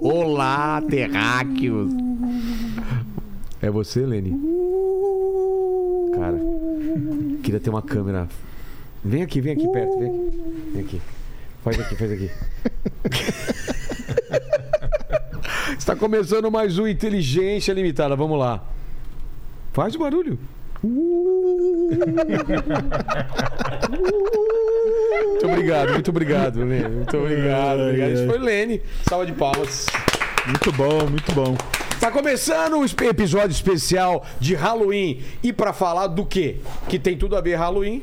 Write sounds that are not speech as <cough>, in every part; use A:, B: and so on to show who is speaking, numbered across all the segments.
A: Olá, terráqueos. É você, Lene? Cara, queria ter uma câmera. Vem aqui, vem aqui perto, vem aqui. Vem aqui. Faz aqui, faz aqui. <laughs> Está começando mais um Inteligência Limitada. Vamos lá. Faz o <laughs> barulho. Muito obrigado, muito obrigado, Lene. Muito obrigado, obrigado. Isso foi Lene. Salva de palmas.
B: Muito bom, muito bom.
A: Tá começando um espe- episódio especial de Halloween. E pra falar do quê? Que tem tudo a ver Halloween,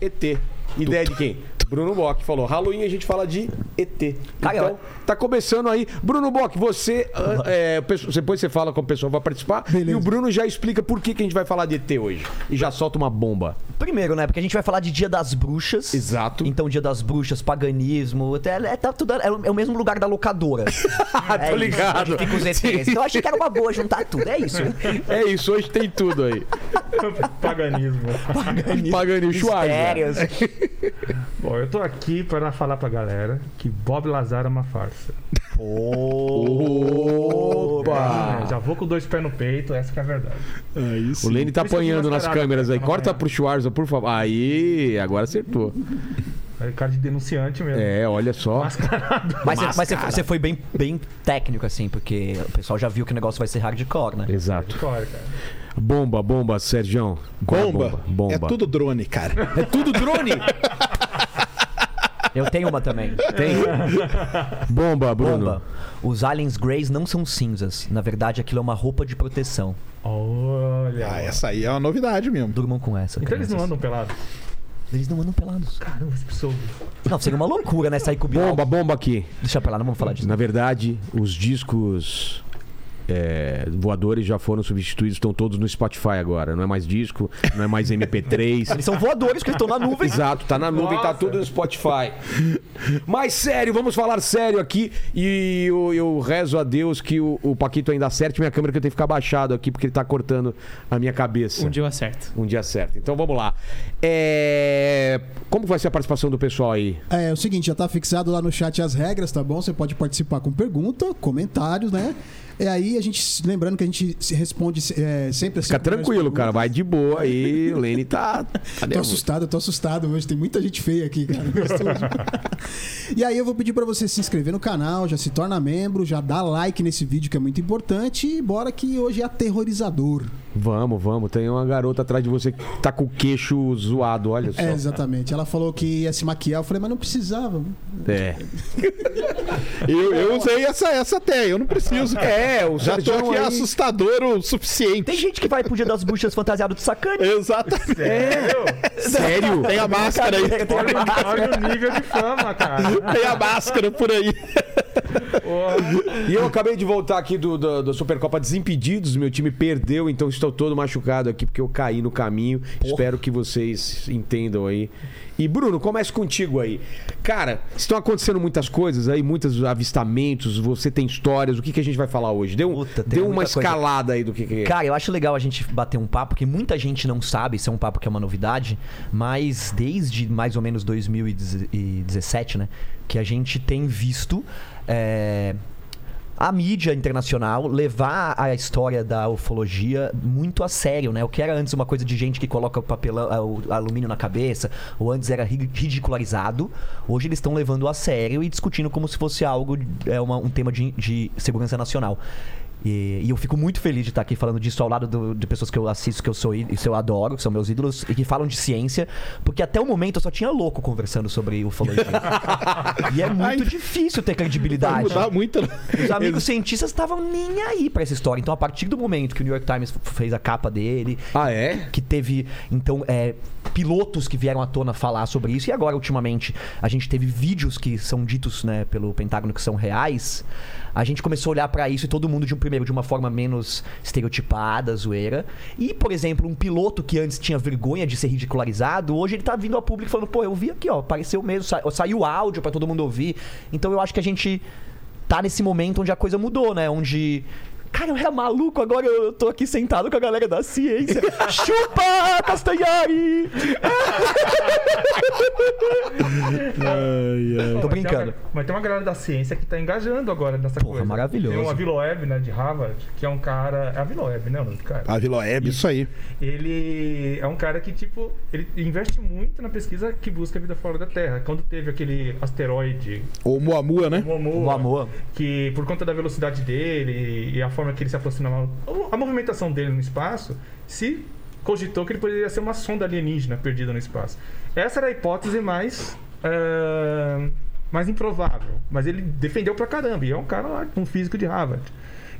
A: ET. Ideia de quem? Bruno Bock falou. Halloween a gente fala de ET.
C: Cara,
A: Então,
C: eu-
A: tá começando aí. Bruno Bock, você. ah, é, o pessoal- depois você fala com o pessoal que vai participar. E o Bruno já explica por que, que a gente vai falar de ET hoje. E já solta uma bomba.
C: Primeiro, né? Porque a gente vai falar de Dia das Bruxas.
A: Exato.
C: Então, Dia das Bruxas, paganismo, até, é, tá tudo, é, o- é o mesmo lugar da locadora. é
A: Tô
C: isso,
A: ligado.
C: onde Fica os ETs. Então, eu achei que era uma boa juntar tudo, é isso.
A: É isso, hoje tem tudo <laughs> aí.
B: <laughs> Paganismo.
A: Pagani Schwarzer.
C: Mistérios.
B: Bom, eu tô aqui para falar pra galera que Bob Lazar é uma farsa. É,
A: Oh. Opa!
B: já vou com dois pés no peito, essa que é a verdade.
A: O Lene tá
B: Por isso que eu
A: apanhando
B: tô
A: nas
B: mascarado,
A: câmeras aí.
B: tá
A: Corta
B: apanhando.
A: pro Schwarza, por favor. Aí, agora acertou.
B: É cara de denunciante mesmo.
A: É, olha só.
C: Mas, você, mas você, foi- você foi bem, bem técnico, assim, porque o pessoal já viu que o negócio vai ser hardcore, né?
A: Exato.
B: História, cara.
A: Bomba, bomba, Sérgio. Qual é a
D: Bomba.
A: Bomba.
D: É tudo drone, cara.
A: É tudo drone?
C: Eu tenho uma também.
A: Tem. <laughs> Bomba, Bruno.
C: Bomba. Os aliens greys não são cinzas. Na verdade, aquilo é uma roupa de proteção.
B: Olha.
D: <laughs> Ah, essa aí é uma novidade mesmo.
C: Durmam com essa.
B: Então eles não
C: crianças.
B: andam pelados.
C: Eles não andam pelados.
B: Caramba, esse pessoal.
C: Não, seria uma loucura, né? Sair com o Bilal.
A: Bomba, bomba aqui.
C: Deixa pra lá, não vamos falar disso.
A: Na verdade, os discos é, voadores já foram substituídos, estão todos no Spotify agora. Não é mais disco, não é mais <laughs> MP3.
C: Eles são voadores que estão na nuvem.
A: Exato, tá na nuvem, tá
B: Nossa.
A: tudo no Spotify. Mas sério, vamos falar sério aqui. E eu, eu rezo a Deus que o, o Paquito ainda acerte minha câmera, que eu tenho que ficar baixado aqui, porque ele tá cortando a minha cabeça.
E: Um dia eu acerto.
A: Um dia certo. Então vamos lá. É, Como vai ser a participação do pessoal aí?
F: É, é o seguinte, já tá fixado lá no chat as regras, tá bom? Você pode participar com pergunta, comentários, né? E aí a gente, lembrando que a gente se responde é, sempre assim.
A: Fica
F: primeiras
A: tranquilo,
F: perguntas.
A: cara. Vai de boa aí. O Lene tá. tá
F: Tô
A: nervoso.
F: assustado, tô assustado hoje. Tem muita gente feia aqui, cara. e aí eu vou pedir pra você se inscrever no canal, já se torna membro, já dá like nesse vídeo que é muito importante e bora que hoje é aterrorizador.
A: Vamos, vamos. Tem uma garota atrás de você que tá com o queixo zoado, olha só.
F: É, exatamente. Ela falou que ia se maquiar, eu falei, mas não precisava.
A: É.
D: Eu, eu usei essa, essa até, eu não preciso.
A: É, o
D: Já tô
A: Sérgio
D: aqui
A: aí-
D: assustador o suficiente.
C: Tem gente que vai pro dia das bruxas fantasiado de sacane. É?
D: Exatamente.
B: Entendeu?
A: Sério?
D: Tem a máscara aí.
B: Olha, olha o nível de fama, cara.
D: Tem a máscara por aí.
B: Porra.
A: E eu acabei de voltar aqui do, do, do Supercopa Desimpedidos. Meu time perdeu, então estou todo machucado aqui porque eu caí no caminho. Espero que vocês entendam aí. E Bruno, comece contigo aí. Cara, estão acontecendo muitas coisas aí, muitos avistamentos. Você tem histórias. O que, que a gente vai falar hoje? Deu, um-
C: Puta, tem
A: deu uma
C: muita coisa.
A: escalada aí do que, que é.
C: Cara, eu acho legal a gente bater um papo, que muita gente não sabe, isso é um papo que é uma novidade, mas desde mais ou menos 2017, né? Que a gente tem visto. é, a mídia internacional levar a história da ufologia muito a sério, né? O que era antes uma coisa de gente que coloca o papelão, ah, o alumínio na cabeça, ou antes era ri- ridicularizado, hoje eles estão levando a sério e discutindo como se fosse algo, é uma- um tema de, de segurança nacional. E, e eu fico muito feliz de estar aqui falando disso ao lado do- de pessoas que eu assisto, que eu sou í- isso eu adoro, que são meus ídolos, e que falam de ciência, porque até o momento eu só tinha louco conversando sobre ufologia. e é muito difícil ter
D: Vai
C: credibilidade.
D: mudar muito. né?
C: Os amigos cientistas estavam nem aí pra essa história. Então, a partir do momento que o New York Times f- fez a capa dele,
A: Ah, é?
C: que teve, então, é, pilotos que vieram à tona falar sobre isso, e agora, ultimamente, a gente teve vídeos que são ditos né, pelo Pentágono que são reais, a gente começou a olhar pra isso e todo mundo, de um primeiro, de uma forma menos estereotipada, zoeira. E, por exemplo, um piloto que antes tinha vergonha de ser ridicularizado, hoje ele tá vindo ao público falando, pô, eu vi aqui, ó, apareceu mesmo, sa- saiu áudio pra todo mundo ouvir. Então, eu acho que a gente tá nesse momento onde a coisa mudou, né? Onde Cara, eu era maluco, agora eu eu tô aqui sentado com a galera da ciência. Chupa, Castanhari! Tô
E: Vai ter
C: brincando.
E: uma- Mas tem uma galera da ciência que tá engajando agora nessa
C: Porra,
E: coisa.
C: maravilhoso.
E: Tem uma Villoeb, né, de Harvard, que é um cara. É a Villoeb, né, o nome do cara?
D: A Vila Web, isso aí.
E: Ele é um cara que, tipo, ele investe muito na pesquisa que busca a vida fora da Terra. Quando teve aquele asteroide
D: Ou Moamua, né?
E: Momoa,
C: O amor.
E: que por conta da velocidade dele e a forma que ele se aproximava, a movimentação dele no espaço, se cogitou que ele poderia ser uma sonda alienígena perdida no espaço. Essa era a hipótese mais ah, mais improvável, mas ele defendeu pra caramba. E é um cara lá, um físico de Harvard.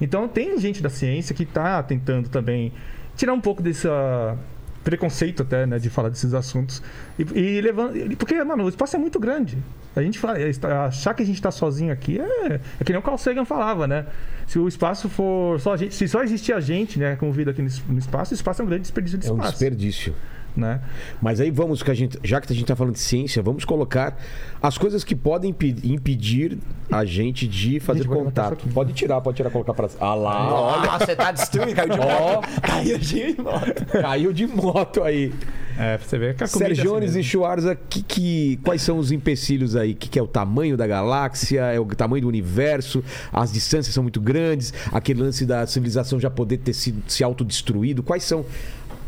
E: Então tem gente da ciência que tá tentando também tirar um pouco dessa preconceito até, né, de falar desses assuntos. E, e levando. e- Porque, mano, o espaço é muito grande. A gente fala, é, está- achar que a gente está sozinho aqui é, é que nem o Carl Sagan falava, né? Se o espaço for só a gente, se só existir a gente, né, com vida aqui no es- no espaço, o espaço é um grande desperdício de
A: É um
E: espaço,
A: desperdício.
E: né?
A: Mas aí vamos, que a gente, já que a gente tá falando de ciência, vamos colocar as coisas que podem impe- impedir a gente de fazer
E: Gente, vou levantar isso
A: contato. Pode tirar, pode tirar, colocar pra. Ah lá, ó,
C: Olha, você tá destruindo, caiu de moto. Caiu de moto.
A: caiu de moto aí.
E: Ah. É, você vê que a
B: assim
A: Sergiones e Schwarza, que, que, quais são os empecilhos aí? O que, que é o tamanho da galáxia? É o tamanho do universo? As distâncias são muito grandes? Aquele lance da civilização já poder ter sido, se autodestruído? Quais são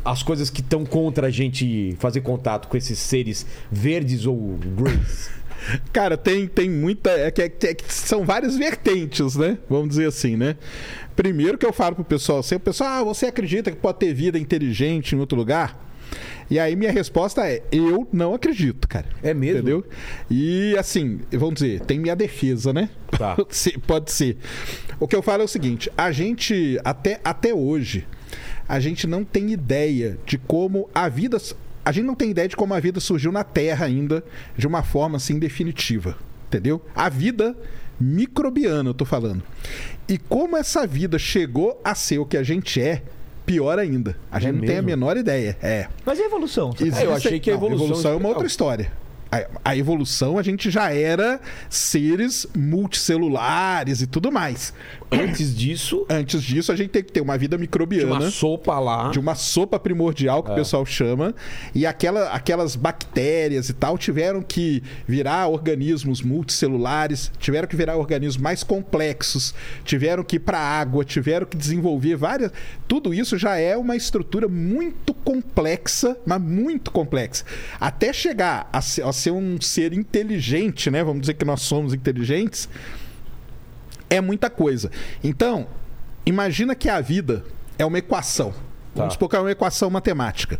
A: as coisas que estão contra a gente fazer contato com esses seres verdes ou greys?
D: Cara, tem, tem muita. É que, é que- é que são várias vertentes, né? Vamos dizer assim, né? Primeiro que eu falo pro pessoal assim, o pessoal, ah, você acredita que pode ter vida inteligente em outro lugar? E aí minha resposta é, eu não acredito, cara.
A: É mesmo?
D: Entendeu? E assim, vamos dizer, tem minha defesa, né?
A: Tá.
D: <laughs> Se- pode ser. O que eu falo é o seguinte: a gente, até, até hoje, a gente não tem ideia de como a vida. A gente não tem ideia de como a vida surgiu na Terra ainda, de uma forma assim definitiva. Entendeu? A vida microbiana, eu tô falando. E como essa vida chegou a ser o que a gente é, pior ainda. A gente não tem a
A: É mesmo?
D: menor ideia. É.
C: Mas e a evolução?
A: Ah, eu achei que a
D: Não,
A: evolução-
D: é uma outra história. A, a evolução, a gente já era seres multicelulares e tudo mais.
A: Antes disso,
D: Antes disso, a gente tem que ter uma vida
A: tinha
D: microbiana.
A: uma sopa lá.
D: né? de um uma sopa primordial que o pessoal chama, e aquela, aquelas bactérias e tal tiveram que virar organismos multicelulares, tiveram que virar organismos mais complexos, tiveram que ir para a água, tiveram que desenvolver várias. Tudo isso já é uma estrutura muito complexa, mas muito complexa. Até chegar a ser, a ser um ser inteligente, né? Vamos dizer que nós somos inteligentes é muita coisa. Então, imagina que a vida é uma equação.
C: Tá.
D: Vamos supor que é uma equação matemática.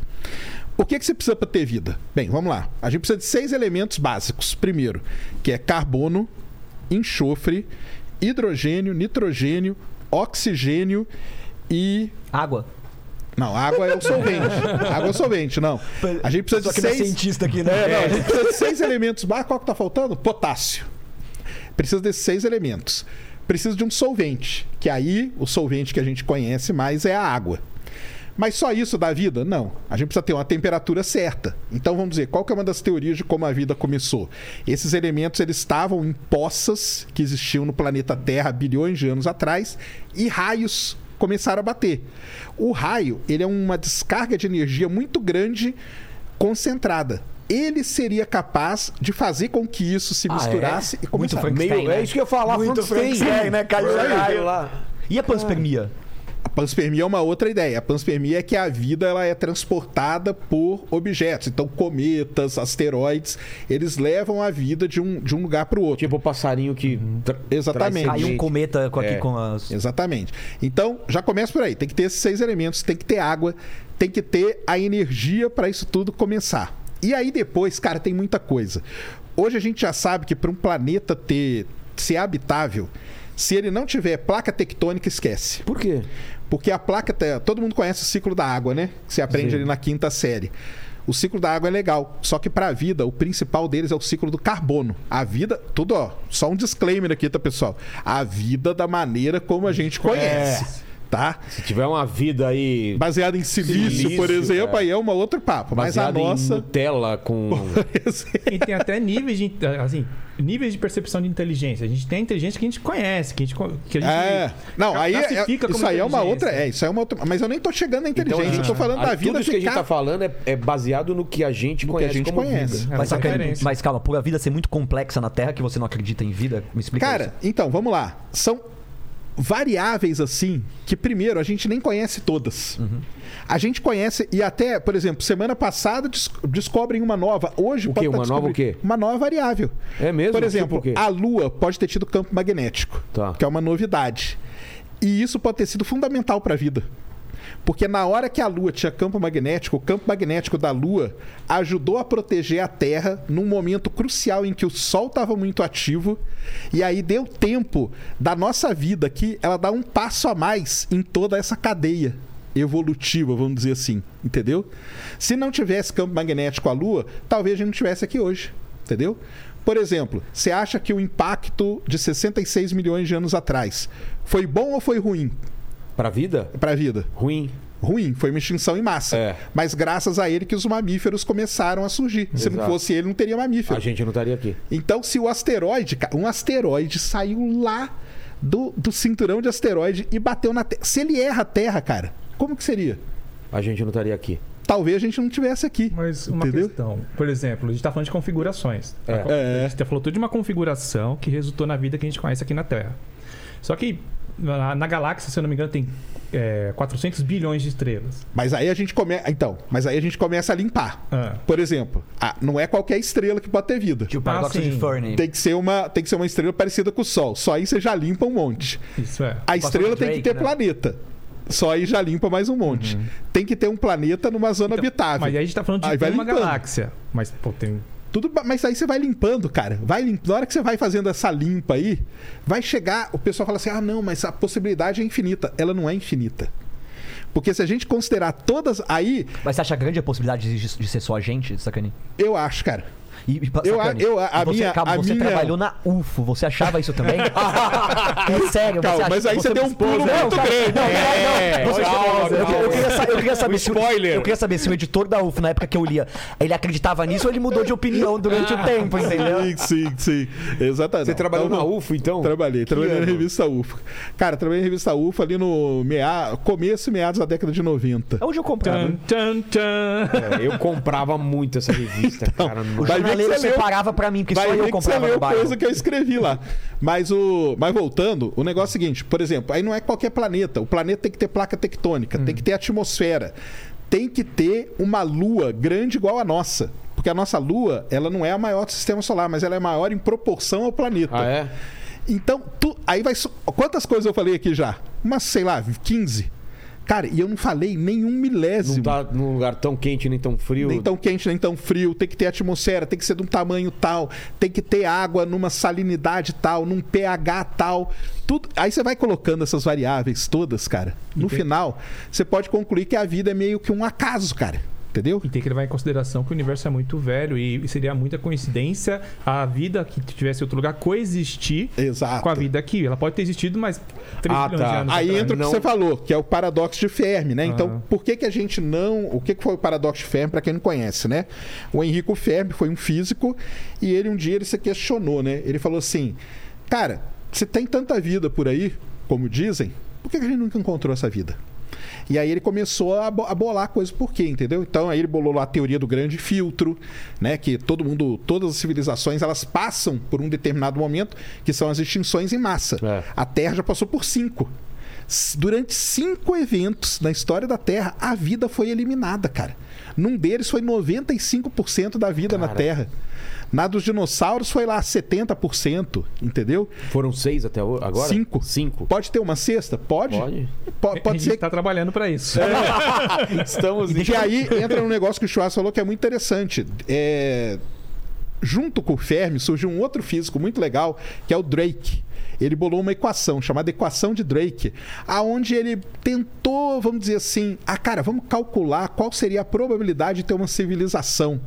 D: O que, que você precisa para ter vida? Bem, vamos lá. A gente precisa de seis elementos básicos. Primeiro, que é carbono, enxofre, hidrogênio, nitrogênio, oxigênio e.
C: Água.
D: Não, água é o solvente.
C: <laughs>
D: água é o solvente, não. A gente precisa
C: Só
D: de
C: que não é
D: seis.
C: cientista aqui, né?
D: É, não, a gente precisa de <laughs> seis elementos básicos. Qual que tá faltando? Potássio. Precisa desses seis elementos. Precisa de um solvente, que aí o solvente que a gente conhece mais é a água. Mas só isso da vida? Não. A gente precisa ter uma temperatura certa. Então vamos dizer, qual que é uma das teorias de como a vida começou? Esses elementos eles estavam em poças que existiam no planeta Terra há bilhões de anos atrás e raios começaram a bater. O raio, ele é uma descarga de energia muito grande concentrada. Ele seria capaz de fazer com que isso se
C: Ah, é?
D: misturasse e
C: Muito
D: começasse.
C: Frank- Frankenstein,
A: meio,
C: né?
A: É isso que eu ia falar,
C: Muito Frankenstein, né?
D: É.
C: Caiu
A: Foi,
C: lá.
A: caiu lá.
C: E a panspermia?
D: A panspermia é uma outra ideia. A panspermia é que a vida ela é transportada por objetos. Então, cometas, asteroides, eles levam a vida de um, de um lugar para o outro.
A: Tipo o passarinho que. tra-
D: Exatamente.
A: traz-
C: Caiu um
A: gente.
C: cometa com, aqui
A: É.
C: com as.
D: Exatamente. Então, já começa por aí. Tem que ter esses seis elementos, tem que ter água, tem que ter a energia para isso tudo começar. E aí depois, cara, tem muita coisa. Hoje a gente já sabe que para um planeta ter ser habitável, se ele não tiver placa tectônica, esquece.
A: Por quê?
D: Porque a placa. te- Todo mundo conhece o ciclo da água, né? Que você aprende ali na quinta série. O ciclo da água é legal, só que para a vida, o principal deles é o ciclo do carbono. A vida, tudo ó, só um disclaimer aqui, tá pessoal? A vida da maneira como a gente conhece. tá?
A: Se tiver uma vida aí
D: Baseado em silício,
A: Silício,
D: por exemplo,
A: é.
D: aí é um outro papo. Mas a
A: baseada em
D: nossa.
A: <laughs>
D: <laughs>
A: Nutella com.
B: E tem até níveis de, inte- assim, níveis de percepção de inteligência. A gente tem a inteligência que a gente conhece, que a gente, co- que a gente
D: É. Não, aí é- é-
B: classifica como
D: isso aí é uma outra.
B: inteligência.
D: É, isso aí é uma outra. Mas eu nem tô chegando na
A: Então,
D: inteligência, eu tô falando da vida
A: Tudo isso que a gente
D: ficar-
A: tá falando é, é baseado no que a gente
D: No que a
A: conhece.
D: gente
A: como
D: conhece.
A: vida.
B: É
C: Mas,
B: uma
C: saca-
B: referência.
C: mas calma, por a vida ser muito complexa na Terra que você não acredita em vida, me explica
D: Cara,
C: isso.
D: então, vamos lá. São variáveis assim que primeiro a gente nem conhece todas.
A: Uhum.
D: A gente conhece e até, por exemplo, semana passada des- descobrem uma nova. Hoje
A: O
D: pode
A: quê?
D: tá
A: Uma nova
D: descobrindo-
A: o quê?
D: Uma nova variável.
A: É mesmo?
D: Por
A: Tipo
D: exemplo,
A: o quê?
D: a Lua pode ter tido campo magnético,
A: Tá.
D: que é uma novidade. E isso pode ter sido fundamental para a vida. Porque na hora que a Lua tinha campo magnético, o campo magnético da Lua ajudou a proteger a Terra num momento crucial em que o Sol estava muito ativo. E aí deu tempo da nossa vida aqui, ela dá um passo a mais em toda essa cadeia evolutiva, vamos dizer assim, entendeu? Se não tivesse campo magnético à Lua, talvez a gente não estivesse aqui hoje, entendeu? Por exemplo, você acha que o impacto de 66 milhões de anos atrás foi bom ou foi ruim
A: Pra vida?
D: para a vida?
A: Ruim.
D: ruim, foi uma extinção em massa.
A: É.
D: Mas graças a ele que os mamíferos começaram a surgir. Se não
A: Exato.
D: fosse ele, não teria mamífero.
A: A gente não estaria aqui.
D: Então, se o asteroide, ca- um asteroide saiu lá do, do cinturão de asteroide e bateu na Terra. Se ele erra a Terra, cara, como que seria?
A: A gente não estaria aqui.
D: Talvez a gente não tivesse aqui.
B: Mas uma
D: entendeu?
B: questão. Por exemplo, a gente tá falando de configurações. tá?
A: É.
D: É.
B: A gente falou tudo de uma configuração que resultou na vida que a gente conhece aqui na Terra. Só que na, na galáxia, se eu não me engano, tem é, 400 bilhões de estrelas.
D: Mas aí a gente começa. Então, mas aí a gente começa a limpar.
B: Ah.
D: Por exemplo, a- não é qualquer estrela que pode ter vida.
C: Tipo, o paradoxo
B: Ah, sim.
C: de Fernie.
D: Tem que, ser uma, tem que ser uma estrela parecida com o Sol. Só aí você já limpa um monte.
B: Isso é.
D: A
C: Passou
D: estrela
C: no
D: tem que
C: Drake,
D: ter
C: né?
D: planeta. Só aí já limpa mais um monte. Tem que ter um planeta numa
B: Uhum.
D: zona
B: Então,
D: habitável.
B: Mas aí a gente tá falando de
D: Aí vai
B: uma
D: limpando. Tá
B: galáxia. Mas, pô, tem.
D: Tudo, ba- mas aí você vai limpando, cara. Vai lim... Na hora que você vai fazendo essa limpa aí, vai chegar. O pessoal fala assim: ah, não, mas a possibilidade é infinita. Ela não é infinita. Porque se a gente considerar todas. Aí,
C: Mas você acha grande a possibilidade de, de ser só a gente, sacane?
D: eu acho, cara.
C: E, e,
D: Eu-
C: sacane,
D: eu- a- a
C: você,
D: minha-
C: calma,
D: a
C: você
D: minha-
C: trabalhou na UFO, você achava isso
D: <laughs>
C: também? é sério,
D: Calma,
C: você acha
D: mas aí
C: que
D: você deu um pulo muito grande.
C: Não,
A: É,
C: não, não, você-
A: calma,
C: eu, eu
A: calma.
C: queria, sa- eu queria saber
A: Um
C: se o-
A: spoiler.
C: eu queria saber se o editor da UFO, na época que eu lia, ele acreditava nisso ou ele mudou de opinião durante o tempo, entendeu?
D: Ah. Sim, sim, sim. Exatamente.
A: É. Você trabalhou
D: Então,
A: na
D: não.
A: UFO, então?
D: Trabalhei, trabalhei na
A: ano?
D: revista UFO. Cara, trabalhei na revista UFO ali no mea... começo e meados da década de 90.
C: É onde eu comprava.
B: Tan, tan, tan.
A: É, eu comprava muito essa revista,
D: Então.
A: cara.
C: O
A: nossa.
D: Vai ver que
C: jornaleiro
D: você leu.
C: separava pra mim, porque
D: Vai
C: só
D: ver
C: eu
D: que você
C: comprava
D: leu
C: no bairro.
D: coisa que eu escrevi lá. Mas o, mas voltando, o negócio é o seguinte, por exemplo, aí não é qualquer planeta. O planeta tem que ter placa tectônica, tem que ter atmosfera, tem que ter uma lua grande igual a nossa. Porque a nossa lua, ela não é a maior do sistema solar, mas ela é maior em proporção ao planeta.
A: Ah, é?
D: Então, tu- aí vai. su- Quantas coisas eu falei aqui já? Umas, sei lá, 15. Cara, e eu não falei nenhum milésimo.
A: Não tá num lugar tão quente nem tão frio.
D: Nem tão quente, nem tão frio, tem que ter atmosfera, tem que ser de um tamanho tal, tem que ter água numa salinidade tal, num pH tal. Tudo. Aí você vai colocando essas variáveis todas, cara. No final, você pode concluir que a vida é meio que um acaso, cara. Entendeu?
B: E tem que levar em consideração que o universo é muito velho e seria muita coincidência a vida que tivesse em outro lugar coexistir
D: Exato.
B: com a vida aqui. Ela pode ter existido, mas 3
A: Ah,
B: bilhões
A: tá.
B: de anos.
D: Aí
B: atrás. né?
D: entra o que
A: Não-
D: você falou, que é o paradoxo de Fermi, né?
B: Ah.
D: Então, por que, que a gente não. O que, que foi o paradoxo de Fermi, para quem não conhece, né? O Henrico Fermi foi um físico e ele um dia ele se questionou, né? Ele falou assim: Cara, se tem tanta vida por aí, como dizem, por que que a gente nunca encontrou essa vida? E aí ele começou a bo- a bolar coisas por quê, entendeu? Então aí ele bolou lá a teoria do grande filtro, né? Que todo mundo, todas as civilizações, elas passam por um determinado momento, que são as extinções em massa.
A: É.
D: A Terra já passou por cinco. S- Durante cinco eventos na história da Terra, a vida foi eliminada, cara. Num deles foi 95% da vida na
A: Cara.
D: Terra. Na dos dinossauros foi lá 70%, entendeu?
A: Foram seis até o- agora?
D: Cinco.
A: Cinco.
D: Pode ter uma sexta? Pode.
A: Pode.
D: Po-
B: a
D: pode
A: <laughs>
B: gente
D: ser
B: tá trabalhando para isso.
A: Estamos
D: e aí entra um negócio que o Schwarz falou que é muito interessante. É, Junto com o Fermi surgiu um outro físico muito legal, que é o Drake. Ele bolou uma equação chamada equação de Drake, aonde ele tentou, vamos dizer assim, ah, cara, vamos calcular qual seria a probabilidade de ter uma civilização,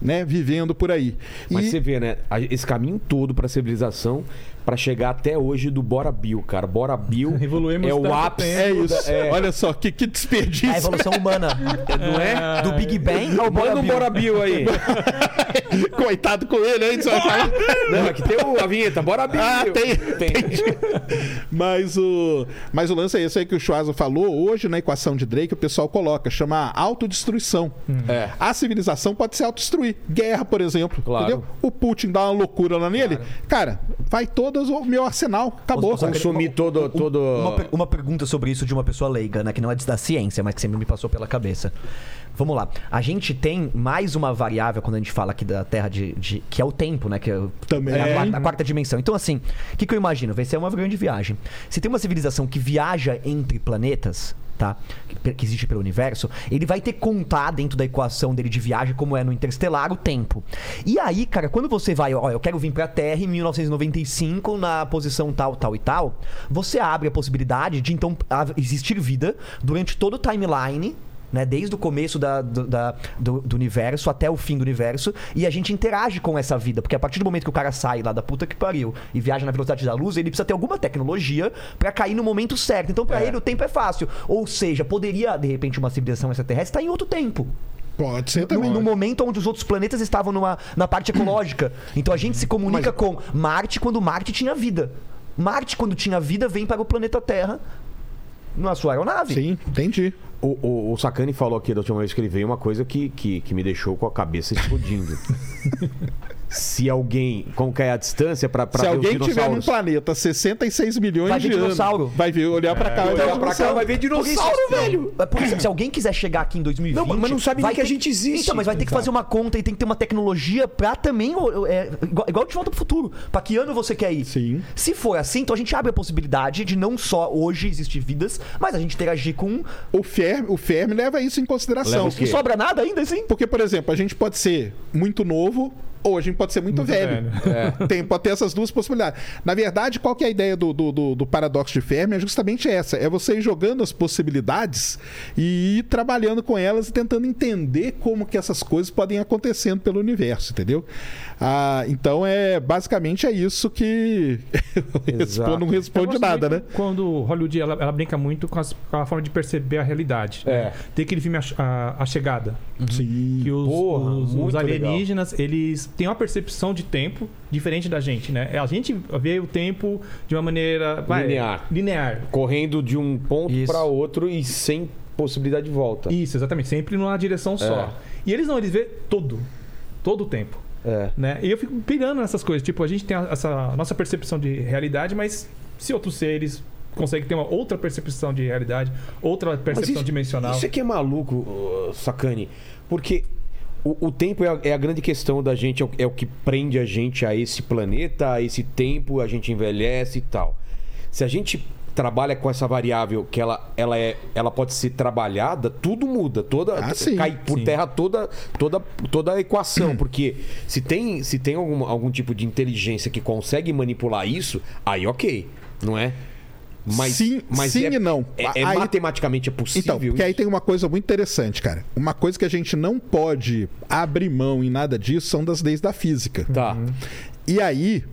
D: né, vivendo por aí.
A: Mas
D: E-
A: você vê, né? a- Esse caminho todo pra civilização pra chegar até hoje do Bora Bill, cara. Bora
B: <laughs>
A: Bill
B: Evoluímos
A: é o
B: tanto
A: ápice.
B: tempo.
D: É isso.
A: É.
D: Olha só, que, que
C: É
D: desperdício.
C: a evolução humana. Não é? Do Big Bang ao Bora
A: Manda um
C: Bill.
A: Bora Bill
D: <laughs>
A: aí.
D: <laughs> Coitado com ele, hein? Você vai falar.
A: Não, aqui tem o- a vinheta, Bora Bill.
D: Ah, tem.
A: Tem.
D: Mas o, mas o lance é esse aí que o Schwarza falou. Hoje, né, na equação de Drake, o pessoal coloca, chama autodestruição.
A: É.
D: A civilização pode se autodestruir. Guerra, por exemplo.
A: Claro.
D: Entendeu? O Putin dá uma loucura lá nele. Cara, vai todas o meu arsenal. Acabou.
C: Os- os-
A: Consumir todo. todo...
C: Uma, per- uma pergunta sobre isso de uma pessoa leiga, né? Que não é da ciência, mas que sempre me passou pela cabeça. Vamos lá. A gente tem mais uma variável quando a gente fala aqui da Terra de. de- que é o tempo, né? Que é, o-
D: Também.
C: é a, quarta, a quarta dimensão. Então, assim, o que, que eu imagino? Vai ser uma grande viagem. Se tem uma civilização que viaja entre planetas. Tá? Que, que existe pelo universo, ele vai ter que contar dentro da equação dele de viagem, como é no interestelar, o tempo. E aí, cara, quando você vai, ó, eu quero vir pra Terra em 1995, na posição tal, tal e tal, você abre a possibilidade de então a- existir vida durante todo o timeline. Né, desde o começo da, do, da- do- do universo até o fim do universo, e a gente interage com essa vida, porque a partir do momento que o cara sai lá da puta que pariu e viaja na velocidade da luz, ele precisa ter alguma tecnologia pra cair no momento certo. Então, pra ele, o tempo é fácil. Ou seja, poderia, de repente, uma civilização extraterrestre estar em outro tempo
D: Pode ser
C: no,
D: também.
C: no momento onde os outros planetas estavam numa, na parte ecológica. Então a gente se comunica com Marte quando Marte tinha vida. Marte, quando tinha vida, vem para o planeta Terra na sua aeronave.
D: Sim, entendi.
A: O, o, o Sakane falou aqui da última vez que ele veio uma coisa que, que, que me deixou com a cabeça
D: <laughs>
A: explodindo. Se alguém. Como que é a distância pra, pra
D: Se
A: ver
D: alguém
A: os
D: tiver num
A: dinossauros?
D: planeta 66 milhões
C: Vai
D: de
C: ver
D: anos,
C: dinossauro.
D: vai ver, olhar pra cá,
A: Então,
D: olhar
A: pra cá vai ver dinossauro, velho!
C: É por isso, se alguém quiser chegar aqui em 2020...
A: Não, mas não sabe nem
C: vai
A: que a
C: ter-
A: gente existe.
C: Então, mas vai ter que fazer uma conta e tem que ter uma tecnologia pra também... ó, é, igual, igual de volta pro futuro. Pra que ano você quer ir?
D: Sim.
C: Se for assim, então a gente abre a possibilidade de não só hoje existir vidas, mas a gente interagir com...
D: O Fermi, o Fermi leva isso em
A: Leva
D: consideração.
A: É o quê?
C: Não sobra nada ainda, assim?
D: Porque, por exemplo, a gente pode ser muito novo ou a gente pode ser muito, velho. Tem, pode ter essas duas possibilidades. Na verdade, qual que é a ideia do, do, do- do paradoxo de Fermi? É justamente essa. É você ir jogando as possibilidades e ir trabalhando com elas e tentando entender como que essas coisas podem ir acontecendo pelo universo, entendeu? Ah, então, é basicamente é isso que... <laughs>
A: Exato.
D: não
E: Eu
D: responde
E: gosto
D: nada, né?
E: muito Quando Hollywood ela, ela brinca muito com, as- com a forma de perceber a realidade. né?
A: É. Uhum.
E: Tem aquele filme A, Ch- a, A Chegada.
D: Sim.
E: Que os,
A: Porra,
E: os- os
A: muito
E: alienígenas, eles têm uma percepção de tempo diferente da gente, né? É, A gente vê o tempo de uma maneira. vai,
A: Linear.
E: Linear.
A: Correndo de um ponto
C: Isso.
A: pra outro e sem possibilidade de volta.
E: Isso, exatamente. Sempre numa direção só. E eles não, eles vê tudo. Todo o tempo.
A: É.
E: né? E eu fico pirando nessas coisas. Tipo, a gente tem a- essa nossa percepção de realidade, mas se outros seres conseguem ter uma outra percepção de realidade, outra
A: Mas
E: percepção
A: isso,
E: dimensional.
A: Isso é que é maluco, ô, Sakane. Porque o, o tempo é a, é a grande questão da gente, é o, é o que prende a gente a esse planeta, a esse tempo, a gente envelhece e tal. Se a gente trabalha com essa variável que ela, ela, é, ela pode ser trabalhada, tudo muda, toda
D: Ah, sim. Hum.
A: cai por terra toda toda toda a equação, porque se tem se tem algum, algum tipo de inteligência que consegue manipular isso, aí OK, não é?
D: Sim- sim
A: é-
D: e não.
A: É, é
D: Aí-
A: matematicamente é possível.
D: Então, porque aí
A: isso?
D: tem uma coisa muito interessante, cara. Uma coisa que a gente não pode abrir mão em nada disso são das leis da física.
A: Tá.
C: Uhum.
D: E aí,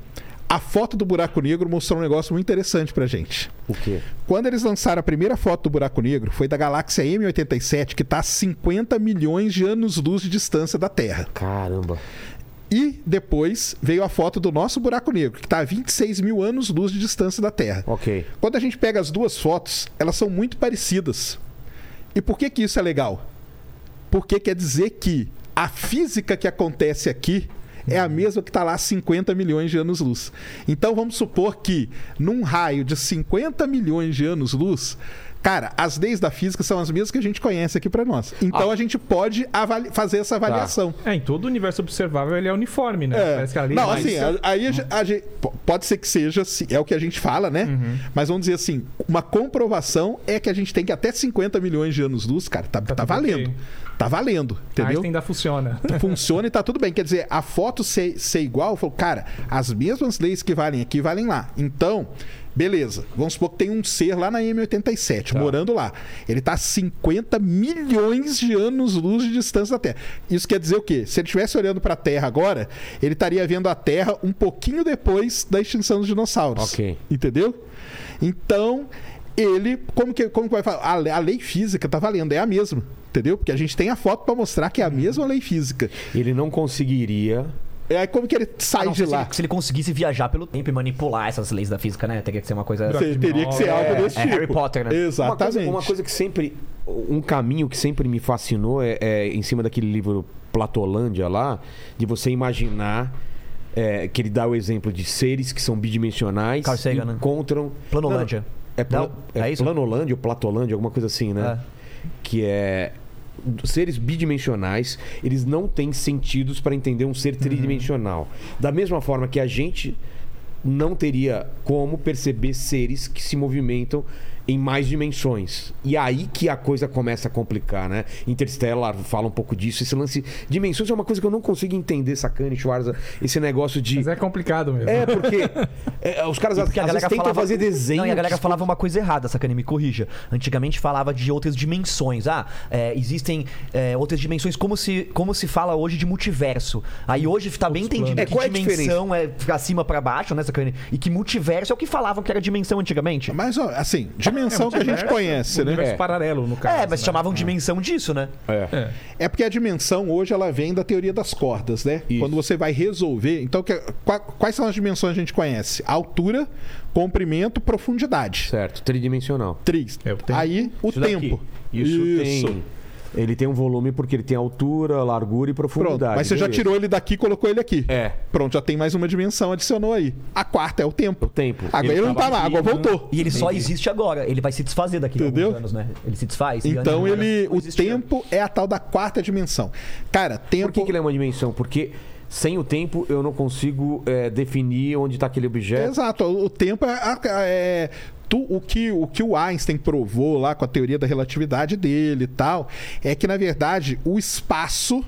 D: a foto do buraco negro mostrou um negócio muito interessante pra gente.
A: O quê?
D: Quando eles lançaram a primeira foto do buraco negro, foi da galáxia M87, que tá a 50 milhões de anos-luz de distância da Terra.
A: Caramba.
D: E depois veio a foto do nosso buraco negro, que tá a 26 mil anos-luz de distância da Terra.
A: Ok.
D: Quando a gente pega as duas fotos, elas são muito parecidas. E por que, que isso é legal? Porque quer dizer que a física que acontece aqui é a mesma que está lá há 50 milhões de anos-luz. Então vamos supor que num raio de 50 milhões de anos-luz, cara, as leis da física são as mesmas que a gente conhece aqui para nós. Então a gente pode avali- fazer essa avaliação.
E: É, em todo o universo observável ele é uniforme, né?
D: É.
E: Parece que a lei
D: Não,
E: mais-
D: assim, a- aí a, ge- a ge- p- pode ser que seja, assim, é o que a gente fala, né?
E: Uhum.
D: Mas vamos dizer assim, uma comprovação é que a gente tem que até 50 milhões de anos-luz, cara, tá, tá
E: tudo
D: valendo.
E: ok.
D: Tá valendo, entendeu?
E: Einstein
D: <laughs>
E: ainda funciona.
D: Funciona e tá tudo bem. Quer dizer, a foto ser, ser igual, eu falo, cara, as mesmas leis que valem aqui valem lá. Então, Beleza. Vamos supor que tem um ser lá na M87, morando lá. Ele tá a 50 milhões de anos-luz de distância da Terra. Isso quer dizer o quê? Se ele estivesse olhando para a Terra agora, ele estaria vendo a Terra um pouquinho depois da extinção dos dinossauros.
A: Ok.
D: Entendeu? Então, ele. Como que, como que vai falar? A, le- a lei física tá valendo, é a mesma. Entendeu? Porque a gente tem a foto para mostrar que é a
A: Uhum.
D: mesma lei física.
A: Ele não conseguiria.
D: É como que ele
A: Ah,
D: sai
C: não,
D: de
C: se
D: lá.
C: Ele, se ele conseguisse viajar pelo tempo e manipular essas leis da física, né? Teria que ser uma coisa.
D: Você teria que ser algo desse
C: é
D: tipo.
C: Harry Potter, né?
A: Uma coisa,
D: Exatamente.
A: uma coisa que sempre. Um caminho que sempre me fascinou é, é em cima daquele livro Platolândia lá, de você imaginar. é, que ele dá o exemplo de seres que são bidimensionais
C: Carl Sagan,
A: e
C: né?
A: encontram.
C: Planolândia.
A: Não, não. É, pla-
C: Não,
A: é
C: é isso?
A: Planolândia ou Platolândia, alguma coisa assim, né? Que é. Seres bidimensionais, eles não têm sentidos para entender um
C: Uhum.
A: ser tridimensional. Da mesma forma que a gente não teria como perceber seres que se movimentam em mais dimensões. E é aí que a coisa começa a complicar, né? Interstellar fala um pouco disso. Esse lance. Dimensões é uma coisa que eu não consigo entender, Sacane, Schwarza. Esse negócio de.
E: Mas é complicado mesmo.
A: É,
C: <laughs>
A: porque é, os caras
C: E
A: às,
C: porque a
A: às vezes
C: galera
A: tentam
C: falava-
A: fazer desenho. tipo
C: Não, e a galera falava uma coisa errada, sacane, me corrija. Antigamente falava de outras dimensões. Ah, é, existem é, outras dimensões, como se, como se fala hoje de multiverso. Aí hoje tá bem entendido
A: planos. É,
C: que
A: qual é a
C: dimensão é pra cima, pra baixo, né, sacane? E que multiverso é o que falavam que era dimensão antigamente.
D: Mas, ó, assim,
A: É,
D: dimensão que a gente conhece, né?
E: Universo paralelo, no caso.
C: é, mas
E: né?
C: chamavam dimensão disso, né?
E: É.
D: É porque a dimensão hoje ela vem da teoria das cordas, né?
A: Isso.
D: Quando você vai resolver. Então, que- qua- quais são as dimensões que a gente conhece? Altura, comprimento, profundidade.
A: Certo, tridimensional.
D: Três.
E: É, o tempo.
D: Aí, o
A: Isso daqui.
D: tempo.
A: Isso, tem. Ele tem um volume porque ele tem altura, largura e profundidade.
D: Pronto, mas você já
A: beleza.
D: tirou ele daqui e colocou ele aqui.
A: né, É.
D: Pronto, já tem mais uma dimensão, adicionou aí. A quarta é o tempo.
A: O tempo.
D: Agora ele, não tá lá, agora
A: né?
D: voltou.
C: E ele só existe agora. Ele vai se desfazer daqui a
D: Entendeu?
C: alguns anos, né? Ele se desfaz. e antes
D: Então
C: não era-
D: ele.
C: não
D: O
C: existia.
D: tempo é a tal da quarta dimensão. Cara, tempo.
A: Por que, que ele é uma dimensão? Porque sem o tempo eu não consigo é, definir onde está aquele objeto.
D: Exato. O tempo é. a- é- tu- o, que, o que o Einstein provou lá com a teoria da relatividade dele e tal, é que, na verdade, o espaço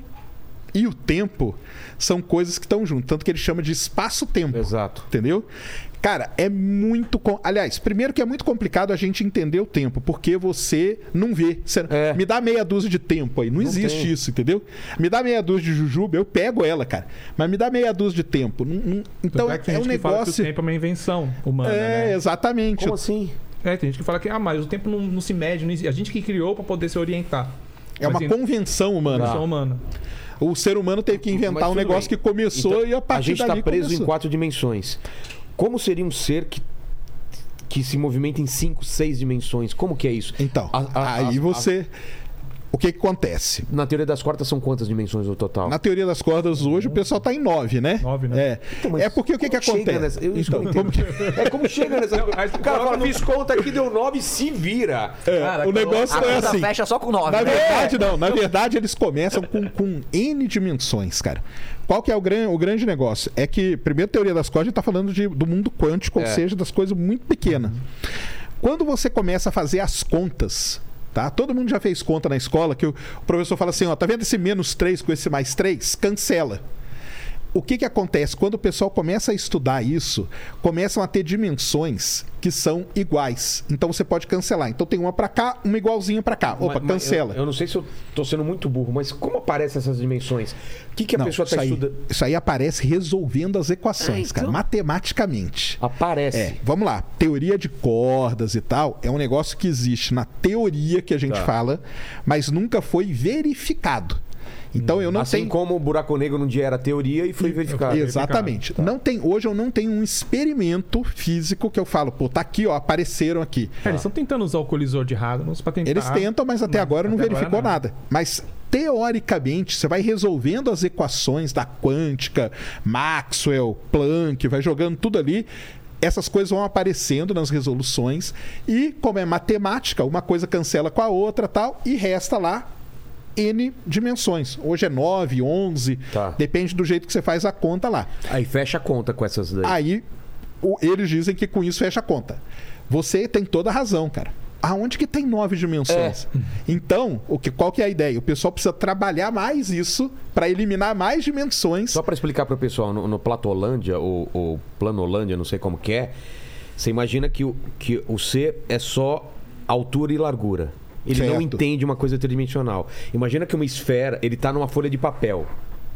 D: e o tempo são coisas que estão juntas. Tanto que ele chama de espaço-tempo.
A: Exato.
D: Entendeu? Cara, é muito. com- Aliás, primeiro que é muito complicado a gente entender o tempo, porque você não vê. Você-
A: É.
D: Me dá meia dúzia de tempo aí. Não, existe
A: tem.
D: isso, entendeu? Me dá meia dúzia de jujuba, eu pego ela, cara. Mas me dá meia dúzia de tempo. Não- não- Então
E: Tanto é, que tem
D: é um
E: gente que fala que o
D: negócio.
E: tempo é uma invenção humana,
D: É,
E: né?
D: exatamente.
A: Como assim?
E: É, tem gente que fala que, ah, mas o tempo não, não se mede, não existe. a gente que criou pra poder se orientar.
D: É uma
E: Mas, assim,
D: convenção humana.
E: invenção humana.
D: O ser humano teve que inventar
A: Mas
D: um
A: tudo
D: negócio
A: bem.
D: que começou
A: Então,
D: e a
A: A
D: partir
A: gente está
D: dali
A: preso
D: começou.
A: em quatro dimensões. Como seria um ser que, que se movimenta em cinco, seis dimensões? Como que é isso?
D: Então,
A: A- a-
D: aí
A: a-
D: você. O que, que acontece?
A: Na teoria das quartas são quantas dimensões no total?
D: Na teoria das cordas hoje, o pessoal tá em 9, né?
E: Nove, né?
D: É, é porque o que, que
A: Chega
D: acontece?
A: nessa- eu- isso
D: Então,
A: que eu
D: como que-
A: É como chega nessa.
E: <laughs> Não, aí
A: o cara
E: coloca
A: fala,
E: no-
A: fiz conta aqui, deu nove, se vira.
D: é,
E: Cara,
D: o negócio
C: A
D: não é
C: conta
D: assim.
C: fecha só com nove.
D: Na
C: né?
D: verdade, não. Na verdade, eles começam com, com N dimensões, cara. Qual que é o, gran, o grande negócio? É que, primeiro, a teoria das cordas, a gente tá falando de, do mundo quântico, ou
A: É.
D: seja, das coisas muito pequenas. Quando você começa a fazer as contas, tá? Todo mundo já fez conta na escola que o professor fala assim, ó, tá vendo esse menos 3 com esse mais 3? Cancela. O que, que acontece? Quando o pessoal começa a estudar isso, começam a ter dimensões que são iguais. Então você pode cancelar. Então tem uma pra cá, uma igualzinha pra cá. Opa,
A: Mas- mas
D: cancela.
A: Eu, eu não sei se eu tô sendo muito burro, mas como aparecem essas dimensões? O que, que a
D: Não,
A: pessoa
D: isso,
A: tá
D: aí,
A: estudando?
D: isso aí aparece resolvendo as equações, cara, matematicamente.
A: Ah, Aparece.
D: É, vamos lá. Teoria de cordas e tal é um negócio que existe na teoria que a gente
A: Tá.
D: fala, mas nunca foi verificado. Então eu não
A: assim
D: tenho.
A: como o buraco negro um dia era teoria e foi
E: Tá,
A: verificado.
D: Exatamente. Não tem, hoje eu não tenho um experimento físico que eu falo, pô, tá aqui, ó, apareceram aqui.
E: É, eles estão tentando usar o colisor de Ragnos pra tentar.
D: Tá. Eles tentam, mas até agora não
E: até agora
D: verificou
E: não.
D: nada. Mas teoricamente, você vai resolvendo as equações da quântica, Maxwell, Planck, vai jogando tudo ali. Essas coisas vão aparecendo nas resoluções e como é matemática, uma coisa cancela com a outra, tal, e resta lá N dimensões. Hoje é 9, 11,
A: Tá.
D: depende do jeito que você faz a conta lá.
A: Aí fecha a conta com essas daí.
D: Aí o- eles dizem que com isso fecha a conta. Você tem toda a razão, cara. Aonde que tem nove dimensões? Então, o que, qual que é a ideia? O pessoal precisa trabalhar mais isso para eliminar mais dimensões.
A: Só para explicar para o pessoal, no, no Platolândia, ou, ou Planolândia, não sei como que é, Você imagina que o, que o C é só altura e largura. Ele não
D: Certo.
A: entende uma coisa tridimensional. Imagina que uma esfera, ele tá numa folha de papel,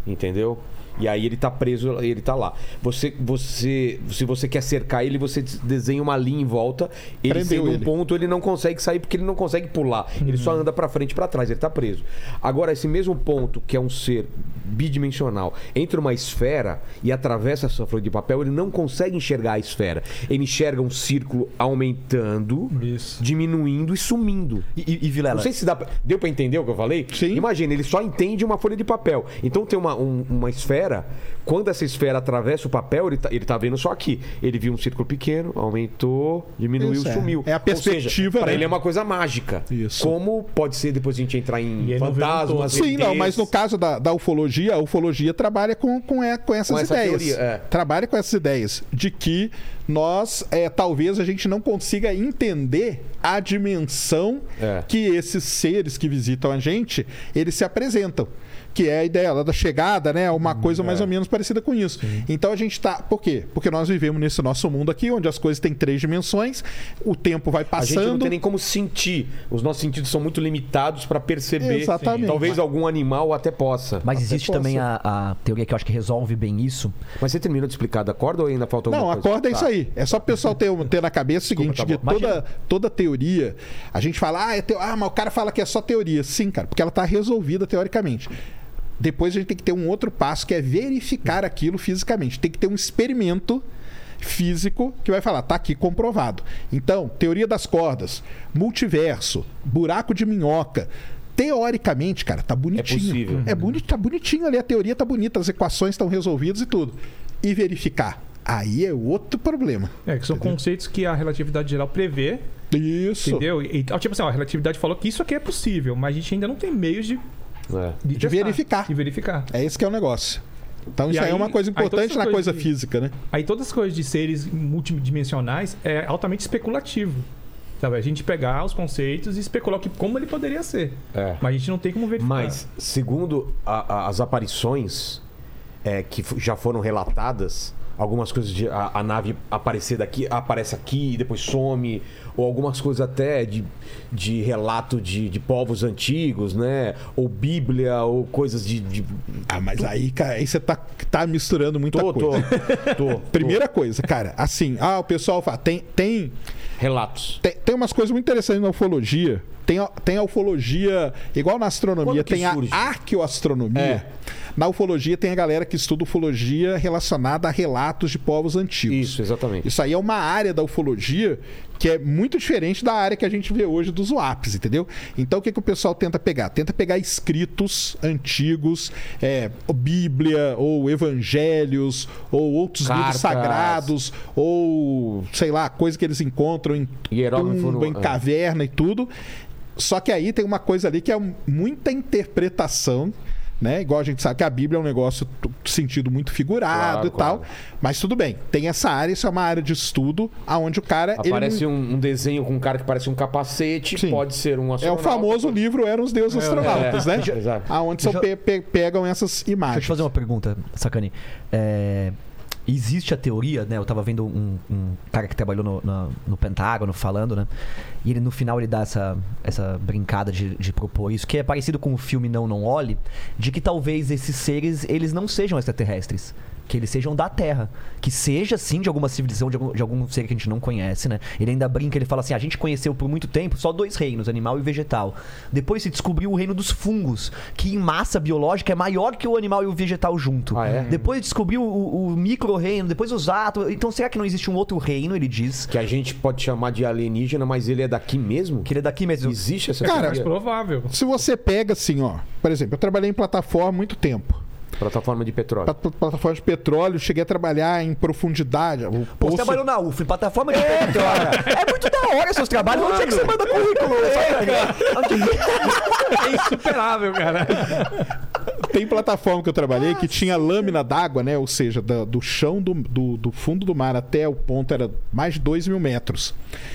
A: entendeu? E aí ele tá preso, ele tá lá. Você, você, se você quer cercar ele, você des- desenha uma linha em volta. Ele
D: Prendeu
A: sendo um
D: ele.
A: ponto, ele não consegue sair porque ele não consegue pular. Ele só anda pra frente e pra trás, ele tá preso. Agora esse mesmo ponto que é um ser bidimensional, entra uma esfera e atravessa essa folha de papel, ele não consegue enxergar a esfera. Ele enxerga um círculo aumentando,
E: Isso.
A: diminuindo e sumindo.
C: E, e, e, Vilela,
A: Não sei se dá pra... deu pra entender o que eu falei?
D: Sim.
A: Imagina, ele só entende uma folha de papel. Então tem uma, um- uma esfera, quando essa esfera atravessa o papel, ele tá, ele tá vendo só aqui. Ele viu um círculo pequeno, aumentou, diminuiu,
D: Isso, é.
A: sumiu.
D: É a
A: Ou
D: perspectiva,
A: seja, pra
D: né?
A: ele é uma coisa mágica.
D: Isso.
A: Como pode ser depois a gente entrar
E: E
A: em
E: ele não viu um todo.
A: fantasmas,
D: Sim, não,
A: ETs.
D: mas no caso da, da ufologia, a ufologia trabalha com, com, é- com essas
A: Com essa
D: ideias.
A: teoria, é.
D: Trabalha com essas ideias de que nós, é, talvez a gente não consiga entender a dimensão
A: É.
D: que esses seres que visitam a gente, eles se apresentam. Que é a ideia lá da chegada, né? Uma
A: Hum,
D: coisa
A: é.
D: mais ou menos parecida com isso. Então a gente tá. Por quê? Porque nós vivemos nesse nosso mundo aqui, onde as coisas têm três dimensões, o tempo vai
A: A
D: passando.
A: gente não tem nem como sentir. Os nossos sentidos são muito limitados pra perceber.
D: Exatamente.
A: Talvez algum animal até possa.
C: mas existe também a, a teoria que eu acho que resolve bem isso.
A: Mas você terminou de explicar da corda ou ainda falta alguma
D: Não,
A: coisa?
D: a corda é
A: Tá.
D: isso aí. É só o pessoal ter, ter na cabeça o seguinte,
A: tá bom.
D: de toda, toda teoria, a gente fala, ah, é teo- ah, mas o cara fala que é só teoria. Sim, cara, porque ela está resolvida teoricamente. Depois a gente tem que ter um outro passo, que é verificar aquilo fisicamente. Tem que ter um experimento físico que vai falar, tá aqui comprovado. Então, teoria das cordas, multiverso, buraco de minhoca. Teoricamente, cara, tá bonitinho.
A: possível.
D: É boni tá bonitinho ali, a teoria tá bonita, as equações estão resolvidas e tudo. E verificar. Aí é outro problema.
E: É, que são conceitos que a relatividade geral prevê,
D: Isso.
E: entendeu? E, e- tipo assim, ó, a relatividade falou que isso aqui é possível, mas a gente ainda não tem meios de,
A: É.
E: de, testar,
D: verificar.
E: De verificar.
D: É esse que é o negócio. Então
E: E
D: isso aí, é
E: aí-
D: uma coisa
E: aí todas
D: importante
E: essas
D: na
E: coisas
D: coisa
E: de-
D: física, né?
E: Aí todas as coisas de seres multidimensionais é altamente especulativo. Sabe? A gente pegar os conceitos e especular que, como ele poderia ser.
A: É.
E: Mas a gente não tem como verificar.
A: Mas,
D: Ah.
A: segundo a- a- as aparições é, que fo- já foram relatadas, algumas coisas de a, a nave aparecer daqui, aparece aqui e depois some, ou algumas coisas até de, de relato de, de povos antigos, né? Ou Bíblia, ou coisas de. de...
D: Ah, mas aí, cara, aí você tá, tá misturando muita
A: Tô, tô,
D: coisa.
A: tô.
D: Primeira coisa, cara, assim, ah, o pessoal fala, tem, tem
A: Relatos.
D: Tem, tem umas coisas muito interessantes na ufologia. Tem, a- tem a ufologia, igual na astronomia,
A: Quando que
D: tem a
A: surge? É.
D: arqueoastronomia. Na ufologia tem a galera que estuda ufologia relacionada a relatos de povos antigos.
A: Isso, exatamente.
D: Isso aí é uma área da ufologia que é muito diferente da área que a gente vê hoje dos UAPs, entendeu? Então o que, que o pessoal tenta pegar? Tenta pegar escritos antigos, é, Bíblia, ou evangelhos, ou outros livros
A: Cartas.
D: sagrados, ou sei lá, coisa que eles encontram em
A: Hieróglifo
D: tumba,
A: no-
D: em
A: é.
D: caverna e tudo. Só que aí tem uma coisa ali que é muita interpretação. Né? Igual a gente sabe que a Bíblia é um negócio t- sentido muito figurado
A: Claro,
D: e tal.
A: claro.
D: Mas tudo bem, tem essa área, isso é uma área de estudo, aonde o cara. ele
A: Aparece
D: não-
A: um, um desenho com um cara que parece um capacete,
D: Sim.
A: pode ser um
D: É o
A: astronauta.
D: famoso livro Eram os
C: é.
D: Deuses Astronautas, né?
A: é, exato.
D: Aonde são
C: Já-
D: pe- pe- pegam essas
C: Deixa eu te
D: imagens.
C: fazer uma pergunta, Sacani. É, existe a teoria, né? Eu tava vendo um, um cara que trabalhou no, na- no Pentágono falando, né? E ele no final ele dá essa, essa brincada de, de propor isso, que é parecido com o filme Não Não Olhe, de que talvez esses seres eles não sejam extraterrestres. Que eles sejam da Terra. Que seja, sim, de alguma civilização, de algum, de algum ser que a gente não conhece, né? Ele ainda brinca, ele fala assim: a gente conheceu por muito tempo só dois reinos, animal e vegetal. Depois se descobriu o reino dos fungos, que em massa biológica é maior que o animal e o vegetal junto.
A: Ah, é?
C: Depois descobriu o, o micro-reino, depois os átomos. Então será que não existe um outro reino, ele diz?
A: Que a gente pode chamar de alienígena, mas ele é daqui mesmo?
C: Que ele é daqui mesmo.
A: Existe essa
D: Cara,
E: É Mais
A: teoria?
E: provável.
D: Se é. você pega assim, ó, por exemplo, eu trabalhei em plataforma há muito tempo.
A: plataforma de petróleo.
D: Pla- pla- Plataforma de petróleo, cheguei a trabalhar em profundidade. O
C: Pô,
D: poço-
C: você trabalhou na UF, em plataforma de petróleo. É muito da hora seus trabalhos. Onde é que você manda currículo? Sacani?
E: É insuperável, cara.
D: Tem plataforma que eu trabalhei que tinha lâmina d'água, né? Ou seja, da- do chão do, do- do fundo do mar até o ponto era mais de 2 mil metros.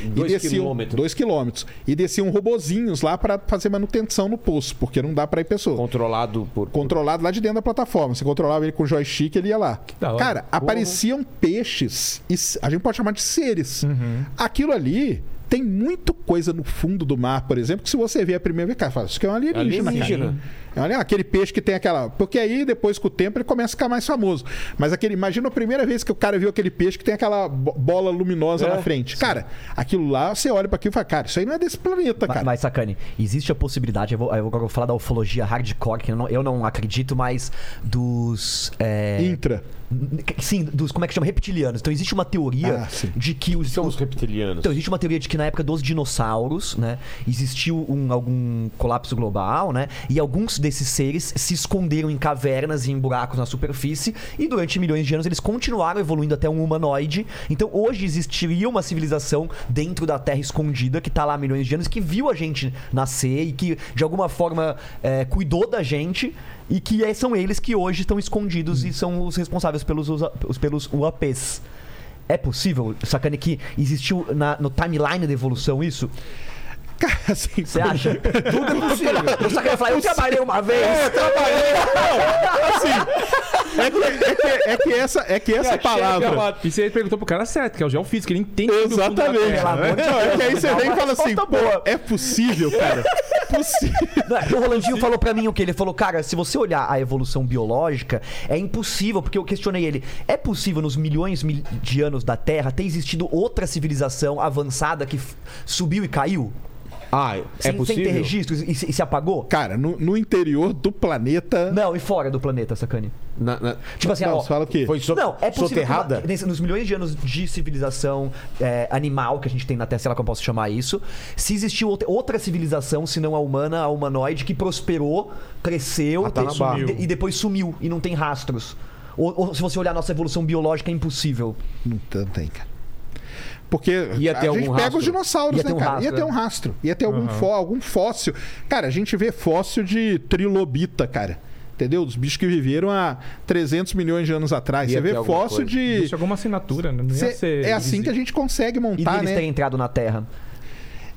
A: Dois
D: desciam-
A: quilômetros.
D: dois quilômetros. E desciam robozinhos lá para fazer manutenção no poço, porque não dá para ir pessoa.
A: Controlado por.
D: Controlado lá de dentro da plataforma. Você controlava ele com joystick, ele ia lá.
E: da hora.
D: Cara, apareciam peixes. E s- a gente pode chamar de seres.
C: Uhum.
D: Aquilo ali tem muita coisa no fundo do mar, por exemplo, que se você ver a primeira vez, cara, fala, isso aqui é um alienígena.
A: Alienígena.
D: cara." É um alien- aquele peixe que tem aquela. Porque aí, depois, com o tempo, ele começa a ficar mais famoso. Mas aquele. Imagina a primeira vez que o cara viu aquele peixe que tem aquela bo- bola luminosa
A: É,
D: na frente. Cara, aquilo lá, você olha pra aquilo e fala, cara, isso aí não é desse planeta,
C: Mas,
D: cara.
C: mas, Sacani, existe a possibilidade, eu vou, eu vou agora falar da ufologia hardcore, que eu não, eu não acredito, mas dos. é,
D: Intra. <laughs>
C: Sim, dos. Como é que chama? Reptilianos. Então existe uma teoria
D: Ah, sim.
C: de que os.
A: São os reptilianos.
C: Então, existe uma teoria de que na época dos dinossauros, né, existiu um, algum colapso global, né, e alguns desses seres se esconderam em cavernas e em buracos na superfície, e durante milhões de anos eles continuaram evoluindo até um humanoide. Então, hoje existiria uma civilização dentro da Terra escondida, que tá lá há milhões de anos, que viu a gente nascer e que, de alguma forma, é, cuidou da gente, e que é- são eles que hoje estão escondidos e são os responsáveis pelos, usa- pelos UAPs. É possível, sacane, que existiu na- no timeline da evolução isso?
D: Cara, assim,
C: Você acha? <laughs> Tudo é possível. O sacane vai falar, eu trabalhei uma vez.
D: É que, é que- é que essa, é que essa palavra.
E: E você perguntou pro cara certo, que é o geofísico, ele entende tudo do fundo da
D: Exatamente.
E: Terra.
C: amor de
D: Não, é que aí você
C: Dá
D: vem e
C: uma
D: fala assim:
C: resposta boa.
D: "Pô, é possível, cara.
E: <laughs>
D: Possível.
C: Não, é que o Rolandinho falou pra mim o que? Ele falou, cara, se você olhar a evolução biológica, é impossível, porque eu questionei ele, é possível nos milhões mil- de anos da Terra ter existido outra civilização avançada que f- subiu e caiu?
A: Ah, é
C: Sem, sem ter
A: possível.
C: registros e, se- e se apagou?
D: Cara, no, no interior do planeta.
C: Não, e fora do planeta, sacane.
A: Na- na-
C: Tipo assim,
D: Não,
C: ó,
D: você fala o quê?
A: Foi so...
C: Não, é possível. que
A: soterrada?
C: uma- nesse- nos milhões de anos de civilização é, animal que a gente tem na Terra, sei lá como eu posso chamar isso, se existiu outra- outra civilização, se não a humana, a humanoide, que prosperou, cresceu
A: Ah, tá
C: te-
A: na barra.
C: e de- e depois sumiu e não tem rastros. Ou, ou se você olhar a nossa evolução biológica, é impossível.
D: Não tanto tem, cara. Porque
A: Ia
D: a
A: ter
D: gente
A: algum
D: pega
A: rastro?
D: os dinossauros,
C: Ia
D: né,
C: ter um
D: cara? ia
C: rastro,
D: ter
C: é.
D: um rastro. Ia ter algum, fó, algum fóssil. Cara, a gente vê fóssil de trilobita, cara. Entendeu? Dos bichos que viveram há 300 milhões de anos atrás.
A: Ia
D: você
A: ter
D: vê
A: alguma
D: fóssil
A: coisa.
D: de.
E: Existe alguma assinatura, né? não ia
D: Cê-
E: ser
D: é assim que a
E: invisível.
D: gente consegue
C: E
D: montar,
C: deles
D: né?
C: terem entrado na Terra.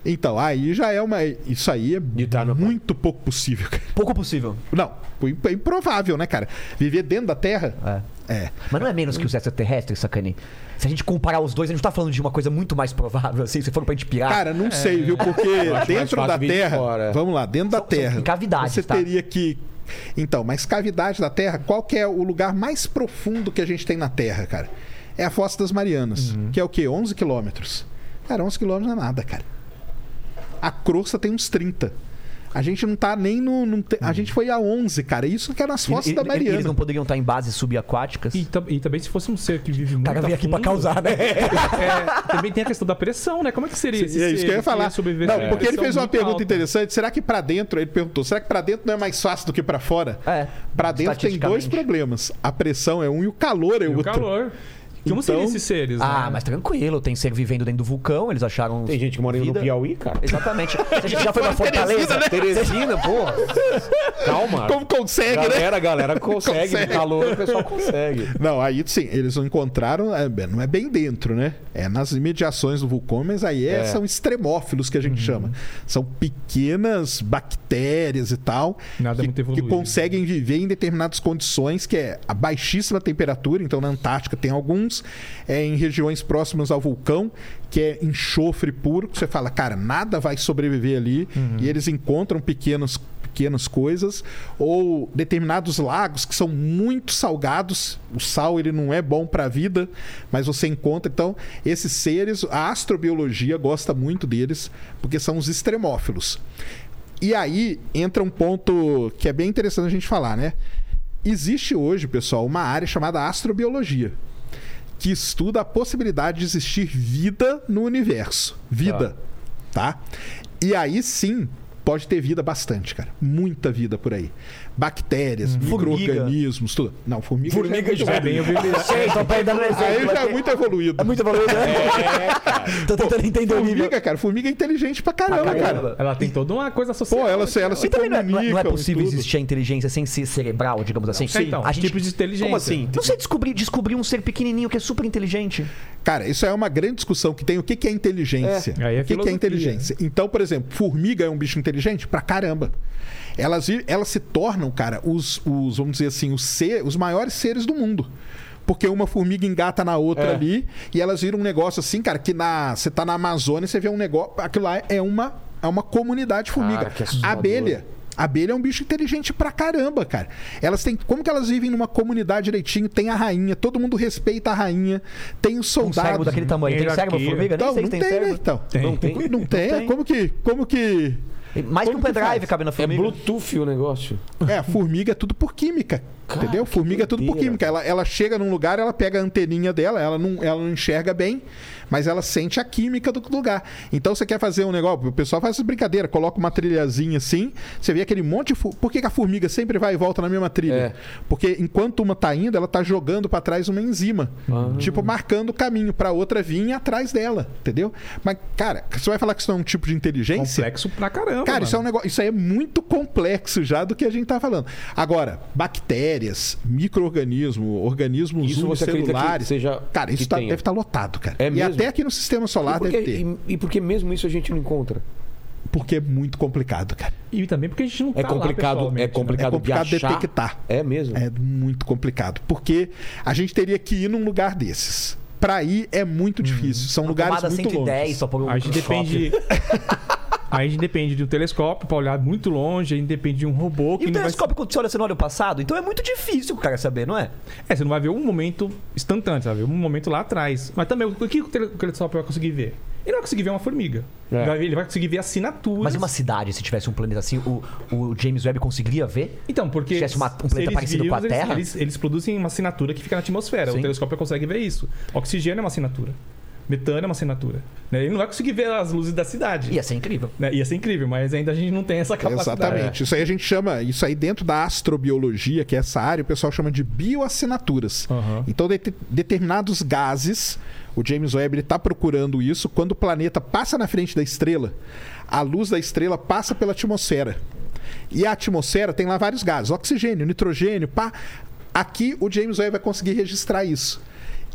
D: Então, aí já é uma. Isso aí é
A: De tá no-
D: muito pouco possível, cara.
C: Pouco possível.
D: Não, imp- é improvável, né, cara? Viver dentro da Terra?
C: É.
D: É.
C: Mas não é menos que os extraterrestres, sacane. Se a gente comparar os dois, a gente tá falando de uma coisa muito mais provável, assim, se for pra gente pirar.
D: Cara, não sei, viu? Porque dentro
A: fácil
D: da
A: vir de
D: Terra.
A: fora.
D: Vamos lá, dentro da
C: São- são
D: Terra.
C: cavidades,
D: Você
C: tá?
D: teria que. Então, mas cavidade da Terra, qual que é o lugar mais profundo que a gente tem na Terra, cara? É a Fossa das Marianas, que é o quê? 11 quilômetros. Cara, 11 quilômetros não é nada, cara. A crosta tem uns 30. A gente não tá nem no. não te- A gente foi a 11, cara. Isso que é nas
C: E-
D: fossas
C: e-
D: da Mariana.
C: Eles não poderiam estar em bases subaquáticas?
E: E, tam- e também se fosse um ser que vive
C: O
E: muito.
C: cara veio
E: a
C: aqui pra
E: fundo,
C: causar, né?
E: é, também tem a questão da pressão, né? Como é que seria esse
D: é
E: ser
D: isso que eu ia falar.
E: sobreviver
D: Não,
E: a uma
D: porque ele
E: pressão
D: fez uma
E: é muito
D: pergunta
E: alta?
D: interessante. Será que pra dentro, ele perguntou, será que pra dentro não é mais fácil do que pra fora?
C: É,
D: Pra dentro tem dois
C: estatisticamente.
D: problemas.
C: problemas.
D: A pressão é um e o calor é
E: E o
D: outro.
E: calor. Como
D: Então-
E: seriam esses seres?
C: Ah,
E: né?
C: mas tranquilo, tem ser vivendo dentro do vulcão, eles acharam.
A: Tem gente que mora no
C: vida.
A: Piauí, cara.
D: <laughs>
C: Exatamente. Você já foi pra
D: Fora Teresina,
C: Fortaleza?
D: né?
A: Teresina, porra.
C: <laughs>
A: Calma.
D: <laughs> Como consegue, né?
A: galera, a galera é consegue.
D: Consegue.
A: No calor o pessoal consegue.
D: Não, aí sim, eles não encontraram, é, bem, não é bem dentro, né? É nas imediações do vulcão, mas aí é-
A: É.
D: são extremófilos que a gente chama. São pequenas bactérias e tal.
E: Nada
D: que,
E: muito
D: que
E: evoluído.
D: conseguem viver em determinadas condições, que é a baixíssima temperatura, então na Antártica tem alguns, é, em regiões próximas ao vulcão, que é enxofre puro, que você fala, cara, nada vai sobreviver ali,
E: Uhum.
D: e eles encontram pequenos pequenas coisas ou determinados lagos que são muito salgados, o sal ele não é bom para a vida, mas você encontra então esses seres, a astrobiologia gosta muito deles, porque são os extremófilos. E aí entra um ponto que é bem interessante a gente falar, né? Existe hoje, pessoal, uma área chamada astrobiologia, que estuda a possibilidade de existir vida no universo. Vida, tá? E tá? aí sim, pode ter vida bastante, cara. Muita vida por aí. Bactérias,
C: Formiga.
D: micro-organismos, tudo. Não, formiga. já é
A: Formiga
D: muito
A: já é bem
D: evoluído.
C: Sei, tô perdendo um
D: <laughs> Aí
C: exemplo.
D: já é muito evoluído.
C: É muito valor, né? <laughs> Tô tentando entender o nível.
D: Formiga, cara, formiga é inteligente pra caramba,
C: Pra caramba.
D: cara.
E: Ela tem toda uma coisa associada.
D: Pô, ela, se- ela se
C: E também não é,
D: comunica.
C: não é- não é
D: e
C: possível
D: tudo.
C: existir a inteligência sem ser cerebral, digamos assim.
E: Sim, então,
C: a gente
D: Tipo
E: tipos de inteligência.
A: Como assim?
C: Não sei descobrir, descobrir um ser pequenininho que é super inteligente.
D: Cara, isso é uma grande discussão que tem. O que, que é inteligência?
E: É. Aí
D: o
E: é
D: que, que é
E: filosofia.
D: inteligência? Então, por exemplo, formiga é um bicho inteligente? Pra caramba. Elas, vi- elas se tornam, cara, os, os vamos dizer assim, os, ser, os maiores seres do mundo. Porque uma formiga engata na outra ali e elas viram um negócio assim, cara, que na você tá na Amazônia e você vê um negócio. Aquilo lá é uma, é uma comunidade de formiga.
A: Cara, que assustador.
D: Abelha. Abelha é um bicho inteligente pra caramba, cara. Elas têm. Como que elas vivem numa comunidade direitinho? Tem a rainha, todo mundo respeita a rainha, tem os
C: Um
D: soldados.
C: cérebro daquele tamanho. Tem cérebro,
E: hierarquia.
C: formiga? Nem
D: Então,
C: sei
D: não
C: se
D: tem,
C: tem
D: né?
C: cérebro.
D: Então.
A: Não tem.
D: Não tem?
C: Não tem.
D: Como que. Como que.
C: Mais que um
D: né? Como que
C: pendrive
D: faz?
C: cabe na
A: É
C: formiga.
A: Bluetooth o negócio.
D: É, a formiga é tudo por química.
A: Cara,
D: entendeu?
A: que
D: Formiga é tudo por
A: doideira.
D: química. Ela, ela chega num lugar, ela pega a anteninha dela, ela não, ela não enxerga bem, mas ela sente a química do lugar. Então você quer fazer um negócio, o pessoal faz essa brincadeira, coloca uma trilhazinha assim, você vê aquele monte de. fu- Por que, que a formiga sempre vai e volta na mesma trilha?
A: É.
D: Porque enquanto uma tá indo, ela tá jogando pra trás uma enzima.
A: Ah.
D: Tipo, marcando o caminho pra outra vir atrás dela, entendeu? Mas, cara, você vai falar que isso não é um tipo de inteligência?
E: Complexo pra
A: Então
E: caramba.
D: Cara,
E: mano.
D: isso é um negócio, isso aí é muito complexo já do que a gente tá falando. Agora, bactérias, micro-organismos, organismos
A: Isso você acredita que
D: unicelulares.
A: seja-
D: Cara, isso
A: que
D: tá-
A: tenha?
D: deve estar lotado, cara.
A: É
D: e
A: mesmo?
D: até aqui no sistema solar
A: e, porque,
D: deve ter.
A: e- e porque mesmo isso a gente não encontra?
D: Porque é muito complicado, cara.
E: E também porque a gente não
A: É
E: tá lá
A: complicado, é
E: pessoalmente, né?
A: complicado,
D: É complicado
A: de achar.
D: detectar.
A: É mesmo.
D: É muito complicado. Porque a gente teria que ir num lugar desses. Pra ir é muito
A: Uhum.
D: difícil. São
C: Uma
D: lugares
C: tomada
D: muito
C: 110
D: longes.
C: só por um
E: A gente
C: microscópio.
E: depende. <laughs> A gente depende de um telescópio pra olhar muito longe, a gente depende de um robô que
C: E o
E: não vai.
C: telescópio, quando você olha, você não olha o passado? Então é muito difícil o cara saber, não é?
E: É, você não vai ver um momento instantâneo, sabe? Um momento lá atrás. Mas também, o que o tele- o telescópio vai conseguir ver? Ele vai conseguir ver uma formiga.
A: É.
E: Vai ver- ele vai conseguir ver assinaturas.
C: Mas uma cidade, se tivesse um planeta assim, o, o James Webb conseguiria ver?
E: Então, porque.
C: Se tivesse uma- um planeta
E: eles
C: parecido com a
E: eles-
C: Terra?
E: Eles, eles produzem uma assinatura que fica na atmosfera.
C: Sim.
E: O telescópio consegue ver isso. Oxigênio é uma assinatura. Metano é uma assinatura. né? Ele não vai conseguir ver as luzes da cidade.
C: Ia ser incrível.
E: né? Ia ser incrível, mas ainda a gente não tem essa capacidade.
D: Exatamente. Isso aí a gente chama, isso aí dentro da astrobiologia, que é essa área, o pessoal chama de bioassinaturas.
E: Aham.
D: Então, de- determinados gases, o James Webb está procurando isso, quando o planeta passa na frente da estrela, a luz da estrela passa pela atmosfera. E a atmosfera tem lá vários gases, oxigênio, nitrogênio, pá. Aqui o James Webb vai conseguir registrar isso.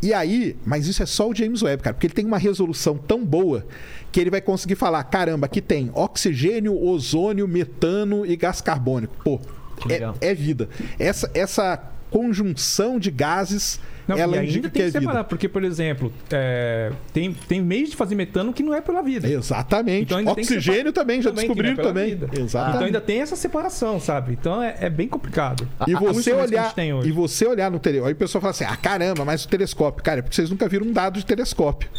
D: E aí, mas isso é só o James Webb, cara, porque ele tem uma resolução tão boa que ele vai conseguir falar: caramba, aqui tem oxigênio, ozônio, metano e gás carbônico. Pô,
C: Que legal.
D: é, é vida. Essa, essa conjunção de gases,
E: Não,
D: ela
E: e ainda
D: indica
E: tem
D: que
E: que
D: é
E: separar,
D: vida.
E: porque, por exemplo, é, tem, tem meios de fazer metano que não é pela vida.
D: Exatamente.
E: Então ainda tem que
D: oxigênio
E: separar-
D: também, já
E: também, que
D: descobriram
E: não é pela
D: também.
E: vida.
D: Exatamente.
E: Então ainda tem essa separação, sabe? Então é, é bem complicado.
D: E
E: Ah, muito mais que
D: você
E: a gente
D: olhar,
E: tem hoje.
D: e você olhar no telescópio, aí o pessoal fala assim: "Ah, caramba, mas o telescópio, cara, é porque vocês nunca viram um dado de telescópio".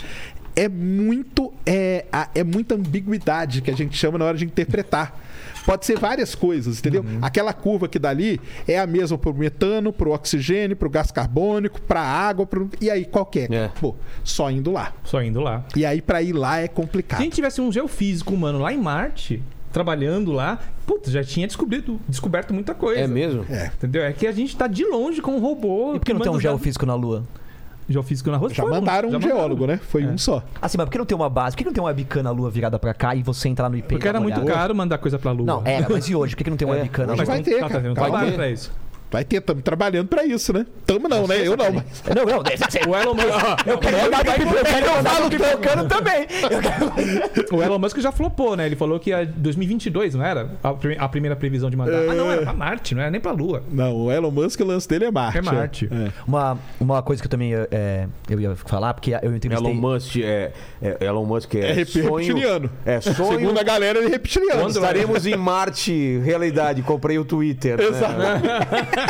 D: É muito é, a- é muita ambiguidade que a gente chama na hora de interpretar. Pode ser várias coisas, entendeu?
E: Uhum.
D: Aquela curva que dali é a mesma pro metano, pro oxigênio, pro gás carbônico, pra água, pro... e aí qual que é?
A: É.
D: Pô, só indo lá.
E: Só indo lá.
D: E aí pra ir lá é
E: Se a
D: complicado.
E: gente tivesse um geofísico humano lá em Marte, trabalhando lá, putz, já tinha descobrido, descoberto muita coisa.
A: É mesmo?
D: É.
E: Entendeu? É que a gente tá de longe com um robô.
C: E por que não
E: que
C: tem um
E: manda os dados-
C: geofísico na Lua?
E: Geofísico na rua?
D: Já
E: Foi
D: mandaram
E: já É.
D: um geólogo, né? Foi um só.
C: Assim, mas por que não tem uma base? Por que não tem uma webcam na Lua virada pra cá e você entra lá no IP? e
E: Porque
C: dá
E: era
C: uma
E: é muito
C: olhada?
E: caro mandar coisa pra Lua.
C: Não, era, mas e hoje? Por que não tem uma
A: É,
C: webcam na
D: hoje
C: Lua?
E: Mas
D: é, vai
E: tem-
D: ter,
E: tá,
D: cara.
E: tá, tem um
D: Vai
E: trabalho
A: ter.
E: pra isso.
D: Vai ter, estamos trabalhando pra isso, né? Tamo não, né? Eu não, mas
C: Não, não,
E: <laughs> O Elon Musk,
C: eu quero andar no eu quero andar no tocando também. Eu quero-
E: o Elon Musk já flopou, né? Ele falou que ia 2022, não era? A, prime- a primeira previsão de
D: É.
E: mandar. Ah, não, era pra Marte, não era nem pra Lua.
D: Não, o Elon Musk, o lance dele é Marte.
E: É Marte.
D: É.
C: Uma, uma coisa que eu também é, eu ia falar, porque eu entrevistei...
A: Elon Musk é, é- Elon Musk é,
D: É rep- reptiliano.
A: É sonho.
D: Segundo a galera, ele é reptiliano.
A: Quando estaremos em Marte, realidade. Comprei o Twitter. né?
D: Exato.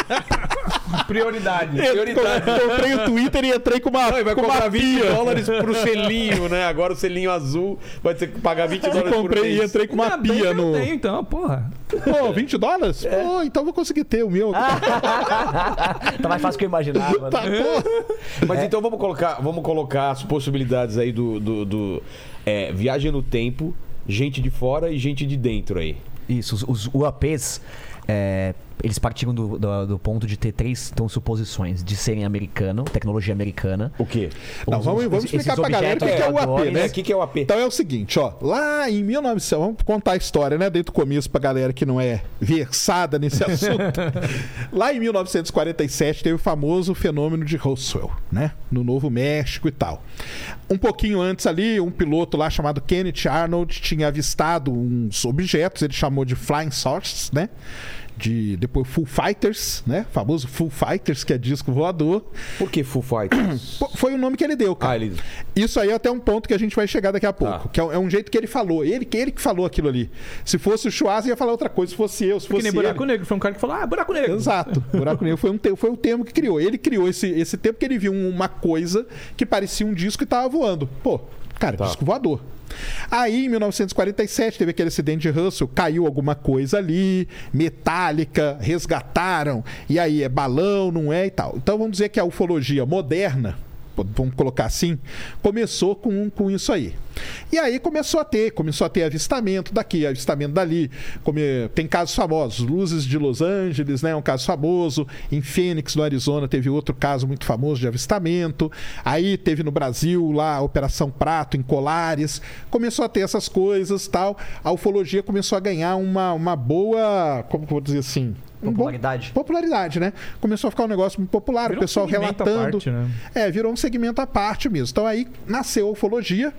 E: Prioridade.
D: Eu co- comprei o Twitter e entrei com uma,
A: Não, e vai
D: com uma
A: comprar 20
D: pia.
A: dólares pro selinho, né? Agora o selinho azul vai ter que pagar 20
D: E
A: dólares por
D: comprei
A: mês.
D: e entrei com uma
E: Ainda Ah, bem que
D: pia
E: eu
D: no.
E: tenho, então, porra.
D: Pô, 20 dólares? Pô, então eu vou conseguir ter o meu.
C: Tá mais fácil que eu imaginava.
D: Tá,
C: né?
D: pô.
A: Mas então vamos colocar, vamos colocar as possibilidades aí do, do, do, é, viagem no tempo, gente de fora e gente de dentro aí.
C: Isso, os, os UAPs, é, eles partiram do, do, do ponto de ter três então, suposições. De serem americano, tecnologia americana.
A: O quê?
D: Não,
C: Os-
D: vamos, vamos
C: esses
D: explicar pra galera o que,
C: objetos
D: que é o AP,
C: voadores.
D: né?
A: É, o que, que é o AP?
E: tá-
D: Então é o seguinte, ó. Lá em 1900, vamos contar a história, né? Desde o começo pra galera que não é versada nesse <laughs> assunto. Lá em 1947 teve o famoso fenômeno de Roswell, né? No Novo México e tal. Um pouquinho antes ali, um piloto lá chamado Kenneth Arnold tinha avistado uns objetos, ele chamou de Flying Saucers, né? De depois Full Fighters, né? Famoso Full Fighters, que é disco voador.
A: Por que Full Fighters?
D: Pô, Foi o nome que ele deu, cara.
A: ah, ele...
D: Isso aí é até um ponto que a gente vai chegar daqui a
E: Tá.
D: pouco. Que é um, é um jeito que ele falou. Ele, que ele que falou aquilo ali. Se fosse o Schwarz, ia falar outra coisa. Se fosse eu, se
E: É Que
D: fosse
E: nem
D: ele.
E: buraco negro. Foi um cara que falou, ah, buraco negro. <laughs>
D: Exato. Buraco negro foi, um te- foi o termo que criou. Ele criou esse, esse tempo que ele viu um, uma coisa que parecia um disco e tava voando. Pô, cara,
E: Tá.
D: disco voador. Aí, em 1947, teve aquele acidente de Russell, caiu alguma coisa ali, metálica, resgataram, e aí é balão, não é e tal. Então vamos dizer que a ufologia moderna, vamos colocar assim, começou com, com isso aí. E aí começou a ter, começou a ter avistamento daqui, avistamento dali. Come- tem casos famosos, Luzes de Los Angeles, né, é um caso famoso. Em Fênix, no Arizona, teve outro caso muito famoso de avistamento. Aí teve no Brasil lá a Operação Prato, em Colares. Começou a ter essas coisas, tal. A ufologia começou a ganhar uma, uma boa, como que eu vou dizer assim, Um bom-
C: Popularidade.
D: popularidade, né? Começou a ficar um negócio muito popular,
E: Virou
D: o pessoal
E: um segmento à
D: relatando.
E: parte, né?
D: É, virou um segmento à parte mesmo. Então aí nasceu a ufologia,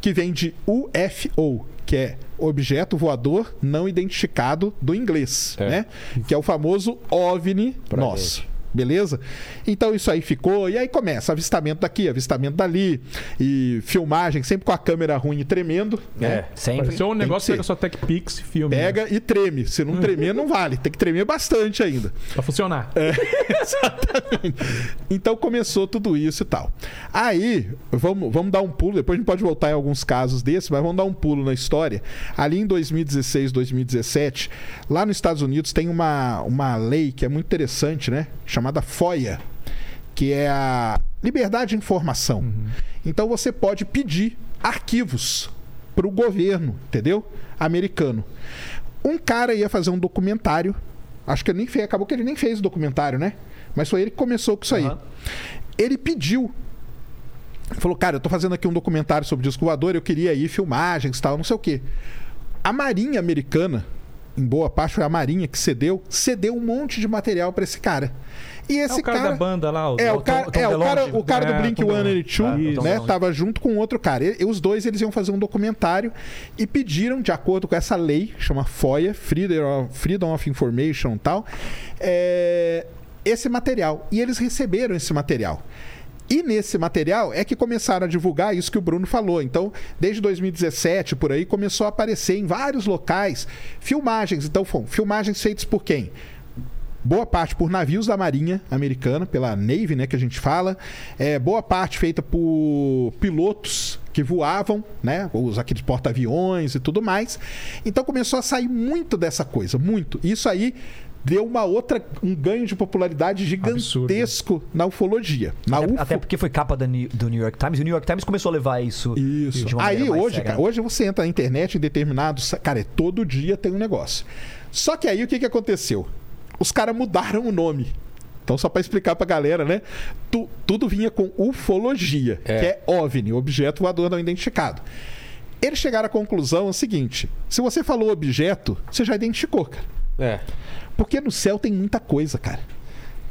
D: que vem de UFO, que é objeto voador não identificado do inglês,
A: É.
D: né? Que é o famoso OVNI nosso. Beleza? Então isso aí ficou, e aí começa avistamento daqui, avistamento dali, e filmagem sempre com a câmera ruim e tremendo, né?
A: É.
C: Sempre.
E: Pareceu um negócio,
D: ser.
E: pega sua Tech Pix e filme. né?
D: Pega e treme. Se não tremer, não vale. Tem que tremer bastante ainda.
E: Pra funcionar.
D: É.
E: É
D: <laughs> Então começou tudo isso e tal. Aí, vamos, vamos dar um pulo, depois a gente pode voltar em alguns casos desses, mas vamos dar um pulo na história. Ali em 2016, 2017, lá nos Estados Unidos tem uma, uma lei que é muito interessante, né? Chamada FOIA, que é a liberdade de informação.
E: Uhum.
D: Então você pode pedir arquivos para o governo, entendeu? Americano. Um cara ia fazer um documentário. Acho que ele nem fez, acabou que ele nem fez o documentário, né? Mas foi ele que começou com isso aí.
E: Uhum.
D: Ele pediu. Falou, cara, eu tô fazendo aqui um documentário sobre disco voador, eu queria ir filmagens, tal, não sei o quê. A Marinha Americana, em boa parte foi a Marinha que cedeu, cedeu um monte de material para esse cara. E
E: É
D: esse
E: o cara, da banda lá. O...
D: é,
C: Tom-
D: o cara,
C: Tom
D: é, o
C: DeLonge.
D: cara, o cara
E: É,
D: do Blink
E: Tom DeLonge.
D: 182,
C: Ah, Tom
D: né?
C: DeLonge.
D: Tava junto com outro cara. E, e os dois eles iam fazer um documentário e pediram, de acordo com essa lei, chama FOIA, Freedom of, Freedom of Information e tal, é, esse material. E eles receberam esse material. E nesse material é que começaram a divulgar isso que o Bruno falou. Então, desde 2017 por aí, começou a aparecer em vários locais filmagens. Então, foram filmagens feitas por quem? Boa parte por navios da Marinha Americana, pela Navy, né, que a gente fala. É, boa parte feita por pilotos que voavam, né, os aqueles porta-aviões e tudo mais. Então começou a sair muito dessa coisa, muito. Isso aí deu uma outra um ganho de popularidade gigantesco na ufologia. Na
C: Até-
D: UFO.
C: Até porque foi capa da Ni- do New York Times. E o New York Times começou a levar isso.
D: Isso.
C: de uma
D: Aí
C: maneira mais
D: hoje,
C: séria.
D: cara, hoje você entra na internet em determinados. Cara, é todo dia tem um negócio. Só que aí o que, que aconteceu? Os caras mudaram o nome. Então, só pra explicar pra galera, né? Tu- tudo vinha com ufologia, que é OVNI, objeto voador não identificado. Eles chegaram à conclusão seguinte: se você falou objeto, você já identificou, cara.
A: É.
D: Porque no céu tem muita coisa, cara.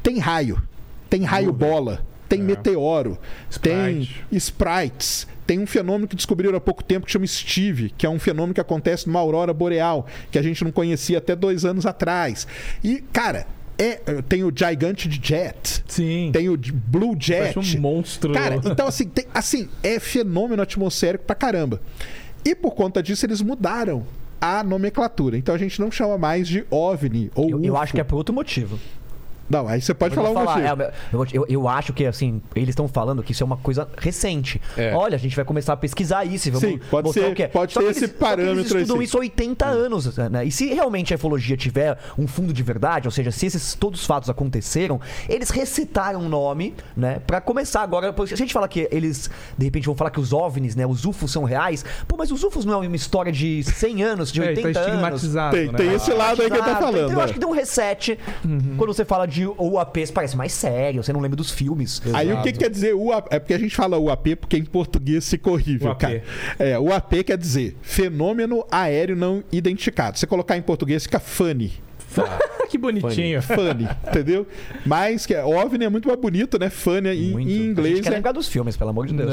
D: Tem raio, tem raio bola,
C: É.
D: tem meteoro,
E: Sprite.
D: tem sprites, tem um fenômeno que descobriram há pouco tempo que chama Steve, que é um fenômeno que acontece numa aurora boreal, que a gente não conhecia até dois anos atrás. E, cara, é, tem o Gigante Jet,
E: Sim.
D: tem o Blue Jet.
E: Parece um monstro.
D: Cara, então assim, tem- assim, é fenômeno atmosférico pra caramba. E por conta disso, eles mudaram a nomenclatura. Então a gente não chama mais de OVNI ou
C: Eu, eu
D: UFO.
C: acho que é por outro motivo.
D: Não, aí você pode
C: Eu
D: falar um
C: vou
D: o motivo.
C: é, eu- eu, vou- eu- eu acho que, assim, eles estão falando que isso é uma coisa recente.
G: É.
C: Olha, a gente vai começar a pesquisar isso e vamos
D: Sim, pode
C: mostrar
D: ser-
C: o que é.
D: pode
C: Só
D: ter
C: que eles-
D: esse
C: só que
D: parâmetro
C: Eles estudam
D: assim.
C: isso há 80 anos, né? E se realmente a ufologia tiver um fundo de verdade, ou seja, se esses todos os fatos aconteceram, eles recitaram o nome, né? Pra começar agora. porque Se a gente falar que eles, de repente, vão falar que os OVNIs, né? Os UFOs são reais. Pô, mas os UFOs não é uma história de 100 anos, de
E: É, e
C: 80
E: tá
C: anos.
E: estigmatizado,
D: Tem,
E: né?
D: tem esse lado aí que eu tô
C: Exato.
D: falando.
C: Então, eu
D: é. Uhum.
C: acho que deu um reset. Quando você fala de OAPs, parece mais sério, você não lembra dos filmes.
D: Aí o que quer dizer UAP? É porque a gente fala UAP porque em português fica horrível,
E: UAP.
D: cara. É, UAP quer dizer fenômeno aéreo não identificado. Você colocar em português fica funny.
E: Ah, que bonitinho.
D: Funny, <laughs> entendeu? Mas que é, OVNI é muito mais bonito, né? Funny em,
C: Muito.
D: em
C: A gente
D: inglês
C: quer
D: é né?
C: lembrar dos filmes, pelo amor de Deus.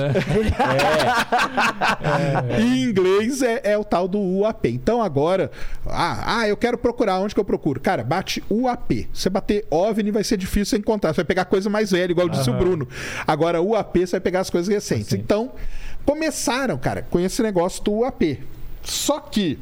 D: Em inglês é, é o tal do UAP. Então agora, ah, ah, eu quero procurar onde que eu procuro. Cara, bate UAP. Você bater OVNI vai ser difícil você encontrar. Você vai pegar coisa mais velha, igual disse o Bruno. Agora UAP você vai pegar as coisas recentes. Então, começaram, cara, com esse negócio do UAP. Só que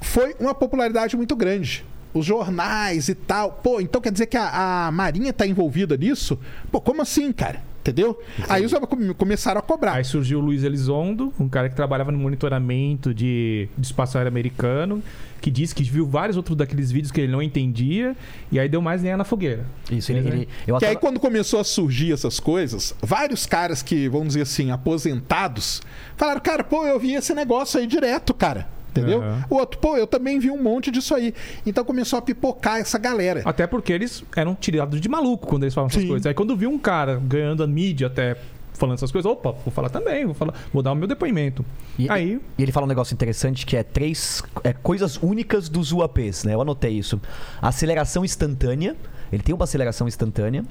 D: foi uma popularidade muito grande. Os jornais e tal. Pô, então quer dizer que a, a Marinha tá envolvida nisso? Pô, como assim, cara? Entendeu? Aí os come- começaram a cobrar.
E: Aí surgiu o Luiz Elizondo, um cara que trabalhava no monitoramento de, de espaço aéreo americano, que disse que viu vários outros daqueles vídeos que ele não entendia, e aí deu mais lenha na fogueira.
C: Isso, ele. ele- eu
D: Que é
C: até-
D: aí quando começou a surgir essas coisas, vários caras que, vamos dizer assim, aposentados, falaram, cara, pô, eu vi esse negócio aí direto, cara. Entendeu?
E: Aham.
D: O outro, pô, eu também vi um monte disso aí. Então começou a pipocar essa galera.
E: Até porque eles eram tirados de maluco quando eles falavam essas
D: Sim.
E: coisas. Aí quando viu um cara ganhando a mídia até falando essas coisas, opa, vou falar também, vou falar, vou dar o meu depoimento.
C: E,
E: aí,
C: e ele fala um negócio interessante que é três é, coisas únicas dos UAPs, né? Eu anotei isso. Aceleração instantânea. Ele tem uma aceleração instantânea.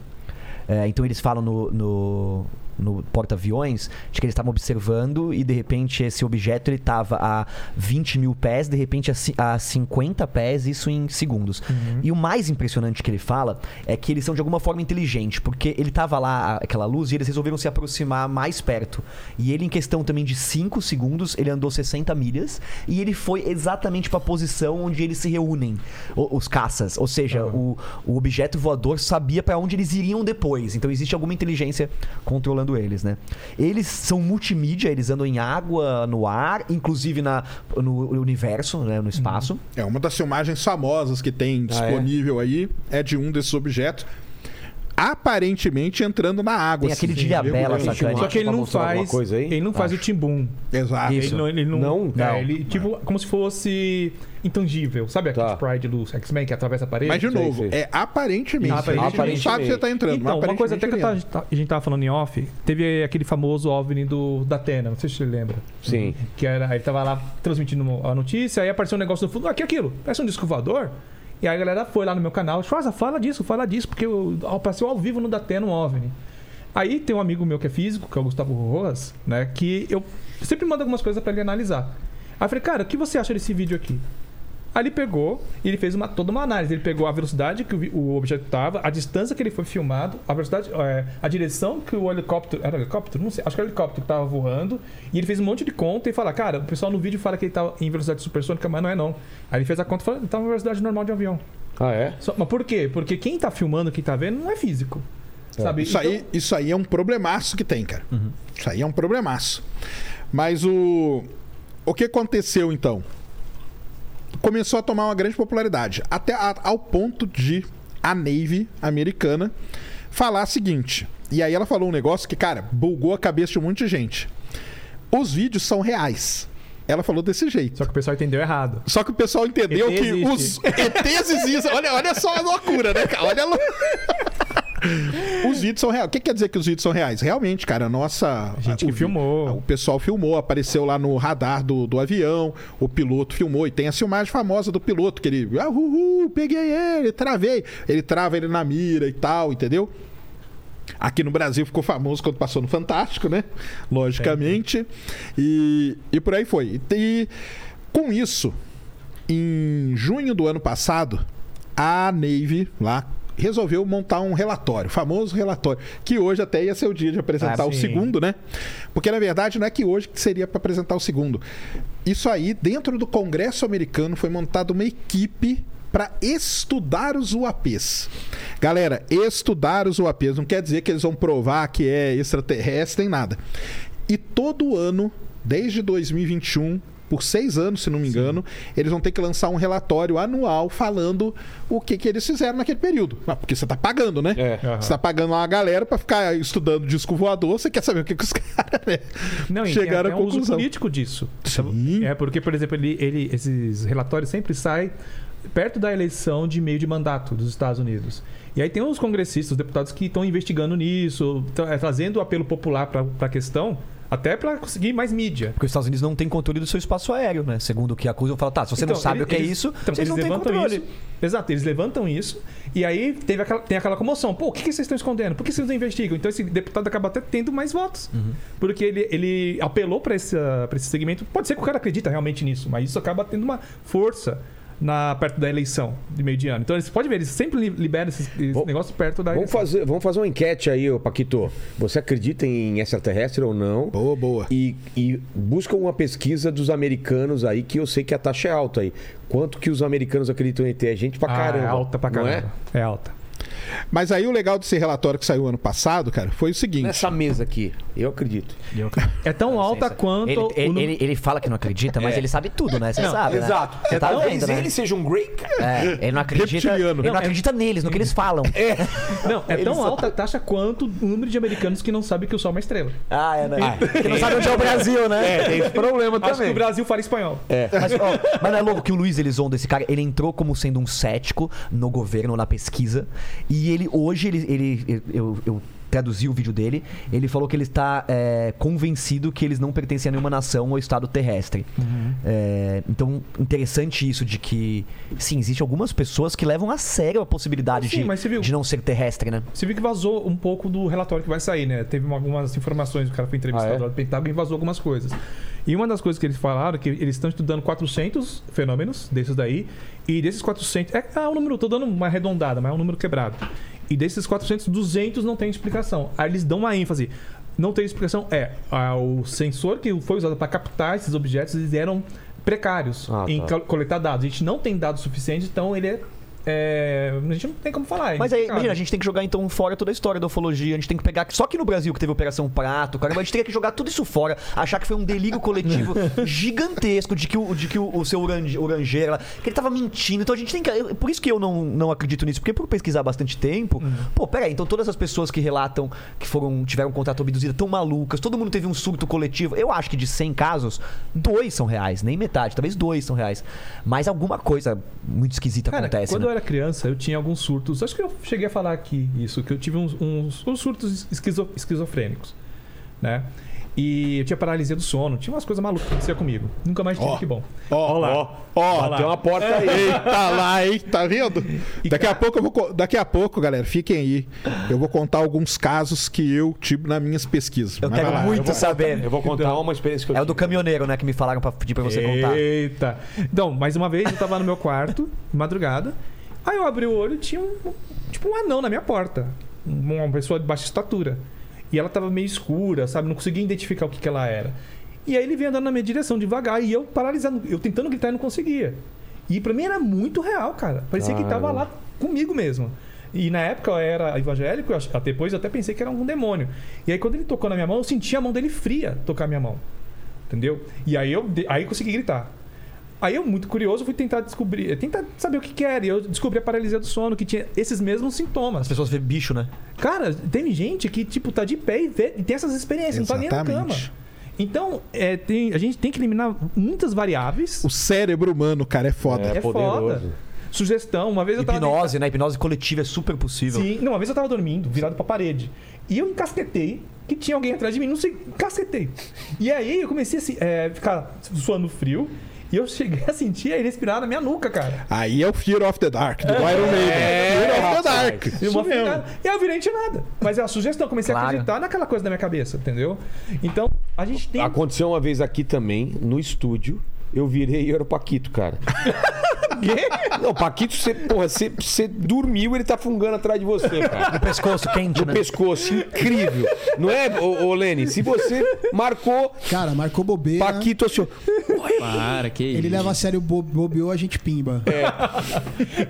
C: É, então eles falam no, no, no porta-aviões de que eles estavam observando e de repente esse objeto ele estava a 20 mil pés, de repente a, ci- a 50 pés, isso em segundos. E o mais impressionante que ele fala é que eles são de alguma forma inteligentes, porque ele tava lá, aquela luz, e eles resolveram se aproximar mais perto. E ele, em questão também de 5 segundos, ele andou 60 milhas e ele foi exatamente para a posição onde eles se reúnem, o- os caças. Ou seja, o, o objeto voador sabia para onde eles iriam depois. Então existe alguma inteligência controlando eles, né? Eles são multimídia, eles andam em água, no ar, inclusive na, no universo, né, no
E: Uhum.
C: espaço.
D: É uma das filmagens famosas que
E: Ah, é?
D: tem disponível aí, é de um desses objetos, aparentemente entrando na água.
C: Tem aquele
D: assim,
C: Diabela,
D: mergulhando.
C: sacane.
E: só que ele
A: pra
E: não
A: mostrar alguma
E: faz,
A: coisa aí? Ah,
E: ele não faz o timbum.
D: Exato.
E: Ele não, ele não,
A: Não?
E: é,
A: Não. Ah.
E: ele tipo como se fosse intangível. Sabe a
A: Tá.
E: Kid Pride do X-Men que atravessa a parede?
D: Mas de
A: Sei,
D: novo,
A: sei.
D: é aparentemente.
E: Aparentemente.
D: A gente não sabe se você tá entrando.
E: Então,
D: mas
E: uma coisa até que eu tava-
D: aparentemente é.
E: a gente tava falando em off, teve aquele famoso OVNI do, da Atena, não sei se você lembra.
A: Sim.
E: Que era, ele tava lá transmitindo a notícia, aí apareceu um negócio no fundo, aqui aquilo, parece um disco voador. E aí a galera foi lá no meu canal, Schwarza, fala disso, fala disso, porque eu apareceu ao vivo no Datena um OVNI. Aí tem um amigo meu que é físico, que é o Gustavo Rojas, né, que eu sempre mando algumas coisas pra ele analisar. Aí eu falei, cara, o que você acha desse vídeo aqui? Aí ele pegou e ele fez uma, toda uma análise. Ele pegou a velocidade que o, vi- o objeto estava, a distância que ele foi filmado, a velocidade, é, a direção que o helicóptero. Era helicóptero? Não sei. Acho que era helicóptero que estava voando. E ele fez um monte de conta e fala: Cara, o pessoal no vídeo fala que ele estava em velocidade supersônica, mas não é não. Aí ele fez a conta e falou: Ele estava em velocidade normal de avião.
A: Ah, é?
E: Só- mas por quê? Porque quem está filmando, quem está vendo, não é físico. Sabe? Então-
D: Isso, aí, isso aí é um problemaço que tem, cara. Isso aí é um problemaço. Mas o. O que aconteceu então? Começou a tomar uma grande popularidade. Até a- ao ponto de a Navy americana falar o seguinte. E aí ela falou um negócio que, cara, bulgou a cabeça de um monte de gente. Os vídeos são reais. Ela falou desse jeito.
E: Só que o pessoal entendeu errado.
D: Só que o pessoal entendeu
E: ET
D: que
E: existe.
D: os ETs existem. Olha, olha só a loucura, né, cara? Olha a loucura. Os vídeos são reais. O que quer dizer que os vídeos são reais? Realmente, cara, a nossa.
E: gente
D: o
E: que
D: vi-
E: filmou.
D: O pessoal filmou, apareceu lá no radar do, do avião, o piloto filmou. E tem a filmagem famosa do piloto, que ele. Ah, uhul, peguei ele, travei. Ele trava ele na mira e tal, entendeu? Aqui no Brasil ficou famoso quando passou no Fantástico, né? Logicamente. E, e por aí foi. E, e com isso, em junho do ano passado, a Navy lá resolveu montar um relatório, famoso relatório, que hoje até ia ser o dia de apresentar
E: Ah,
D: o
E: sim.
D: segundo, né? Porque na verdade não é que hoje que seria para apresentar o segundo. Isso aí, dentro do Congresso americano, foi montada uma equipe para estudar os UAPs. Galera, estudar os UAPs não quer dizer que eles vão provar que é extraterrestre nem nada. E todo ano, desde 2021, por seis anos, se não me engano, eles vão ter que lançar um relatório anual falando o que, que eles fizeram naquele período. Ah, Porque você tá pagando, né?
A: É.
D: Você tá pagando lá uma galera pra ficar estudando disco voador, você quer saber o que, que os <laughs> caras né?
E: Não, e
D: chegaram à
E: tem até um uso
D: conclusão.
E: político disso.
D: Sim.
E: É porque, por exemplo, ele, ele- esses relatórios sempre saem perto da eleição de meio de mandato dos Estados Unidos. E aí tem os congressistas, os deputados que estão investigando nisso, tra- trazendo o apelo popular para a questão, até para conseguir mais mídia.
C: Porque os Estados Unidos não têm controle do seu espaço aéreo, né? Segundo o que acusam, fala, tá, se você
E: Então,
C: não sabe
E: ele-
C: o que é
E: eles-
C: isso,
E: então,
C: vocês não têm controle.
E: Isso, exato, eles levantam isso. E aí teve aquela, tem aquela comoção. Pô, o que, que vocês estão escondendo? Por que vocês não investigam? Então esse deputado acaba até tendo mais votos.
C: Uhum.
E: Porque ele, ele apelou para esse, pra esse segmento. Pode ser que o cara acredita realmente nisso, mas isso acaba tendo uma força. Na, perto da eleição de meio de ano. Então, eles pode ver, eles sempre li- liberam esses, esses
A: Vamos-
E: negócios perto da
A: Vamos
E: eleição.
A: fazer, vamos fazer uma enquete aí, ô Paquito. Você acredita em extraterrestre ou não?
D: Boa, boa.
A: E, e busca uma pesquisa dos americanos aí, que eu sei que a taxa é alta aí. Quanto que os americanos acreditam em ter? É gente pra
E: Ah,
A: caramba.
E: é alta pra
A: não
E: caramba.
A: é?
E: É alta.
D: Mas aí o legal desse relatório que saiu ano passado, cara, foi o seguinte.
A: Nessa mesa aqui, eu acredito.
E: É tão alta quanto.
C: Ele,
E: o
C: ele,
E: número-
C: ele- ele fala que não acredita, mas ele sabe tudo, né? Você sabe. né? Você tá vendo, né?
A: seja um great cara.
C: É, ele não acredita.
D: Reptiliano.
C: Ele
E: Não,
C: não
E: é-
C: acredita neles, no que eles falam.
E: Não, é tão alta a taxa quanto o número de americanos que não sabe que o Sol é uma estrela.
C: Ah, é, né? Ele não sabe onde é o Brasil, né?
A: É, tem esse problema
E: Acho que o
A: também.
E: Brasil fala espanhol.
C: <laughs> Mas, ó, mas não é louco que o Luiz Elizondo, esse cara, ele entrou como sendo um cético no governo, na pesquisa. E ele, hoje, ele, ele- ele- eu, eu traduzi o vídeo dele. Ele falou que ele está é, convencido que eles não pertencem a nenhuma nação ou estado terrestre.
E: Uhum.
C: É, então, interessante isso de que, sim, existe algumas pessoas que levam a sério a possibilidade
E: Sim,
C: de,
E: mas você viu-
C: de não ser terrestre, né?
E: Você viu que vazou um pouco do relatório que vai sair, né? Teve uma- algumas informações, o cara foi entrevistado
A: Ah, é?
E: lá do Pentágono e vazou algumas coisas. E uma das coisas que eles falaram é que eles estão estudando 400 fenômenos desses daí, e desses 400... É, ah, um número, tô dando uma arredondada, mas é um número quebrado. E desses 400, 200 não tem explicação. Aí eles dão uma ênfase. Não tem explicação. É, ah, o sensor que foi usado para captar esses objetos, eles eram precários
A: Ah,
E: em
A: tá.
E: cal- coletar dados. A gente não tem dados suficientes, então ele é... é, a gente não tem como falar. é
C: Mas aí,
E: inexplicável.
C: imagina, a gente tem que jogar então fora toda a história da ufologia. A gente tem que pegar. Só que no Brasil que teve Operação Prato, cara, a gente teria que jogar tudo isso fora, achar que foi um delírio
E: <laughs>
C: coletivo gigantesco de que o, de que o, o seu orange, orangeiro, lá, que ele tava mentindo. Então a gente tem que. eu- Por isso que eu não, não acredito nisso, porque por pesquisar bastante tempo.
E: Uhum.
C: Pô, peraí, então todas as pessoas que relatam que foram tiveram um contrato abduzido tão malucas, todo mundo teve um surto coletivo. Eu acho que de 100 casos, dois são reais, nem metade, talvez dois são reais. Mas alguma coisa muito esquisita
E: Cara,
C: acontece.
E: quando
C: né?
E: eu era criança, eu tinha alguns surtos. Acho que eu cheguei a falar aqui isso, que eu tive uns, uns- uns surtos esquizo- esquizofrênicos, né? E eu tinha paralisia do sono, tinha umas coisas malucas que acontecia comigo. Nunca mais tive,
D: Ó.
E: que bom.
D: Ó,
E: É. Olha lá.
D: ó, ó,
E: Olha lá.
A: Tem uma porta
E: <laughs>
A: aí.
D: Eita lá, hein? Tá vendo? Daqui a pouco eu vou. co- Daqui a pouco, galera, fiquem aí. Eu vou contar alguns casos que eu tive nas minhas pesquisas.
C: Eu
D: Mas
C: Então, quero
D: vai lá.
C: muito saber.
A: Eu vou contar uma experiência que eu
C: É o do caminhoneiro, né? Que me falaram pra pedir pra você contar.
E: Eita! Então, mais uma vez, eu tava no meu quarto, de madrugada. Aí eu abri o olho e tinha um, tipo um anão na minha porta. um, Uma pessoa de baixa estatura. E ela tava meio escura, sabe? Não conseguia identificar o que, que ela era. E aí ele veio andando na minha direção devagar e eu paralisado, eu tentando gritar e não conseguia. E pra mim era muito real, cara. Parecia que tava lá comigo mesmo. E na época eu era evangélico, eu ach- depois eu até pensei que era algum demônio. E aí quando ele tocou na minha mão, eu senti a mão dele fria tocar minha mão. Entendeu? E aí eu de- aí consegui gritar. Aí eu, muito curioso, fui tentar descobrir, eh, tentar saber o que, que era. E eu descobri a paralisia do sono, que tinha esses mesmos sintomas.
C: As pessoas vê bicho, né?
E: Cara, tem gente que, tipo, tá de pé e, vê- e tem essas experiências, não tá nem na
D: Exatamente.
E: cama. Então, é, tem- a gente tem que eliminar muitas variáveis.
D: O cérebro humano, cara, é foda.
E: é
A: poderoso.
E: foda. Sugestão, uma vez eu tava.
C: Hipnose, né? Hipnose coletiva é super possível.
E: Sim, não, uma vez eu tava dormindo, virado pra parede. E eu encasquetei que tinha alguém atrás de mim, não sei, encasquetei. E aí eu comecei a se- eh, ficar suando frio. E eu cheguei a sentir ele respirar na minha nuca, cara.
D: Aí é o Fear of the Dark, do
E: É.
D: Iron Maiden. Fear of the Dark.
E: E
D: É Isso
E: uma
D: mesmo.
E: fungada. E eu virei nada. Mas é uma sugestão, comecei a
C: Claro.
E: acreditar naquela coisa da minha cabeça, entendeu? Então, a gente tem.
A: Aconteceu uma vez aqui também, no estúdio. Eu virei e eu era o Paquito, cara. Quê? Não, Paquito, você, porra, você, você dormiu ele tá fungando atrás de você, cara.
C: Pescoço quente,
A: No
C: né?
A: pescoço, incrível. Não é, ô, ô Lene? Se você marcou
F: Cara, marcou bobeira.
A: Paquito assim, ó,
G: Para, que isso.
F: Ele leva a sério, bo- bobeou, a gente pimba.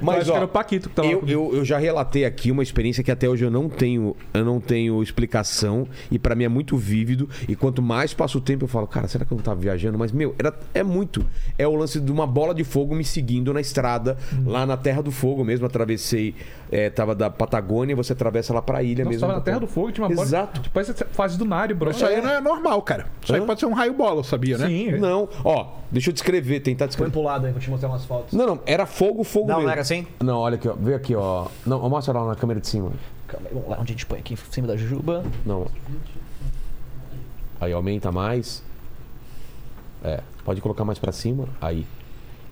A: Mas,
E: acho que
A: ó,
E: era o Paquito que tava
A: eu,
E: comigo.
A: eu, eu já relatei aqui uma experiência que até hoje eu não tenho, eu não tenho explicação e pra mim é muito vívido. E quanto mais passa o tempo, eu falo, cara, será que eu não tava viajando? Mas, meu, era, é muito. É o lance de uma bola de fogo me seguindo na estrada,
E: Uhum.
A: lá na Terra do Fogo mesmo. Atravessei, eh, tava da Patagônia, você atravessa lá pra ilha
E: Nós
A: mesmo.
E: tava na Terra do Fogo, tinha uma bola.
A: Exato.
E: Tipo, essa fase do Mario, bro.
D: Isso aí não é normal, cara. Isso aí
A: Hã?
D: pode ser um raio bola, sabia, né?
E: Sim,
A: Não, ó, deixa eu descrever, tentar
C: Põe
E: um
A: descrever.
C: pro lado aí, vou te mostrar umas fotos.
A: Não, não, era fogo, fogo
C: Não,
A: mesmo.
C: não era assim?
A: Não, olha aqui, ó. Vê aqui, ó. Não, mostra lá na câmera de cima.
C: Calma aí, vamos lá. Onde a gente põe? Aqui em cima da Jujuba.
A: Não. Aí aumenta mais. É, pode colocar mais pra cima. Aí.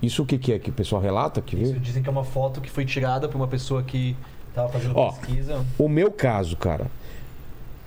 A: Isso o que, que é que o pessoal relata que
C: Isso
A: viu?
C: dizem que é uma foto que foi tirada por uma pessoa que tava fazendo
A: Ó.
C: pesquisa.
A: O meu caso, cara.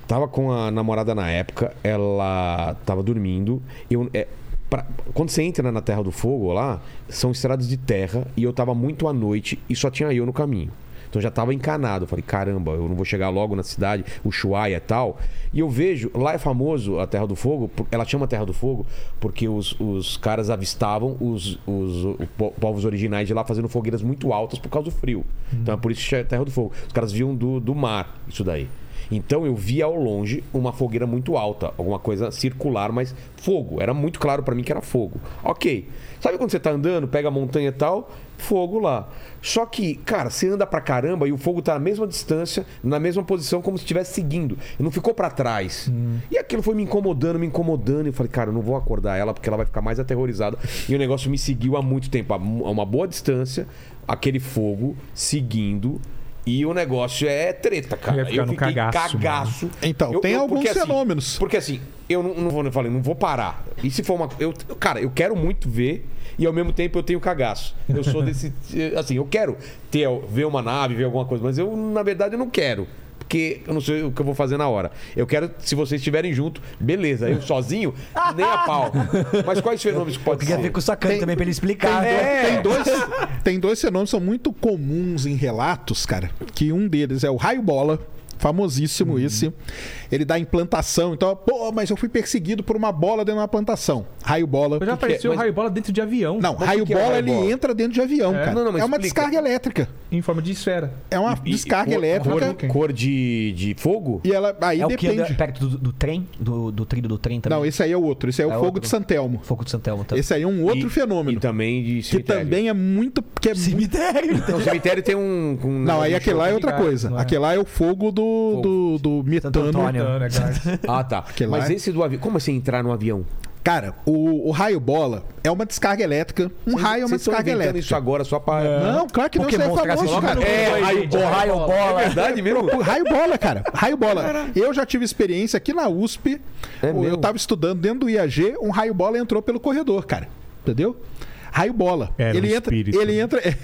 A: Tava com a namorada na época, ela tava dormindo. Eu, é, pra- quando você entra na Terra do Fogo lá, são estradas de terra e eu tava muito à noite e só tinha eu no caminho. Então eu já tava encanado. Eu Falei, caramba, eu não vou chegar logo na cidade, Ushuaia e tal. E eu vejo, lá é famoso a Terra do Fogo, por- ela chama Terra do Fogo porque os, os caras avistavam os, os o po- povos originais de lá fazendo fogueiras muito altas por causa do frio. Então é por isso que chama Terra do Fogo. Os caras viam do, do mar isso daí. Então eu vi ao longe uma fogueira muito alta, alguma coisa circular, mas fogo. Era muito claro pra mim que era fogo. Ok. Sabe quando você tá andando, pega a montanha e tal, fogo lá. Só que, cara, você anda pra caramba e o fogo tá à mesma distância, na mesma posição, como se estivesse seguindo. Não ficou pra trás. E aquilo foi me incomodando, me incomodando. E eu falei, cara, eu não vou acordar ela porque ela vai ficar mais aterrorizada. E o negócio me seguiu há muito tempo, a mu- a uma boa distância, aquele fogo seguindo. E o negócio é treta, cara.
E: Eu ia ficar
A: eu
E: no
A: fiquei
E: cagaço, mano.
A: cagaço.
D: Então, tem alguns
A: porque
D: fenômenos.
A: porque assim, eu não, não vou, eu falei, não vou parar. E se for uma. Eu, cara, eu quero muito ver e ao mesmo tempo eu tenho cagaço. Eu sou desse. <laughs> eh, Assim, eu quero ter, ver uma nave, ver alguma coisa, mas eu, na verdade, eu não quero. Porque eu não sei o que eu vou fazer na hora. Eu quero, se vocês estiverem junto, beleza. Eu
D: <laughs>
A: sozinho, nem a pau. Mas quais fenômenos que pode
C: Queria ver
A: ser?
C: com o Sakane também pra ele explicar. É,
D: Tem dois, tem dois fenômenos que são muito comuns em relatos, cara. Que um deles é o raio bola, famosíssimo esse. Ele dá implantação. Então, pô, mas eu fui perseguido por uma bola dentro de uma plantação. Raio bola. Que
E: Eu já um-
D: que é?
E: apareceu o
A: Mas-
E: raio bola dentro de avião.
D: Não,
A: Mas
D: raio
A: o que é
D: bola
A: raio
D: ele
A: bola?
D: entra dentro de avião, cara.
A: Não, não, mas
D: é uma
A: explica.
D: descarga elétrica.
E: Em forma de esfera.
D: É uma
A: E- e
D: descarga
A: cor-
D: elétrica.
A: Cor, cor de, de fogo?
D: E ela aí
C: É o que anda
D: depende.
C: perto do, do trem, do, do trilho do trem também.
D: Não, esse aí é o outro. Esse aí é,
C: É
D: o fogo
C: outro. Tá.
D: de Santelmo.
C: Fogo de Santelmo também.
D: Esse aí é um outro
A: E-
D: fenômeno.
A: E também de
D: que
A: cemitério.
D: também é muito. Que é muito-
C: Cemitério!
A: Não, o cemitério né? tem um. um-
D: Não, aí aquele lá é outra
E: ligado,
D: coisa.
E: não é?
D: Aquele lá é o fogo do, do, do
C: Santo
D: metano.
C: Antônio.
E: Ah, né,
D: <laughs>
E: cara?
A: Ah, tá.
D: lá
A: Mas
D: é-
A: esse do avião. Como assim entrar no avião?
D: Cara, o, o raio bola é uma descarga elétrica. Um raio é uma
A: Vocês estão
D: descarga
A: inventando
D: elétrica.
A: isso agora só pra.
D: Não, claro que não,
C: Porque
D: isso aí é
C: monstro que
D: famoso,
C: assiste
D: cara.
C: no
D: É,
A: É, aí,
C: Porra,
A: porra.
C: raio bola.
A: É verdade mesmo?
D: o raio bola, cara. Raio bola. Eu já tive experiência aqui na USP.
A: É
D: eu
A: mesmo?
D: tava estudando dentro do IAG, um raio bola entrou pelo corredor, cara. Entendeu? Raio bola.
H: Era
D: ele
H: um
D: entra,
H: espírito.
D: ele entra, é.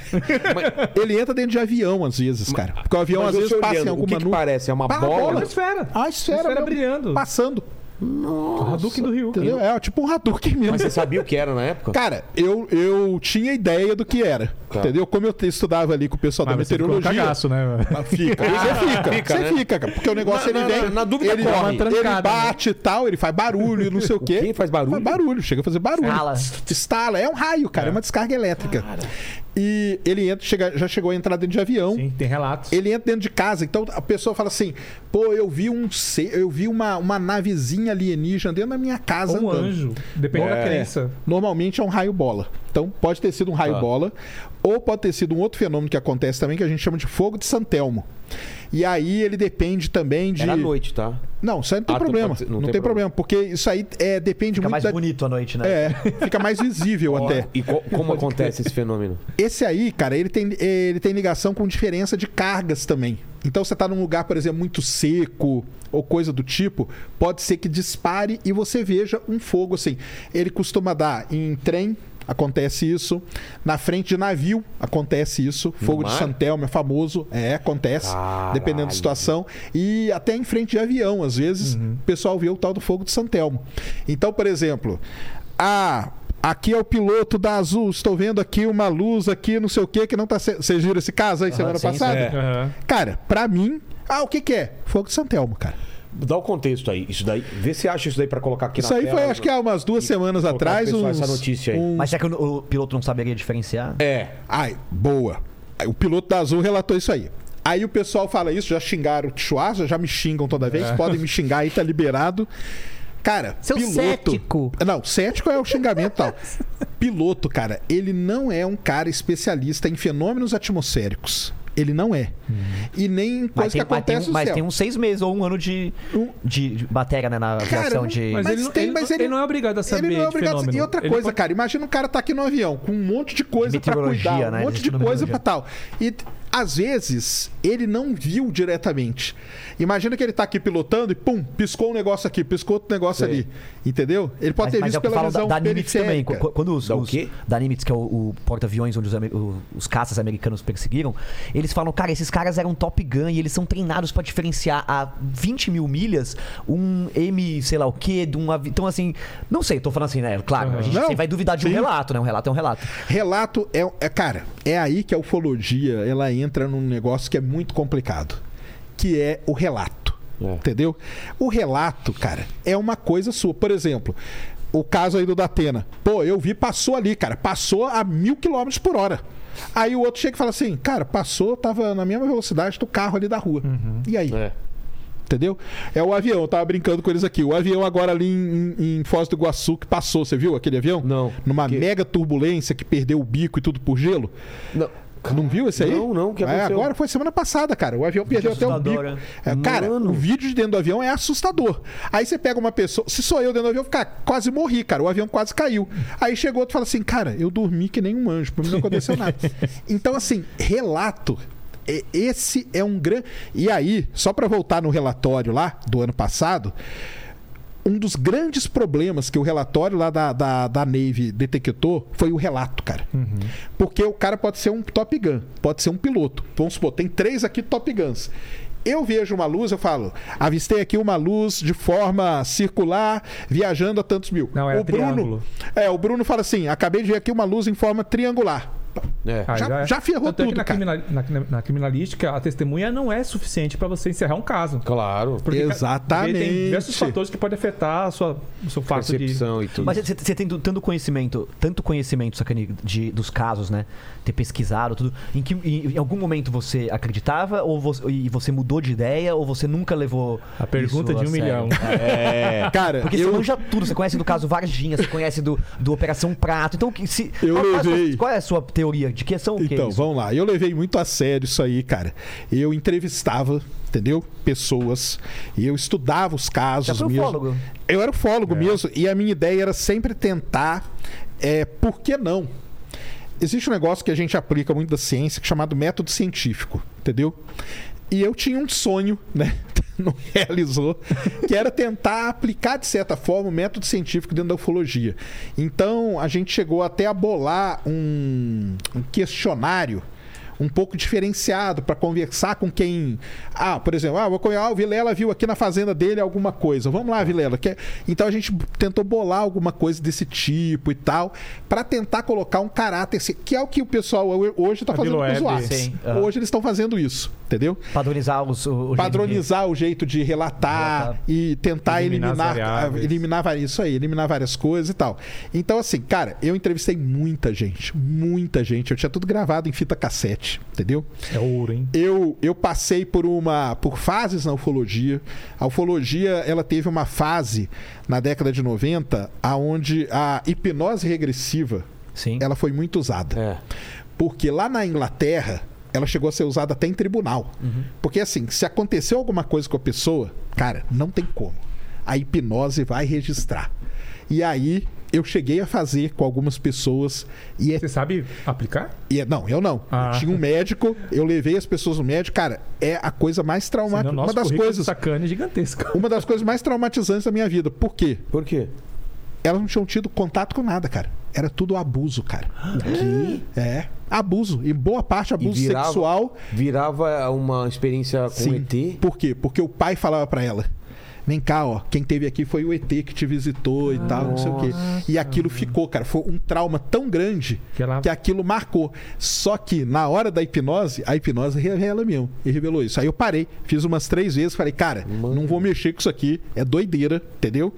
D: ele entra dentro de avião às vezes, cara. Porque o avião
A: Mas
D: às
A: eu
D: vezes
A: tô
D: passa em
A: olhando,
D: alguma
A: o que, que
D: nuvem.
A: parece? É uma
D: Pá,
A: bola?
E: É
D: bola.
E: uma esfera.
D: Ah, esfera,
E: Esfera
D: mesmo,
E: brilhando.
D: passando,
E: Hadouken do Rio.
D: entendeu? É tipo um Hadouken mesmo.
A: Mas você sabia o que era na época?
D: Cara, eu, eu tinha ideia do que era.
A: Tá.
D: Entendeu? Como eu te- estudava ali com o pessoal da
H: Ah, mas você ficou
D: meteorologia.
H: cagaço, né? mano?
D: Ah, Fica, aí você fica,
A: fica,
D: você
A: né?
D: fica, cara. Porque o negócio
A: Na-
D: ele
A: na-
D: vem.
A: na- na dúvida, é
D: ele,
A: corre.
D: uma
A: Ele
D: ele
H: né?
D: bate e tal, ele faz barulho, não sei o quê.
A: quê? Faz barulho?
D: Faz barulho, chega a fazer barulho.
C: Estala.
D: Estala, é um raio, cara, é, uma descarga elétrica. E ele entra, chega- já chegou a entrar dentro de avião.
E: Sim, tem relatos.
D: Ele entra dentro de casa, então a pessoa fala assim: pô, eu vi um ce- eu vi uma, uma navezinha alienígena dentro da minha casa
E: Ou um
D: andando.
E: anjo. Depende da
D: É.
E: crença.
D: Normalmente é um raio bola. Então pode ter sido um raio bola, ou pode ter sido um outro fenômeno que acontece também, que a gente chama de fogo de Santelmo. E aí ele depende também de.
A: Era à noite, tá?
D: Não, isso aí não tem
A: Ah, então
D: problema.
A: pode ser-
D: não, tem, problema. porque isso aí é, depende
C: Fica
D: muito
C: mais
D: da.
C: bonito à noite, né?
D: É, fica mais visível até.
A: E co- como acontece esse fenômeno?
D: Esse aí, cara, ele tem, ele tem ligação com diferença de cargas também. Então você tá num lugar, por exemplo, muito seco ou coisa do tipo, pode ser que dispare e você veja um fogo assim. Ele costuma dar em trem, acontece isso. Na frente de navio, acontece isso. Fogo de
A: mar?
D: Santelmo é famoso, é, acontece,
A: Caralho.
D: dependendo da situação. E até em frente de avião, às vezes, o pessoal vê o tal do fogo de Santelmo. Então, por exemplo, ah, aqui é o piloto da Azul, estou vendo aqui uma luz aqui, não sei o que, que não tá. se- Vocês viram esse caso aí semana
E: É.
C: sim,
D: passada?
A: sim.
E: Aham.
D: Cara, pra mim, ah, o que que é? Fogo de Santelmo, cara.
A: Dá o contexto aí. Isso daí. Vê se acha isso daí pra colocar aqui
D: Isso
A: na
D: aí
A: tela.
D: foi, acho que há umas duas semanas
A: colocar pro
D: atrás.
A: pessoal
D: Uns,
A: essa notícia aí.
D: um-
C: Mas será que o, o piloto não saberia diferenciar?
D: É. Ai, boa. Aí O piloto da Azul relatou isso aí. Aí o pessoal fala isso, já xingaram o Chuasa, já me xingam toda vez,
C: É.
D: podem me xingar aí, tá liberado. Cara,
C: Seu
D: piloto.
C: cético.
D: Não, cético é o xingamento e tal. Piloto, cara, ele não é um cara especialista em fenômenos atmosféricos. Ele não é. E nem em coisa que
C: tem, Hum. mas, tem,
D: acontece
C: um- mas
D: no
C: tem
D: céu.
C: uns seis meses ou um ano de,
D: Um-
C: de de matéria né, na
D: Cara,
C: aviação
D: não-
C: de.
E: Mas,
D: Mas
E: ele, não-
D: tem,
E: ele
D: mas
E: não-
D: ele-
E: ele não é obrigado a saber
D: Ele não é
E: de
D: obrigado a
E: fenômeno.
D: E outra
E: Ele
D: coisa,
E: pode-
D: cara, imagina um cara tá aqui no avião com um monte de coisa pra
C: Meteorologia,
D: cuidar, um
C: né?
D: monte de
C: Existe
D: coisa pra
C: meteorologia.
D: tal. E às vezes ele não viu diretamente. Imagina que ele tá aqui pilotando e pum, piscou um negócio aqui, piscou outro negócio ali, entendeu? Ele pode
C: Mas-
D: ter
C: mas
D: visto
C: é o que
D: pela
C: falam
D: visão
C: da, da Nimitz também.
D: periférica.
C: Qu- Quando os,
A: Da o
C: os-
A: quê?
C: da Nimitz, que é o, o porta-aviões onde os, ame- o- os caças americanos perseguiram, eles falam, cara, esses caras eram Top Gun e eles são treinados pra diferenciar a 20 mil milhas um M, sei lá o quê, de um avi... Então, assim, não sei, tô falando assim, né? Claro, a gente
D: Não,
C: sempre vai duvidar de um
D: sim.
C: relato, né? Um relato é um relato.
D: Relato é, é- cara, é aí que a ufologia ela entra num negócio que é muito complicado, que é o relato,
A: É.
D: entendeu? O relato, cara, é uma coisa sua. Por exemplo, o caso aí do Datena. Pô, eu vi passou ali, cara, passou a mil quilômetros por hora. Aí o outro chega e fala assim, cara, passou, tava na mesma velocidade do carro ali da rua. E aí?
A: É.
D: Entendeu? É o avião, eu tava brincando com eles aqui. O avião agora ali em, em- em Foz do Iguaçu que passou, você viu aquele avião?
A: Não.
D: Numa
A: Que-
D: mega turbulência que perdeu o bico e tudo por gelo?
A: Não.
D: Não viu esse aí?
A: Não, não, o que
D: É,
A: aconteceu?
D: agora foi semana passada, cara. O avião perdeu até o bico.
C: assustador, né?
D: É, cara,
A: Mano.
D: o vídeo de dentro do avião é assustador. Aí você pega uma pessoa. Se sou eu dentro do avião, cara, quase morri, cara. O avião quase caiu. Aí chegou outro e fala assim, cara, eu dormi que nem um anjo, pra mim não
A: <laughs>
D: aconteceu nada. então, assim, relato. E- Esse é um grande. E aí, só pra voltar no relatório lá do ano passado, um dos grandes problemas que o relatório lá da, da, da Navy detectou foi o relato, cara.
E: Uhum.
D: Porque o cara pode ser um Top Gun, pode ser um piloto. Vamos supor, tem três aqui Top Guns. Eu vejo uma luz, eu falo, avistei aqui uma luz de forma circular, viajando a tantos mil.
E: Não, era
D: o Bruno,
E: triângulo.
D: é, o Bruno fala assim, acabei de ver aqui uma luz em forma triangular.
A: É.
E: Ah,
D: Já- já ferrou
E: Tanto é que
D: tudo,
E: na,
D: cara.
E: criminali- na crimi- na criminalística, a testemunha não é suficiente pra você encerrar um caso.
A: Claro.
E: Porque ca-
D: Exatamente.
E: Tem diversos fatores que podem afetar a sua, o seu fato de.
A: Percepção e tudo.
C: Mas você- você tem tanto conhecimento, tanto conhecimento, Sacani, de, dos casos, né? Ter pesquisado, tudo. Em, que, em, em algum momento você acreditava ou você, e você mudou de ideia ou você nunca levou
E: A pergunta
C: isso
E: de um
C: a sério?
E: milhão.
D: É, cara,
C: Porque
D: eu,
C: você manja tudo, você conhece do caso Varginha, você conhece do, do Operação Prato. Então, que se,
D: Eu
C: qual, é a sua-
D: levei.
C: qual é a sua teoria? De que são o que
D: Então,
C: isso?
D: vamos lá. Eu levei muito a sério isso aí, cara. Eu entrevistava, entendeu? Pessoas. E eu estudava os
C: Já
D: casos
C: foi É.
D: mesmo.
C: ufólogo?
D: Eu era ufólogo mesmo. E a minha ideia era sempre tentar. É, por que não? Existe um negócio que a gente aplica muito da ciência, que é chamado método científico, entendeu? E eu tinha um sonho, né? <laughs> Não realizou, que era tentar aplicar, de certa forma, o método científico dentro da ufologia. Então, a gente chegou até a bolar um, um questionário um pouco diferenciado para conversar com quem. Ah, por exemplo, ah, vou comer, ah, o Vilela viu aqui na fazenda dele alguma coisa. Vamos lá, Vilela. quer- Então a gente tentou bolar alguma coisa desse tipo e tal, para tentar colocar um caráter, assim, que é o que o pessoal hoje está
E: A
D: fazendo com os
E: Vilweb,
D: UAPs.
C: sim, aham.
D: Hoje eles estão fazendo isso, entendeu?
C: Padronizar os. O, o
D: padronizar o jeito de relatar
C: Relatar.
D: e tentar
E: Eliminar as
D: eliminar,
E: variáveis.
D: eliminar vari- isso aí, eliminar várias coisas e tal. Então assim, cara, eu entrevistei muita gente, muita gente. Eu tinha tudo gravado em fita cassete, entendeu?
E: <laughs> É ouro, hein?
D: eu, eu passei por uma por fases na ufologia. A ufologia, ela teve uma fase na década de 90 aonde a hipnose regressiva,
C: Sim.
D: ela foi muito usada.
A: É.
D: Porque lá na Inglaterra, ela chegou a ser usada até em tribunal. Porque assim, se aconteceu alguma coisa com a pessoa, cara, não tem como. A hipnose vai registrar. E aí eu cheguei a fazer com algumas pessoas e é
E: Você sabe aplicar?
D: e, é, não, eu não.
E: Ah.
D: Eu tinha um médico, eu levei as pessoas no médico. Cara, é a coisa mais traumática.
E: Senão, nosso
D: Uma das
E: currículo
D: coisas.
E: Sacane é gigantesco.
D: Uma das coisas mais traumatizantes da minha vida. Por quê?
A: Por quê?
D: Elas não tinham tido contato com nada, cara. Era tudo abuso, cara. O quê? É. Abuso. E boa parte abuso
A: E virava-
D: sexual.
A: Virava uma experiência com
D: Sim.
A: ET?
D: Por quê? Porque o pai falava pra ela. Vem cá, ó. Quem teve aqui foi o ET que te visitou e tal, não sei o quê. E aquilo ficou, cara. Foi um trauma tão grande
E: Que ela-
D: que aquilo marcou. Só que na hora da hipnose, a hipnose revela mesmo e revelou isso. Aí eu parei, fiz umas três vezes, falei, cara, não vou mexer com isso aqui, é doideira, entendeu?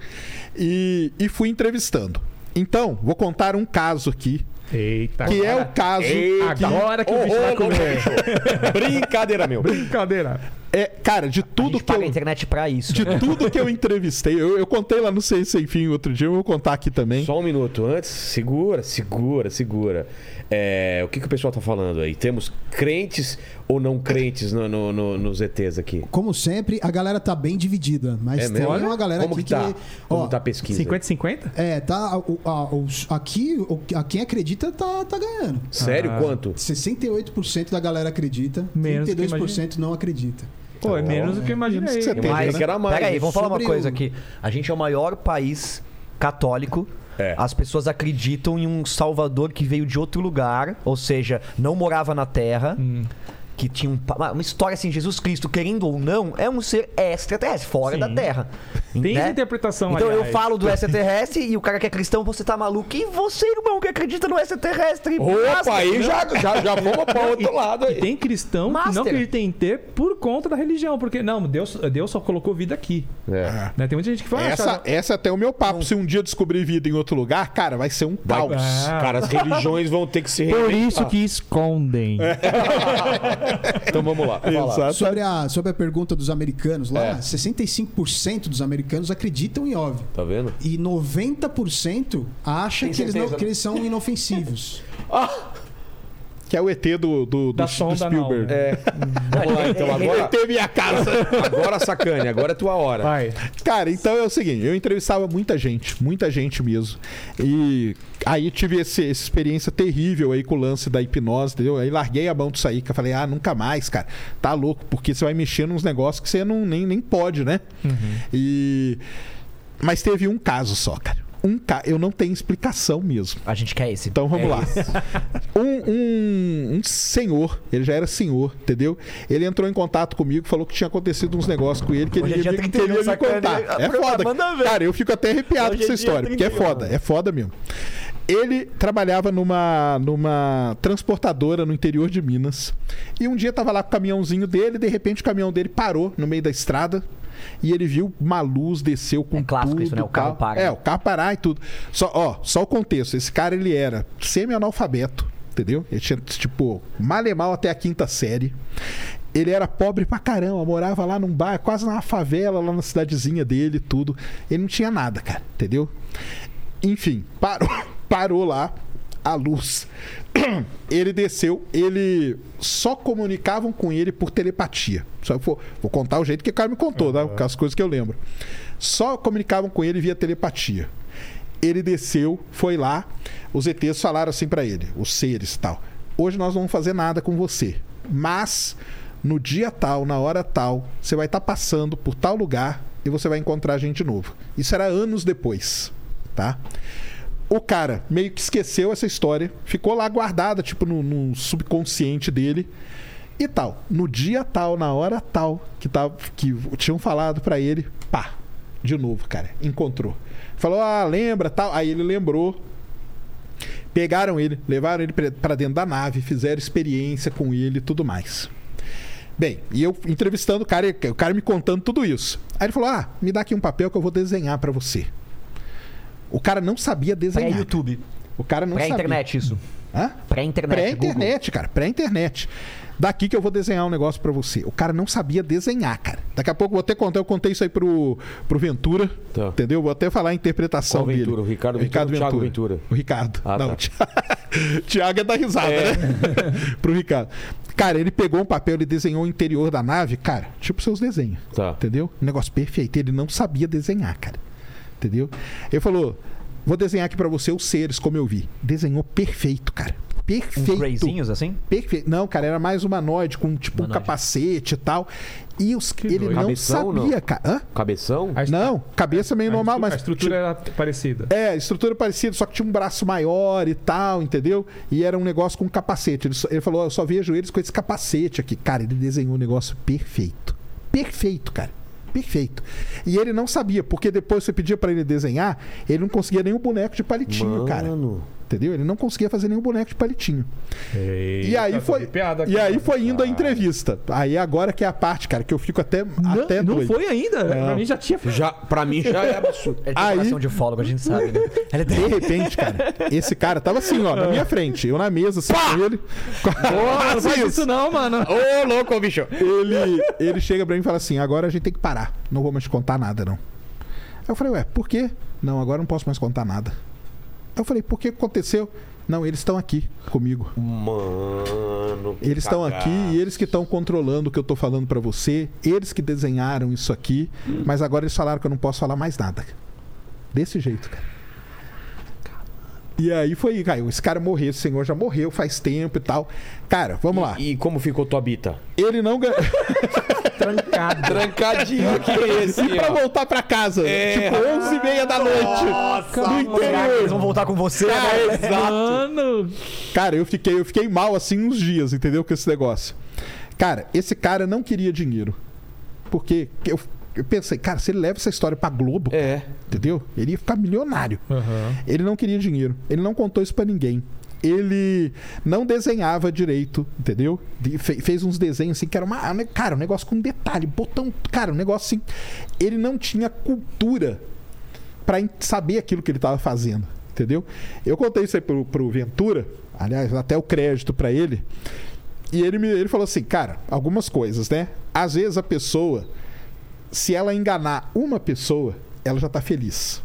D: E, e fui entrevistando. Então, vou contar um caso aqui,
E: Eita,
D: que é
E: cara.
D: o caso. que-
E: Agora que o bicho vai comer.
A: <laughs> Brincadeira, meu.
E: Brincadeira.
D: É, cara, de
C: A
D: tudo
C: gente
D: que
C: paga a
D: eu.
C: internet pra isso.
D: De tudo que eu entrevistei, eu, eu contei lá no Sem Sem Fim outro dia, eu vou contar aqui também.
A: Só um minuto antes, segura, segura, segura. É, o que, que o pessoal tá falando aí? Temos crentes ou não crentes no, no- no- nos ETs aqui?
F: Como sempre, a galera tá bem dividida, mas
A: É
F: tem
A: mesmo?
F: uma galera
A: Como
F: aqui
A: que tá?
F: que
A: Como
F: ó,
A: tá a pesquisa?
E: 50-50?
F: É, tá. o- a- os- aqui, o- a quem acredita tá, tá ganhando.
A: Sério?
C: Ah.
A: Quanto?
F: 68% da galera acredita,
E: Menos do que
F: 32% não acredita.
E: Pô, é menos do que eu imaginei.
D: Menos que você tem.
A: Imaginei
C: Mas,
A: É que era mais. né?
C: peraí, vamos falar uma
F: Sobre
C: coisa
F: o-
C: aqui. A gente é o maior país católico.
A: É.
C: As pessoas acreditam em um salvador que veio de outro lugar, ou seja, não morava na Terra. Que tinha um pa- uma história assim, Jesus Cristo, querendo ou não, é um ser extraterrestre, fora
E: Sim.
C: da Terra.
E: Tem
C: né?
E: essa interpretação Ah,
C: Então eu
E: aliás.
C: falo do extraterrestre e o cara que é cristão, você tá maluco. E você, irmão, que acredita no extraterrestre? Basta.
A: Opa, aí já, já, já vamos
C: <laughs>
A: para outro lado aí.
E: Tem cristão que
C: Master.
E: não acredita em ter por conta da religião, porque não, Deus, Deus só colocou vida aqui.
A: É.
E: né? Tem muita gente que fala. ah,
D: Essa,
E: cara,
D: essa é até o meu papo. Se um dia descobrir vida em outro lugar, cara, vai ser um
A: Vai,
D: caos.
C: Ah.
A: Cara, as religiões vão ter que se
E: Por
A: reinventar.
E: isso que escondem.
A: Então vamos lá. Fala.
D: Exato.
F: Sobre a, sobre a pergunta dos americanos lá,
A: É.
F: 65% dos americanos acreditam em OVNI.
A: Tá vendo?
F: E 90% acha que eles, não- que
A: né?
F: eles são
A: <laughs>
F: inofensivos.
D: Que é o ET do, do, do,
E: Da
D: do
E: sonda,
D: Spielberg.
E: não.
A: É. Vamos lá, então. Agora,
D: ET minha casa.
A: agora sacane, agora é tua hora.
E: Vai.
D: Cara, então é o seguinte, eu entrevistava muita gente, muita gente mesmo. E aí tive esse- essa experiência terrível aí com o lance da hipnose, entendeu? Aí larguei a mão disso aí, que eu falei, ah, nunca mais, cara. Tá louco, porque você vai mexer nos negócios que você não, nem, nem pode, né? E... Mas teve um caso só, cara. Um ca... Eu não tenho explicação mesmo.
C: A gente quer esse.
D: Então vamos lá. <laughs> Um, um- um senhor, ele já era senhor, entendeu? Ele entrou em contato comigo, falou que tinha acontecido uns negócios com ele que
C: Hoje é
D: ele
C: dia
D: queria,
C: 31,
D: queria me
C: sacana.
D: contar.
C: Ah,
D: É foda.
C: manda ver.
D: Cara, eu fico até arrepiado
C: Hoje
D: com
C: é
D: essa
C: dia
D: história, porque é
C: 31.
D: foda, é foda mesmo. Ele trabalhava numa, numa transportadora no interior de Minas. E um dia tava lá com o caminhãozinho dele, de repente o caminhão dele parou no meio da estrada. E ele viu uma luz, desceu com
C: É clássico
D: tudo,
C: isso, né? O carro
D: tal.
C: para,
D: É,
C: né?
D: o carro parar e tudo. Só, ó, só o contexto. Esse cara, ele era semi-analfabeto, entendeu? Ele tinha, tipo, mal e mal até a quinta série. Ele era pobre pra caramba, morava lá num bairro, quase numa favela, lá na cidadezinha dele e tudo. Ele não tinha nada, cara, entendeu? Enfim, parou, <laughs> parou lá a luz. <clears throat> Ele desceu, ele só comunicavam com ele por telepatia. Só vou, vou contar o jeito que o cara me contou, tá? Com as coisas que eu lembro. Só comunicavam com ele via telepatia. Ele desceu, foi lá, os ETs falaram assim pra ele, os seres e tal. Hoje nós não vamos fazer nada com você, mas no dia tal, na hora tal, você vai estar passando por tal lugar e você vai encontrar a gente de novo. Isso era anos depois, tá? O cara meio que esqueceu essa história, ficou lá guardada, tipo, no, no subconsciente dele. E tal, no dia tal, na hora tal, que, tava, que tinham falado pra ele, pá, de novo, cara, encontrou. Falou, ah, lembra, tal. Aí ele lembrou, pegaram ele, levaram ele para dentro da nave, fizeram experiência com ele e tudo mais. Bem, e eu entrevistando o cara, e o cara me contando tudo isso. Aí ele falou: "Ah, me dá aqui um papel que eu vou desenhar para você". O cara não sabia desenhar.
C: Pré-YouTube.
D: O cara não sabia.
C: Pré-internet isso.
D: Hã?
C: Pré-internet. Google.
D: Pré-internet, cara. Pré-internet. Daqui que eu vou desenhar um negócio pra você. O cara não sabia desenhar, cara. Daqui a pouco eu vou até contar. Eu contei isso aí pro, pro Ventura.
A: Tá.
D: Entendeu? Vou até falar a interpretação
A: Qual
D: dele.
A: Ventura? O Ricardo Ventura ou o Thiago Ventura?
D: O Ricardo.
A: Ah,
D: não,
A: tá.
D: o Thi- Thiago <laughs> é da risada, né? <laughs> pro Ricardo. Cara, ele pegou um papel, ele desenhou o interior da nave, cara, tipo seus desenhos.
A: Tá.
D: Entendeu? Um negócio perfeito. Ele não sabia desenhar, cara. Entendeu? Ele falou: vou desenhar aqui pra você os seres, como eu vi. Desenhou perfeito, cara.
C: Uns
D: Perfeito.
C: grayzinhos assim?
D: Perfeito. Não, cara, era mais humanoide, com tipo um
C: Humanoide.
D: capacete e tal. E os,
E: Que
D: ele
E: doido.
D: não
A: Cabeção, não?
D: sabia, cara. Hã?
A: Cabeção?
E: A est-
D: Não, cabeça meio
E: a
D: normal,
E: estru-
D: mas.
E: A estrutura era parecida.
D: É, estrutura parecida, só que tinha um braço maior e tal, entendeu? E era um negócio com capacete. Ele, só- ele falou, eu só vejo eles com esse capacete aqui. Cara, ele desenhou um negócio perfeito. Perfeito, cara. perfeito. E ele não sabia, porque depois você pedia pra ele desenhar, ele não conseguia nenhum boneco de palitinho, cara.
A: Mano.
D: Entendeu? Ele não conseguia fazer nenhum boneco de palitinho. e
E: tá
D: aí
B: tô
D: foi,
B: tá arrepiado aqui,
D: e aí foi indo a entrevista. Aí agora que é a parte, cara, que eu fico até
E: Não,
D: até
E: não
D: doido.
E: foi ainda. Pra mim já tinha.
A: Já, pra mim já é absurdo.
C: Ele tem
D: Aí-
C: tipo coração de fólogo, a gente sabe, <laughs> né? Ele
D: De
C: tem...
D: repente, cara, esse cara tava assim, ó, na minha frente, eu na mesa, assim, com ele.
E: Não faz isso não, mano.
A: Ô, louco, bicho.
D: Ele, ele chega pra mim e fala assim: agora a gente tem que parar. Não vou mais te contar nada, não. Aí eu falei, ué, por quê? Não, agora eu não posso mais contar nada. Aí eu falei, por que aconteceu? Não, eles estão aqui comigo.
A: Mano. que
D: Eles estão
A: cagada.
D: aqui e eles que estão controlando o que eu tô falando pra você. Eles que desenharam isso aqui.
A: Hum.
D: Mas agora eles falaram que eu não posso falar mais nada. Desse jeito, cara. E aí foi, caiu. Esse cara morreu, esse senhor já morreu faz tempo e tal. Cara, vamos lá.
A: E como ficou tua bita?
D: Ele não
A: <laughs>
D: ganhou.
E: Trancado.
A: Trancadinho <laughs> que é esse,
D: <laughs> E pra voltar pra casa,
A: Assim, É.
D: tipo 11 e meia da noite. no
C: Caraca,
D: interior.
C: eles vão voltar com você,
D: Ah,
C: né?
D: exato.
E: Mano.
D: Cara, eu fiquei, eu fiquei mal assim uns dias, entendeu? Com esse negócio. Cara, esse cara não queria dinheiro. Porque eu, eu pensei, cara, se ele leva essa história pra Globo,
A: É.
D: entendeu? Ele ia ficar milionário. Ele não queria dinheiro. Ele não contou isso pra ninguém. Ele não desenhava direito, entendeu? De- fe- fez uns desenhos assim que era uma. ah, né, Cara, um negócio com detalhe, botão. Cara, um negócio assim. Ele não tinha cultura pra en- saber aquilo que ele tava fazendo, entendeu? Eu contei isso aí pro, pro Ventura, aliás, até o crédito pra ele. E ele, me, ele falou assim, cara, algumas coisas, né? Às vezes a pessoa, se ela enganar uma pessoa, ela já tá feliz.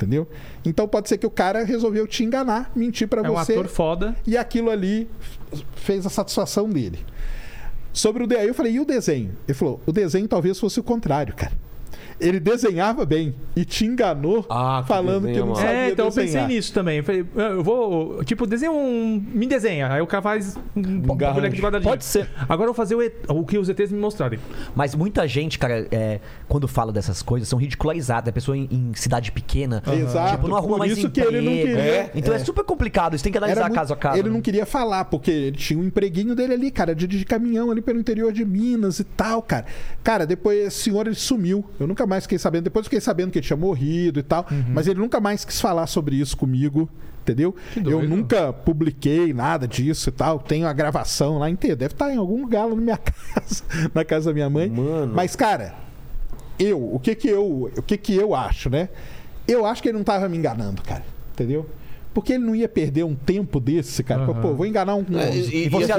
D: Entendeu? Então pode ser que o cara resolveu te enganar, mentir pra
E: É um
D: você.
E: ator foda.
D: E aquilo ali f- fez a satisfação dele. Sobre o desenho, eu falei, e o desenho? Ele falou, o desenho talvez fosse o contrário, cara. Ele desenhava bem e te enganou
A: Ah, que
D: falando que
A: desenho,
D: não
A: mano.
D: sabia
E: É, então eu
D: desenhar.
E: pensei nisso também. Eu falei, ah, eu vou. Tipo, desenha um. Me desenha. Aí o cara faz um
A: garrancho.
E: boneco de quadradinho.
C: Pode ser.
E: Agora eu vou fazer o, E- o que os ETs me mostrarem.
C: Mas muita gente, cara, é, quando fala dessas coisas, são ridicularizadas. A pessoa em, em cidade pequena.
D: Exato.
C: Tipo, não arruma
D: Por
C: mais
D: isso que ele não
C: emprego.
D: queria.
C: É, Então é. super complicado. Isso tem que
D: Era
C: analisar
D: muito-
C: caso a caso.
D: Ele
C: né?
D: não queria falar, porque ele tinha um empreguinho dele ali, cara, de, de caminhão ali pelo interior de Minas e tal, cara. Cara, depois esse senhor ele sumiu. Eu nunca mais fiquei sabendo. Depois eu fiquei sabendo que ele tinha morrido e tal. Mas ele nunca mais quis falar sobre isso comigo, entendeu? Eu nunca publiquei nada disso e tal. Tenho a gravação lá inteira. Deve estar em algum lugar lá na minha <laughs> casa, na casa da minha mãe.
A: Mano.
D: Mas, cara, eu, o que que eu, o que que eu acho, né? Eu acho que ele não tava me enganando, cara. Entendeu? Porque ele não ia perder um tempo desse, cara. Pô, Pô, vou enganar um.
A: É, e-
C: E você,
A: Eu-
D: eu
C: você- você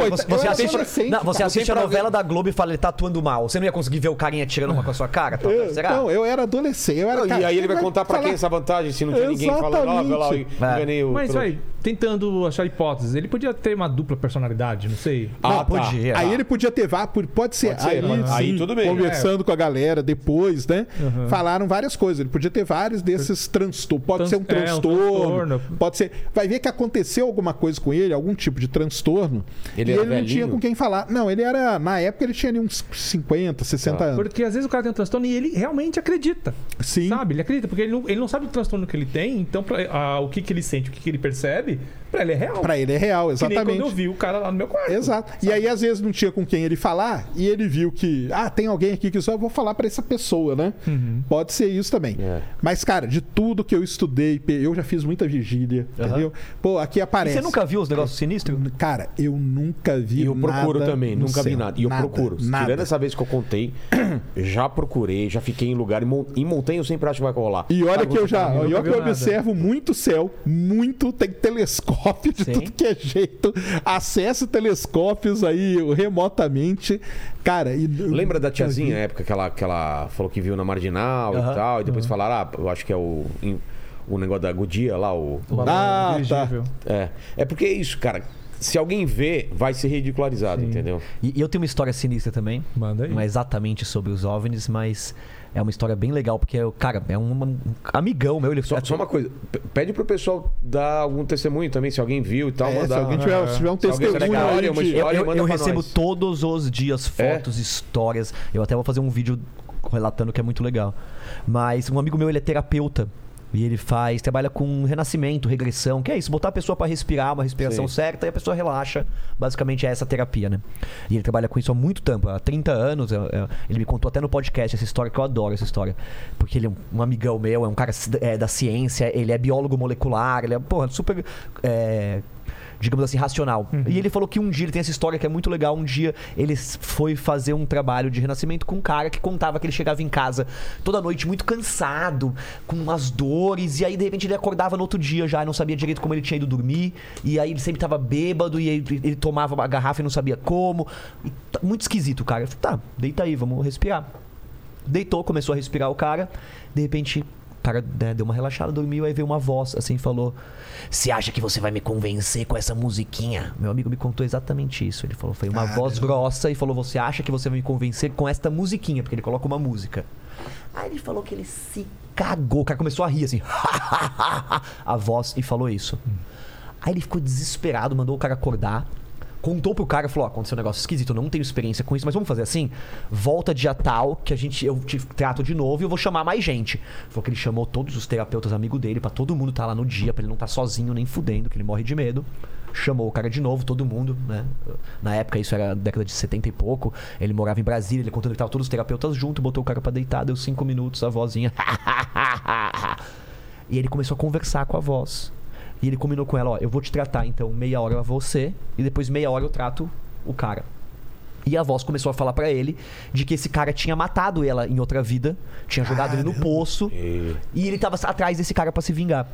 D: era
C: assiste,
D: adolescente,
C: não, você
D: cara.
C: assiste a
A: Sempre
C: novela da Globo e fala, ele tá atuando mal. Você não ia conseguir ver o carinha tirando uma com a sua cara? tá?
D: Eu,
C: Será?
D: Não, eu era adolescente. Eu era,
A: Não,
D: cara,
A: e aí ele vai contar pra
D: falar-
A: quem essa vantagem se não tinha ninguém falando, ó, vai lá, eu
C: Vai.
A: enganei o.
E: Mas,
A: trouxa.
E: vai, tentando achar hipóteses. Ele podia ter uma dupla personalidade, não sei.
C: Não,
A: Ah, tá.
C: podia.
D: Aí ele podia ter vá, por- pode ser.
A: Pode ser,
D: aí,
A: pode- aí
D: sim,
A: tudo bem.
D: Conversando com a galera depois, né? Falaram várias coisas. Ele podia ter vários desses transtornos. Pode
E: Trans-
D: ser um
E: é, um
D: transtorno,
E: transtorno.
D: Pode ser. Vai ver que aconteceu alguma coisa com ele, algum tipo de transtorno.
A: Ele
D: e
A: era
D: ele não tinha
A: velhinho?
D: com quem falar. Não, ele era. Na época ele tinha ali uns 50, 60 anos.
E: Porque às vezes o cara tem um transtorno e ele realmente acredita.
D: Ah. Sim.
E: Sabe? Ele acredita, porque ele não, ele não sabe o transtorno que ele tem, então pra- ah, o que, que ele sente, o que, que ele percebe, pra ele é real.
D: Pra ele é real,
E: que nem quando eu
D: exatamente.
E: vi o cara lá no meu quarto.
D: Exato. E aí, às vezes, não tinha com quem ele falar, e ele viu que, ah, tem alguém aqui que só eu vou falar pra essa pessoa, né? Pode ser isso também.
A: É.
D: Mas, cara, de tudo que eu estudei, pe- eu já fiz muita vigília, entendeu? Pô, aqui
C: E
D: aparece.
C: você nunca viu os negócios sinistros?
D: Cara, eu nunca vi
A: E eu procuro
D: nada
A: também,
D: no
A: nunca vi
D: céu.
A: nada. E eu procuro.
D: Nada.
A: Tirando essa vez que eu contei, <clears throat> já procurei, já fiquei em lugar. Em mon- Em montanha eu sempre acho que vai rolar.
D: E olha que eu já,
E: nunca
D: e olha
E: vi
D: que eu
E: nada.
D: observo muito céu, muito tem telescópio de
C: Sim.
D: tudo que é jeito. Acesso telescópios aí remotamente, cara. E,
A: Lembra da tiazinha
D: Uhum.
A: na época que ela, que ela falou que viu na marginal e
C: Aham.
A: tal? E
D: Uhum.
A: depois falaram, ah, eu acho que é o, em- o negócio da Godia lá, o.
E: O
D: Ah,
E: avião dirigível.
A: É. É porque é isso, cara. Se alguém vê, vai ser ridicularizado, entendeu?
C: E, e eu tenho uma história sinistra também.
E: Manda aí.
C: Não é exatamente sobre os OVNIs, mas é uma história bem legal, porque, eu- cara, é um, um amigão meu. Ele
D: É
A: Só, só uma coisa, p- pede pro pessoal dar algum testemunho também, se alguém viu e tal,
D: É, se
A: mandar.
D: alguém tiver, se tiver um
A: Se alguém tiver
D: testemunho
A: uma
D: aí
A: história, uma
D: de-
A: história.
C: Eu,
A: Olha,
C: eu-
A: manda
C: eu
A: pra
C: recebo
A: nós.
C: todos os dias
A: É?
C: fotos, histórias. Eu até vou fazer um vídeo relatando que é muito legal. Mas um amigo meu, ele é terapeuta. E ele faz, trabalha com renascimento, regressão, que é isso, botar a pessoa pra respirar, uma respiração certa, e a pessoa relaxa. Basicamente é essa a terapia, né? E ele trabalha com isso há muito tempo, há 30 anos. eu- eu- ele me contou até no podcast essa história, que eu adoro essa história. Porque ele é um, um amigão meu, é um cara é, da ciência, ele é biólogo molecular, ele é, porra, super. é, digamos assim, racional. E ele falou que um dia, ele tem essa história que é muito legal, um dia ele s- foi fazer um trabalho de renascimento com um cara que contava que ele chegava em casa toda noite muito cansado, com umas dores, e aí de repente ele acordava no outro dia já, e não sabia direito como ele tinha ido dormir, e aí ele sempre tava bêbado, e aí ele- ele tomava uma garrafa e não sabia como. E tá muito esquisito, cara. Eu falei, tá, deita aí, vamos respirar. Deitou, começou a respirar o cara. De repente, o cara né, deu uma relaxada, dormiu. Aí veio uma voz assim e falou: Você acha que você vai me convencer com essa musiquinha? Meu amigo me contou exatamente isso. Ele falou: Foi uma voz grossa e falou: Você acha que você vai me convencer com esta musiquinha? Porque ele coloca uma música. Aí ele falou que ele se cagou. O cara começou a rir assim: <laughs> A voz e falou isso. Aí ele ficou desesperado, mandou o cara acordar. Contou pro cara, falou, ó, aconteceu um negócio esquisito, eu não tenho experiência com isso, mas vamos fazer assim? Volta dia tal, que a gente, eu te trato de novo e eu vou chamar mais gente. Falou que ele chamou todos os terapeutas amigos dele, pra todo mundo estar lá no dia, pra ele não estar sozinho, nem fudendo, que ele morre de medo. Chamou o cara de novo, todo mundo, né? Na época, isso era década de 70 e pouco. Ele morava em Brasília, ele contando que tava todos os terapeutas junto, botou o cara pra deitar, deu cinco minutos, a vozinha. <laughs> E ele começou a conversar com a voz. E ele combinou com ela, ó, eu vou te tratar então meia hora a você e depois meia hora eu trato o cara. E a voz começou a falar pra ele de que esse cara tinha matado ela em outra vida, tinha jogado ele no poço e ele tava atrás desse cara pra se vingar.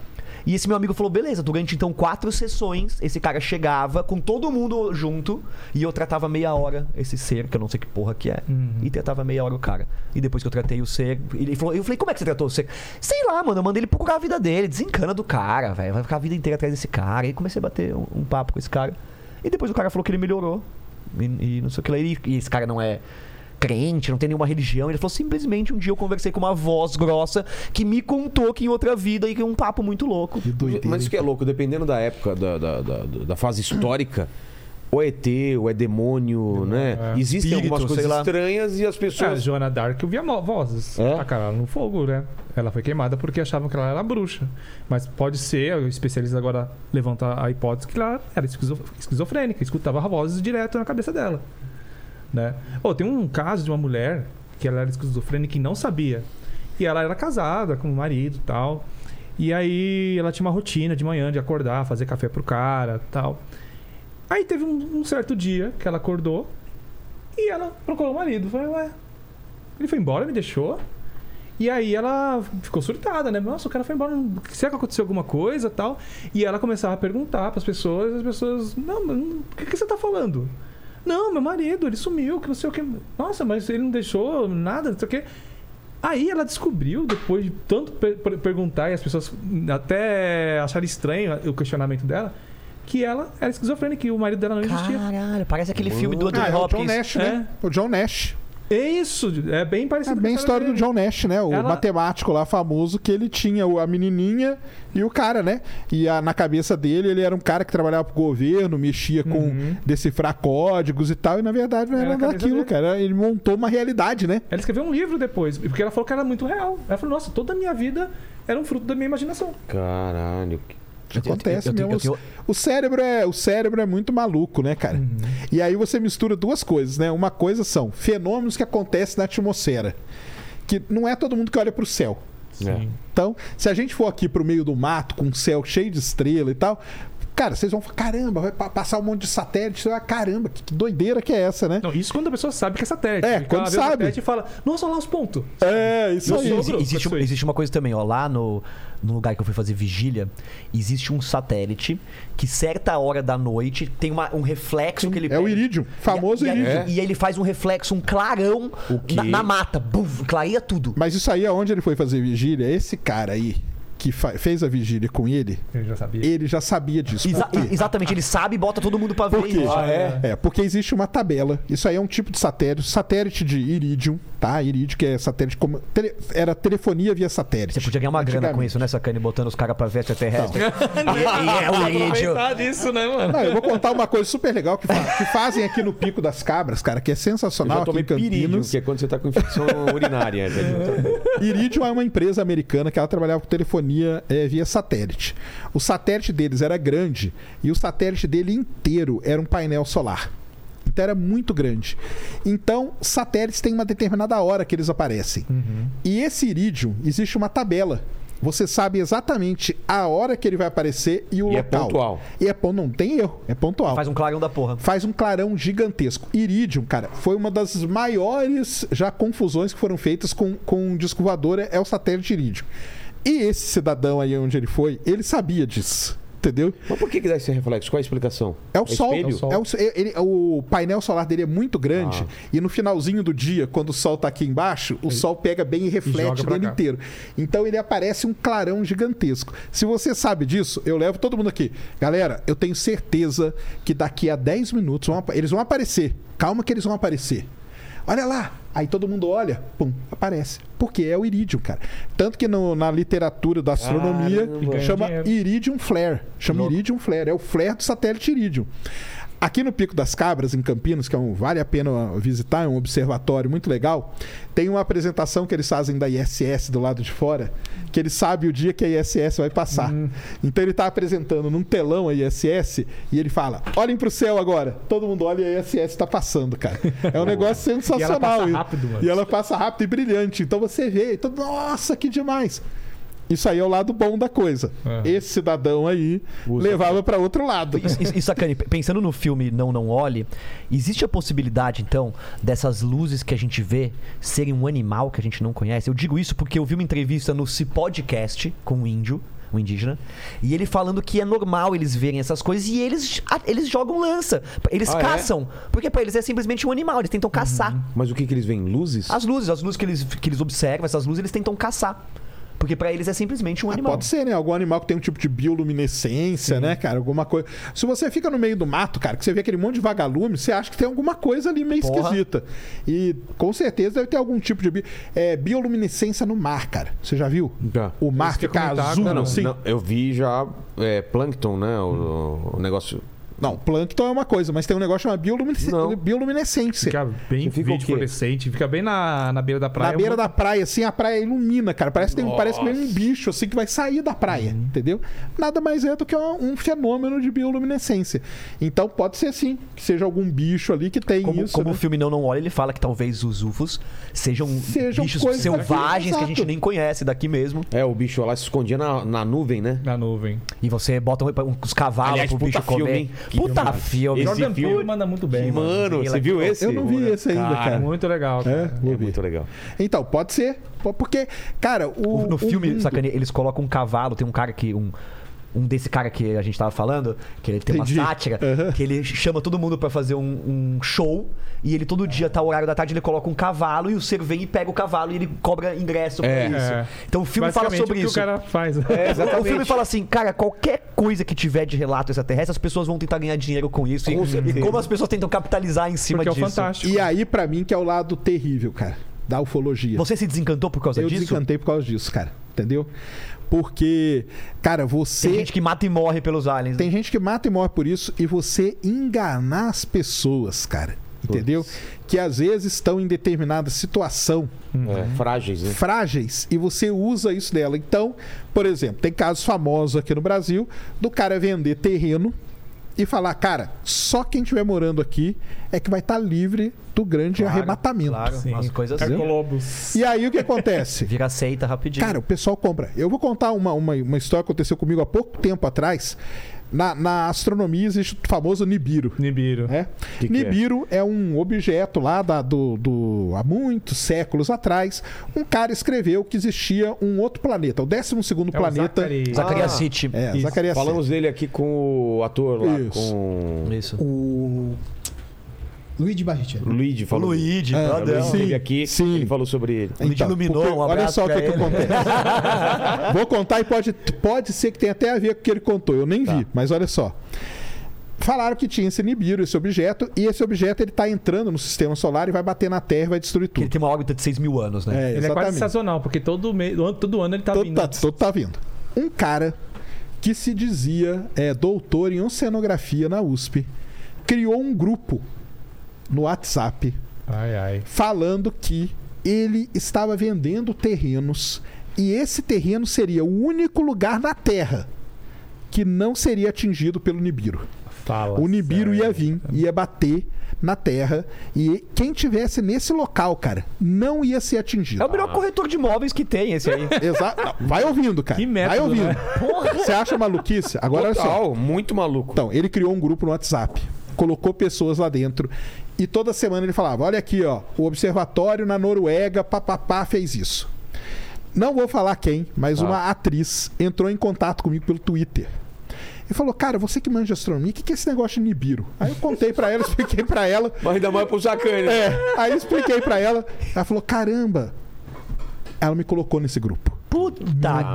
C: E esse meu amigo falou: beleza, durante então quatro sessões, esse cara chegava com todo mundo junto e eu tratava meia hora esse ser, que eu não sei que porra que é, e tratava meia hora o cara. E depois que eu tratei o ser, ele falou: eu falei, como é que você tratou o ser? Sei lá, mano, eu mandei ele procurar a vida dele, desencana do cara, velho, vai ficar a vida inteira atrás desse cara. E aí comecei a bater um, um papo com esse cara. E depois o cara falou que ele melhorou e, e não sei o que lá. E, e esse cara não é crente, não tem nenhuma religião. Ele falou simplesmente um dia eu conversei com uma voz grossa que me contou que em outra vida e que é um papo muito louco.
A: Mas isso que é louco, dependendo da época, da, da, da, da fase histórica, ou é ET, ou é demônio, né?
D: é.
A: Existem
C: Espírito,
A: algumas
C: sei
A: coisas
C: lá.
A: estranhas e as
E: A
A: pessoas.
E: Joana Dark ouvia mo- vozes.
A: É?
E: Tacaram ela no fogo, né? Ela foi queimada porque achavam que ela era bruxa. Mas pode ser, o especialista agora levanta a hipótese que ela era esquizo- esquizofrênica, escutava vozes direto na cabeça dela. Né? Ou tem um caso de uma mulher que ela era esquizofrênica e não sabia. E ela era casada com o marido e tal. E aí ela tinha uma rotina de manhã de acordar, fazer café pro cara tal. Aí teve um, um certo dia que ela acordou e ela procurou o marido. Falei, ué, ele foi embora, me deixou. E aí ela ficou surtada, né? Nossa, o cara foi embora, não- será que aconteceu alguma coisa tal? E ela começava a perguntar pras pessoas, e as pessoas, não, mas não- o que, que você tá falando? Não, meu marido, ele sumiu, que não sei o que. Nossa, mas ele não deixou nada, não sei o que. Aí ela descobriu, depois de tanto per- per- perguntar e as pessoas até acharam estranho o questionamento dela, que ela era esquizofrênica e o marido dela não existia.
C: Caralho, parece aquele filme do Anthony
D: Ah, é o John
C: Hopkins.
D: Nash, né? O John Nash.
E: É isso, é bem
D: É
E: parecido com
D: bem a história do
E: dele.
D: John Nash, né? O
E: Ela-
D: matemático lá famoso que ele tinha o- a menininha e o cara, né? E a- na cabeça dele ele era um cara que trabalhava pro governo, mexia com decifrar códigos e tal, e na verdade não
E: Uhum. Era
D: era,
E: a cabeça
D: daquilo,
E: dele.
D: cara. Ele montou uma realidade, né?
E: Ela escreveu um livro depois, porque ela falou que era muito real. Ela falou, nossa, toda a minha vida era um fruto da minha imaginação.
A: Caralho. que-
D: Isso acontece
C: É. eu tenho-
D: mesmo.
C: eu tenho-
D: O cérebro é, o cérebro é muito maluco, né, cara?
E: Uhum.
D: E aí você mistura duas coisas, né? Uma coisa são fenômenos que acontecem na atmosfera, que não é todo mundo que olha pro céu.
A: É.
D: Então, se a gente for aqui pro meio do mato com um céu cheio de estrela e tal, cara, vocês vão falar, caramba, vai pa- passar um monte de satélite, você vai, caramba, que, que doideira que é essa, né?
E: Não, isso quando a pessoa sabe que é satélite.
D: É,
E: Porque
D: quando
E: ela vê o
D: sabe.
E: satélite e fala, nossa, olha lá os pontos.
D: É, isso
E: Não
D: aí.
E: sou
C: Exi-
E: Bruno,
C: existe, um,
E: professor.
C: existe uma coisa também, ó. Lá no, no lugar que eu fui fazer vigília, existe um satélite que, certa hora da noite, tem uma- um reflexo que ele
D: É o
C: pega.
D: irídio, famoso
C: e, a- e,
D: irídio.
C: a- e ele faz um reflexo, um clarão na, na mata. Bum, clareia tudo.
D: Mas isso aí, aonde ele foi fazer vigília, esse cara aí que fa- fez a vigília com ele,
E: Eu já sabia.
D: ele já sabia disso.
C: Exa-
D: Por quê?
C: exatamente, ele sabe e bota todo mundo pra ver.
D: Por quê?
C: Ah,
D: é? porque existe uma tabela. Isso aí é um tipo de satélite, satélite de iridium, tá? Irídio, que é satélite. como- tele- era telefonia via satélite.
C: Você podia ganhar uma grana com
D: Antigamente.
C: isso, né, Sacani? Botando os caras pra ver extraterrestre. E, e é o índio.
E: Aproveitar disso, né, mano?
D: Não, eu vou contar uma coisa super legal que, fa- que fazem aqui no Pico das Cabras, cara, que é
A: Eu
D: sensacional
A: já tomei
D: aqui em
A: pirídio,
D: <laughs> Campinas.
A: que é quando você tá com infecção urinária. né?
D: Iridium é uma empresa americana que ela trabalhava com telefonia eh, via satélite. O satélite deles era grande e o satélite dele inteiro era um painel solar. Então era muito grande. Então, satélites têm uma determinada hora que eles aparecem.
A: Uhum.
D: E esse Iridium, existe uma tabela. Você sabe exatamente a hora que ele vai aparecer e o
A: E é
D: local.
A: pontual.
D: E é pon- não tem erro, é pontual
C: Faz um clarão da porra.
D: faz um clarão gigantesco. Iridium, cara, foi uma das maiores já confusões que foram feitas com, com o disco voador, é é o satélite Iridium. E esse cidadão aí onde ele foi, ele sabia disso. Entendeu?
A: Mas por que, que dá esse reflexo? Qual a explicação?
D: É o sol.
A: espelho?
D: É o, ele- o painel solar dele é muito grande. E no finalzinho do dia, quando o sol tá aqui embaixo, o sol pega bem e reflete
B: joga pra
D: nele
B: cá.
D: inteiro. Então ele aparece um clarão gigantesco. Se você sabe disso, eu levo todo mundo aqui. Galera, eu tenho certeza que daqui a 10 minutos vão apa- eles vão aparecer. Calma que eles vão aparecer. Olha lá! Aí todo mundo olha, pum, aparece. Porque é o irídio, cara. Tanto que no- na literatura da astronomia
A: Caramba.
D: chama
E: Ganha dinheiro.
D: Iridium Flare. Chama Iridium Flare. É o flare do satélite Iridium. Aqui no Pico das Cabras, em Campinas, que é um, vale a pena visitar, é um observatório muito legal, tem uma apresentação que eles fazem da ISS do lado de fora, que ele sabe o dia que a ISS vai passar.
E: Hum.
D: Então ele está apresentando num telão a ISS e ele fala: olhem para o céu agora. Todo mundo olha e a ISS está tá passando, cara.
E: <laughs>
D: É um negócio sensacional.
E: E ela passa
D: E-
E: rápido, mano.
D: E ela passa rápido e brilhante. Então você vê, então, nossa, que demais. Isso aí é o lado bom da coisa.
E: Aham.
D: Esse cidadão aí levava pra outro lado.
C: E, e Sacani, p- pensando no filme Não Não Olhe, existe a possibilidade, então, dessas luzes que a gente vê serem um animal que a gente não conhece? Eu digo isso porque eu vi uma entrevista no Se Podcast com um índio, um indígena, e ele falando que é normal eles verem essas coisas e eles, a- eles jogam lança. Eles
A: Ah, é?
C: caçam. Porque pra eles é simplesmente um animal, eles tentam caçar.
A: Mas o que, que eles veem? Luzes?
C: As luzes, as luzes que eles, que eles observam, essas luzes eles tentam caçar. Porque pra eles é simplesmente um
D: Ah,
C: animal.
D: Pode ser, né? Algum animal que tem um tipo de bioluminescência, né, cara? Alguma coisa. Se você fica no meio do mato, cara, que você vê aquele monte de vagalume, você acha que tem alguma coisa ali meio
C: Porra.
D: esquisita. E com certeza deve ter algum tipo de bi- é, bioluminescência no mar, cara. Você já viu?
A: Já.
D: O mar
B: Isso que eu ia
D: fica
B: comentar
D: azul,
B: agora.
D: não,
A: Não,
D: assim.
A: não, eu vi já é, Plankton, né? O, o negócio.
D: Não, plâncton é uma coisa, mas tem um negócio chamado bioluminesce-
A: Não.
D: bioluminescência.
B: Fica bem
A: Você fica o
B: vídeo
A: quê?
B: fluorescente, fica bem na, na beira da praia. um
D: Na beira
C: é
D: da praia, assim, a praia ilumina, cara. Parece que, tem, parece que vem um bicho, assim, que vai sair da praia,
C: Uhum.
D: entendeu? Nada mais é do que um, um fenômeno de bioluminescência. Então, pode ser, sim, que seja algum bicho ali que tem
C: Como,
D: isso,
C: como
D: né?
C: o filme Não Não Olha, ele fala que talvez os UFOs sejam,
D: Sejam
C: bichos
D: coisas daqui,
C: selvagens que a gente
D: exato.
C: nem conhece daqui mesmo.
A: É, o bicho lá se escondia na, na nuvem, né?
E: Na nuvem.
C: E você bota um- um- os cavalos
A: Aliás,
C: pro bicho
A: puta filme,
C: comer.
A: hein? Que
C: puta
A: filme.
C: filme.
A: Esse
E: Jordan
A: filme-
E: Peele manda muito bem, mano.
A: Mano,
C: Esse
A: você viu esse?
D: Eu não vi esse ainda, cara.
E: Muito legal,
D: É,
E: cara.
D: vou
A: É
D: ver.
A: muito legal.
D: Então, pode ser. Po- Porque, cara, o.
C: No
D: o
C: filme,
D: mundo-
C: sacaneia, eles colocam um cavalo, tem um cara que. Um, um desse cara que a gente tava falando, que ele tem
D: Entendi.
C: uma sátira,
D: Aham.
C: que ele chama todo mundo pra fazer um, um show, e ele todo dia, tá o horário da tarde, ele coloca um cavalo, e o ser vem e pega o cavalo e ele cobra ingresso pra
A: É.
C: isso.
E: É.
C: Então o filme fala
E: Basicamente,
C: sobre
E: o que
C: isso. É,
E: o cara faz. né?
C: O filme fala assim, cara, qualquer coisa que tiver de relato extraterrestre, as pessoas vão tentar ganhar dinheiro com isso.
A: Com
C: e,
A: certeza.
C: e como as pessoas tentam capitalizar em cima
E: Porque é o
C: disso.
E: fantástico.
D: E aí, pra mim, que é o lado terrível, cara, da ufologia.
C: Você se desencantou por causa
D: Eu
C: disso?
D: desencantei por causa disso, cara. Entendeu? Porque, cara, você.
C: Tem gente que mata e morre pelos aliens.
D: Tem gente que mata e morre por isso e você enganar as pessoas, cara. Entendeu? Que às vezes estão em determinada situação, Uhum.
A: É, frágeis, né?
D: frágeis, e você usa isso dela. Então, por exemplo, tem casos famosos aqui no Brasil do cara vender terreno e falar, cara, só quem estiver morando aqui é que vai estar livre do grande
C: Claro,
D: arrebatamento.
C: Claro,
E: Sim.
C: umas coisas
E: É
C: assim.
E: Colobos.
D: E aí o que
C: <laughs>
D: acontece?
C: Vira seita rapidinho.
D: Cara, o pessoal compra. Eu vou contar uma, uma, uma história que aconteceu comigo há pouco tempo atrás. Na, na astronomia existe o famoso Nibiru.
E: Nibiru.
D: né?
A: Que que é?
D: Nibiru é? um objeto lá da- do, do- há muitos séculos atrás. Um cara escreveu que existia um outro planeta, o 12 segundo
E: É o
D: planeta.
E: Zachary.
C: Zacaria
A: Ah.
C: City.
D: É,
E: Isso.
D: Zacarias
A: Falamos dele aqui com o ator lá,
D: Isso.
A: com.
C: Isso.
F: O. Luigi Barrichello.
A: O Luigi falou. dele.
C: Luigi,
D: É,
A: O Luigi
C: padrão.
D: Sim,
A: esteve aqui,
D: sim.
A: ele falou sobre ele.
D: Então,
C: Luigi iluminou,
D: porque
C: um
D: olha
C: abraço
D: só o que,
C: pra
D: que
C: ele.
D: acontece. Vou contar e pode, pode ser que tenha até a ver com o que ele contou. Eu nem vi, mas olha só. falaram que tinha esse Nibiru, esse objeto, e esse objeto ele tá entrando no sistema solar e vai bater na Terra e vai destruir
C: Porque ele
D: tudo.
C: tem uma órbita de 6 mil anos, né?
D: É,
E: Ele é quase sensacional, porque todo, mês, todo ano ele tá
D: todo,
E: vindo.
D: tá, todo tá vindo. Um cara que se dizia é, doutor em oceanografia na USP criou um grupo no WhatsApp
E: Ai, ai.
D: falando que ele estava vendendo terrenos e esse terreno seria o único lugar na Terra que não seria atingido pelo Nibiru.
E: Fala.
D: O Nibiru ia
E: sério.
D: vir, ia bater na Terra e quem tivesse nesse local, cara, não ia ser atingido.
C: É o melhor corretor de imóveis que tem, esse aí.
D: Exato. Vai ouvindo, cara.
E: Que método,
D: Vai ouvindo.
E: né?
D: Você acha maluquice? Agora olha só.
A: Total, muito maluco.
D: Então, ele criou um grupo no WhatsApp, colocou pessoas lá dentro e toda semana ele falava: olha aqui, ó, o observatório na Noruega, papapá, fez isso. Não vou falar quem, mas uma atriz entrou em contato comigo pelo Twitter. E falou, cara, você que manja astronomia, o que, que é esse negócio de Nibiru? Aí eu contei pra ela, <laughs> expliquei pra ela.
A: Mas ainda mais pro né? sacane.
D: É, aí eu expliquei pra ela. Ela falou, caramba. Ela me colocou nesse grupo.
C: Puta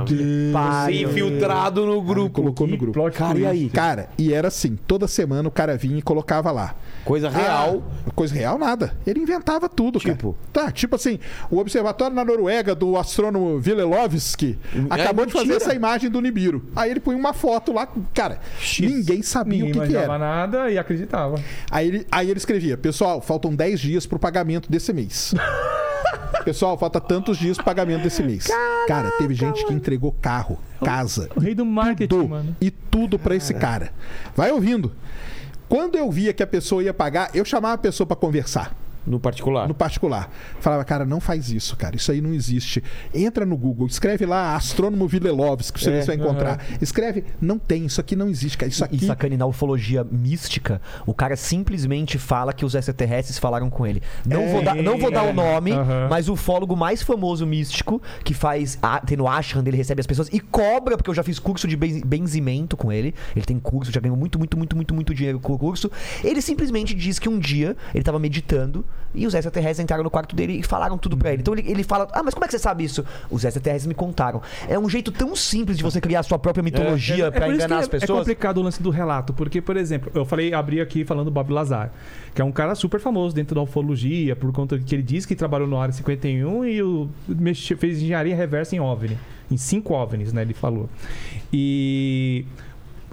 C: que
A: Ser
C: Tá. pariu.
A: infiltrado no
D: Me
A: grupo.
D: colocou no grupo.
A: Cara, e aí?
D: Cara, e era assim, toda semana o cara vinha e colocava lá.
A: Coisa real.
D: Ah, coisa real, nada. Ele inventava tudo,
A: Tipo?
D: cara. Tá, tipo assim, o observatório na Noruega do astrônomo Velelovski acabou de fazer
A: mentira.
D: essa imagem do Nibiru. Aí ele põe uma foto lá, cara, ninguém sabia
E: Ninguém
D: o que que,
E: imaginava
D: era.
E: nada e acreditava.
D: Aí ele, aí ele escrevia, pessoal, faltam 10 dias pro pagamento desse mês.
E: <laughs>
D: Pessoal, falta tantos dias pro pagamento desse mês. cara, teve gente que entregou carro, casa,
E: O rei do marketing,
D: tudo,
E: mano.
D: e tudo pra esse cara. Vai ouvindo. Quando eu via que a pessoa ia pagar, eu chamava a pessoa pra conversar
A: No particular.
D: no particular. Falava, cara, não faz isso, cara. Isso aí não existe. Entra no Google, escreve lá astrônomo Vilelovski, que você vê se vai encontrar. Escreve, não tem, isso aqui não existe, cara. Isso
C: E
D: aqui.
C: sacane, na ufologia mística, o cara simplesmente fala que os extraterrestres falaram com ele. Não, vou, dar, não vou dar o nome,
E: É. Aham.
C: mas o ufólogo mais famoso místico, que faz. A, tem no Ashram, ele recebe as pessoas e cobra, porque eu já fiz curso de ben- benzimento com ele. Ele tem curso, já ganhou muito, muito, muito, muito, muito dinheiro com o curso. Ele simplesmente diz que um dia ele tava meditando e os extraterrestres entraram no quarto dele e falaram tudo pra ele. Então ele, ele fala: Ah, mas como é que você sabe isso? Os extraterrestres me contaram. É um jeito tão simples de você criar a sua própria mitologia pra
E: por isso
C: enganar
E: que
C: as
E: é- É
C: pessoas.
E: complicado o lance do relato, porque, por exemplo, eu falei, abri aqui falando do Bob Lazar, que é um cara super famoso dentro da ufologia, por conta que ele diz que trabalhou no Área 51 e o, mexe- fez engenharia reversa em OVNI. Em cinco OVNIs, né? Ele falou. E,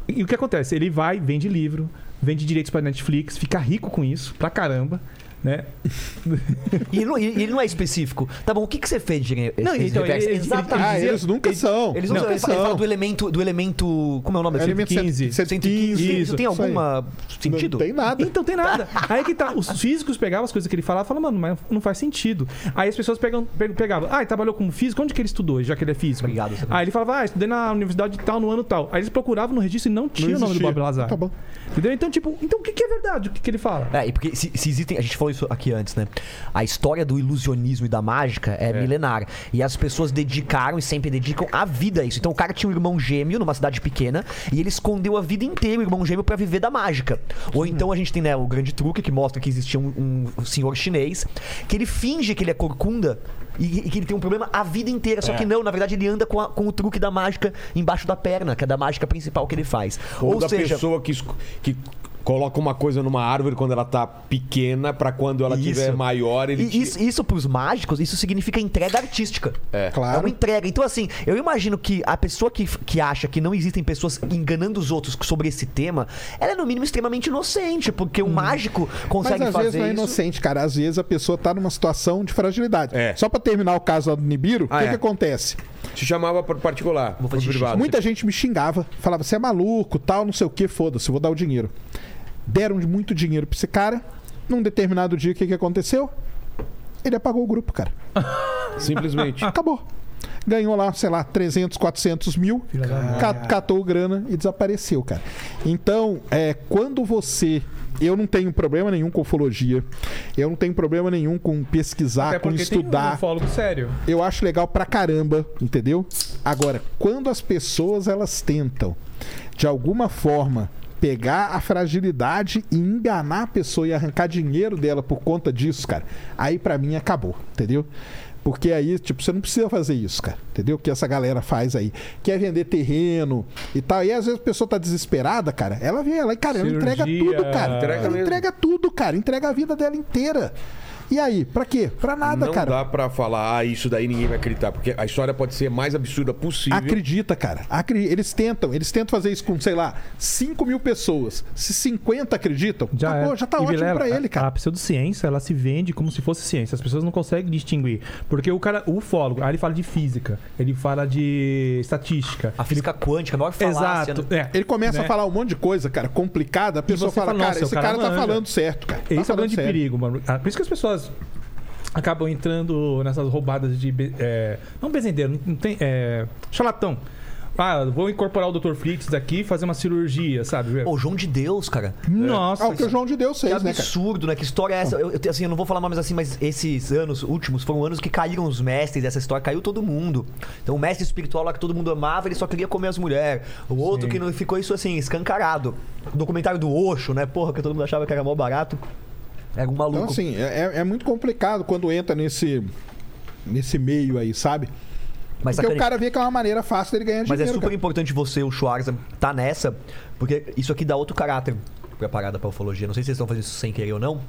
E: e o que acontece? Ele vai, vende livro, vende direitos pra Netflix, fica rico com isso, pra caramba. Né?
C: E ele, não, e ele não é específico. Tá bom, o que, que você fez de Não,
E: Não, então, ele- ele-
D: Ah,
E: dizia-
D: eles nunca
E: ele-
D: são.
C: Eles usam,
D: Nunca
C: ele fala, ele fala do elemento, do elemento. Como é o nome?
D: Elemento
E: 115.
D: 115.
C: Tem-
E: isso,
D: isso aí.
C: tem alguma sentido?
D: Não tem nada.
E: Então tem nada. Aí que tá. Os físicos pegavam as coisas que ele falava e falavam, mano, mas não faz sentido. Aí as pessoas pegam, pegam- pegavam, ah, ele trabalhou como físico, onde que ele estudou, já que ele é físico?
C: Obrigado, Sérgio.
E: Aí ele falava, ah, estudei na universidade tal, no ano tal. Aí eles procuravam no registro e não tinha o nome do
D: existia.
E: Bob Lazar.
D: Tá bom.
E: Entendeu? Então, tipo, então o que, que é verdade? O que, que ele fala?
C: É, e porque se, se existem. A gente falou isso aqui antes, né? A história do ilusionismo e da mágica é, milenar. E as pessoas dedicaram e sempre dedicam a vida a isso. Então o cara tinha um irmão gêmeo numa cidade pequena e ele escondeu a vida inteira o irmão gêmeo pra viver da mágica. Ou então a gente tem, né, o grande truque que mostra que existia um, um senhor chinês que ele finge que ele é corcunda e, e que ele tem um problema a vida inteira.
A: É.
C: Só que não, na verdade ele anda com, a- com o truque da mágica embaixo da perna, que é da mágica principal que ele faz.
A: Ou, da pessoa que, esco- que coloca uma coisa numa árvore quando ela tá pequena, pra quando ela
C: Isso.
A: tiver maior, ele
C: E
A: tira.
C: isso, isso pros mágicos, isso significa entrega artística. É.
D: Claro.
C: uma entrega. Então, assim, eu imagino que a pessoa que, que acha que não existem pessoas enganando os outros sobre esse tema, ela é, no mínimo, extremamente inocente, porque o mágico
D: Hum. Mas às
C: consegue
D: vezes
C: fazer
D: não é
C: isso.
D: inocente, cara. Às vezes a pessoa tá numa situação de fragilidade.
A: É.
D: Só pra terminar o caso lá do Nibiru, o
A: Ah,
D: que,
A: é.
D: que acontece?
A: Te chamava pro particular,
C: Vou
A: pro
C: fazer xixi.
A: privado.
D: Muita gente me xingava, falava, você é maluco, tal, não sei o que, foda-se, eu vou dar o dinheiro. Deram muito dinheiro pra esse cara. Num determinado dia, o que, que aconteceu? Ele apagou o grupo, cara.
E: Ah.
A: Simplesmente.
D: Acabou. Ganhou lá, sei lá, 300, 400 mil, ca- catou grana e desapareceu, cara. Então, é, quando você. Eu não tenho problema nenhum com ufologia, eu não tenho problema nenhum com pesquisar,
E: Até
D: Ah, com
E: porque tem um
D: estudar.
E: ufólogo sério.
D: Eu acho legal pra caramba, entendeu? Agora, quando as pessoas elas tentam de alguma forma pegar a fragilidade e enganar a pessoa e arrancar dinheiro dela por conta disso, cara, aí pra mim acabou, entendeu? Porque aí, tipo, você não precisa fazer isso, cara. Entendeu? O que essa galera faz aí. Quer vender terreno e tal. E às vezes a pessoa tá desesperada, cara. Ela vê, ela, cara, ela entrega
E: Cirurgia.
D: tudo, cara.
A: Entrega
D: ela
A: mesmo.
D: entrega tudo, cara. Entrega a vida dela inteira. E aí, pra quê? Pra nada,
A: não
D: cara.
A: dá pra falar, ah, isso daí ninguém vai acreditar, porque a história pode ser a mais absurda possível.
D: Acredita, cara. Acre- Eles tentam. Eles tentam fazer isso com, sei lá, 5 mil pessoas. Se 50 acreditam,
E: Já,
D: acabou,
E: é.
D: já tá
E: E
D: ótimo
E: Vilela,
D: pra ele,
E: A,
D: cara.
E: a pseudociência, ela se vende como se fosse ciência. As pessoas não conseguem distinguir. Porque o cara, o ufólogo, aí ele fala de física, ele fala de estatística.
C: A física quântica, a maior falácia.
E: Exato.
C: né?
E: É.
D: Ele começa
E: Né?
D: a falar um monte de coisa, cara, complicada. A pessoa
E: você
D: fala,
E: fala,
D: cara,
E: nossa,
D: esse
E: o cara
D: cara, tá
E: manja.
D: falando certo, cara. Tá
E: Esse é o
D: falando
E: grande
D: sério.
E: perigo, mano. Ah, Por isso que as pessoas acabam entrando nessas roubadas de. be- é, não bezendeiro, não tem. é, charlatão. Ah, vou incorporar o Dr. Fritz daqui e fazer uma cirurgia, sabe? É.
C: Pô, João de Deus, cara.
E: Nossa,
D: É o que o João de Deus
C: Que
D: fez, né, cara?
C: absurdo, né? Que história é essa? Eu, eu- assim, eu não vou falar nomes assim, mas esses anos últimos foram anos que caíram os mestres dessa história, caiu todo mundo. Então o mestre espiritual lá que todo mundo amava, ele só queria comer as mulheres. O outro que não ficou isso assim, escancarado. O documentário do Osho, né? Porra, que todo mundo achava que era mó barato. Era um maluco.
D: Então, assim, é, é- é muito complicado quando entra nesse, nesse meio aí, sabe?
C: mas
D: Porque
C: sacane-
D: o cara vê que é uma maneira fácil dele ganhar
C: Mas é
D: dinheiro.
C: super
D: cara.
C: importante você, o Schwarza, tá nessa, porque isso aqui dá outro caráter pra parada pra ufologia. Não sei se vocês estão fazendo isso sem querer ou não.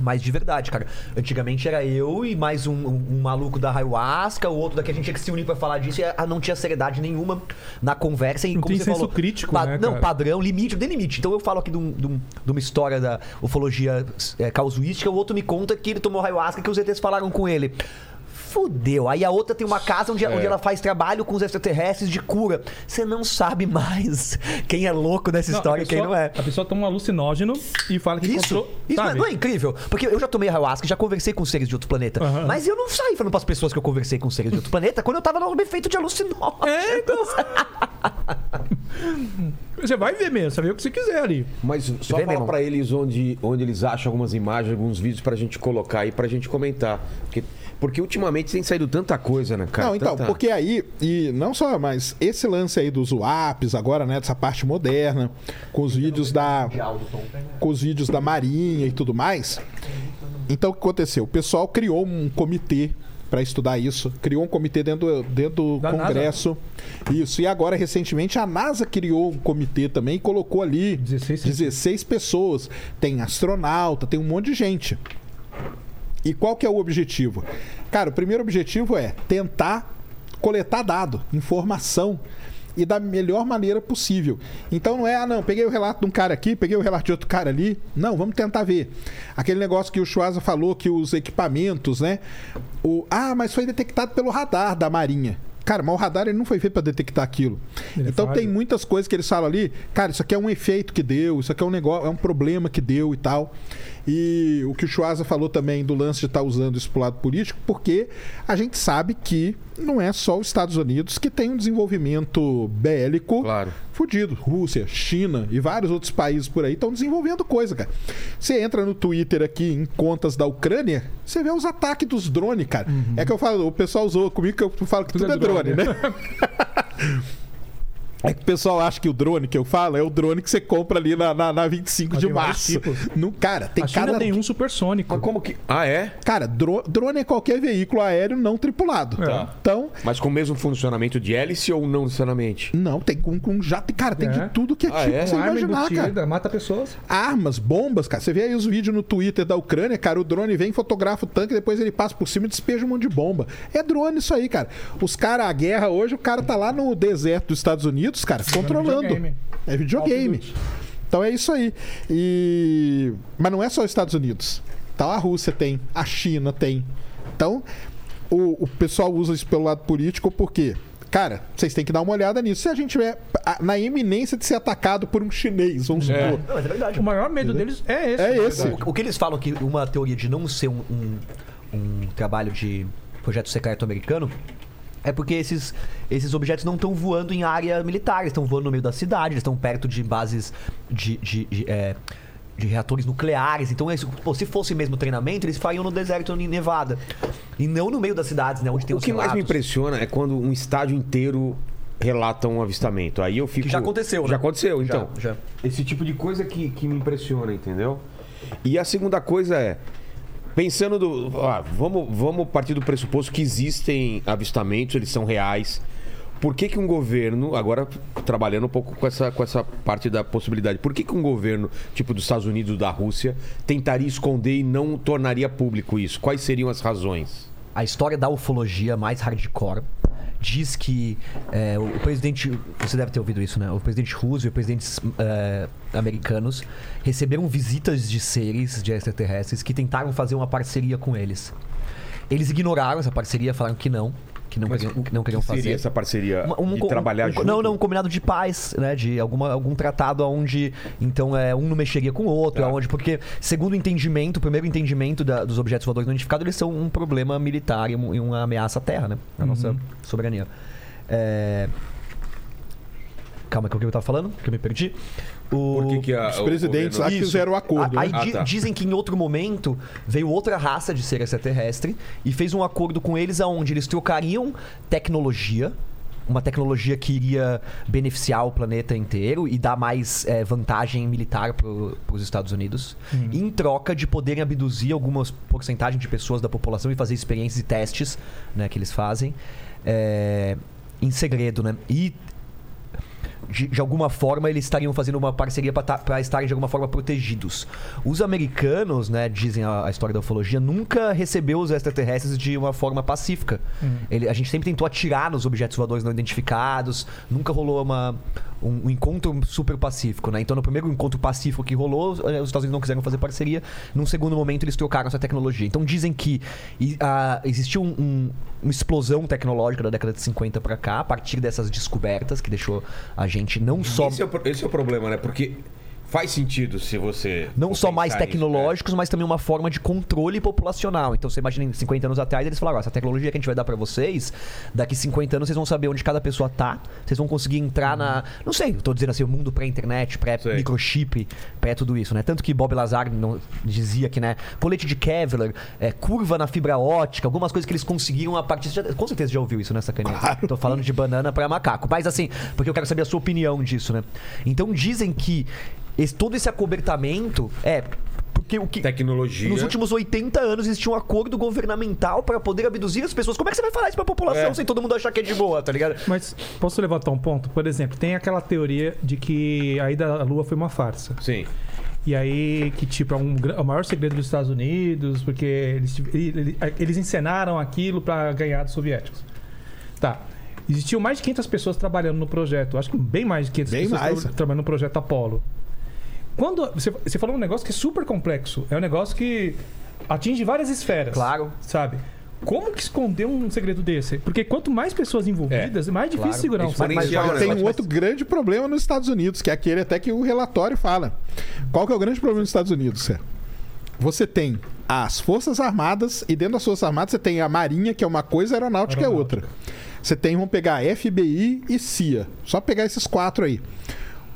C: Mas de verdade, cara. Antigamente era eu e mais um, um- um maluco da ayahuasca, o outro daqui a gente tinha que se unir pra falar disso e ah, não tinha seriedade nenhuma na conversa. E
E: Não
C: como
E: tem
C: você
E: senso
C: falou.
E: crítico, né,
C: Não,
E: cara?
C: padrão, limite, tem limite. Então eu falo aqui de, um- de um- de uma história da ufologia é, causuística, o outro me conta que ele tomou ayahuasca que os ETs falaram com ele. Fudeu. Aí a outra tem uma casa onde,
E: É.
C: onde ela faz trabalho com os extraterrestres de cura. Você não sabe mais quem é louco nessa
E: Não,
C: história e
E: a pessoa,
C: quem não é.
E: A pessoa toma um alucinógeno e fala que
C: Isso,
E: encontrou.
C: isso não, é,
E: sabe?
C: não é incrível? Porque eu já tomei ayahuasca, já conversei com seres de outro planeta.
E: Aham.
C: Mas eu não saí falando pras pessoas que eu conversei com seres de outro planeta quando eu tava no efeito de alucinógeno.
E: É, então. <laughs> você vai ver mesmo, você vê o que você quiser ali.
A: Mas só
C: Vê, meu
A: falar
C: irmão.
A: pra eles onde, onde eles acham algumas imagens, alguns vídeos pra gente colocar aí, pra gente comentar. Porque, porque ultimamente tem saído tanta coisa, né, cara?
D: Não, então,
A: Tanta-
D: porque aí, e não só, mas esse lance aí dos WAPs agora, né, dessa parte moderna, com os vídeos da com os vídeos da Marinha e tudo mais. Então o que aconteceu? O pessoal criou um comitê para estudar isso, criou um comitê dentro do, dentro do
E: Da NASA.
D: Congresso. Isso. E agora recentemente a NASA criou um comitê também e colocou ali
E: 16.
D: 16 pessoas. Tem astronauta, tem um monte de gente. E qual que é o objetivo? Cara, o primeiro objetivo é tentar coletar dado, informação e da melhor maneira possível. Então não é, ah, não, peguei o relato de um cara aqui, peguei o relato de outro cara ali. Não, vamos tentar ver. Aquele negócio que o Schwaza falou que os equipamentos, né? O, ah, mas foi detectado pelo radar da Marinha. Cara, mas o radar ele não foi feito para detectar aquilo.
E: Ele é
D: então
E: falho.
D: tem muitas coisas que eles falam ali, cara, isso aqui é um efeito que deu, isso aqui é um negócio, é um problema que deu e tal. E o que o Schwarza falou também do lance de estar usando isso pro lado político, porque a gente sabe que não é só os Estados Unidos que tem um desenvolvimento bélico
A: Claro.
D: fudido. Rússia, China e vários outros países por aí estão desenvolvendo coisa, cara. Você entra no Twitter aqui em contas da Ucrânia, você vê os ataques dos drones, cara.
E: Uhum.
D: É que eu falo, o pessoal zoa comigo que eu falo que tudo, é, drone, né?
E: <laughs>
D: É que o pessoal acha que o drone que eu falo é o drone que você compra ali na, na, na 25
E: Mas
D: de
E: tem vários
D: março.
E: tipos.
D: Não, cara, tem
E: a China
D: cada.
E: tem um supersônico.
A: Mas como que. Ah, é?
D: Cara, dro- drone é qualquer veículo aéreo não tripulado.
E: Tá.
D: Então,
A: Mas com o mesmo funcionamento de hélice ou não necessariamente?
D: não, tem com, com jato. Cara, tem
E: É.
D: de tudo que é
A: Ah,
D: tipo
A: é?
D: que você
E: Com arma
D: imaginar, cara.
E: embutida, mata pessoas.
D: Armas, bombas, cara. Você vê aí os vídeos no Twitter da Ucrânia, cara. O drone vem, fotografa o tanque, depois ele passa por cima e despeja um monte de bomba. É drone isso aí, cara. Os caras, a guerra hoje, o cara tá lá no deserto dos Estados Unidos, cara, controlando.
E: videogame.
D: É videogame. Então é isso aí. E... Mas não é só os Estados Unidos. Então a Rússia tem, a China tem. Então o, o pessoal usa isso pelo lado político porque, cara, vocês têm que dar uma olhada nisso. Se a gente tiver a- na iminência de ser atacado por um chinês, vamos supor.
C: Não, mas é verdade.
E: O maior medo deles é esse.
D: É esse.
C: O, o que eles falam que uma teoria de não ser um, um- um trabalho de projeto secreto americano é porque esses, esses objetos não estão voando em área militar, eles estão voando no meio da cidade, eles estão perto de bases de. de- de, é, de reatores nucleares. Então, eles- pô, se fosse mesmo treinamento, eles fariam no deserto em Nevada. E não no meio das cidades, né? Onde tem
A: O
C: os
A: que mais me
C: relatos.
A: impressiona é quando um estádio inteiro relatam um avistamento. Aí eu fico.
C: Que já aconteceu, né?
A: Já aconteceu, então.
C: já.
A: Esse tipo de coisa que, que me impressiona, entendeu? E a segunda coisa é. Pensando do. ah, vamos, vamos partir do pressuposto que existem avistamentos, eles são reais. Por que, que um governo, agora trabalhando um pouco com essa, com essa parte da possibilidade, por que, que um governo, tipo dos Estados Unidos, da Rússia, tentaria esconder e não tornaria público isso? Quais seriam as razões?
C: A história da ufologia mais hardcore diz que é, o presidente. Você deve ter ouvido isso, né? O presidente russo e o presidente é, americanos receberam visitas de seres de extraterrestres que tentaram fazer uma parceria com eles. Eles ignoraram essa parceria, falaram que não. Que não, queriam, que não queriam fazer.
A: Seria essa parceria
C: Uma-
A: de
C: co-
A: trabalhar
C: um-
A: junto?
C: Não, não, um combinado de paz, né? De alguma, algum tratado onde, então, é, um não mexeria com o outro,
A: Tá.
C: aonde, porque, segundo o entendimento, o primeiro entendimento da- dos objetos voadores não identificados, eles são um problema militar e, um- e uma ameaça à terra, né? A nossa soberania. É... Calma, que é o que eu tava falando? Que eu me perdi. O...
A: Por que, que a,
D: Os
A: Ah, o
D: presidentes lá
A: governo- Isso.
D: fizeram o acordo.
C: Aí
D: né?
A: Ah,
C: di-
A: tá.
C: dizem que em outro momento veio outra raça de ser extraterrestre e fez um acordo com eles aonde eles trocariam tecnologia, uma tecnologia que iria beneficiar o planeta inteiro e dar mais eh, vantagem militar para os Estados Unidos,
D: Uhum.
C: em troca de poderem abduzir algumas porcentagem de pessoas da população e fazer experiências e testes né, que eles fazem eh, em segredo, né? E de, de alguma forma eles estariam fazendo uma parceria para estarem de alguma forma protegidos. Os americanos, né, dizem a, a história da ufologia, nunca recebeu os extraterrestres de uma forma pacífica. Ele- a gente sempre tentou atirar nos objetos voadores não identificados, nunca rolou uma, um, um encontro super pacífico, né? Então no primeiro encontro pacífico que rolou, eh, os Estados Unidos não quiseram fazer parceria. Num segundo momento eles trocaram essa tecnologia. Então dizem que e, ah, existiu um- um- uma explosão tecnológica da década de 50 para cá, a partir dessas descobertas que deixou a gente não só
A: Esse é, o, pro- esse é o problema, né? Porque faz sentido se você. né?
C: não
A: for
C: só mais
A: pensar nisso, é.
C: tecnológicos, mas também uma forma de controle populacional. Então você imagina, em 50 anos atrás, eles falaram: "Ó, essa tecnologia que a gente vai dar pra vocês, daqui 50 anos vocês vão saber onde cada pessoa tá, vocês vão conseguir entrar na. Não sei, eu tô dizendo assim, o mundo
A: Sei.
C: pré-internet, pré-microchip, pré tudo isso, né? Tanto que Bob Lazar não- dizia que, né, colete de Kevlar, é, curva na fibra ótica, algumas coisas que eles conseguiam a partir. já- com certeza já ouviu isso nessa caneta. Tô falando de banana pra macaco. Mas assim, porque eu quero saber a sua opinião disso, né? Então dizem que. esse- todo esse acobertamento é. Porque o que.
A: né? Tecnologia.
C: Nos últimos 80 anos existia um acordo governamental para poder abduzir as pessoas. Como é que você vai falar isso pra população
A: É.
C: sem todo mundo achar que é de boa, tá ligado?
E: Mas posso levantar um ponto? Por exemplo, tem aquela teoria de que a ida à Lua foi uma farsa.
A: Sim.
E: E aí, que tipo, é, um, gra- é o maior segredo dos Estados Unidos, porque eles, tive- ele- ele- eles encenaram aquilo para ganhar dos soviéticos. Tá. Existiam mais de 500 pessoas trabalhando no projeto. Acho que bem mais de 500
D: Bem
E: pessoas
D: mais.
E: tra- trabalhando no projeto Apollo. Quando você, você falou um negócio que é super complexo. É um negócio que atinge várias esferas.
C: Claro.
E: Sabe? Como que esconder um segredo desse? Porque quanto mais pessoas envolvidas,
D: É,
E: mais difícil
C: claro.
E: segurar um
A: Exponencial,
E: segredo.
A: né?
D: Tem
A: Mas-
D: um outro grande problema nos Estados Unidos, que é aquele até que o relatório fala. Qual que é o grande problema nos Estados Unidos, Sérgio? Você tem as Forças Armadas e dentro das Forças Armadas você tem a Marinha, que é uma coisa, a Aeronáutica, é outra. Você tem, vamos pegar FBI e CIA. Só pegar esses quatro aí.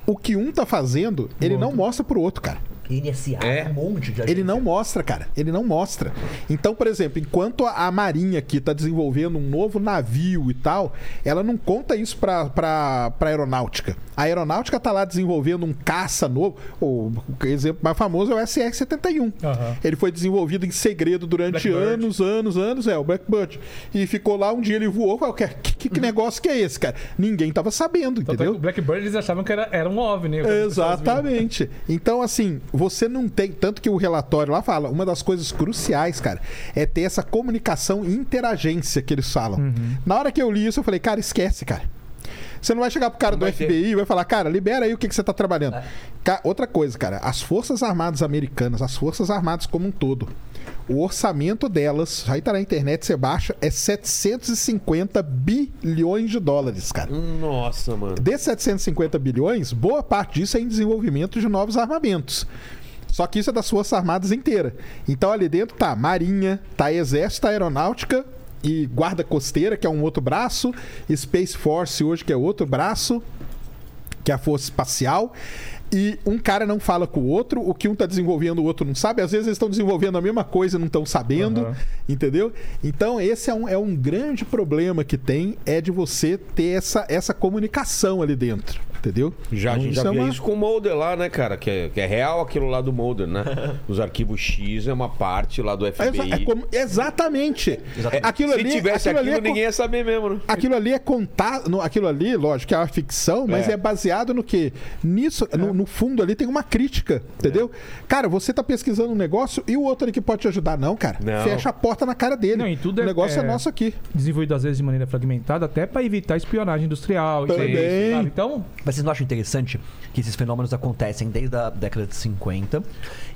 D: O que um tá fazendo, ele não mostra pro outro, cara.
C: NSA,
A: É.
C: um monte de
D: Ele não mostra, cara. Ele não mostra. Então, por exemplo, enquanto a a Marinha aqui tá desenvolvendo um novo navio e tal, ela não conta isso pra, pra, pra aeronáutica. A aeronáutica tá lá desenvolvendo um caça novo. O exemplo mais famoso é o SR-71.
E: Aham.
D: Ele foi desenvolvido em segredo durante
E: Blackbird.
D: anos, anos, anos. É, o Blackbird. E ficou lá, um dia ele voou. Falou, que, que, que negócio que é esse, cara? Ninguém tava sabendo,
E: Tanto é que
D: entendeu? É,
E: o Blackbird eles achavam que era, era um OVNI.
D: Exatamente. Então, assim, você não tem. Tanto que o relatório lá fala, uma das coisas cruciais, cara, é ter essa comunicação e interagência que eles falam. Na hora que eu li isso, eu falei, cara, esquece, cara. Você não vai chegar pro cara do FBI e vai falar, cara, libera aí o que, que você tá trabalhando. Ca- Outra coisa, cara, as Forças Armadas Americanas, as Forças Armadas como um todo, o orçamento delas, aí tá na internet, você baixa, é 750 bilhões de dólares, cara.
A: Nossa, mano.
D: Desses 750 bilhões, boa parte disso é em desenvolvimento de novos armamentos. Só que isso é das Forças Armadas inteira. Então ali dentro tá Marinha, tá Exército, tá Aeronáutica e Guarda Costeira, que é um outro braço, Space Force hoje, que é outro braço, que é a Força Espacial. e um cara não fala com o outro, o que um tá desenvolvendo, o outro não sabe. Às vezes eles estão desenvolvendo a mesma coisa e não estão sabendo,
B: Aham.
D: entendeu? Então, esse é um, é um grande problema que tem, é de você ter essa, essa comunicação ali dentro, entendeu?
A: Já, a
D: Então,
A: gente já
D: é
A: via
D: uma-
A: isso com o Molder lá, né, cara? Que é, que é real aquilo lá do Molder,
D: <laughs>
A: né? Os arquivos X é uma parte lá do
D: é exa- é
A: FBI.
D: como- exatamente.
A: É,
D: Aquilo
A: Se
D: ali,
A: tivesse aquilo,
D: aquilo ali é co-
A: ninguém ia saber mesmo, né?
D: Aquilo ali é contar. no- aquilo ali, lógico, que é uma ficção, mas
A: É.
D: é, baseado no quê? Nisso, no, no fundo ali tem uma crítica, entendeu? Cara, você tá pesquisando um negócio e o outro ali que pode te ajudar, não, cara.
A: Não.
D: Fecha a porta na cara dele.
E: Não, e tudo
D: o
E: é-
D: negócio é,
E: é-
D: nosso aqui.
E: Desenvolvido às vezes de maneira fragmentada, até para evitar espionagem industrial.
D: Também.
E: interesse, sabe? Então,
C: Mas vocês não acham interessante que esses fenômenos acontecem desde a década de 50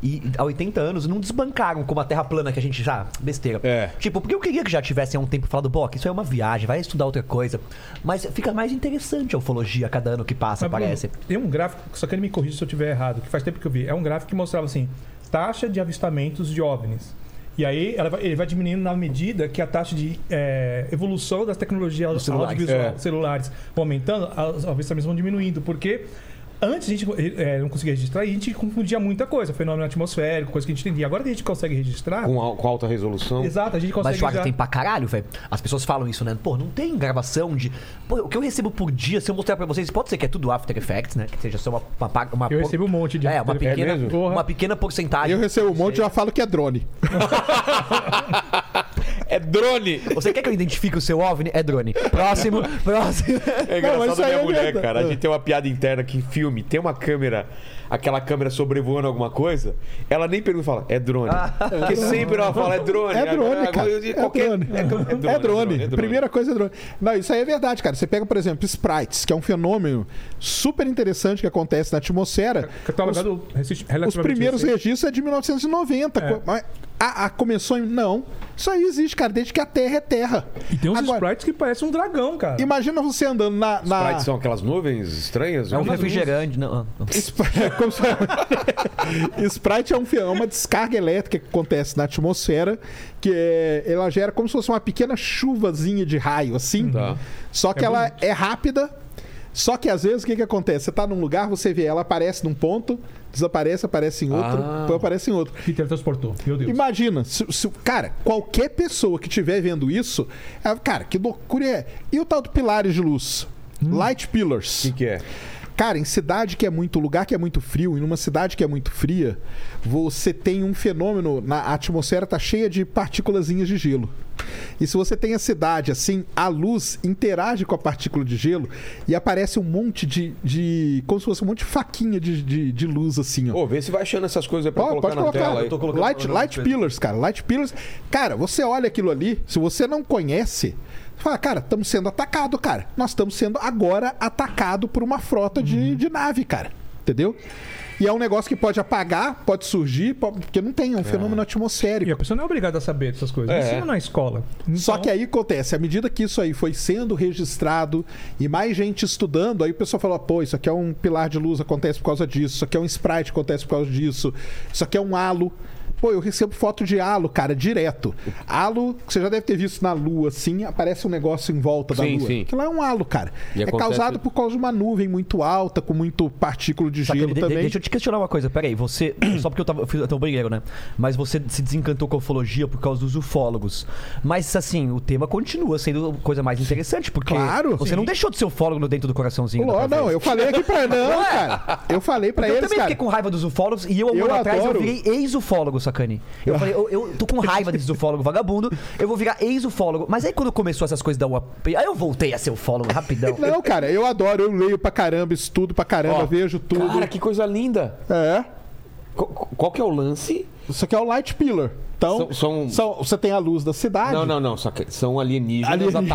C: e há 80 anos não desbancaram como a Terra plana que a gente já. Besteira.
A: É.
C: Tipo, porque eu queria que já tivessem há um tempo falado, pô, que isso é uma viagem, vai estudar outra coisa. Mas fica mais interessante a ufologia a cada ano que passa,
E: Mas, Bruno,
C: parece.
E: Tem um gráfico, só que ele me corrija se eu estiver errado, que faz tempo que eu vi. É um gráfico que mostrava assim: taxa de avistamentos de OVNIs. E aí ela vai- ele vai diminuindo na medida que a taxa de eh, evolução das tecnologias
C: celulares.
E: audiovisuais
A: É.
E: celulares vão aumentando, os avistamentos vão diminuindo, porque. Antes a gente eh, não conseguia registrar e a gente confundia muita coisa, fenômeno atmosférico, coisa que a gente entendia. Agora que a gente consegue registrar.
A: Com, al- com alta resolução.
E: Exato, a gente consegue.
C: Mas Schwarz
E: já-
C: tem pra caralho, velho. As pessoas falam isso, né? Pô, não tem gravação de. Pô, o que eu recebo por dia, se eu mostrar pra vocês, pode ser que é tudo After Effects, né? Que seja só uma. uma, pa- uma por-
E: Eu recebo um monte de.
C: É, uma pequena,
A: mesmo?
E: Porra.
C: uma pequena porcentagem.
D: Eu recebo um monte e já falo que é drone.
A: É drone!
C: Você quer que eu identifique o seu OVNI? É drone. Próximo, próximo.
A: É
D: Não,
A: engraçado
D: mas isso
A: a
D: aí
A: minha
D: é
A: mulher,
D: verdade.
A: cara. A
D: É.
A: gente tem uma piada interna que em filme tem uma câmera, aquela câmera sobrevoando alguma coisa, ela nem pergunta e fala, é drone. Porque sempre ela fala, é drone.
D: Ah. É drone,
A: Agora,
D: cara.
A: eu digo,
D: É
A: qualquer-
D: drone.
A: É dro- é drone.
D: É drone. Primeira coisa é drone. Não, isso aí é verdade, cara. Você pega, por exemplo, sprites, que é um fenômeno super interessante que acontece na atmosfera.
E: Catalogado resi-
D: Os
E: relativamente
D: primeiros
E: recente.
D: registros é de 1990.
E: É.
D: co- mas A, a começou em. Não. Isso aí existe, cara, desde que a Terra é Terra.
E: E tem uns
D: Agora,
E: sprites que parecem um dragão, cara.
D: Imagina você andando na.
A: Os
D: na...
A: sprites são aquelas nuvens estranhas?
C: É um
D: Tá
A: Umas
C: refrigerante. Não, não.
D: Spr- é <laughs> como se- <laughs> Sprite é, um, fe- é uma descarga elétrica que acontece na atmosfera, que é, ela gera como se fosse uma pequena chuvazinha de raio, assim.
A: Tá.
D: Só que
E: É
D: ela
E: bonito.
D: é rápida. Só que às vezes o que, que acontece? Você tá num lugar, você vê, ela aparece num ponto, desaparece, aparece em outro,
A: Ah.
D: depois aparece em outro.
E: Que teletransportou. Meu Deus.
D: Imagina, se, se- cara, qualquer pessoa que estiver vendo isso, é, cara, que loucura é. E o tal do pilares de luz? Light pillars.
A: O que, que é?
D: Cara, em cidade que é muito, lugar que é muito frio, e numa cidade que é muito fria, você tem um fenômeno, na a atmosfera tá cheia de partículazinhas de gelo. E se você tem a cidade assim, a luz interage com a partícula de gelo e aparece um monte de. de como se fosse um monte de faquinha de, de, de luz, assim, ó.
A: Ô, vê se vai achando essas coisas pra
D: Ó,
A: colocar na tela aí.
C: tô colocando
D: light,
C: no-
D: light Pillars, cara. Light Pillars. Cara, você olha aquilo ali, se você não conhece, você fala, cara, estamos sendo atacado, cara. Nós estamos sendo agora atacado por uma frota
C: Uhum.
D: de, de nave, cara. Entendeu? E é um negócio que pode apagar, pode surgir, pode- porque não tem, é um fenômeno
E: E a
D: atmosférico.
E: pessoa não é obrigada a saber dessas coisas.
A: É.
E: Ensina na escola.
D: Só
E: Então,
D: que é aí acontece, à medida que isso aí foi sendo registrado e mais gente estudando, aí o pessoal fala, pô, isso aqui é um pilar de luz, acontece por causa disso, isso aqui é um sprite, acontece por causa disso, isso aqui é um halo. Pô, eu recebo foto de halo, cara, direto. Halo, que você já deve ter visto na lua, assim, aparece um negócio em volta da
A: Sim,
D: lua.
A: sim.
D: Aquilo lá é um halo, cara.
A: E
D: é
A: acontece-
D: causado por causa de uma nuvem muito alta, com muito partícula de
C: Só que
D: gelo
C: Tá, de- de-
D: também.
C: Deixa eu te questionar uma coisa, peraí, você. <clears throat> Só porque eu tava. Eu fiz até um banheiro, né? Mas você se desencantou com a ufologia por causa dos ufólogos. Mas assim, o tema continua sendo a coisa mais interessante, porque
D: Claro.
C: você não deixou de ser ufólogo no dentro do coraçãozinho. né?
D: Ló,
C: da tua
D: não,
C: vez.
D: eu falei aqui
C: <laughs>
D: pra. Não, cara. Eu falei pra
C: eu
D: eles,
C: também
D: cara.
C: fiquei com raiva dos ufólogos e eu, um
D: Eu
C: ano atrás, eu
D: adoro.
C: virei ex-ufólogo, sacane.
D: <laughs>
C: Eu falei, eu, eu tô com raiva desses ufólogos vagabundo, eu vou virar ex-ufólogo. Mas aí quando começou essas coisas da UAP, aí eu voltei a ser ufólogo
D: <laughs>
C: rapidão.
D: Não, cara, eu adoro, eu leio pra caramba, estudo pra caramba,
A: Ó,
D: vejo tudo.
A: Cara, que coisa linda.
D: É.
A: Co- co- Qual que é o lance?
D: Isso aqui é o Light Pillar. Então,
A: São- são-
D: são- você tem a luz da cidade. <laughs>
A: Não, não, não. só que São alienígenas
D: Ah, Alienígenas.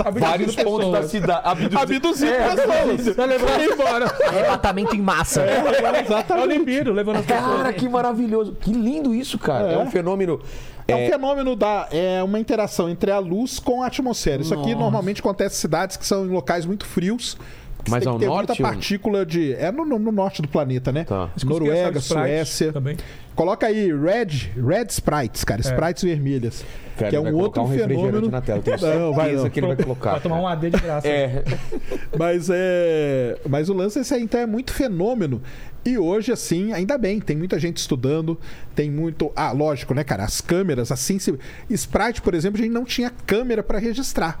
D: <laughs>
A: atacando vários
E: pessoas.
A: pontos da cidade. Abduzindo.
D: Abduzindo
A: É,
D: pessoas.
A: Tá levando embora.
C: Arrebatamento em massa.
E: É o
D: Exatamente.
E: libido, levando
D: <laughs>
E: as pessoas.
A: Cara, que maravilhoso. Que lindo isso, cara. É,
D: É.
A: um fenômeno.
D: É um
A: é,
D: fenômeno da. É uma interação entre a luz com a atmosfera. Isso aqui normalmente acontece em cidades que são em locais muito frios. que
A: Mas
D: tem
A: ao
D: que ter
A: norte,
D: muita
A: onde?
D: partícula de. É no, no- no norte do planeta, né?
A: Tá.
E: Isso que eu esqueci,
D: Noruega,
E: sabe, Sprite
D: Suécia.
E: Também. É.
D: Coloca aí Red, Red Sprites, cara. Sprites vermelhas.
A: Cara,
D: que é
A: ele vai
D: um
A: colocar
D: outro
A: um refrigerante
D: fenômeno.
A: na tela. Eu tenho
D: <laughs> Não, vai
A: certeza
D: não.
A: que ele vai colocar.
E: Vai tomar um AD de graça.
A: É,
D: Mas é. Mas o lance é esse aí, então é muito fenômeno. E hoje, assim, ainda bem, tem muita gente estudando, tem muito. Ah, lógico, né, cara? As câmeras, assim. Se... Sprite, por exemplo, a gente não tinha câmera para registrar.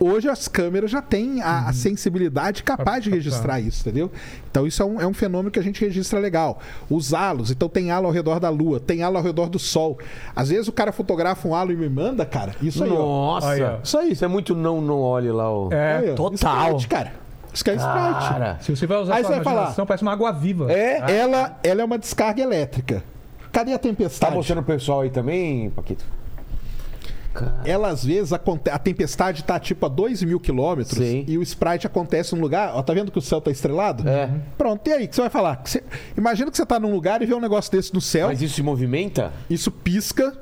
D: Hoje as câmeras já têm a, a sensibilidade capaz de registrar isso, entendeu? Então isso é um, é um fenômeno que a gente registra legal. Os halos, então tem halo ao redor da lua, tem halo ao redor do sol. Às vezes o cara fotografa um halo e me manda, cara, isso aí, ó.
A: Nossa.
E: Aí, ó.
A: Isso aí, isso é muito não, não olhe lá o.
E: É.
D: Aí, ó.
C: total.
D: Sprite, cara. Isso que é Sprite.
A: Cara. Tá
E: Se você vai usar
D: Aí
E: sua
D: você vai falar.
E: imaginação, parece uma água viva.
D: É,
A: Ah,
D: ela, ela é uma descarga elétrica. Cadê a
A: Tá
D: tempestade?
A: mostrando o pessoal aí também, Paquito?
D: Ela, às vezes, aconte- a tempestade tá tipo a 2 mil quilômetros
A: Sim.
D: e o Sprite acontece num lugar. Ó, tá vendo que o céu tá estrelado?
A: É.
D: Pronto, e aí? O que você vai falar? Que você- Imagina que você tá num lugar e vê um negócio desse no céu,
A: Mas isso se movimenta?
D: isso pisca.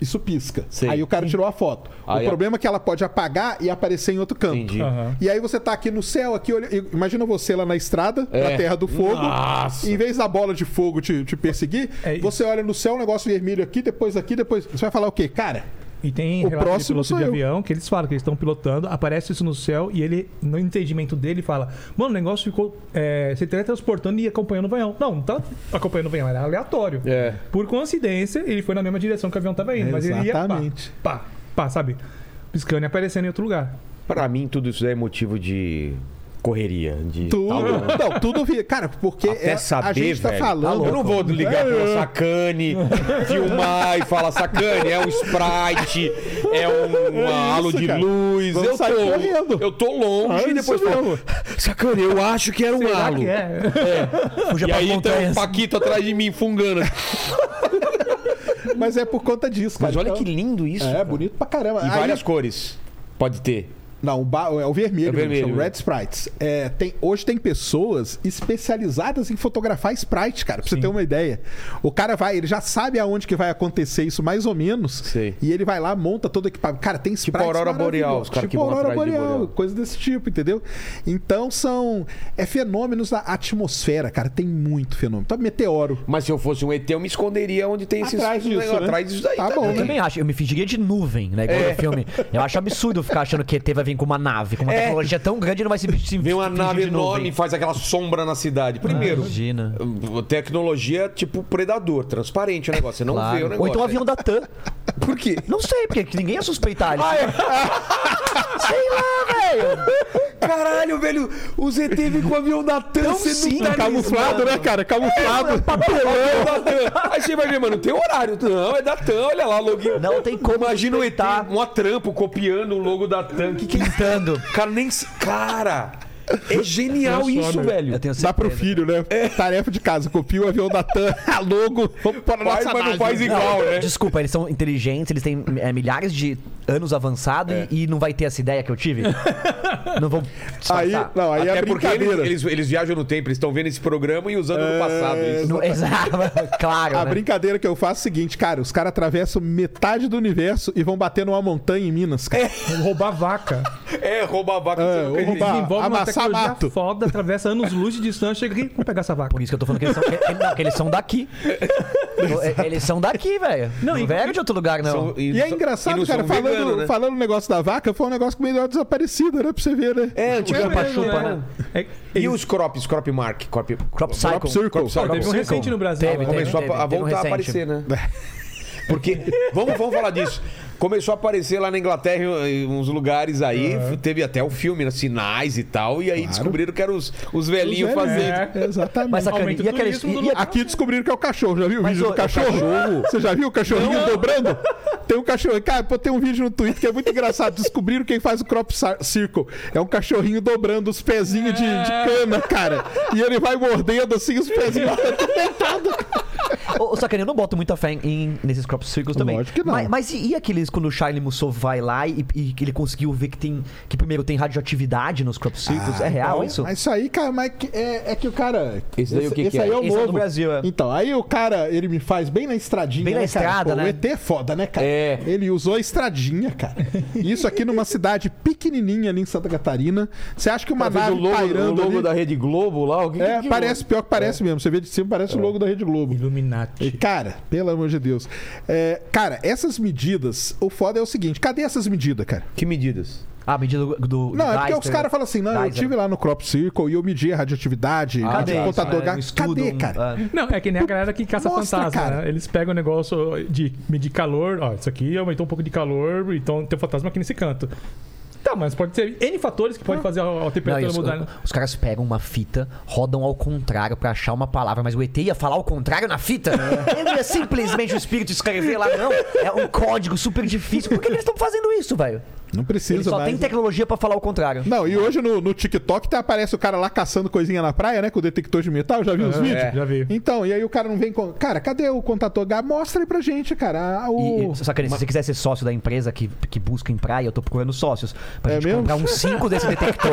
D: Isso pisca.
A: Sim.
D: Aí o cara tirou a foto.
A: Aí,
D: o
A: ó.
D: problema é que ela pode apagar e aparecer em outro canto.
A: Entendi.
E: Aham.
D: E aí você tá aqui no céu, aqui olha, imagina você lá na estrada,
A: É.
D: na Terra do Fogo.
A: Nossa.
D: Em vez da bola de fogo te, te perseguir,
E: É isso.
D: você olha no céu, um negócio vermelho aqui, depois aqui, depois. Você vai falar o quê? Cara,
E: E tem
D: O
E: relato
D: próximo
E: de piloto
D: sou
E: de
D: eu.
E: avião que eles falam que eles estão pilotando, aparece isso no céu e ele, no entendimento dele, fala: Mano, o negócio ficou é, se teletransportando e acompanhando o veião. Não, não tá acompanhando o veião, era aleatório.
A: É.
E: Por coincidência, ele foi na mesma direção que o avião tava indo, mas ele ia pá,
D: Exatamente.
E: pá, pá, sabe? Piscando e aparecendo em outro lugar.
A: Pra mim, tudo isso daí é motivo de correria. De
D: tudo.
A: tal-
D: Não, tudo via. Cara, porque
A: Tá Até
D: é-
A: saber,
D: a gente tá
A: velho.
D: falando. É,
A: eu não vou ligar pra uma sacane, filmar e falar sacane, é um Sprite, é um
D: isso,
A: halo de
D: cara.
A: luz.
D: Vamos
A: eu
D: sair
A: tô,
D: correndo.
A: eu tô longe
D: É
A: e depois
D: isso
A: falo, sacane, eu acho que era um
E: Será
A: halo.
E: que é?
C: Fuja
A: E
C: pras
A: aí
D: então,
A: tá o
C: montanhas.
A: Paquito atrás de mim fungando.
D: Mas é por conta disso, cara.
A: Mas olha
D: Então,
A: que lindo isso.
D: É,
A: cara.
D: bonito pra caramba.
A: E
D: Aí-
A: várias cores. Pode ter.
D: Não, o ba- é o vermelho,
A: É o vermelho,
D: são
A: né?
D: Red Sprites. É, tem, hoje tem pessoas especializadas em fotografar Sprite, cara, pra você ter uma ideia. O cara vai, ele já sabe aonde que vai acontecer isso mais ou menos.
A: Sei. Tipo
D: E ele vai lá, monta todo o equipamento. Cara, tem Sprite.
A: aurora boreal, os caras que
D: Tipo
A: vão
D: aurora
A: atrás de
D: boreal,
A: boreal.
D: coisa desse tipo, entendeu? Então são. É fenômenos da atmosfera, cara. Tem muito fenômeno. Tá meteoro.
A: Mas se eu fosse um ET, eu me esconderia onde tem esses
D: Atrás disso,
A: negócio,
D: né?
A: atrás disso daí.
D: Tá
A: também.
D: bom,
C: Eu também acho, eu me fingiria de nuvem, né?
D: É.
C: Igual no filme. Eu acho absurdo ficar achando que ET vai vir com uma nave, com uma
A: É.
C: tecnologia tão grande não vai se se
A: Vem uma
C: fingir
A: nave
C: de nuvem.
A: enorme e faz aquela sombra na cidade. Primeiro,
D: Ah,
C: Imagina.
A: tecnologia tipo predador, transparente o negócio. Você não vê o
C: Claro.
A: negócio.
C: Ou então o avião da TAM.
A: Por quê?
C: Não sei, porque ninguém ia suspeitar. Eles...
D: Ah, é.
C: Sei lá, velho.
A: Caralho, velho, o ZT vem com o avião da TAM
C: Tão
A: você não
C: simples,
A: tá
C: mano.
A: né, cara? Camuflado. papelão da TAM. Aí você vai ver, mano, tem horário. Não, é da TAM, olha lá, login.
C: Não tem como
A: Imagina o ET,
C: suspeitar.
A: uma trampo copiando o logo da TAM. Que que é
C: Tentando.
A: Cara, nem. se- Cara! É genial
D: né?
A: isso,
C: Eu
A: velho.
C: tenho
D: Dá
C: certeza.
D: pro filho, né?
A: É.
D: Tarefa de casa. Copia o avião
A: <laughs>
D: da TAM, a logo. Vamos para
A: Faz,
D: nossa
A: Tá mas não
D: nave.
A: faz igual, né?
C: Desculpa, eles são inteligentes, eles têm é, milhares de anos avançado e, e não vai ter essa ideia que eu tive? não vão
D: Aí,
C: disfarçar.
D: não, aí é
A: Tá. Até porque eles,
D: brincadeira. É,
A: eles, eles viajam no tempo, eles estão vendo esse programa e usando no passado. Isso.
C: Não, exato, claro,
D: A
C: né?
D: brincadeira que eu faço é o seguinte, cara, os caras atravessam metade do universo e vão bater numa montanha em Minas, cara.
E: Roubar
D: <laughs>
E: vaca.
A: É, rouba a vaca.
D: É,
A: você não
D: ou
A: quer
D: roubar.
A: dizer.
E: Desenvolve uma
D: amassar
E: tecnologia
D: mato.
E: foda, atravessa anos luz de distância, chega aqui, vamos pegar essa vaca.
C: Por isso que eu tô falando que eles são, que- não, que eles são daqui. eles são daqui, velho. Não,
E: e-
C: vieram de outro lugar, não.
A: São-
D: E é
A: são-
D: engraçado,
A: não
D: cara,
A: são vegano,
D: falando,
A: né?
D: falando o negócio da vaca, foi um negócio que meio deu uma desaparecida, né? Pra você ver, né?
A: É, antigo
E: É
A: chupa
E: mesmo,
A: chupa,
E: né?
A: né?
E: É,
A: E
E: eles-
A: os crops, crop mark, crop,
C: Crop Circle.
D: Crop Circle.
A: crop circle.
E: Teve um recente no Brasil.
C: Teve, teve.
A: Começou a, a
C: teve um
A: voltar a
C: recente.
A: aparecer, né? Porque, vamos, vamos falar disso. Começou a aparecer lá na Inglaterra, em uns lugares aí, teve até o filme, né, Sinais e tal, e aí descobriram que eram os, os velhinhos fazendo.
D: É, exatamente.
C: Mas sacane,
E: Aumento
C: e
E: do
C: aqueles.
E: turismo
C: E,
E: do
C: e,
E: local.
D: Aqui descobriram que é o cachorro. Já viu o
C: Mas
D: vídeo
C: o-
D: do cachorro? <laughs> Você já viu o cachorrinho dobrando? Tem um cachorro. Cara, pô, tem um vídeo no Twitter que é muito engraçado. Descobriram quem faz o crop cir- circle. É um cachorrinho dobrando os pezinhos de, de
C: É.
D: cana, cara. E ele vai mordendo assim os
C: <laughs>
D: pezinhos.
C: Ô, ô, Sacani, eu não boto muita fé em, em- nesses crop circles também.
D: Lógico que não.
C: Mas, mas e, e aqueles quando o Charlie Mussou vai lá e, e que ele conseguiu ver que tem. Que primeiro tem radioatividade nos crop circles? é real
D: Então,
C: isso?
D: Mas isso aí, cara, mas que- é, é que o cara.
A: Esse daí o que que
D: aí
A: é?
D: é o
C: Esse é do
D: novo.
C: Brasil, é.
D: Então, aí o cara, ele me faz bem na estradinha.
C: Bem na
D: cara?
C: estrada, né?
D: O ET é foda, né, cara?
A: É.
D: Ele usou a estradinha, cara. Isso aqui numa cidade pequenininha ali em Santa Catarina. Você acha que uma
A: Fez
D: nave
A: o logo,
D: pairando
A: o logo
D: ali...
A: da Rede Globo É. lá, o que
D: É,
A: que-
D: parece, pior que parece mesmo. Você vê de cima, parece o logo da Rede Globo. E,
E: Illuminati.
D: Cara, pelo amor de Deus. É, cara, essas medidas, o foda é o seguinte: cadê essas medidas, cara?
A: Que medidas?
C: Ah, a medida do. do
D: Não,
C: do
D: é porque
C: Dyson,
D: os caras falam assim: não, eu
C: Dyson.
D: tive lá no Crop Circle e eu medi a radioatividade,
C: Ah,
D: medi
C: tá,
D: o contador
C: isso,
D: gás.
C: né? Um estudo,
D: cadê,
C: um-
D: cara?
C: ah,
E: Não, é que nem a galera que caça
D: Mostra,
E: fantasma.
D: cara.
E: né? Eles pegam o negócio de medir calor. Ó, isso aqui aumentou um pouco de calor, então tem um fantasma aqui nesse canto. Tá, mas pode ter N fatores que
C: Ah.
E: podem fazer a, a
C: Não, e
E: temperatura
C: os,
E: mudar. né?
C: os caras pegam uma fita, rodam ao contrário pra achar uma palavra, mas o ET ia falar ao contrário na fita?
D: É.
C: Ele não ia simplesmente o espírito escrever lá, não. É um código super difícil. Por que que eles estão fazendo isso, velho?
D: Não
C: Eles
D: precisa
C: só
D: mais.
C: têm
D: né?
C: tecnologia pra falar ao contrário.
D: Não, e hoje no, no TikTok tá, aparece o cara lá caçando coisinha na praia, né? Com o detector de metal, já viu os
E: É,
D: vídeos?
E: já vi.
D: Então, e aí o cara não vem com. Cara, cadê o contador H? Mostra aí pra gente, cara. Ah,
C: E,
D: o...
C: e, só que se você quiser ser sócio da empresa que, que busca em praia, eu tô procurando sócios. Pra
D: É
C: gente
D: mesmo?
C: comprar uns 5 desse
D: <laughs>
C: detector.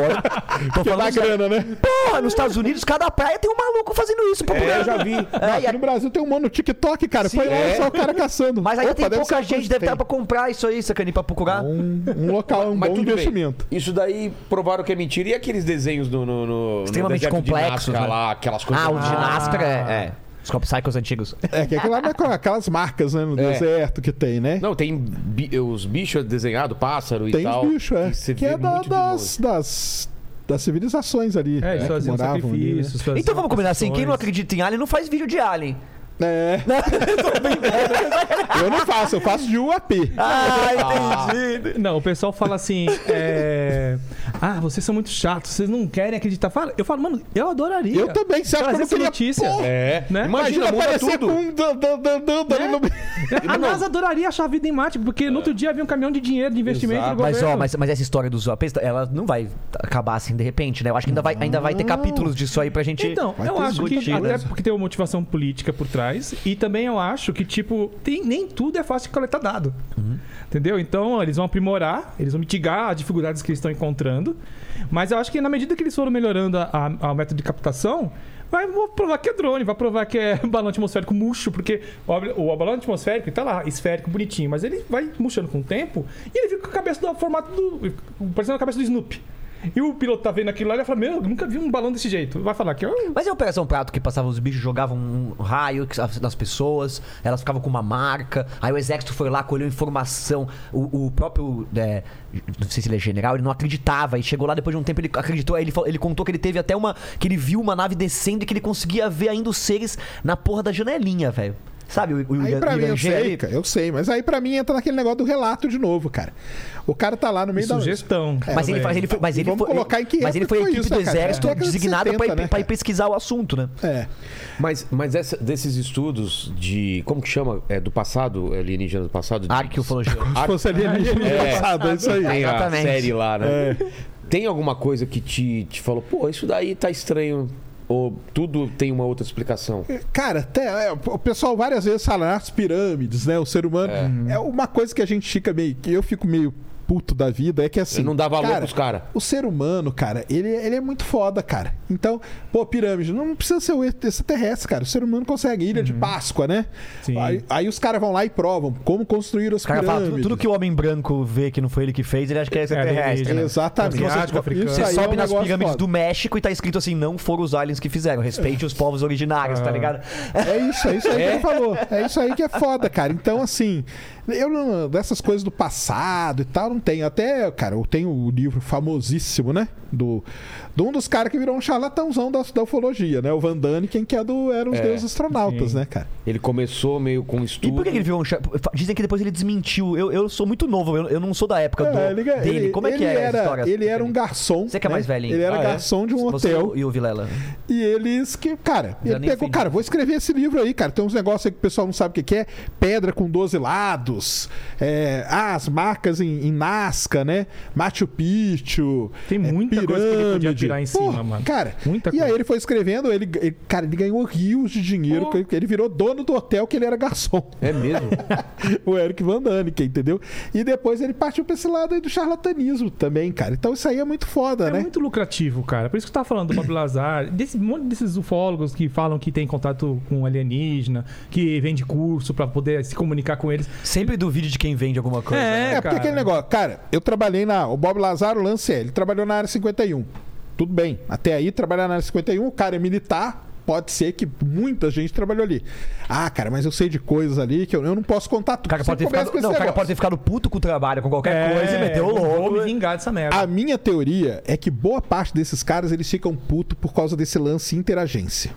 C: tô
D: Que dá
C: falando sério.
D: grana, né?
C: Porra, nos Estados Unidos, cada praia tem um maluco fazendo isso.
A: É,
C: procurando.
A: eu já
C: <laughs>
A: vi.
C: É, e
D: Aqui
C: a-
D: no Brasil tem um mano no TikTok, cara. Põe lá
A: é.
D: só o cara caçando.
C: mas ainda
D: Opa,
C: tem
D: deve ser
C: pouca
D: uma
C: gente,
D: coisa
C: deve
D: que
C: dar
D: tem.
C: pra comprar isso aí, Sacani, pra procurar.
D: um, um local, um
A: Mas
D: bom
A: tudo bem.
D: investimento.
A: Isso daí provaram que é mentira. E aqueles desenhos no. no, no
C: Extremamente
A: no deserto de
C: complexos,
A: Nazca
C: né?
A: lá, aquelas coisas.
C: Ah, o de Nascar é. é. Os Cop Cycles antigos.
D: É, que aquilo lá não é com aquelas marcas, né, no
A: É.
D: deserto que tem, né?
A: Não, tem bi- os bichos desenhados, pássaro e
D: tem
A: tal.
D: os bichos, é.
A: Que
D: Que,
A: você vê
D: é da-
A: muito de
D: das,
A: longe.
D: das, das civilizações ali.
E: É, eles
D: né, que
E: faziam
D: moravam ali, né?
E: sacrifícios. faziam
C: Então vamos combinar assim: quem não
E: construções.
C: acredita em Alien não faz vídeo de Alien.
A: <laughs>
D: É. eu não faço, eu faço de UAP.
C: Ah,
E: Não, o pessoal fala assim. é, Ah, vocês são muito chatos, vocês não querem acreditar. Fala, eu falo, mano, eu adoraria.
D: Eu também, você acha que eu
E: Trazer
D: não
E: essa
D: queria...
E: notícia.
D: Porra,
A: É.
E: Né?
A: Imagina,
D: Imagina
A: muda
D: aparecer
A: tudo.
D: com um dan- dan- dan- dan- dan ali no meio.
E: <laughs> A NASA adoraria achar a vida em Marte, porque
D: É.
E: no outro dia havia um caminhão de dinheiro, de investimento.
A: Exato.
E: do
C: Mas, ó,
E: governo.
C: mas, mas essa história dos UAPs, ela não vai acabar assim de repente, né? Eu acho que ainda vai, ainda vai ter capítulos disso aí pra gente.
E: Então,
D: Vai
E: eu
D: ter
E: acho que
D: discutir,
E: até
D: né?
E: porque tem uma motivação política por trás e também eu acho que tipo tem, nem tudo é fácil de coletar dado, entendeu? Então ó, eles vão aprimorar, eles vão mitigar as dificuldades que eles estão encontrando, mas eu acho que na medida que eles foram melhorando a, a, a método de captação Vai vou provar que é drone, vai provar que é <laughs> balão atmosférico murcho, porque o, ab- o balão atmosférico tá lá, esférico, bonitinho, mas ele vai murchando com o tempo e ele fica com a cabeça do formato do. parecendo a cabeça do Snoopy. E o piloto tá vendo aquilo lá e ele fala: Meu, eu nunca vi um balão desse jeito. Vai falar que é um
C: Mas é a Operação Prato que passava os bichos, jogavam um raio que- nas pessoas, elas ficavam com uma marca, aí o exército foi lá, colheu informação, o, o próprio, é, não sei se ele é general, ele não acreditava, e chegou lá depois de um tempo, ele acreditou, aí ele, falou- ele contou que ele teve até uma, que ele viu uma nave descendo e que ele conseguia ver ainda os seres na porra da janelinha, velho. Sabe, o, o
D: Aí
C: Ian-
D: pra
C: o
D: mim, eu
C: Ian Gê
D: sei,
C: ali?
D: cara, eu sei. Mas aí pra mim entra naquele negócio do relato de novo, cara. O cara tá lá no meio da...
E: sugestão.
C: Mas ele,
E: também.
C: faz- ele foi,
D: É,
C: mas
D: E
C: ele
D: vamos
C: foi,
D: colocar em que
C: mas ele
D: época
C: foi a
D: foi
C: equipe
D: isso,
C: do
D: né, cara?
C: exército
D: Década de
C: designada pra ir-
D: 70, né,
C: pra ir
D: cara?
C: pesquisar o assunto, né?
D: É.
A: Mas, mas essa- desses estudos de. Como que chama? É, do passado, alienígena do passado? de-
C: Ah,
D: <laughs>
C: Arqueofologia.
D: Se fosse alienígena
A: Ah, É.
D: passado, é isso aí.
A: Tem a
C: Exatamente.
A: série lá, né?
D: É.
A: Tem alguma coisa que te, te falou, pô, isso daí tá estranho. Ou tudo tem uma outra explicação.
D: Cara, até, é, o pessoal várias vezes fala "Ah, as pirâmides, né? O ser humano. É, uma coisa que a gente fica meio. que eu fico meio puto da vida, é que assim.
A: não dá valor
D: cara,
A: pros caras.
D: O ser humano, cara, ele, ele é muito foda, cara. Então, pô, pirâmide, não precisa ser o extraterrestre, cara. O ser humano consegue. Ilha
C: Uhum.
D: de Páscoa, né?
E: Sim.
D: Aí, aí os caras vão lá e provam como construir as
C: O cara fala,
D: pirâmides.
C: tudo, tudo que o homem branco vê que não foi ele que fez, ele acha que é extraterrestre. né?
D: Exatamente.
E: Asiático, africano.
D: Isso
C: Você
D: aí é um
C: sobe nas
D: negócio
C: pirâmides
D: foda.
C: do México e tá escrito assim, não foram os aliens que fizeram, respeite os povos originários, tá ligado?
D: É isso, é isso aí que ele falou. É isso aí que é foda, cara. Então, assim, eu não. Dessas coisas do passado e tal, não tenho. Até, cara, eu tenho o livro famosíssimo, né? Do. De um dos caras que virou um charlatãozão da, da ufologia, né? O Van Daniken, que é do, era os
A: É,
D: deuses astronautas,
E: sim.
D: né, cara?
A: Ele começou meio com
C: E
A: estudo.
C: por que que ele viu um... cha- Dizem que depois ele desmentiu. Eu, eu sou muito novo, eu, eu não sou da época do,
D: É, ele-
C: dele.
D: ele-
C: Como é que
D: ele
C: é
D: era,
C: essa história?
D: Ele era um garçom.
C: Você que é
D: né?
C: mais velhinho.
D: Ele era
A: Ah, é?
D: garçom de um
C: Você
D: hotel.
C: e o Vilela.
D: E eles que, cara,
C: Já
D: ele
C: nem
D: pegou,
C: fui.
D: cara, vou escrever esse livro aí, cara. Tem uns negócios aí que o pessoal não sabe o que que é. Pedra com 12 lados. É, ah, as marcas em, em Nazca, né? Machu Picchu.
E: Tem
D: é,
E: muita coisa que ele podia
D: pirâmide.
E: tirar em
D: Porra,
E: cima, mano.
D: Cara,
E: Muita
D: e
E: coisa.
D: aí ele foi escrevendo, ele, ele- cara, ele ganhou rios de dinheiro,
E: Porra.
D: que ele virou dono do hotel que ele era garçom. <laughs>
A: É mesmo?
D: o Eric Van Daniken, entendeu? E depois ele partiu pra esse lado aí do charlatanismo também, cara. Então isso aí é muito foda,
E: É
D: né?
E: muito lucrativo, cara. Por isso que eu tava falando do Bob Lazar, desse um monte desses ufólogos que falam que tem contato com alienígena, que vende curso pra poder se comunicar com eles.
C: Sempre duvide de quem vende alguma coisa. né?
D: É,
E: É,
D: porque
E: cara.
D: aquele negócio, cara, eu trabalhei na. O Bob Lazaro, o um. lance é, ele trabalhou na área 51. Tudo bem. Até aí, trabalhar na área 51, o um, cara é militar, pode ser que muita gente trabalhou ali. Ah, cara, mas eu sei de coisas ali que eu, eu não posso contar tudo.
C: O cara,
D: Você
C: pode ter,
D: começa
C: ficado,
D: com esse
C: não, o cara
D: negócio.
C: pode ter ficado puto com o trabalho, com qualquer
E: É,
C: coisa, e meteu o
E: eu Vou me
C: louco. né?
E: vingar dessa merda.
D: A minha teoria é que boa parte desses caras eles ficam puto por causa desse lance interagência.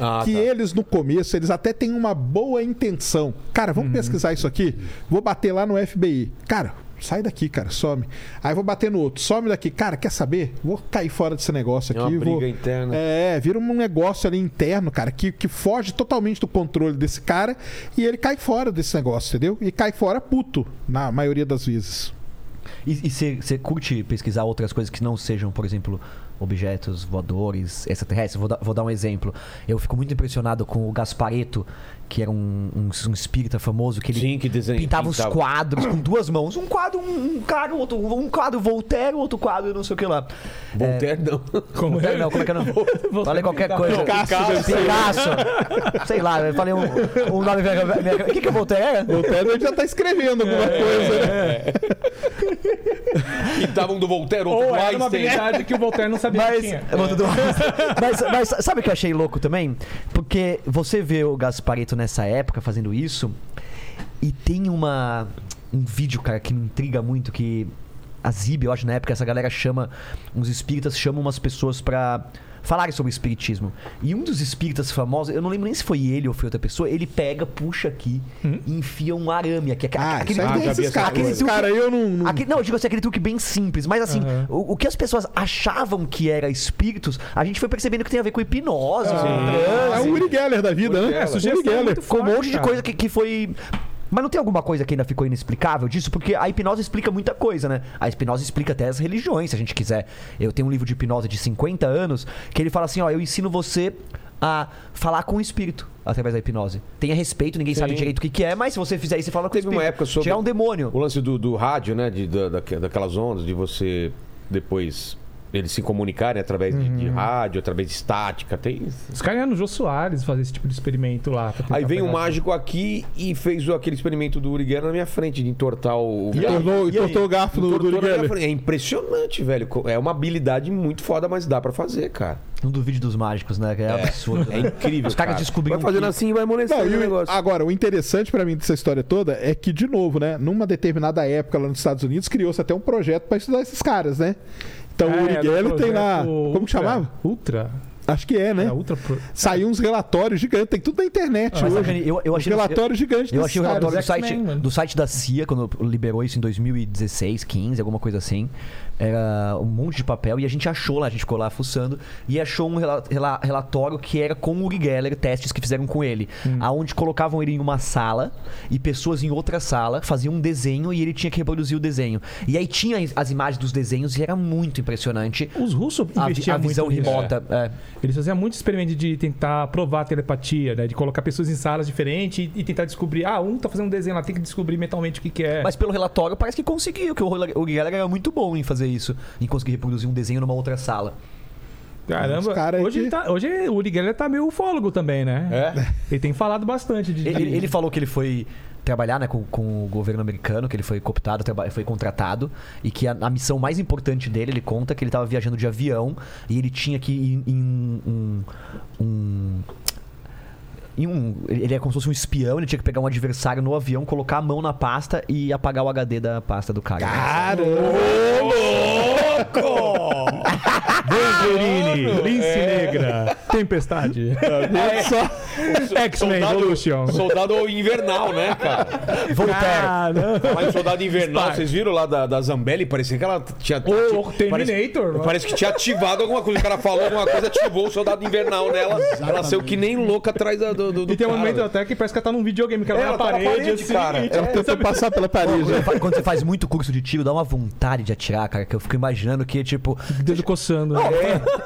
A: Ah,
D: que
A: tá.
D: eles no começo eles até têm uma boa intenção. Cara, vamos pesquisar isso aqui. Vou bater lá no FBI. Cara, sai daqui, cara, some. Aí vou bater no outro, some daqui. Cara, quer saber? Vou cair fora desse negócio
A: É
D: aqui.
A: uma
D: vou...
A: briga interna.
D: É, vira um negócio ali interno, cara, que, que foge totalmente do controle desse cara e ele cai fora desse negócio, entendeu? E cai fora puto, na maioria das vezes.
C: E você curte pesquisar outras coisas que não sejam, por exemplo, objetos voadores, extraterrestres? Vou, dar- vou dar um exemplo. Eu fico muito impressionado com o Gaspareto, que era um, um, um espírita famoso, que ele
A: Sim, que desenho-
C: pintava os
A: pintava.
C: quadros com duas mãos. Um quadro, um, um quadro, outro, um quadro Voltaire, outro quadro, não sei o que lá.
A: Voltaire não.
C: <laughs>
E: Como
C: Voltaire
E: é?
C: não, como é que é o nome? Falei qualquer coisa.
D: Picasso deve ser.
C: Picasso. Sei lá, eu falei um, um nome... O que que é Voltaire?
D: O Temer já tá escrevendo alguma coisa, né?
A: <laughs> Pintavam um do Voltaire, outro
E: Ou
A: do
E: era
A: Einstein.
E: uma habilidade que o Voltaire não sabia é. que
C: Mas, é um
E: tinha.
C: Bom, Dudu,
E: <laughs>
C: mas, mas sabe o que eu achei louco também? Porque você vê o Gaspareto nessa época fazendo isso e tem uma um vídeo, cara, que me intriga muito que a Zib, eu acho, na época, essa galera chama uns espíritas, chama umas pessoas pra falarem sobre o espiritismo. E um dos espíritas famosos, eu não lembro nem se foi ele ou foi outra pessoa, ele pega, puxa aqui
E: Hum?
C: e enfia um arame aqui. aqui
D: Ah,
C: aquele
D: isso aí
A: já
D: tem
A: vi
D: esses
A: essa
D: caras.
A: coisa.
D: Esses caras aí eu não. não-
C: Aquele- não, eu digo assim, aquele truque bem simples, mas assim, o, o que as pessoas achavam que era espíritos, a gente foi percebendo que tem a ver com hipnose, com
E: Então,
D: É
C: transe,
D: o Uri Geller da vida, né?
E: É, um sugestão
D: Uri Geller.
E: muito
C: com um
E: forte,
C: monte de
E: cara.
C: coisa que, que foi. Mas não tem alguma coisa que ainda ficou inexplicável disso? Porque a hipnose explica muita coisa, né? A hipnose explica até as religiões, se a gente quiser. Eu tenho um livro de hipnose de 50 anos que ele fala assim: ó, eu ensino você a falar com o espírito através da hipnose. Tenha respeito, ninguém sabe direito o que, que é, mas se você fizer isso, você fala com
A: Teve
C: o
A: uma
C: espírito.
A: época sobre-
C: Tirar um demônio.
A: O lance do, do rádio, né? De, da, daque- daquelas ondas, de você depois eles se comunicarem através de, de rádio, através de estática. Tem...
E: Os caras iam no Jô Soares fazer esse tipo de experimento lá. pra tentar
A: Aí vem um
E: pegar-
A: mágico aqui e fez o- aquele experimento do Uriguera na minha frente, de entortar o.
D: E tornou, tortou o garfo do, do
A: Entortou
D: Uri
A: na minha
D: Geller.
A: frente. É impressionante, velho. Co- É uma habilidade muito foda, mas dá pra fazer, cara.
C: Não duvide Um dos mágicos, né? Que É,
A: <laughs>
C: absurdo.
A: É
C: né?
A: incrível.
C: Os caras descobriram
A: Vai fazendo
C: que-
A: assim e vai amolecer
D: Não,
A: o
D: e o-
A: negócio.
D: agora, o interessante pra mim dessa história toda é que, de novo, né? Numa determinada época lá nos Estados Unidos, criou-se até um projeto pra estudar esses caras, né? Então
E: É,
D: o Uri
E: do
D: Geller tem
E: projeto
D: lá. Como que
E: Ultra.
D: chamava?
E: Ultra.
D: Acho que é, né?
E: É, Ultra. Pro...
D: Saiu uns relatórios gigantes, tem tudo na internet
C: Mas,
D: hoje.
C: Sacani, eu, eu achei,
D: relatório
C: eu-
D: gigante
C: Eu
D: desses
C: achei o relatório do
E: caras,
C: site,
E: é X-Men, mano.
C: do site da CIA, quando liberou isso em 2016, 15, alguma coisa assim. Era um monte de papel e a gente achou lá, a gente ficou lá fuçando e achou um rela- rela- relatório que era com o Uri Geller, testes que fizeram com ele.
E: Hum.
C: aonde colocavam ele em uma sala e pessoas em outra sala faziam um desenho e ele tinha que reproduzir o desenho. E aí tinha as imagens dos desenhos e era muito impressionante
E: Os russos
C: a, vi-
E: investiam
C: a visão
E: muito nisso.
C: remota. é.
E: Eles faziam muito experimento de tentar provar a telepatia, né? De colocar pessoas em salas diferentes e, e tentar descobrir. Ah, um tá fazendo um desenho lá, tem que descobrir mentalmente o que, que é.
C: Mas pelo relatório parece que conseguiu, que o Uri- o Uri Geller era muito bom em fazer isso, em conseguir reproduzir um desenho numa outra sala.
E: Caramba,
D: Os cara aí
E: hoje,
D: que-
E: ele tá, hoje o Uri Geller tá meio ufólogo também, né? É. Ele tem falado bastante de.
C: Ele, ele falou que ele foi trabalhar né, com, com o governo americano, que ele foi cooptado, traba- foi contratado, e que a, a missão mais importante dele, ele conta é que ele estava viajando de avião e ele tinha que ir em um- um em um- ele é como se fosse um espião, ele tinha que pegar um adversário no avião, colocar a mão na pasta e apagar o HD da pasta do cara.
E: Wolverine, Lince Negra, Tempestade.
D: É
E: X-Men
A: Soldado-
E: Evolution.
A: Soldado invernal, né, cara?
C: Voltaire.
A: Mas soldado invernal, vocês viram lá da, da Zambelli? Parecia que ela tinha.
E: Ô,
A: ti-
E: Terminator,
A: Parece,
E: mano.
A: parece que tinha ativado alguma coisa. O cara falou alguma coisa, ativou o soldado invernal nela. Ela saiu que nem louca atrás da- do. do, do
E: E tem um
A: cara,
E: momento
A: velho.
E: até que parece que ela tá num videogame, que ela
A: É,
E: vai na
A: ela tá na
E: parede,
A: parede,
E: assim,
A: cara.
E: e-
D: Ela tentou passar pela né? parede.
C: Quando fa- Quando você faz muito curso de tiro, dá uma vontade de atirar, cara, que eu fico imaginando que, tipo,
E: Dedo coçando. né?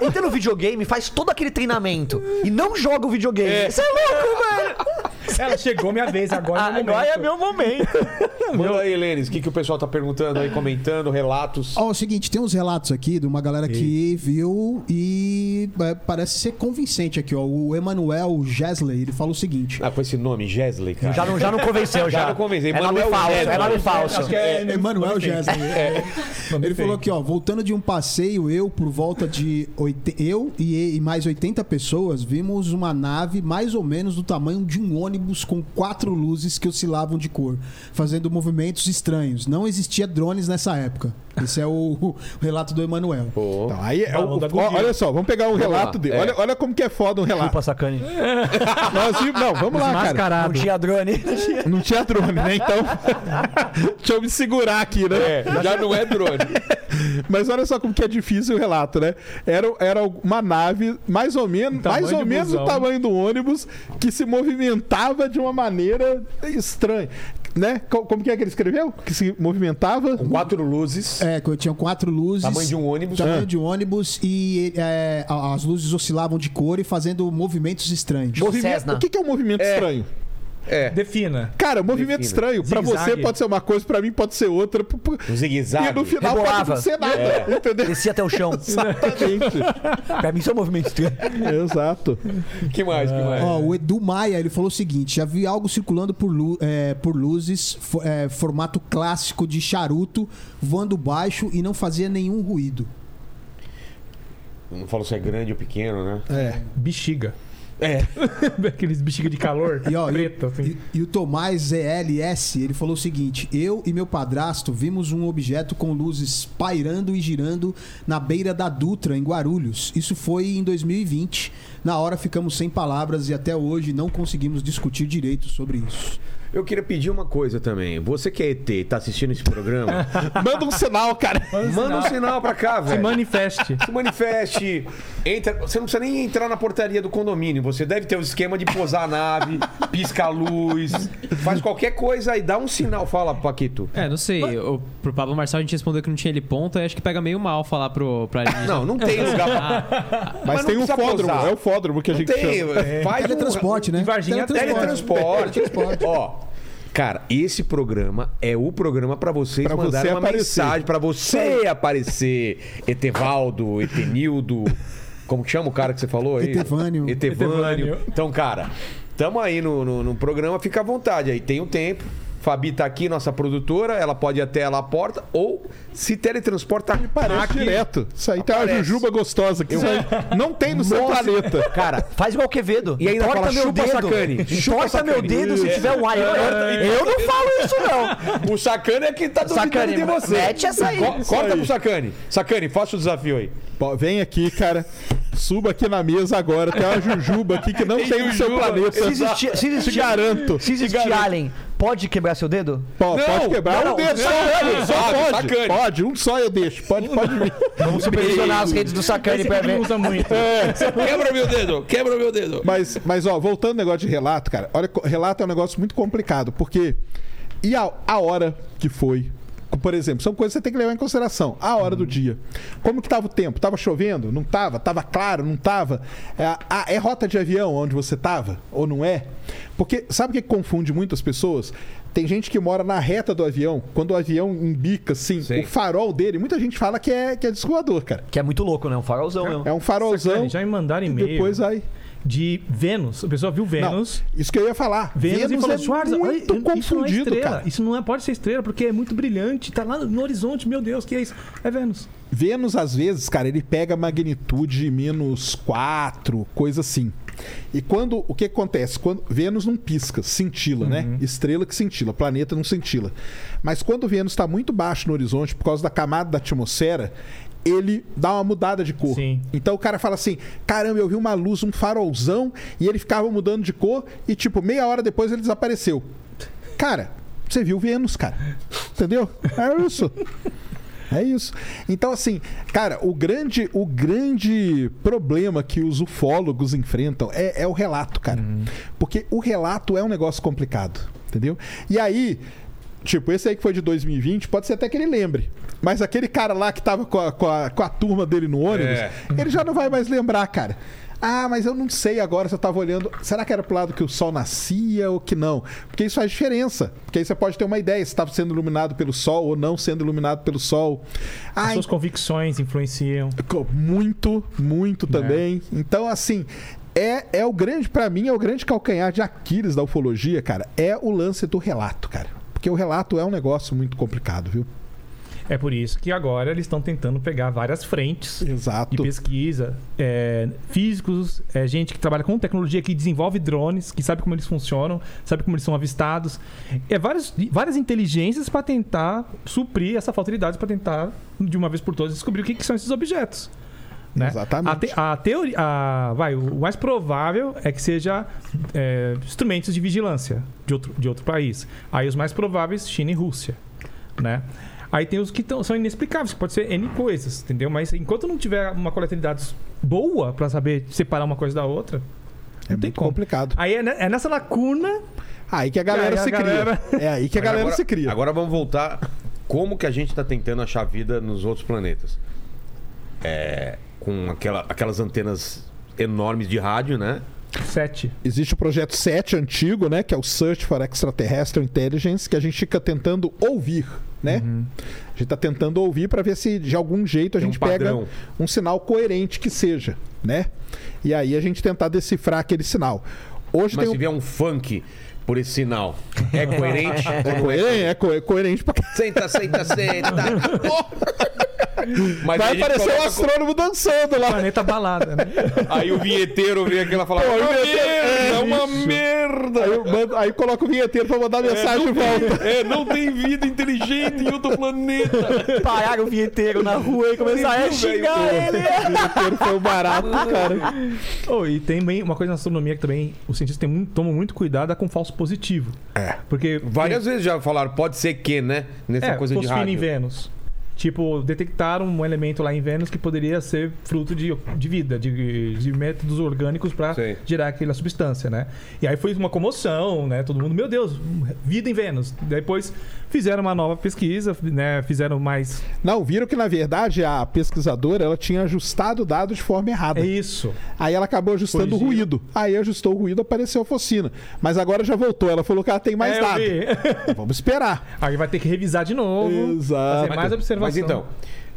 C: É. Entra no videogame, faz todo aquele treinamento e não joga o videogame. Você é louco, velho! Você
E: Ela chegou minha vez, agora é meu momento.
C: Agora é meu momento.
A: Manda aí, Lênis, o que, que o pessoal tá perguntando aí, comentando, relatos.
F: Ó, é o seguinte, tem uns relatos aqui de uma galera que viu e é, parece ser convincente aqui, ó. O Emanuel Gesley, ele fala o seguinte.
A: Ah, com esse nome, Gesley, cara.
C: Já não, já não convenceu,
A: Já
C: já.
A: não convenceu.
C: É nome
A: Manuel
C: falso,
A: Neto.
C: é nome falso.
E: Acho que é
F: Emanuel
E: nome feio.
F: Gesley.
E: Nome feio.
F: Ele falou aqui, ó, voltando de um passeio, eu por volta de oit- eu e, e mais 80 pessoas vimos uma nave mais ou menos do tamanho de um ônibus com quatro luzes que oscilavam de cor, fazendo movimentos estranhos. Não existia drones nessa época. Esse é o, o relato do Emanuel.
A: Pô.
D: Então, aí é o-
E: Falando da
D: ó,
E: Godzilla.
D: olha só, vamos pegar um relato
A: lá,
D: dele.
A: é.
D: Olha, olha como que é foda um
C: <laughs>
D: relato.
C: Desculpa, sacane.
D: Nós vimos- não, vamos lá, cara.
C: Não tinha drone.
D: Não tinha drone, né? Então. Deixa eu me segurar aqui, né?
A: É, já não é drone.
D: Mas olha só como que é difícil o relato, né? Era, era uma nave, mais ou menos,
E: Um tamanho
D: mais ou
E: de
D: menos o
E: busão.
D: tamanho do ônibus, que se movimentava de uma maneira estranha. Né? Co- Como que é que ele escreveu? Que se movimentava.
A: Com quatro luzes,
F: É, que tinham quatro luzes.
A: tamanho de um ônibus.
F: Tamanho de ônibus e é, a- as luzes oscilavam de cor e fazendo movimentos estranhos.
D: Movimento-
C: Cessna.
D: O que, que é um movimento estranho?
A: É.
E: Defina.
D: Cara, movimento
A: Defina.
D: estranho. Pra
E: Zigue-zague.
D: você pode ser uma coisa, pra mim pode ser outra. P- p-
A: Um
D: E
A: zigue-zague. É.
D: no final pode
C: Rebolava.
D: não ser nada. Entendeu?
C: Descia até o chão.
D: Né?
A: <laughs>
D: Exatamente.
C: pra mim, isso é um movimento estranho.
D: Exato.
A: Que mais,
E: Ah.
A: que mais?
F: Ó, o Edu Maia, ele falou o seguinte: já vi algo circulando por, lu- é, por luzes, fo- é, formato clássico de charuto, voando baixo e não fazia nenhum ruído.
A: Não falo se é grande ou pequeno, né?
E: Bexiga. É. <laughs> Aqueles bexiga de calor.
F: E, ó, e-
E: preta, assim.
F: E, e o Tomás ZLS, ele falou o seguinte: eu e meu padrasto vimos um objeto com luzes pairando e girando na beira da Dutra, em Guarulhos. Isso foi em 2020. Na hora ficamos sem palavras e até hoje não conseguimos discutir direito sobre isso.
A: Eu queria pedir uma coisa também. Você que é ET e tá assistindo esse programa,
D: <laughs> Manda um sinal, cara.
A: manda um sinal pra cá,
E: Se
A: velho.
E: <laughs> manifeste.
A: Se manifeste. Entra, você não precisa nem entrar na portaria do condomínio. Você deve ter o esquema de posar a
D: <laughs>
A: nave, pisca a luz, faz qualquer coisa aí, dá um sinal. Fala, Paquito.
G: É, não sei. O, pro Pablo Marçal a gente respondeu que não tinha ele ponto, aí acho que pega meio mal falar pro, pro alienígena.
A: Não, não tem lugar pra.
D: <laughs> Mas,
A: não
D: tem o
A: precisa
D: fódromo,
A: posar.
D: é o fódromo que a
A: Não
D: gente
A: tem.
D: chama.
A: Faz um-
F: Teletransporte, né?
E: Em Varginha,
A: Teletransporte. Ó. Cara, esse programa é o programa pra vocês
D: Pra
A: mandarem
D: você
A: uma
D: aparecer.
A: mensagem pra você aparecer. Etevaldo, Etenildo, como que chama o cara que você falou aí?
F: Etevânio.
A: Etevânio.
E: Etevânio.
A: Então, cara, tamo aí no, no, no programa, fica à vontade aí, tem o tempo. Fabi tá aqui, nossa produtora, ela pode ir até lá à porta ou se teletransporta
D: Parece
A: aqui.
D: direto. Isso aí tem uma
A: Aparece.
D: jujuba gostosa que isso aí
A: <laughs>
D: não tem no seu
A: Nossa.
D: planeta.
A: Cara,
C: Faz igual o Quevedo.
A: E ainda
C: Entorta
A: fala,
C: meu
A: chupa
C: dedo.
A: sacane.
C: Entorta
A: Chupa
C: meu
A: sacane.
C: dedo se
A: É.
C: tiver um ar. Eu, eu não falo isso, não.
A: O Sacane é que tá duvidando
C: Sacane,
A: de você.
C: mete essa aí.
A: Co-
D: Isso
A: corta
D: aí.
A: pro Sacane. Sacane, faça o desafio aí.
D: Pô, vem aqui, cara. Suba aqui na mesa agora. Tem uma jujuba aqui que não tem, no seu planeta.
C: Se existir, <laughs> se
D: Te
C: existir,
D: garanto.
C: se existir alien, pode quebrar seu dedo?
D: Pô, pode quebrar
C: não, tá
D: um dedo.
C: só
D: Só,
A: ele,
D: só
A: sabe,
D: pode.
A: sacane.
D: Pode, um só eu deixo. Pode, pode vir.
C: Vamos supervisionar as redes do Sacane
E: Esse
C: pra
E: aqui não
C: ver.
E: usa muito.
A: Quebra meu dedo, quebra meu dedo.
D: É. Mas, mas, ó, voltando ao negócio de relato, cara. Olha, co- relato é um negócio muito complicado, porque. E a, a hora que foi? Por exemplo, são coisas que você tem que levar em consideração. A hora do dia. Como que tava o tempo? Tava chovendo? Não tava? Tava claro? Não tava? É, a- é rota de avião onde você tava? Ou não é? Porque sabe o que confunde muitas pessoas? Tem gente que mora na reta do avião, quando o avião embica, assim,
A: Sim.
D: o farol dele, muita gente fala que é, que é descoador, cara.
C: Que é muito louco, né? Um farolzão mesmo.
D: É um farolzão.
E: Já me mandaram
D: e
E: e-mail
D: depois aí.
E: de Vênus. A pessoa viu
D: Não,
E: Vênus.
D: isso que eu ia falar.
E: Vênus, e falou,
D: é
E: Schwarza, olha,
D: muito
E: isso não é
D: confundido,
E: estrela.
D: cara.
E: Isso não é, pode ser estrela, porque é muito brilhante. Tá lá no horizonte, meu Deus, que é isso? É Vênus.
D: Vênus, às vezes, cara, ele pega magnitude menos 4, coisa assim. E quando. O que acontece? Quando Vênus não pisca, cintila, né? Estrela que cintila, planeta não cintila. Mas quando Vênus está muito baixo no horizonte, por causa da camada da atmosfera, ele dá uma mudada de cor.
E: Sim.
D: Então o cara fala assim: caramba, eu vi uma luz, um farolzão, e ele ficava mudando de cor, e tipo, meia hora depois ele desapareceu. Cara, você viu Vênus, cara. Entendeu? É isso. É isso. Então, assim, cara, o grande, o grande problema que os ufólogos enfrentam é, é o relato, cara. Porque o relato é um negócio complicado, entendeu? E aí, tipo, esse aí que foi de 2020, pode ser até que ele lembre. Mas aquele cara lá que tava com a, com a, com a turma dele no ônibus,
A: É.
D: ele já não vai mais lembrar, cara. Ah, mas eu não sei agora se eu tava olhando. Será que era pro lado que o sol nascia ou que não? Porque isso faz diferença. Porque aí você pode ter uma ideia se estava sendo iluminado pelo sol ou não sendo iluminado pelo sol.
E: As
D: Ah, então,
E: suas convicções influenciam.
D: Co- Muito, muito
E: É.
D: também. Então, assim, é, é o grande, pra mim, é o grande calcanhar de Aquiles da ufologia, cara. É o lance do relato, cara. Porque o relato é um negócio muito complicado, viu?
E: É por isso que agora eles estão tentando pegar várias frentes de
D: Exato.
E: pesquisa, é, físicos, é, gente que trabalha com tecnologia, que desenvolve drones, que sabe como eles funcionam, sabe como eles são avistados. É várias, várias inteligências para tentar suprir essa falta de dados, para tentar, de uma vez por todas, descobrir o que, que são esses objetos. Né?
D: Exatamente.
E: A, te- a teoria. a- vai, o mais provável é que seja é, instrumentos de vigilância de outro, de outro país. Aí os mais prováveis, China e Rússia. Né? Aí tem os que tão- são inexplicáveis, que pode ser N coisas, entendeu? Mas enquanto não tiver uma coleta de dados boa para saber separar uma coisa da outra,
D: É
E: não tem
D: muito
E: como.
D: complicado.
E: Aí é, ne- é nessa lacuna.
D: Aí que a galera
E: Aí a
D: se
E: galera-
D: cria. É aí que a
A: Mas
D: galera
A: agora,
D: se cria.
A: Agora vamos voltar. Como que a gente está tentando achar vida nos outros planetas? É, com aquela- aquelas antenas enormes de rádio, né?
E: Sete.
D: Existe o projeto 7 antigo, né? Que é o Search for Extraterrestrial Intelligence, que a gente fica tentando ouvir, né? A gente tá tentando ouvir para ver se de algum jeito a
A: Tem um
D: gente pega
A: padrão.
D: um sinal coerente que seja, né? E aí a gente tentar decifrar aquele sinal. Hoje
A: Mas
D: tem
A: se
D: um-
A: vier um funk por esse sinal, é
D: <laughs>
A: coerente?
D: É coerente, é co- é coerente pra caralho.
A: Senta, senta, senta. Mas
D: Vai
A: aí a gente
D: aparecer o
A: coloca-
D: astrônomo dançando
A: <laughs>
D: lá.
E: Planeta balada, <laughs> né?
A: Aí o vinheteiro vem aqui e fala:
D: Pô,
A: "É uma merda, é
D: o vinheteiro-
A: uma merda.
D: Aí, eu mando- aí coloca o vinheteiro pra mandar mensagem de <laughs> volta.
A: É, não tem vida inteligente em outro planeta.
C: Pararam É tipo o vinheteiro na rua e começaram a xingar ele.
D: O vinheteiro foi um barato, cara.
E: Oh, e tem bem uma coisa na astronomia que também os cientistas têm muito- tomam muito cuidado é com falso positivo. É. Porque
A: Várias vezes já falaram, pode ser que, né? Nessa
E: é,
A: coisa de
E: fosfina em
A: rádio.
E: Vênus. Tipo, detectaram um elemento lá em Vênus que poderia ser fruto de, de vida, de, de métodos orgânicos para
A: Sei.
E: gerar aquela substância, né? E aí foi uma comoção, né? Todo mundo, meu Deus, vida em Vênus. Depois fizeram uma nova pesquisa, né? Fizeram mais.
D: Não, viram que na verdade a pesquisadora ela tinha ajustado o dado de forma errada.
E: É isso.
D: Aí ela acabou ajustando o
E: Corrigiram.
D: ruído. Aí ajustou o ruído, apareceu a focina. Mas agora já voltou. Ela falou que ela tem mais
E: É, eu
D: dado. <laughs>
E: vi. <laughs>
D: Vamos esperar.
E: aí vai ter que revisar de novo.
D: Exato.
E: Fazer mais observação.
A: Mas então.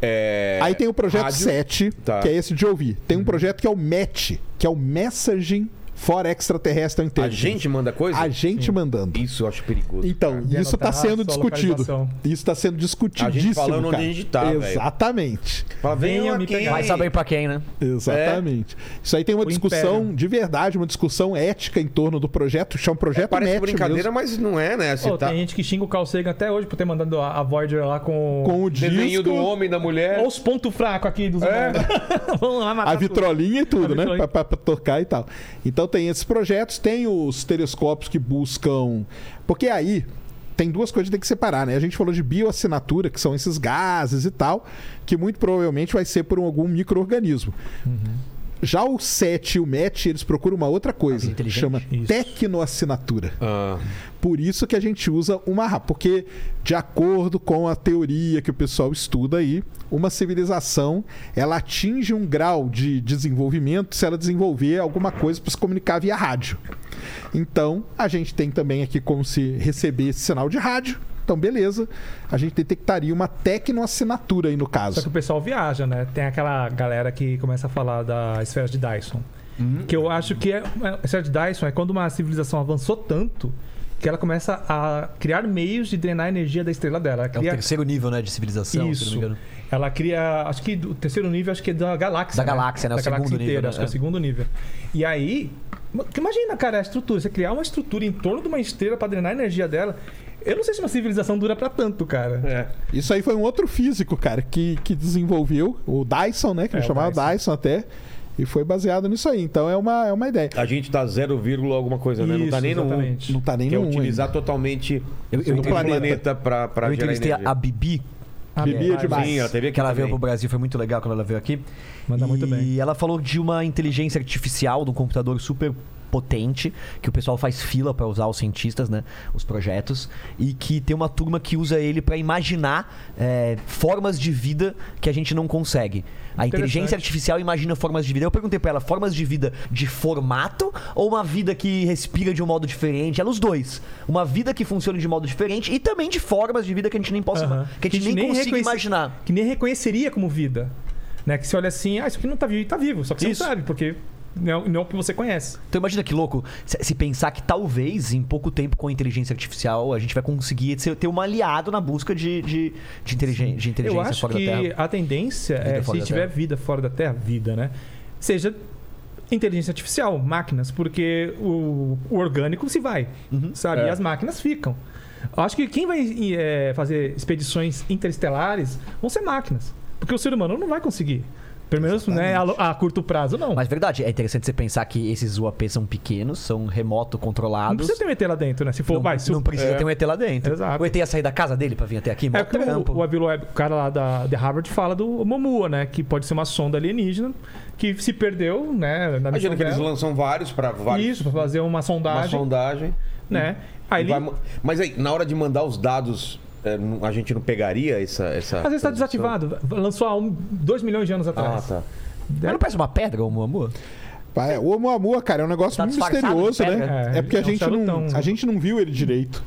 A: é,
D: Aí tem o projeto
A: rádio,
D: 7,
A: Tá. Uhum.
D: que é esse de ouvir. Tem um projeto que é o MET, que é o Messaging for Extraterrestrial
A: A
D: Intelligence.
A: gente manda coisa? tá
D: A gente mandando.
A: Isso eu acho perigoso.
D: Então,
E: De
D: isso está
E: anotar
D: sendo
E: a sua
D: discutido.
E: localização.
D: Isso está sendo discutidíssimo.
A: falando onde
D: cara.
A: a gente tá, velho.
D: Exatamente.
A: Fala, venham
E: Venham me
A: aqui.
E: pegar.
C: Vai saber pra quem, né?
A: É.
D: Exatamente. Isso aí tem uma
E: O
D: discussão
E: império.
D: de verdade, uma discussão ética em torno do projeto. Chama projeto
A: É, Parece
D: NET
A: brincadeira,
D: mesmo,
A: mas não é, né? Se
E: Ô,
A: tá
E: Tem gente que xinga o Carl Sagan até hoje por ter mandado a, a Voyager lá com.
D: com o
A: desenho
D: disco,
A: do homem, da mulher.
E: Olha os pontos fracos aqui dos.
D: É.
E: <laughs> Vamos lá matar
D: a
E: tudo.
D: vitrolinha e tudo, né?
E: A
D: Pra,
E: vitrolinha.
D: pra- pra tocar e tal. Então tem esses projetos, tem os telescópios que buscam. Porque aí. Tem duas coisas que tem que separar, né? A gente falou de bioassinatura, que são esses gases e tal, que muito provavelmente vai ser por um, algum micro-organismo. Já o SET e o MET, eles procuram uma outra coisa, que
C: inteligente.
D: chama
E: Isso.
D: tecnoassinatura.
A: Ah,
D: Por isso que a gente usa uma ra- porque de acordo com a teoria que o pessoal estuda aí, uma civilização ela atinge um grau de desenvolvimento se ela desenvolver alguma coisa para se comunicar via rádio. Então a gente tem também aqui como se receber esse sinal de rádio. Então beleza, a gente detectaria uma tecnoassinatura aí no
E: Só que o
D: caso.
E: pessoal viaja, né? Tem aquela galera que começa a falar da esfera de Dyson.
C: Hum.
E: Que eu acho que é, é- a esfera de Dyson é quando uma civilização avançou tanto que ela começa a criar meios de drenar a energia da estrela dela. Ela
C: É o
E: cria,
C: terceiro nível, né, de civilização, se não
E: Isso.
C: me engano.
E: ela cria. Acho que o terceiro nível acho que é da galáxia.
C: Da galáxia, né? O
E: Da galáxia
C: segundo nível,
E: inteira,
C: né?
E: acho que é o
C: É.
E: segundo nível. E aí. ma- que Imagina, cara, a estrutura. Você criar uma estrutura em torno de uma estrela pra drenar a energia dela. Eu não sei se uma civilização dura pra tanto, cara.
A: é.
D: Isso aí foi um outro físico, cara, que, que desenvolveu, o Dyson, né? Que
E: É,
D: ele
E: o
D: chamava Dyson.
E: Dyson.
D: até. E foi baseado nisso aí. Então é uma, é uma ideia.
A: A gente tá 0, vírgula alguma coisa, né? Não tá
E: Isso,
A: nem no um.
E: exatamente.
D: Não tá nem
A: Que é
D: no um
A: utilizar
D: ainda.
A: totalmente
C: Eu- eu
A: o
C: entendi.
A: planeta pra, pra
C: Eu
A: gerar
C: entrevistei
A: energia.
C: a Bibi,
E: Ah,
D: Bebia
E: é,
D: demais.
A: Sim, ela teve aqui
C: que ela
A: também.
C: veio pro Brasil, foi muito legal quando ela veio aqui.
E: Manda
C: e
E: muito bem.
C: ela falou de uma inteligência artificial, de um computador super potente, que o pessoal faz fila pra usar os cientistas, né? Os projetos. E que tem uma turma que usa ele pra imaginar é, formas de vida que a gente não consegue. A inteligência artificial imagina formas de vida. Eu perguntei pra ela, formas de vida de formato ou uma vida que respira de um modo diferente? Ela, os dois. Uma vida que funciona de modo diferente e também de formas de vida que a gente nem possa,
E: Aham.
C: que a gente, nem, consiga
E: reconhece-
C: imaginar.
E: Que nem reconheceria como vida. Né? Que você olha assim, ah, isso aqui não tá vivo, tá vivo. Só que você
C: Isso.
E: não sabe, porque não, não é o que você conhece.
C: Então imagina que louco se se pensar que talvez em pouco tempo com a inteligência artificial a gente vai conseguir ser- ter um aliado na busca de, de, de, inteligen- de inteligência
E: Eu acho
C: fora
E: que é
C: da Terra.
E: a tendência
C: Vida
E: é,
C: fora
E: se
C: da
E: tiver
C: Terra.
E: vida fora da Terra, vida, né? Seja inteligência artificial, máquinas, porque o, o orgânico se vai,
C: Uhum.
E: sabe?
A: É.
E: E as máquinas ficam. Eu acho que quem vai e, é, fazer expedições interestelares vão ser máquinas, porque o ser humano não vai conseguir. Pelo menos né, a, lo- a curto prazo, não.
C: Mas verdade, é interessante você pensar que esses UAP são pequenos, são remoto
E: não
C: controlados.
E: precisa ter um ET lá dentro, né? Se for,
C: não,
E: vai, se o-
C: não precisa ter um ET lá dentro.
E: Exato.
C: O ET ia sair da casa dele pra vir até aqui, mó
E: É porque o,
C: trampo.
E: o Avilo Web, o cara lá da, de Harvard fala do Momua, né? Que pode ser uma sonda alienígena que se perdeu, né? Na missão
A: Imagina que eles
E: dela.
A: lançam vários pra vários.
E: Isso, pra fazer uma
A: Uma
E: sondagem,
A: sondagem.
E: né? Aí ele,
A: Vai ma- Mas aí, na hora de mandar os dados, é, não- a gente não pegaria essa. essa
E: às vezes
A: transmissão?
E: tá desativado. Lançou há 2 milhões de anos
A: Ah,
E: atrás.
A: tá.
C: Mas não parece uma pedra, o amor?
D: Pai, o Oumuamua, cara, é um negócio
C: Tá
D: muito
C: disfarçado de
D: misterioso,
C: pedra.
D: né? É,
E: É,
D: porque a
E: é um
D: gente, não,
E: charutão.
D: a gente não viu ele direito.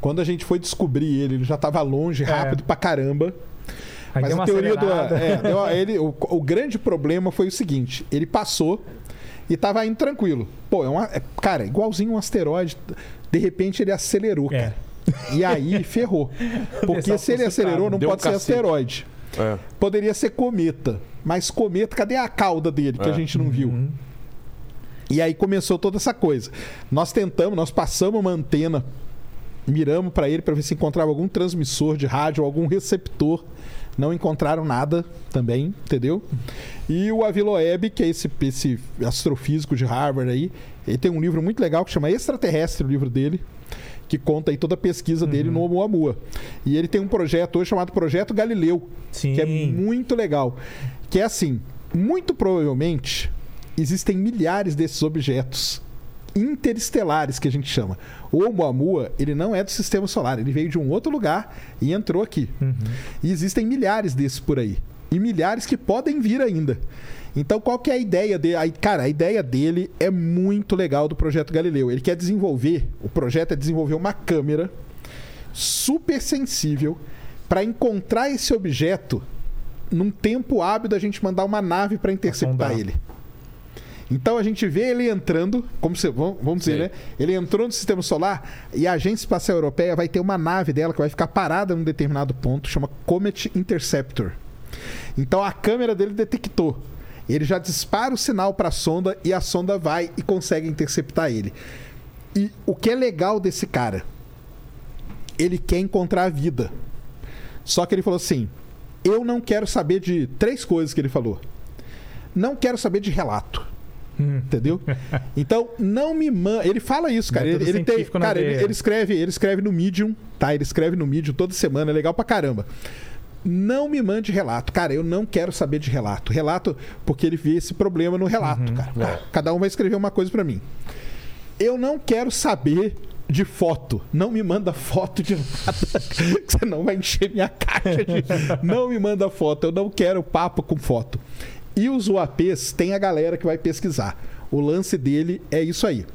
D: Quando a gente foi descobrir ele, ele já tava longe, rápido pra caramba.
E: É. Aí
D: Mas
E: deu uma
D: a teoria
E: acelerada. <laughs>
D: do. é, deu- ele, o, o grande problema foi o seguinte: ele passou e tava indo tranquilo. Pô, é uma, é- cara, igualzinho um asteroide. De repente ele acelerou,
E: É.
D: cara. E aí ferrou. Porque
E: pessoal
D: se ele acelerou,
E: ficou assustado.
D: não
A: Deu um
D: pode ser
A: cacete.
D: asteroide.
A: É.
D: Poderia ser cometa. Mas cometa, cadê a cauda dele que a
A: É.
D: gente não viu? E aí começou toda essa coisa. Nós tentamos, nós passamos uma antena, miramos para ele para ver se encontrava algum transmissor de rádio, algum receptor. Não encontraram nada também, entendeu? E o Aviloeb, que é esse, esse astrofísico de Harvard aí, ele tem um livro muito legal que chama Extraterrestre, o livro dele, que conta aí toda a pesquisa dele no Oumuamua. E ele tem um projeto hoje chamado Projeto Galileu,
E: Sim.
D: que é muito legal. Que é assim, muito provavelmente existem milhares desses objetos interestelares que a gente chama. O Oumuamua, ele não é do sistema solar, ele veio de um outro lugar e entrou aqui. E existem milhares desses por aí. E milhares que podem vir ainda. Então, qual que é a ideia dele? Aí, Cara, a ideia dele é muito legal do projeto Galileu. Ele quer desenvolver, o projeto é desenvolver uma câmera super sensível para encontrar esse objeto num tempo hábil da gente mandar uma nave para interceptar
E: Sondar.
D: ele. Então a gente vê ele entrando, como se, vamos vamos dizer,
A: Sim.
D: né? Ele entrou no sistema solar e a Agência Espacial Europeia vai ter uma nave dela que vai ficar parada num determinado ponto, chama Comet Interceptor. Então a câmera dele detectou. Ele já dispara o sinal para a sonda e a sonda vai e consegue interceptar ele. E o que é legal desse cara? Ele quer encontrar a vida. Só que ele falou assim: eu não quero saber de três coisas que ele falou. Não quero saber de relato.
E: Hum. <laughs>
D: Entendeu? Então, não me manda. Ele fala isso, cara. Ele,
E: Método
D: ele tem.
E: científico na
D: Cara, ele,
E: veia.
D: ele escreve, ele escreve no Medium, tá? Ele escreve no Medium toda semana, é legal pra caramba. Não me mande relato. Cara, eu não quero saber de relato. Relato, porque ele vê esse problema no relato,
E: Uhum.
D: cara.
E: É.
D: Ca- Cada um vai escrever uma coisa pra mim. Eu não quero saber de foto. Não me manda foto de nada. <laughs> que Você não vai encher minha caixa de. Não me manda foto. Eu não quero papo com foto. E os UAPs tem a galera que vai pesquisar. O lance dele é isso aí.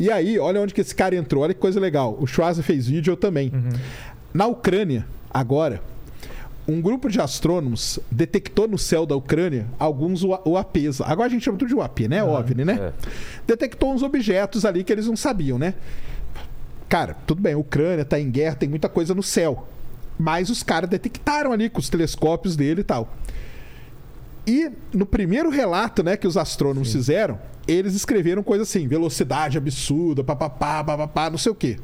D: E aí, olha onde que esse cara entrou. Olha que coisa legal. O Schwarzer fez vídeo, eu também. Na Ucrânia, agora, um grupo de astrônomos detectou no céu da Ucrânia alguns UA- UAPs. Agora a gente chama tudo de UAP, né? OVNI,
A: é.
D: né? Detectou uns objetos ali que eles não sabiam, né? Cara, tudo bem, a Ucrânia tá em guerra, tem muita coisa no céu. Mas os caras detectaram ali com os telescópios dele e tal. E no primeiro relato, né, que os astrônomos fizeram, eles escreveram coisa assim, velocidade absurda, papapá, papapá, não sei o quê.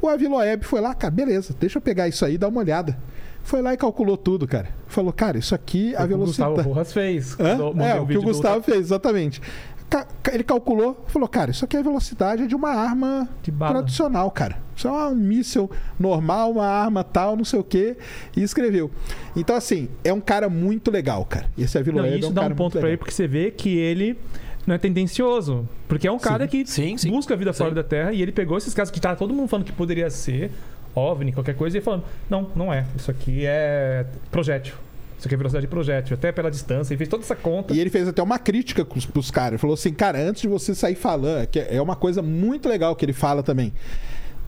D: O Aviloeb foi lá, cara, beleza, deixa eu pegar isso aí e dar uma olhada. Foi lá e calculou tudo, cara. Falou, cara, isso aqui, a
E: O que o Gustavo
D: velocidade...
E: Borras fez.
D: Hã?
E: quando eu mandei um
D: É, o que
E: vídeo
D: o
E: do-
D: Gustavo fez, exatamente. Ca- ca- Ele calculou, falou, cara, isso aqui é a velocidade de uma arma
E: De bala.
D: tradicional, cara. Isso é uma- um míssil normal, uma arma tal, não sei o quê, e escreveu. Então, assim, é um cara muito legal, cara. Esse
E: Não,
D: Aviloeb
E: e
D: é
E: isso
D: um
E: dá
D: cara
E: um ponto
D: muito
E: pra
D: legal.
E: ele, porque você vê que ele não é tendencioso. Porque é um cara que
C: Sim, sim.
E: busca a vida fora
C: Sim.
E: da Terra e ele pegou esses casos que tá todo mundo falando que poderia ser OVNI, qualquer coisa, e falando: não, não é. Isso aqui é projétil. Isso aqui é velocidade de projétil, até pela distância. E fez toda essa conta.
D: E é ele fez até uma crítica com os- pros caras. Ele falou assim, cara, antes de você sair falando, que é uma coisa muito legal que ele fala também.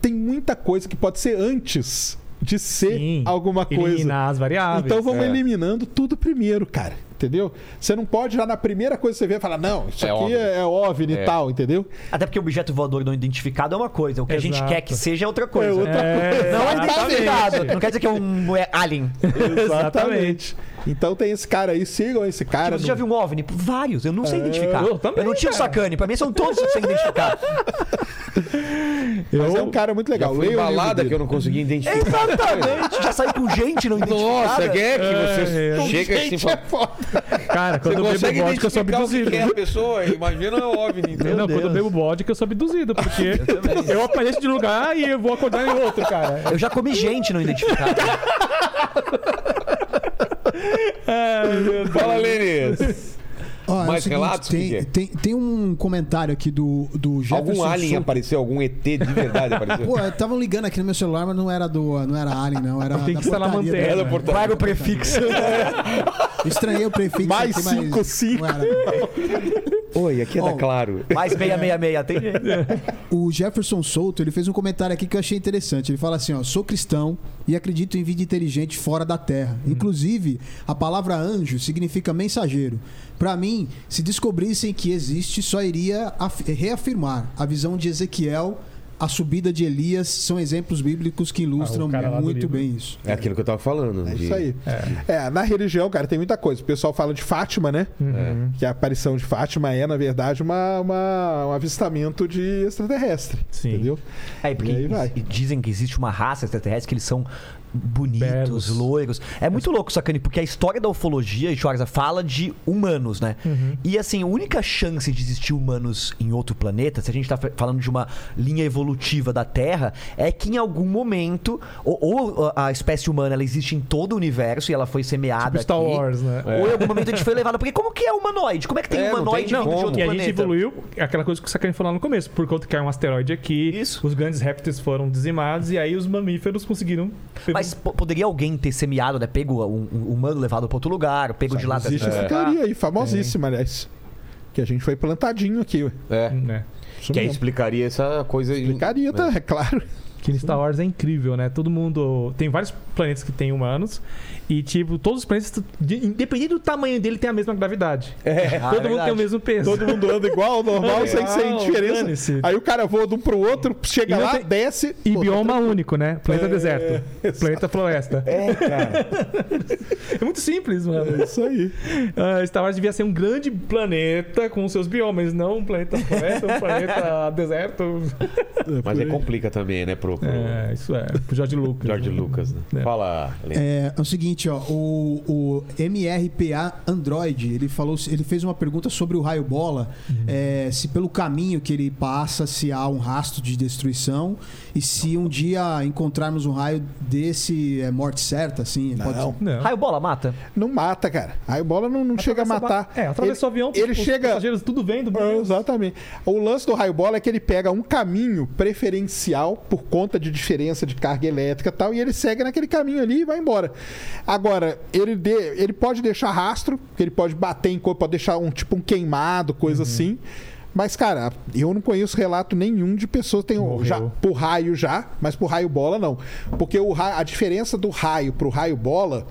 D: Tem muita coisa que pode ser antes de ser
E: Sim,
D: alguma coisa.
E: Eliminar as variáveis.
D: Então vamos
E: É.
D: eliminando tudo primeiro, cara. Entendeu? Você não pode já na primeira coisa que você vê falar, não, isso
H: É
D: aqui
H: OVNI.
D: é é OVNI e
H: É.
D: tal, entendeu?
C: Até porque objeto voador não identificado é uma coisa. O que a gente
E: Exato.
C: quer que seja é outra coisa.
D: É outra
E: É,
C: <laughs> Não é
E: exatamente.
C: identificado. Não quer dizer que é um é alien.
D: coisa. Então tem esse cara aí, sigam esse cara.
C: Você já
D: no-
C: viu um OVNI? Pô, Vários, eu não sei identificar.
E: eu também,
C: não tinha o Sacani, pra mim são todos sem identificar.
D: Mas é um cara muito legal.
A: Foi
D: Leia o livro
A: balada
D: dele.
A: que eu não consegui identificar.
C: Exatamente, já saiu com gente não identificada.
H: Nossa, quem é que
E: É,
H: você
E: é.
H: chega assim e fala,
E: Cara, quando eu
H: Você
E: bebo
H: consegue
E: vodka, eu
H: identificar
E: sou
H: o que
E: abduzido.
H: que é a pessoa? Imagina o OVNI,
A: é?
H: então.
E: não, quando eu
C: Deus.
E: bebo vodka, eu sou abduzido, porque eu apareço de um lugar e eu vou acordar em outro, cara.
C: Eu já comi gente não identificada.
H: Fala, Lênis.
F: Ó, é o
A: Mais relatos,
F: tem,
A: Miguel?
F: tem, tem um comentário aqui do, do Jefferson
A: Algum alien
F: Souto.
A: apareceu, algum ET de verdade
E: <laughs>
A: apareceu.
F: Pô, estavam ligando aqui no meu celular, mas não era do, não era Alien, não. Era
E: Tem
F: da
E: que instalar
F: portaria.
E: manteiga.
F: da-
E: Era
C: Vai o prefixo.
F: Eu Estranhei o prefixo.
D: Mais
F: aqui, mas
D: cinco,
F: não
D: cinco.
F: era.
A: Oi, aqui é da
F: Ó,
A: Claro.
C: Mais 666, tem gente.
F: O Jefferson Souto, ele fez um comentário aqui que eu achei interessante. Ele fala assim, ó, sou cristão e acredito em vida inteligente fora da Terra.
E: Hum.
F: Inclusive, a palavra anjo significa mensageiro. Pra mim, se descobrissem que existe, só iria af- reafirmar a visão de Ezequiel, a subida de Elias, são exemplos bíblicos que ilustram
E: Ah, cara lá do
F: muito
E: livro.
F: bem isso.
A: É aquilo que eu tava falando.
D: É
A: de-
D: isso aí. É. na religião, cara, tem muita coisa. O pessoal fala de Fátima, né? Que a aparição de Fátima é, na verdade, uma, uma- um avistamento de extraterrestre.
E: Sim.
D: Entendeu?
C: É, porque
D: E aí vai.
C: e dizem que existe uma raça extraterrestre que eles são bonitos,
E: Belos.
C: loiros. É muito louco, Sacani, porque a história da ufologia, e Schwarza fala de humanos, né? E assim, a única chance de existir humanos em outro planeta, se a gente tá fa- falando de uma linha evolutiva da Terra, é que em algum momento, ou, ou a espécie humana ela existe em todo o universo e ela foi semeada
E: Tipo Star
C: aqui,
E: Wars, né?
C: Ou em algum momento a gente foi levado. Porque como que é humanoide? Como é que tem
A: É, não
C: humanoide
A: tem
C: vindo de
A: como.
C: outro
E: E a
C: planeta?
E: gente evoluiu, é aquela coisa que o Sakane falou lá no começo, por conta que caiu um asteroide aqui,
C: Isso.
E: os grandes répteis foram dizimados e aí os mamíferos conseguiram.
C: Mas po- poderia alguém ter semeado, né? Pego um, um humano levado pra outro lugar, pego de lá.
D: Existe essa teoria aí, famosíssima, aliás. Que a gente foi plantadinho aqui. ué.
H: É.
E: né?
D: Isso
A: Que aí
D: mesmo.
A: explicaria essa coisa. em-
D: Explicaria, tá? É claro.
E: Que no Star Wars é incrível, né? Todo mundo. Tem vários planetas que tem humanos. E, tipo, todos os planetas, de- independente do tamanho dele, tem a mesma gravidade.
C: Ah, é
E: Todo mundo tem
C: verdade.
E: o mesmo peso.
D: Todo mundo anda igual, normal, sem, sem
E: Igual,
D: diferença.
E: dane-se.
D: Aí o cara voa de um pro outro, chega
E: E não
D: lá,
E: tem-
D: desce.
E: E
D: pô, tá É,
E: bioma único, né? Planeta deserto. Planeta floresta.
A: É, cara.
E: <laughs> É muito simples, mano.
D: É isso aí.
E: Ah, Star Wars devia ser um grande planeta com seus biomas, não um planeta floresta,
D: <laughs>
E: um planeta deserto.
D: é,
A: Mas aí complica também, né, pro, pro
E: É, isso é. Pro George Lucas.
A: George Lucas, né?
E: É.
A: Fala, Lê.
F: É, é o seguinte, ó, o, o MRPA Android, ele falou, ele fez uma pergunta sobre o raio bola, é, se pelo caminho que ele passa se há um rastro de destruição e se um dia encontrarmos um raio desse é morte certa, assim, pode
D: Não,
E: Não.
C: Raio bola, mata.
D: não mata, cara. Aí o bola não, não chega a matar.
E: É, atravessa o avião,
D: ele
E: os
D: chega-
E: passageiros tudo vendo.
D: É, exatamente. O lance do raio bola é que ele pega um caminho preferencial por conta de diferença de carga elétrica e tal, e ele segue naquele caminho ali e vai embora. Agora, ele, de- ele pode deixar rastro, que ele pode bater em corpo, pode deixar um tipo um queimado,
E: Uhum.
D: coisa assim. Mas, cara, eu não conheço relato nenhum de pessoas que tenham
E: Morreu.
D: já, por raio já, mas por raio bola não. Porque o ra- a diferença do raio pro raio bola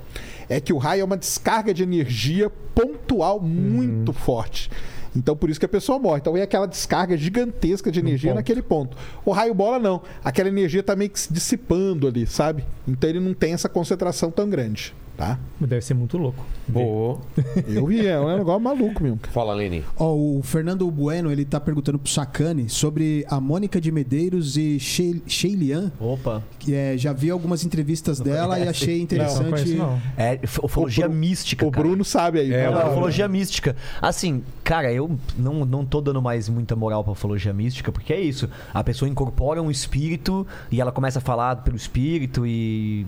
D: é que o raio é uma descarga de energia pontual muito forte. Então por isso que a pessoa morre. Então é aquela descarga gigantesca de energia naquele ponto. O raio bola não. Aquela energia tá meio que se dissipando ali, sabe? Então ele não tem essa concentração tão grande, tá?
E: Deve ser muito louco.
A: Boa.
D: Eu vi, é um negócio maluco mesmo.
A: Fala, Lene.
F: Ó, o Fernando Bueno, ele tá perguntando pro Sacani sobre a Mônica de Medeiros e Shei- Sheilian,
C: Opa.
F: que é, já vi algumas entrevistas dela e
C: conhece.
F: achei
E: Não, não
F: interessante.
E: conheço, não.
C: É f- ufologia
D: O Bru-
C: mística,
D: O
C: cara.
D: Bruno sabe aí.
A: É,
C: É
D: fala.
C: uma
A: Bruno.
C: ufologia mística. Assim, cara, eu não, não tô dando mais muita moral pra ufologia mística, porque é isso. A pessoa incorpora um espírito e ela começa a falar pelo espírito e.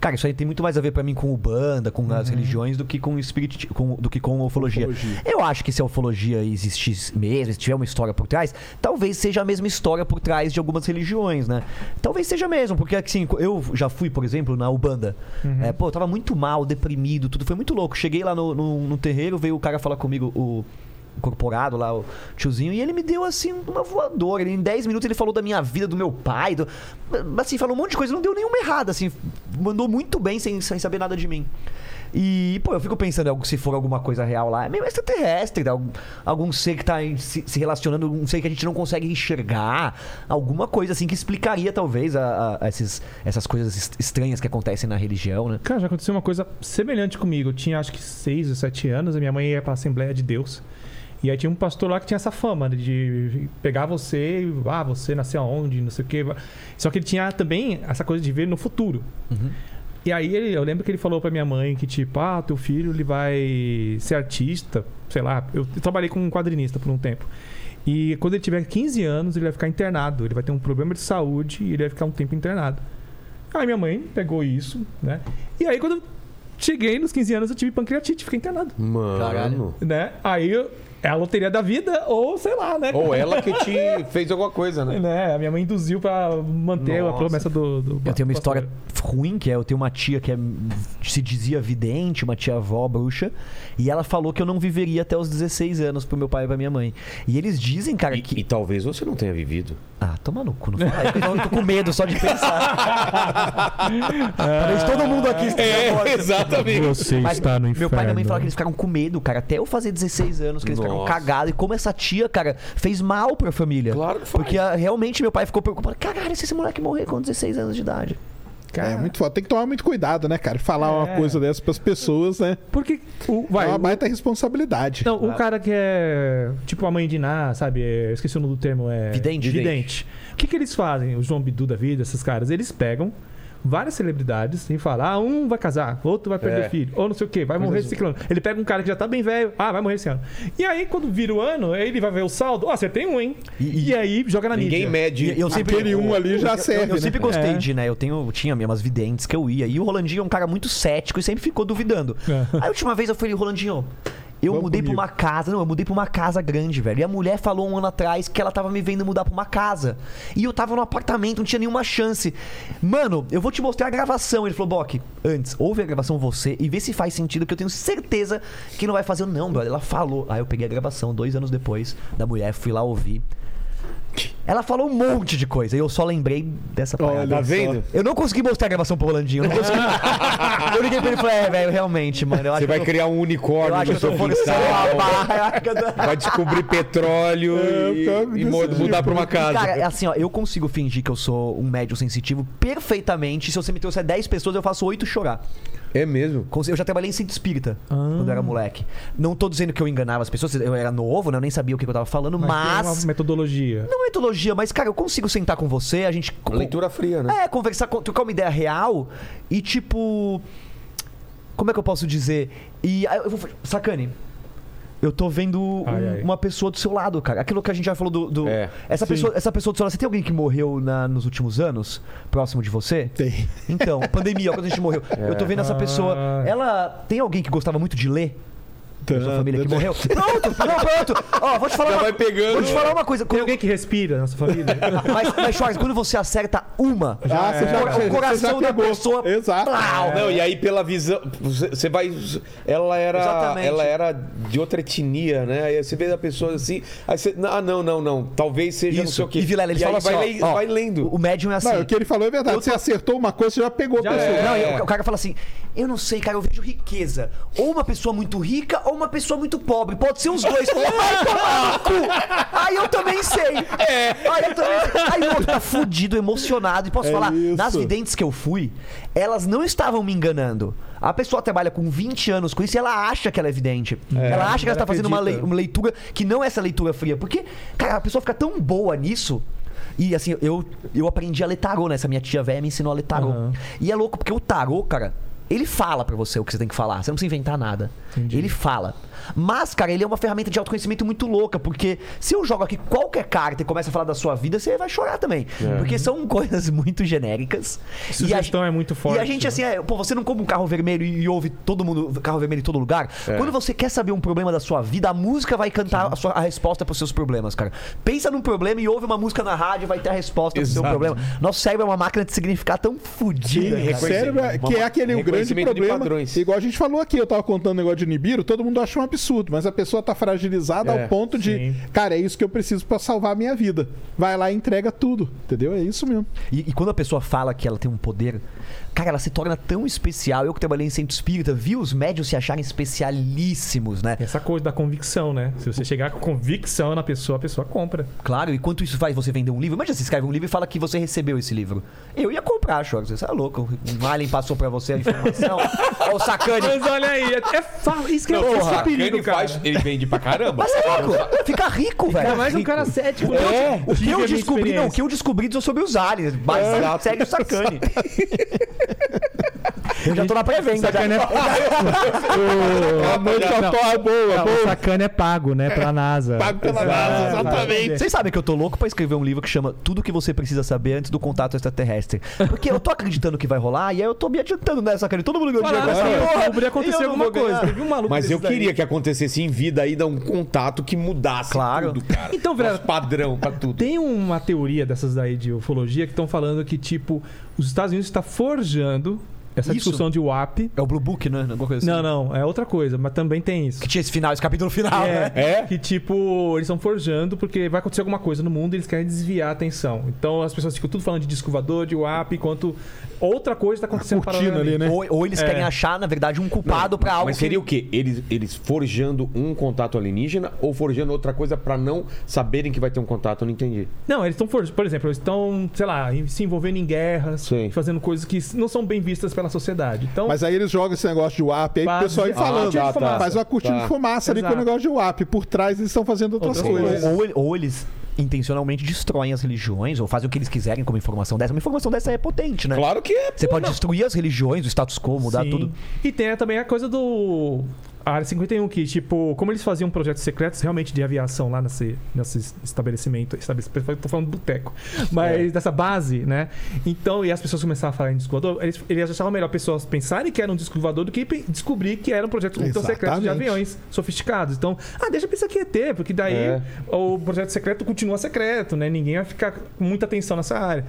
C: Cara, isso aí tem muito mais a ver pra mim com o banda, com as religiões, do que com o espiriti- com- do que com a ufologia. Eu acho que se a ufologia existisse mesmo, se tiver uma história por trás, talvez seja a mesma história por trás de algumas religiões, né? Talvez seja mesmo, porque assim, eu já fui, por exemplo, na Ubanda. É, pô, eu tava muito mal, deprimido, tudo foi muito louco. Cheguei lá no, no- no terreiro, veio o cara falar comigo, o incorporado lá, o tiozinho, e ele me deu assim uma voadora. Ele, em 10 minutos ele falou da minha vida, do meu pai, do... assim, falou um monte de coisa, não deu nenhuma errada, assim, mandou muito bem sem, sem saber nada de mim. E, pô, eu fico pensando, algo- se for alguma coisa real lá, é meio extraterrestre, né? algum, algum ser que tá em- se, se relacionando, um ser que a gente não consegue enxergar, alguma coisa assim que explicaria, talvez, a- a- esses- essas coisas est- estranhas que acontecem na religião, né?
E: Cara, já aconteceu uma coisa semelhante comigo. Eu tinha acho que 6 ou 7 anos, a minha mãe ia pra Assembleia de Deus. E aí tinha um pastor lá que tinha essa fama né, de pegar você, e, ah, você nasceu aonde, não sei o quê. Só que ele tinha também essa coisa de ver no futuro. E aí ele- eu lembro que ele falou pra minha mãe que tipo, ah, teu filho ele vai ser artista, sei lá. Eu trabalhei com um quadrinista por um tempo. E quando ele tiver 15 anos, ele vai ficar internado, ele vai ter um problema de saúde e ele vai ficar um tempo internado. Aí minha mãe pegou isso, né? E aí quando eu cheguei nos 15 anos, eu tive pancreatite, fiquei internado,
A: Mano.
C: Caralho.
E: né? Aí eu- é a loteria da vida ou sei lá, né?
A: Ou ela que
C: <laughs>
A: te fez alguma coisa, né?
E: <laughs> Né? A minha mãe induziu pra manter a
A: Nossa.
E: promessa do, do
C: Eu tenho uma
E: pastor.
C: história ruim, que é eu tenho uma tia que é- se dizia vidente, uma tia avó bruxa, e ela falou que eu não viveria até os 16 anos pro meu pai e pra minha mãe. E eles dizem, cara,
A: E,
C: que.
A: e talvez você não tenha vivido.
C: Ah, toma no cu, não fala isso, eu tô com medo só de pensar. Talvez todo mundo aqui esteja morto.
A: <laughs> exatamente.
E: Você
C: Mas
E: está no inferno.
C: Meu pai e minha mãe falaram que eles ficaram com medo, cara, até eu fazer 16 anos, que eles ficaram
A: Nossa.
C: cagados. E como essa tia, cara, fez mal pra família.
A: Claro que faz.
C: Porque ah, realmente meu pai ficou preocupado. Caralho, se esse moleque morrer com 16 anos de idade.
E: Cara,
D: É muito foda. Tem que tomar muito cuidado, né, cara? Falar uma coisa dessa pras pessoas, né?
E: Porque o, vai,
D: é
A: Tá
D: uma
E: o-
D: baita responsabilidade.
C: Então,
E: não, o cara que é tipo a mãe de Iná, sabe? É, eu esqueci o nome do termo. É...
C: Vidente.
E: Vidente. O que, que eles fazem? O João Bidu da vida, esses caras, eles pegam várias celebridades e falam: ah, um vai casar, outro vai perder
A: É.
E: filho, ou não sei o quê, vai morrer esse ano. Ele pega um cara que já tá bem velho, ah, vai morrer esse ano. E aí, quando vira o ano, aí ele vai ver o saldo, ó, você tem um, hein? E, aí joga na
A: Ninguém
E: mídia.
A: mede.
C: E eu sempre-
D: Aquele um ali já
C: Eu-
D: serve,
C: Eu, eu
D: né?
C: sempre gostei
E: É.
C: de, né? Eu tenho, eu tinha minhas videntes que eu ia. E o Rolandinho é um cara muito cético e sempre ficou duvidando.
E: É.
C: Aí a última vez eu falei, Rolandinho. Eu
D: Vamos
C: mudei
D: comigo."
C: pra uma casa, não, eu mudei pra uma casa grande, velho. E a mulher falou um ano atrás que ela tava me vendo mudar pra uma casa. E eu tava num apartamento, não tinha nenhuma chance. Mano, eu vou te mostrar a gravação. Ele falou, Bock, antes, ouve a gravação você e vê se faz sentido, que eu tenho certeza que não vai fazer. Eu, não, brother, ela falou. Aí eu peguei a gravação dois anos depois da mulher, fui lá ouvir. Ela falou um monte de coisa e eu só lembrei dessa parada.
A: Tá vendo?
C: Eu não consegui mostrar a gravação pro Rolandinho. Eu,
A: <laughs>
C: não consegui... eu liguei pra ele e falei, é, velho, realmente, mano. Eu acho
A: Você vai
C: que
A: criar um
C: eu, eu
A: unicórnio
C: acho
A: no
C: que
A: seu
C: eu tô forçando
A: quintal.
C: uma barra. eu acho que eu tô-
A: Vai descobrir petróleo
C: É,
A: e, e mo- mudar pra uma <laughs> casa.
C: Cara, assim, ó, eu consigo fingir que eu sou um médium sensitivo perfeitamente. Se você me trouxer 10 pessoas, eu faço 8 chorar.
A: é mesmo.
C: Conse- Eu já trabalhei em centro espírita quando
A: Ah.
C: eu era moleque. Não tô dizendo que eu enganava as pessoas, eu era novo, né? Eu nem sabia o que que eu tava falando,
E: Mas tem
C: mas.
E: uma metodologia.
C: Não é etologia, mas, cara, eu consigo sentar com você, a gente. co-
A: Leitura fria, né?
C: É, conversar, com- trocar uma ideia real e tipo. Como é que eu posso dizer? E. ah, Eu vou, sacane. Eu tô vendo um-
E: Ai, ai.
C: uma pessoa do seu lado, cara. Aquilo que a gente já falou do. do-
A: É,
C: essa, pessoa, essa pessoa do seu lado. Você tem alguém que morreu na- nos últimos anos? Próximo de você?
D: Tem.
C: Então, pandemia, quando a gente morreu. Eu tô vendo essa pessoa.
E: Ah.
C: Ela. Tem alguém que gostava muito de ler? Da sua família que
D: Tá.
C: morreu? Pronto, não, pronto. Ó, vou te falar.
A: Já
C: Uma,
A: vai pegando.
C: Vou te falar uma coisa.
E: Tem alguém que respira na sua família? <laughs>
C: Mas, mas Schwarz, quando você acerta uma,
D: Ah, você já,
C: é. o
D: você já
C: coração da
D: pegou.
C: pessoa. Ah,
D: Exato.
C: Plau!
A: Ah, Não, e aí pela visão. Você você vai. Ela era.
C: Exatamente.
A: Ela era de outra etnia, né? Aí você vê a pessoa assim. Aí você. Ah, não, não, não. Talvez seja não sei o quê.
C: E Vilela, ele
A: aí
C: fala
A: vai,
C: assim,
A: lei-
C: ó, ó,
A: vai lendo.
C: O médium é assim.
D: Não, o que ele falou é verdade. Você acertou uma coisa, você já pegou a
E: Já
D: pessoa.
A: é.
C: Não, e o- o cara fala assim: Eu não sei, cara, eu vejo riqueza. Ou uma pessoa muito rica ou uma pessoa muito pobre. Pode ser os dois. Vai tomar no cu. Aí eu também sei.
A: É.
C: Aí eu também sei. Aí o outro tá fudido, emocionado. E posso
D: É
C: falar,
D: isso.
C: nas videntes que eu fui, elas não estavam me enganando. A pessoa trabalha com 20 anos com isso e ela acha que ela é vidente. ela acha que ela,
E: ela
C: tá fazendo uma,
E: acredita.
C: lei- uma leitura que não é essa leitura fria. Porque, cara, a pessoa fica tão boa nisso. E assim, eu, eu aprendi a ler tarô, né? Essa minha tia velha me ensinou a ler tarô. E é louco, porque o tarô, cara, Ele fala pra você o que você tem que falar. Você não precisa inventar nada. Ele fala. Mas, cara, ele é uma ferramenta de autoconhecimento muito louca, porque se eu jogo aqui qualquer carta e começa a falar da sua vida, você vai chorar também. Porque são <laughs> coisas muito genéricas. E
B: É.
C: a-
B: Sugestão é muito forte.
C: e a gente,
B: né?
C: assim, é, pô, você não compra um carro vermelho e ouve todo mundo, carro vermelho em todo lugar.
A: É.
C: Quando você quer saber um problema da sua vida, a música vai cantar a, sua, a resposta pros seus problemas, cara. Pensa num problema e ouve uma música na rádio, vai ter a resposta pro seu
A: Exato.
C: problema. Nosso cérebro é uma máquina de significar tão fodida.
A: Sim,
C: cara.
A: reconhece-
D: Cérebro, é- que é aquele o grande
A: Reconhecimento de
D: problema.
A: padrões.
D: Igual a gente falou aqui, eu tava contando o negócio de Nibiru, todo mundo acha um absurdo, mas a pessoa tá fragilizada
A: É,
D: ao ponto de, cara, é isso que eu preciso pra salvar a minha vida. Vai lá e entrega tudo, entendeu? É isso mesmo.
C: E, e quando a pessoa fala que ela tem um poder, cara, ela se torna tão especial. Eu que trabalhei em centro espírita, vi os médios se acharem especialíssimos, né?
E: Essa coisa da convicção, né? Se você chegar com convicção na pessoa, a pessoa compra.
C: Claro, e quanto isso faz você vender um livro? Imagina, você escreve um livro e fala que você recebeu esse livro. Eu ia comprar, Chora. Você é louco. Um alien passou pra você a
E: <laughs>
C: informação. Ô, sacane.
E: Mas olha aí, é, é fa- isso que é,
C: Não,
E: esse é
C: porra,
E: o perigo,
H: ele,
E: cara.
H: faz, ele vende pra caramba.
C: Mas é louco. Fica rico, velho.
E: Ainda mais um
C: Rico.
E: cara cético.
C: É,
E: né?
C: o que
E: Tive a
C: eu
E: minha
C: descobri, não, o
E: experiência.
C: que eu descobri sobre os aliens, mas
E: É.
C: segue o sacane. Eu já tô na pré-venda. já.
E: é
A: Ah,
D: a noite é boa,
A: tá
I: O sacana é pago, né? Pra NASA.
D: Pago pela NASA, exatamente.
C: Vocês sabem que eu tô louco pra escrever um livro que chama Tudo que você precisa saber antes do contato extraterrestre. Porque eu tô acreditando que vai rolar e aí eu tô me adiantando nessa, cara. Todo mundo que eu digo
E: Falaram
C: agora,
E: assim,
C: porra,
E: em outubro ia acontecer
C: eu não
E: alguma
C: vou ganhar.
E: coisa. Teve um maluco
A: Mas eu
E: desses aí.
A: queria que acontecesse em vida ainda um contato que mudasse
C: Claro.
A: tudo, cara.
E: Então, Vera-
A: Nosso padrão pra tudo.
E: Tem uma teoria dessas daí de ufologia que estão falando que, tipo, os Estados Unidos está forjando essa
C: Isso.
E: discussão de WAP.
C: É o Blue Book, né? Alguma coisa assim.
E: Não, não, é outra coisa, mas também tem isso.
C: Que tinha esse final, esse capítulo final, né?
A: É?
E: Que tipo, eles estão forjando porque vai acontecer alguma coisa no mundo e eles querem desviar a atenção. Então as pessoas ficam tudo falando de descovador, de WAP, enquanto outra coisa está acontecendo
D: Curtindo ali,
E: paralelamente.
D: né?
C: Ou, ou
E: É.
C: eles querem achar, na verdade, um culpado pra algo.
A: Mas
C: que-
A: seria o quê? Eles, eles forjando um contato alienígena ou forjando outra coisa pra não saberem que vai ter um contato? Eu não entendi.
E: Não, eles estão, for- por exemplo, eles estão, sei lá, em- se envolvendo em guerras,
A: Sim.
E: fazendo coisas que não são bem vistas pela sociedade. Então,
D: Mas aí eles jogam esse negócio de WAP aí pro
E: Faz-
D: pessoal ir
E: Ah,
D: falando.
E: tá, tá.
D: Faz uma cortina
A: Tá.
D: de fumaça ali com o
E: Exato.
D: negócio de WAP. Por trás eles estão fazendo outras,
E: Outras
D: coisas.
E: coisas.
C: ou, ou- ou eles intencionalmente destroem as religiões ou fazem o que eles quiserem com uma informação dessa. Uma informação dessa é potente, né?
A: Claro que é.
C: Você pode destruir as religiões, o status quo, mudar
E: Sim.
C: tudo.
E: E tem também a coisa do. A Área 51, que, tipo, como eles faziam projetos secretos realmente de aviação lá nesse, nesse estabelecimento, estabelecimento, tô falando boteco, mas dessa base, né? Então, e as pessoas começavam a falar em disco voador, eles, eles achavam melhor pessoas pensarem que era um disco voador do que pe- descobrir que era um projeto ultra secreto de
D: Exatamente.
E: aviões sofisticados. Então, ah, deixa eu pensar que é ter, porque daí
A: É.
E: o projeto secreto continua secreto, né? Ninguém vai ficar com muita atenção nessa área.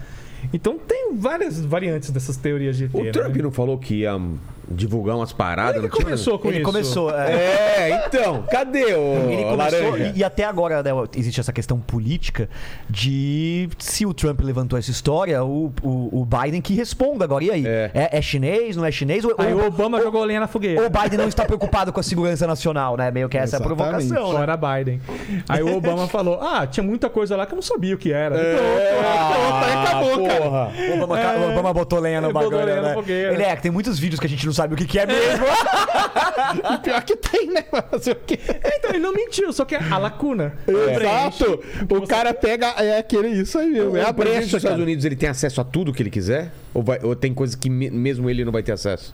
E: Então, tem várias variantes dessas teorias de ET,
A: O
E: né?
A: Trump não falou que ia hum, divulgar umas paradas?
E: Ele
A: não tinha?
E: começou com
C: Ele
E: isso.
C: começou. é.
A: É, então, cadê o
C: Ele começou,
A: laranja?
C: e, e até agora né, existe essa questão política de se o Trump levantou essa história, o, o, o Biden que responda agora. E aí?
A: É.
C: É, é chinês, não é chinês? Ou,
E: Aí
C: ou-
E: o Obama jogou lenha na
C: ou o
E: fogueira.
C: Biden não está preocupado com a segurança nacional, né? Meio que essa é a
D: Exatamente.
E: <laughs>
C: provocação, né?
E: Fora Biden. Aí o Obama falou: Ah, tinha muita coisa lá que eu não sabia o que era.
A: É.
E: é,
A: acabou, cara.
C: O Obama, o Obama botou lenha no
E: Ele botou
C: bagulho,
E: lenha na
C: né?
E: fogueira.
C: Ele é, que tem muitos vídeos que a gente não sabe o que, que é
E: <laughs>
C: mesmo.
D: E pior que tem, né? Fazer o quê?
E: Então ele não mentiu, só que a lacuna.
A: É,
D: Exato. O cara pega. É aquele isso aí mesmo. É a
A: O presidente dos
D: brecha,
A: Estados
D: cara.
A: Unidos ele tem acesso a tudo que ele quiser? Ou, vai- ou tem coisas que me- mesmo ele não vai ter acesso?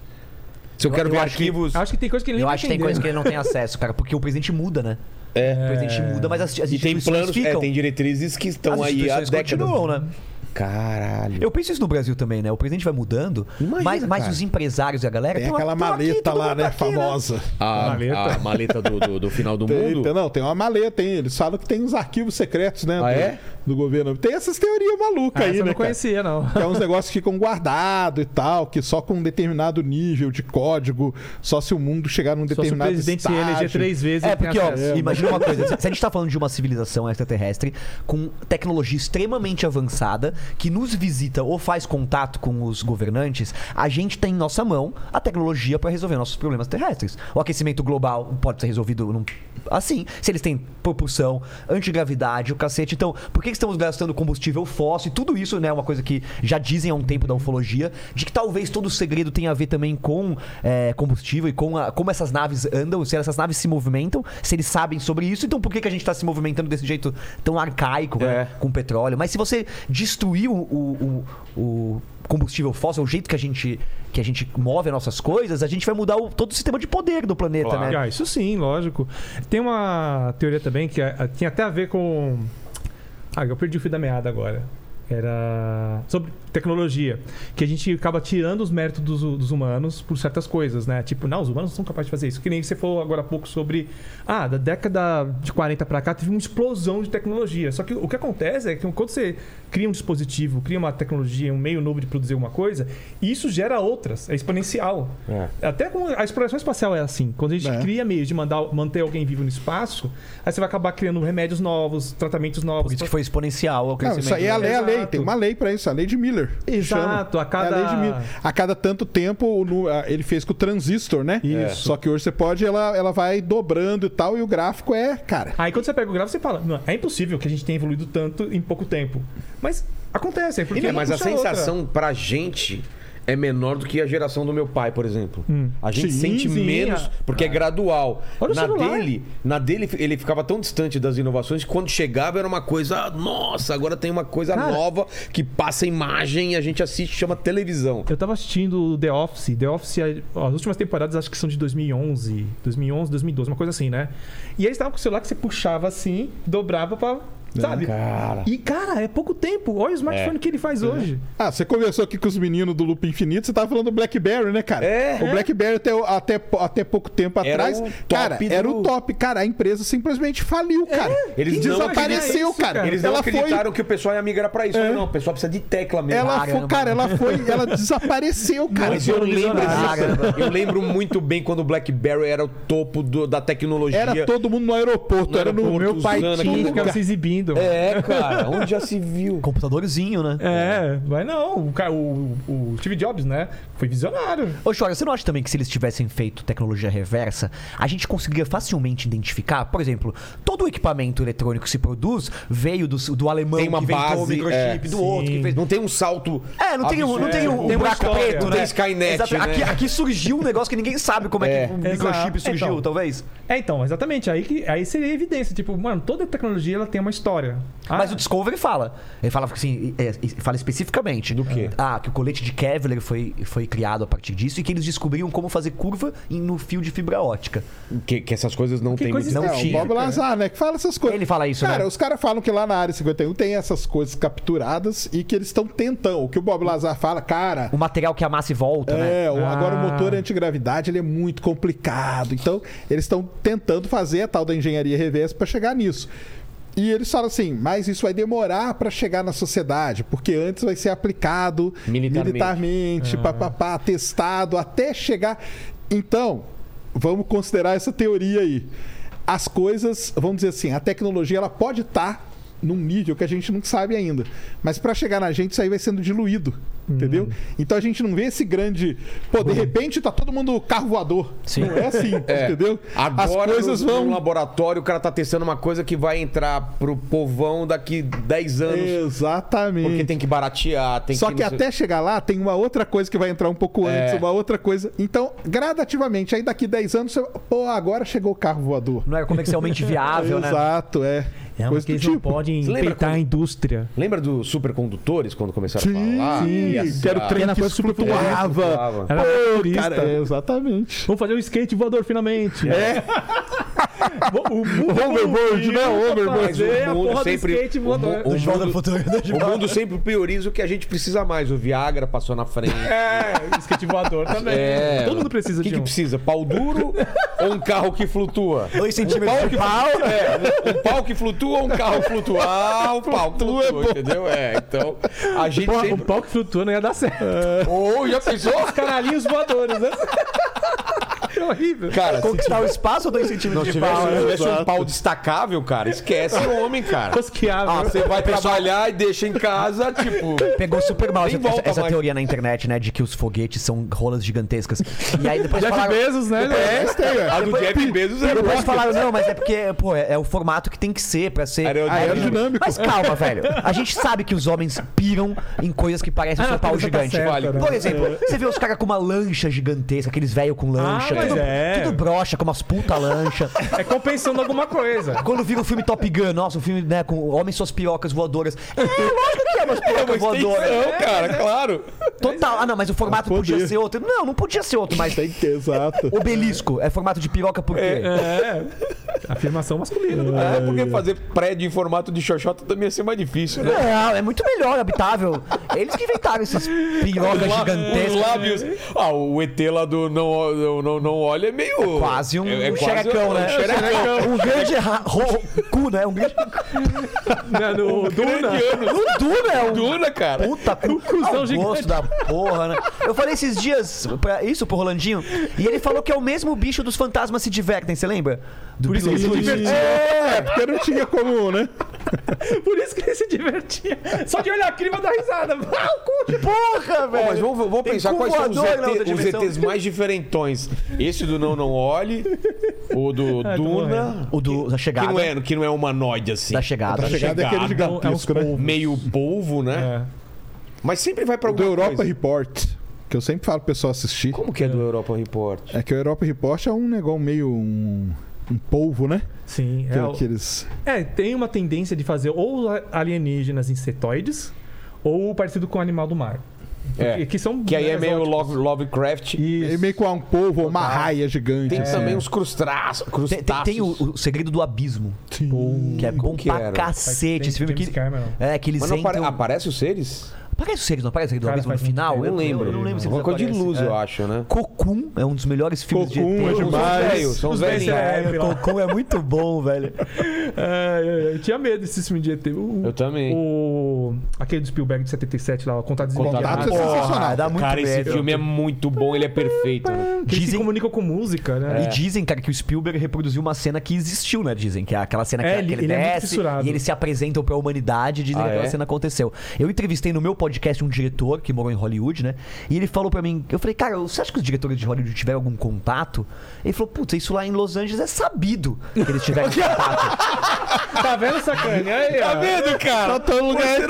A: Se eu quero
C: eu
A: ver
C: acho que-
A: arquivos.
E: Acho que tem coisa que ele
C: Eu
E: nem
C: acho que tem
E: entendeu.
C: coisa que ele não tem acesso, cara, porque o presidente muda, né?
A: É.
C: O presidente muda, mas as, as
A: E tem
C: instituições
A: planos, é,
C: ficam.
A: tem diretrizes que estão
C: as
A: aí há
C: instituições
A: décadas.
C: continuam, né?
A: Caralho.
C: Eu penso isso no Brasil também, né? O presidente vai mudando,
A: Imagina,
C: mas, mas
A: cara.
C: os empresários e a galera.
D: Tem
C: "Tamo-
D: aquela
C: tamo aqui,
D: maleta
C: todo
D: lá,
C: mundo
D: né?
C: tá aqui,
D: Famosa.
A: A maleta,
E: Maleta.
A: a maleta do, do- do final do
D: Tem,
A: mundo.
D: tem- não, tem uma maleta, hein? Eles falam que tem uns arquivos secretos, né?
A: Ah,
D: do,
A: é?
D: do governo. Tem essas teorias malucas
E: Ah,
D: aí, né?
E: essa eu não
D: cara?
E: conhecia, não.
D: Que é uns negócios que ficam guardados e tal, que só com um determinado nível de código, só se o mundo chegar num
E: Só se o
D: determinado
E: presidente se
D: estágio.
E: eleger três vezes.
C: É,
E: ele tem
C: porque, ó,
E: acesso.
C: imagina uma coisa. Se a gente tá falando de uma civilização extraterrestre com tecnologia extremamente avançada, que nos visita ou faz contato com os governantes, a gente tem em nossa mão a tecnologia para resolver nossos problemas terrestres. O aquecimento global pode ser resolvido num- assim, se eles têm propulsão, antigravidade, o cacete. Então, por que, que estamos gastando combustível fóssil, tudo isso, né? Uma coisa que já dizem há um tempo da ufologia, de que talvez todo o segredo tenha a ver também com é, combustível e com a- como essas naves andam, se essas naves se movimentam, se eles sabem sobre isso, então por que, que a gente está se movimentando desse jeito tão arcaico, né? Com petróleo. Mas se você destruir o, o- o- o combustível fóssil, o jeito que a gente que a gente move as nossas coisas, a gente vai mudar o- todo o sistema de poder do planeta, né?
E: Ah, isso sim, lógico. Tem uma teoria também que ah, tinha até a ver com. Ah, eu perdi o fio da meada agora. Era sobre tecnologia. Que a gente acaba tirando os méritos dos, dos humanos por certas coisas, né? Tipo, não, os humanos não são capazes de fazer isso. Que nem você falou agora há pouco sobre. Ah, da década de 40 pra cá teve uma explosão de tecnologia. Só que o que acontece é que quando você cria um dispositivo, cria uma tecnologia, um meio novo de produzir alguma coisa, isso gera outras. É exponencial.
C: É.
E: Até com a exploração espacial é assim. Quando a gente
D: É.
E: cria meios de mandar, manter alguém vivo no espaço, aí você vai acabar criando remédios novos, tratamentos novos.
C: Por isso que foi exponencial o
D: Não,
C: crescimento.
D: isso aí é a lei, a lei.
E: Exato.
D: Tem uma lei pra isso, a lei de Miller. que chama.
E: Exato, a
D: É
E: cada.
D: a lei de Miller. A cada tanto tempo o nu- a- ele fez com o transistor, né? Isso. Só que hoje você pode, ela, ela vai dobrando e tal, e o gráfico é, cara.
E: Aí quando você pega o gráfico, você fala: "Não, é impossível que a gente tenha evoluído tanto em pouco tempo. Mas acontece, é porque.
A: É,
E: uma
A: mas a
E: puxa outra.
A: sensação pra gente é menor do que a geração do meu pai, por exemplo. A gente
E: Hum. Sim,
A: sente
E: sim,
A: menos,
E: a-
A: porque é gradual.
E: Olha o
A: na
E: celular.
A: dele, na dele ele ficava tão distante das inovações que quando chegava era uma coisa, "Ah, nossa, agora tem uma coisa nova que passa imagem e a gente assiste, chama televisão.
E: Eu tava assistindo The Office. The Office, as últimas temporadas acho que são de 2011. 2011, 2012, uma coisa assim, né? E eles estavam com o celular que você puxava assim, dobrava pra. Sabe?
A: cara.
E: E, cara, é pouco tempo. Olha o smartphone que ele faz hoje.
D: Ah, você conversou aqui com os meninos do Loop Infinito, você tava falando do BlackBerry, né, cara?
A: É.
D: O BlackBerry até, o- até, po- até pouco tempo
A: Era
D: atrás,
A: o top
D: cara,
A: do- É.
D: era o top. Cara, a empresa simplesmente faliu, cara.
A: Eles
D: E
A: não
D: desapareceu,
E: acreditam nisso,
D: cara.
E: cara.
A: Eles não
D: ela foi
A: acreditaram que o pessoal ia migrar pra
E: É.
A: isso. Eu falei, Não, o pessoal precisa de tecla mesmo. Ah,
D: Ela
C: Caramba.
D: foi, cara, ela foi, ela desapareceu, cara.
A: Mas eu lembro,
C: visionário.
A: eu lembro muito bem quando o BlackBerry era o topo do- da tecnologia.
D: Era todo mundo no aeroporto,
A: No
D: era no
A: aeroporto,
D: meu pai
A: usando
D: tinha.
A: aquele
E: Ele
D: cara.
E: ficava se exibindo.
A: É, cara, onde já se viu?
C: Computadorzinho, né?
E: É, mas não. O, ca- o, o Steve Jobs, né? Foi visionário.
C: Ô, Chora, você não acha também que se eles tivessem feito tecnologia reversa, a gente conseguiria facilmente identificar? Por exemplo, todo o equipamento eletrônico que se produz veio do, do alemão
A: Tem uma
C: que inventou o
A: base,
C: microchip,
A: é.
C: do outro que fez.
A: Não tem um salto.
C: É, não tem, um- não tem um, um
E: tem uma
C: buraco
E: história,
C: preto,
E: não
C: né?
A: tem Skynet,
C: Exato.
A: né?
C: Aqui, aqui surgiu um negócio que ninguém sabe como é,
A: É.
C: que o
E: Exato.
C: microchip surgiu,
E: Então.
C: talvez.
E: É, então, exatamente. Aí, que, aí seria evidência. Tipo, mano, toda tecnologia ela tem uma história. Ah,
C: Mas o Discovery fala. Ele fala assim, é, é, fala especificamente. Do
A: quê?
C: Ah, que o colete de Kevlar foi, foi criado a partir disso e que eles descobriram como fazer curva em- no fio de fibra ótica.
A: Que, que essas coisas não tem
E: coisa
A: muito.
D: É,
C: Não
D: o
C: tinha.
D: Bob Lazar, né? Que fala essas coisas.
C: Ele fala isso,
D: Cara,
C: né?
D: os caras falam que lá na área 51 tem essas coisas capturadas e que eles estão tentando. O que o Bob Lazar fala, cara.
C: O material que amassa e volta, né?
D: É, o- agora o
E: Ah.
D: motor antigravidade ele é muito complicado. Então, eles estão tentando fazer a tal da engenharia reversa para chegar nisso. E eles falam assim, mas isso vai demorar para chegar na sociedade, porque antes vai ser aplicado
A: Militarmente.
D: militarmente, papapá, testado, até chegar. Então, vamos considerar essa teoria aí. As coisas, vamos dizer assim, a tecnologia ela pode estar num nível que a gente não sabe ainda. Mas para chegar na gente, isso aí vai sendo diluído. Entendeu? Então a gente não vê esse grande. Pô, de repente tá todo mundo carro voador.
C: Sim.
D: Não é assim, entendeu?
A: Agora,
D: As coisas
A: no, no
D: vão.
A: laboratório, o cara tá testando uma coisa que vai entrar pro povão daqui 10 anos.
D: Exatamente.
A: Porque tem que baratear, tem
D: Só
A: que.
D: que
A: não sei-
D: até chegar lá, tem uma outra coisa que vai entrar um pouco
A: É.
D: antes, uma outra coisa. Então, gradativamente, aí daqui 10 anos, você... pô, agora chegou o carro voador.
C: Não é? era comercialmente viável, né?
D: Exato, é.
E: É, mas
D: coisa
E: que
D: do
E: eles não
D: tipo.
E: podem
A: Você lembra
E: peitar a indústria.
A: Lembra dos supercondutores quando começaram
D: Sim,
A: a falar? E
D: sim.
A: essa-
D: Que era o trem
E: Pequena
D: que
E: coisa
D: flutuava.
A: voava.
E: Era futurista.
D: Cara, é, exatamente.
E: Vamos fazer um skate voador finalmente. <laughs>
D: É.
E: É O mundo
D: Hoverboard, né?
A: Mas
D: Hoverboard.
E: Fazer
A: o
E: a
A: mundo
E: porra do
A: sempre.
E: skate
A: O, mu-
E: voador.
A: o mundo, o mundo sempre prioriza o que a gente precisa mais. O Viagra passou na frente.
E: É, skate voador também.
A: É.
E: Todo mundo precisa
A: O que,
E: de
A: que
E: um.
A: precisa? Pau duro ou um carro que flutua?
C: Dois centímetros de pau.
A: É, um pau que flutua ou um carro flutua? Ah, o pau que flutua, entendeu? É, então a gente
E: Porra,
A: sempre... É.
E: o pau que flutua não ia dar certo.
A: Ou já pensou?
E: Os caralhinhos voadores, né? <laughs> É horrível.
A: Cara, se
C: Conquistar o espaço ou dois centímetros
A: nós
C: de
A: tivesse,
C: pau?
A: se
C: né?
A: tivesse um
D: Exato.
A: pau destacável, cara, esquece o homem, cara.
E: Cosqueável.
A: Ah, você vai trabalhar e deixa em casa, tipo.
C: Pegou super mal
A: Nem
C: essa,
A: volta
C: essa- essa
A: mais.
C: teoria na internet, né? De que os foguetes são rolas gigantescas. E aí depois
E: Jeff
C: falaram...
E: Bezos, né?
A: A do Jeff Bezos é
C: Depois
A: boa.
C: falaram, não, mas é porque, pô, é, é o formato que tem que ser pra ser
A: Aerodinâmico.
C: Mas calma, velho. A gente sabe que os homens piram em coisas que parecem
E: Ah,
C: um
E: não,
C: pau
E: tá
C: gigante.
E: certo,
A: Vale.
E: né?
C: Por exemplo, você vê os caras com uma lancha gigantesca, aqueles velhos com lancha,
E: mas
C: tudo,
E: é.
C: tudo brocha, com umas puta lancha.
E: É compensando alguma coisa.
C: Quando vira o filme Top Gun, nossa, um filme, né, com homens e suas pirocas voadoras. É, lógico que é umas pirocas voadoras.
A: Não, cara, claro.
C: Total. Ah, não, mas o formato
D: Poder.
C: podia ser outro. Não, não podia ser outro, mas
D: Tem que ter,
C: <laughs>
D: exato.
C: obelisco é formato de piroca por quê?
E: Afirmação masculina. do-
A: É porque fazer prédio em formato de xoxota também ia ser mais difícil, né?
C: Não, é muito melhor, habitável. Eles que inventaram essas
A: Lá-
C: pirocas
A: Os
C: gigantescas.
A: lábios. Ah, o ET lá do Não, Ó- não, não, não Olha é meio.
C: Quase um,
A: É- é
C: um
A: quase
C: xerecão,
A: um-
C: né?
A: um xerecão.
C: Um grande ra- ro- cu, né? Um grande
E: né, no Duna.
A: Grande
C: um du, né? Um
A: Duna, cara.
C: puta cu.
E: cuzão
C: Ao gosto
E: gigante.
C: da porra, né? Eu falei esses dias pra isso pro Rolandinho e ele falou que é o mesmo bicho dos fantasmas se divertem, você lembra? Do
E: Por isso que ele se
C: Beetlejuice.
E: divertia.
D: É, porque não tinha como, né?
E: Por isso que ele se divertia. Só de olhar aquilo vai dar risada. Ah, o cu.
C: Porra,
A: Pô,
C: velho!
A: mas vamos, vamos
C: Tem
A: pensar
C: cu
A: quais são os,
C: voador na
A: ET
C: outra
A: os
C: dimensão.
A: ETs mais diferentões. Esse do Não Não Olhe, o do
E: tô
A: Duna,
C: O do, da
A: que
C: chegada.
A: não, é, que não é humanoide assim.
C: Da chegada.
D: A chegada é aquele gigantesco, né?
A: Meio polvo,
E: É,
A: né? Mas sempre vai pra
D: Do
A: alguma
D: Europa
A: coisa.
D: Report, que eu sempre falo pro pessoal assistir.
A: Como que é do Europa Report?
D: É que o Europa Report é um negócio meio um, um polvo, né?
E: Sim,
D: Que,
E: é, o-
D: que eles...
E: é, tem uma tendência de fazer ou a- alienígenas insetoides ou parecido com o animal do mar.
A: É.
E: Que, que são
A: Que aí é
E: né,
A: meio Love-
E: exóticos.
A: Lovecraft.
D: É meio com um polvo, uma raia gigante.
A: Tem
D: assim.
A: também uns crustáceos.
C: Tem, tem- tem o, o Segredo do Abismo, que é bom
A: que
C: pra
A: era?
C: cacete
E: né, Tem
C: esse filme.
E: James
C: Que,
E: Cameron.
C: é, que eles
A: Mas não apare-
C: entram...
A: aparece os seres?
C: Aparece o Segredo, não aparece o Segredo do
E: Cara,
C: Abismo no
E: faz muito
C: final?
E: tempo.
A: Eu não lembro.
C: Eu não lembro se
A: Uma
C: eles
A: coisa de
C: aparecem.
A: luz,
C: É.
A: eu acho, né?
C: Cocum é um dos melhores filmes
D: Cocum
C: de
D: é
C: ET.
A: São
D: demais.
A: velhos, são
E: Os
A: velhos.
E: velhos é-
C: É, Cocum é muito bom, velho.
E: <laughs> Ai, ai, ai, eu tinha medo desse filme de ET. O-
A: Eu também.
E: O, aquele do Spielberg de 77 lá, o Contatos
D: Contatos
E: Imediatos.
D: é sensacional.
C: dá muito
A: Cara, esse
C: medo.
A: filme é muito bom, ele é perfeito. né?
E: Que se
C: Dizem-
E: comunica com música, né?
C: E dizem, cara, que o Spielberg reproduziu uma cena que existiu, né? Dizem que é aquela cena que,
E: É,
C: que ele,
E: ele é muito
C: desce
E: fissurado.
C: e eles se apresentam pra humanidade, dizem
A: Ah,
C: que aquela
A: é?
C: cena aconteceu. Eu entrevistei no meu podcast um diretor que morou em Hollywood, né? E ele falou pra mim, eu falei, cara, você acha que os diretores de Hollywood tiveram algum contato? Ele falou, putz, isso lá em Los Angeles é sabido que eles tiveram contato.
E: Tá vendo, sacane? Aí, ó.
A: Tá vendo, cara? Só tá no lugar,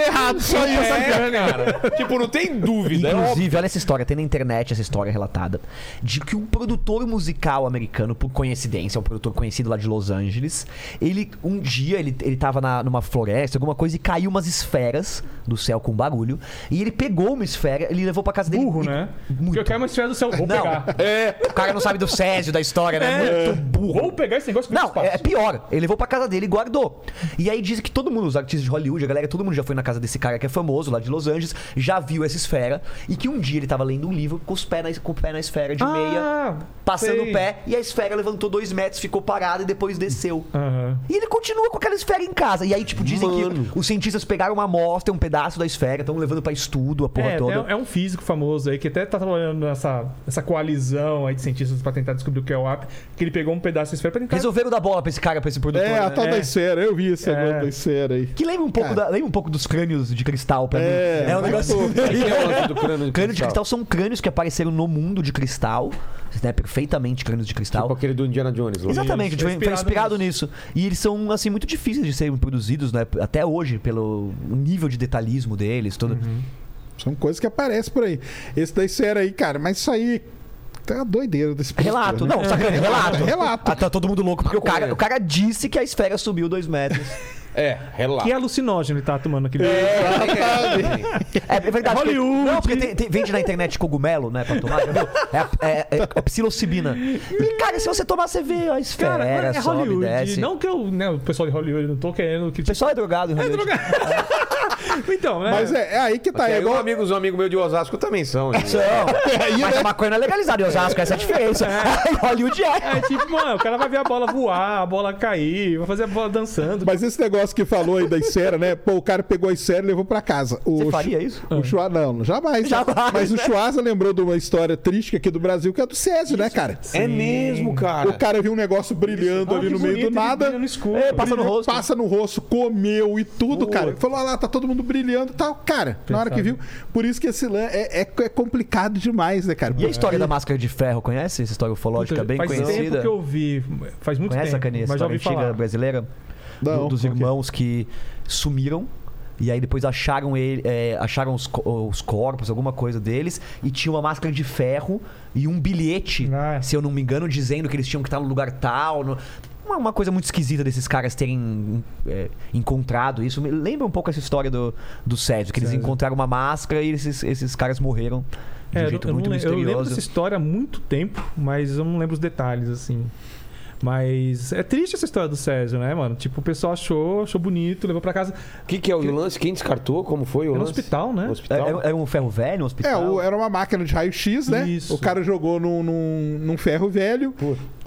A: errado, só isso. É, cara. tipo, não tem dúvida. é óbvio.
C: Inclusive, olha essa história, tem na internet essa história relatada, de que um produtor musical americano, por coincidência, um produtor conhecido lá de Los Angeles, ele um dia ele, ele tava na- numa floresta, alguma coisa, e caiu umas esferas do céu com barulho, e ele pegou uma esfera, ele levou pra casa dele.
E: Burro,
C: e-
E: né? Porque
C: Muito.
E: eu quero uma esfera do céu. Vou
C: Não.
E: pegar.
D: é
C: O cara não sabe do Césio, da história, né?
E: É.
C: Muito burro.
E: Vou pegar esse negócio com
C: Não,
E: espaço.
C: é pior. Ele levou pra casa dele e guardou. E aí dizem que todo mundo, os artistas de Hollywood, a galera, todo mundo já foi na casa desse cara que é famoso lá de Los Angeles, já viu essa esfera e que um dia ele tava lendo um livro com, os pé na, com o pé na esfera de meia,
E: Ah,
C: passando
E: sei.
C: o pé, e a esfera levantou dois metros, ficou parada e depois desceu.
E: Aham.
C: E ele continua com aquela esfera em casa. E aí, tipo, dizem que os cientistas pegaram uma amostra, um pedaço da esfera, estão levando pra estudo a porra
E: É,
C: toda.
E: é, é um físico famoso aí que até tá trabalhando nessa, nessa coalizão aí de cientistas pra tentar descobrir o que é o app. Que ele pegou um pedaço da esfera pra tentar.
C: Resolveram dar bola pra esse cara, pra esse produtor.
D: É, a
C: né?
D: tal da esfera, eu vi esse
E: É.
D: negócio da esfera aí.
C: Que lembra um pouco,
D: Cara.
C: da- lembra um pouco dos crânios de cristal pra
D: É,
C: mim. É um
D: mas
C: negócio.
D: pô,
C: <laughs>
A: <laughs> Aí é o lance do crânio de
C: Crânio de cristal são crânios que apareceram no mundo de cristal, né? Perfeitamente crânios de cristal.
A: Tipo aquele do Indiana Jones lá.
C: Exatamente,
E: Isso,
C: foi
E: é
C: inspirado,
E: inspirado
C: nisso. E eles são, assim, muito difíceis de serem produzidos, né? Até hoje, pelo nível de detalhismo deles, tudo.
E: Uhum.
D: São coisas que aparecem por aí. Esse da esfera aí, cara, mas isso aí tá doideira desse
C: É Relato,
D: produtor, né?
E: Uhum.
C: não, sacanagem,
E: <laughs>
C: relato.
D: Relato.
C: Ah, tá todo mundo louco, porque o
E: É.
C: cara, o cara disse que a esfera subiu dois metros.
A: É,
E: Que é
A: relaxa.
E: alucinógeno ele tá tomando aquele.
C: É, é verdade. porque-
E: Hollywood.
C: Não, porque tem- tem- vende na internet cogumelo, né? Pra tomar, já viu? É, a- é- é a psilocibina. E, cara, se você tomar, você vê a esfera,
E: Cara, é,
C: sobe,
E: Hollywood.
C: desce.
E: Não que eu, né, o pessoal de Hollywood, eu não tô querendo que
C: O pessoal é drogado, em Hollywood.
E: Então, né?
D: Mas é, é aí que tá.
A: Porque
D: É
A: aí um
D: igual,
A: amigo, os amigos meus de Osasco também são. né?
E: <laughs> né?
C: Mas a maconha não é legalizada em Osasco, essa é a diferença. Hollywood <laughs> é.
E: É tipo, mano, o cara vai ver a bola voar, a bola cair, vai fazer a bola dançando.
D: Mas esse negócio que falou aí da esfera, né? Pô, o cara pegou a esfera e levou pra casa. O
C: Você faria
D: Chu-
C: isso?
D: O Chua, não, jamais.
C: Jamais,
D: Mas o
C: né?
D: Chuaza lembrou de uma história triste aqui do Brasil, que é do Césio, né, cara?
A: É mesmo, cara.
D: O cara viu um negócio brilhando
E: Ah,
D: ali
E: que
D: no meio
E: bonito,
D: do
E: ele
D: nada.
E: brilha no escuro.
C: É, passa no
D: Brilhou,
C: rosto.
D: Passa no rosto, comeu e tudo, cara. Ele Falou, olha lá, tá todo mundo brilhando e tal. Cara, na hora que viu. Por isso que esse lã é, é, é complicado demais, né, cara?
C: E é a história da máscara de ferro, conhece essa história ufológica bem
E: É. faz
C: conhecida?
E: tempo que eu vi. Faz muito
C: Conhece a
E: tempo.
C: caninha,
E: mas já
C: história
E: ouvi
C: antiga
E: falar.
C: brasileira?
D: Não,
C: Do- dos
D: qual que é?
C: irmãos que sumiram. E aí depois acharam ele, é, acharam os, co- os corpos, alguma coisa deles, e tinha uma máscara de ferro e um bilhete,
E: Ah.
C: se eu não me engano, dizendo que eles tinham que estar no lugar tal. no- Uma, uma coisa muito esquisita desses caras terem é, encontrado isso. Me lembra um pouco essa história do, do Sérgio, que eles encontraram uma máscara e esses, esses caras morreram de
E: É,
C: um
E: eu,
C: jeito
E: eu não
C: muito
E: lem- eu lembro
C: misterioso.
E: dessa história há muito tempo, mas eu não lembro os detalhes, assim. Mas é triste essa história do Césio, né, mano? Tipo, o pessoal achou, achou bonito, levou pra casa.
A: O que, que é o lance? Quem descartou? Como foi o
E: É no
A: lance?
E: hospital, né?
A: Hospital?
C: Era, era um ferro velho, um
D: É,
C: hospital?
D: o- era uma máquina de raio-x, né?
E: Isso.
D: O cara jogou num, num- num ferro velho.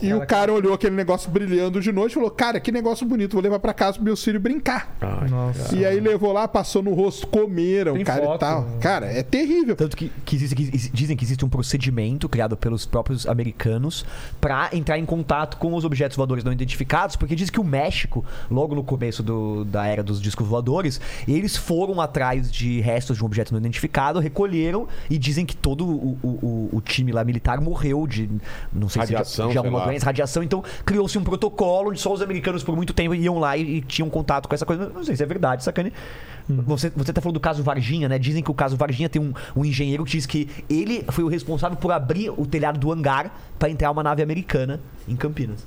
D: E o cara olhou aquele negócio brilhando de noite e falou: Cara, que negócio bonito, vou levar pra casa pro meu filho brincar.
E: Nossa.
D: E aí levou lá, passou no rosto, comeram,
E: Tem
D: cara e
E: foto,
C: né?
D: tal.
E: mano.
D: Cara, é terrível.
C: Tanto que, que existe- que exi- dizem que existe um procedimento criado pelos próprios americanos pra entrar em contato com os objetos voadores não identificados, porque diz que o México, logo no começo do- da era dos discos voadores, eles foram atrás de restos de um objeto não identificado, recolheram e dizem que todo o, o- o- o time lá militar morreu de não sei
A: Radiação,
C: se de- de,
A: sei
C: alguma
A: lá.
C: doença, radiação. Então criou-se um protocolo onde só os americanos por muito tempo iam lá e, e tinham contato com essa coisa. Não sei se é verdade, sacane.
D: Hum.
C: Você, você tá falando do caso Varginha, né? Dizem que o caso Varginha tem um, um engenheiro que diz que ele foi o responsável por abrir o telhado do hangar pra entrar uma nave americana em Campinas.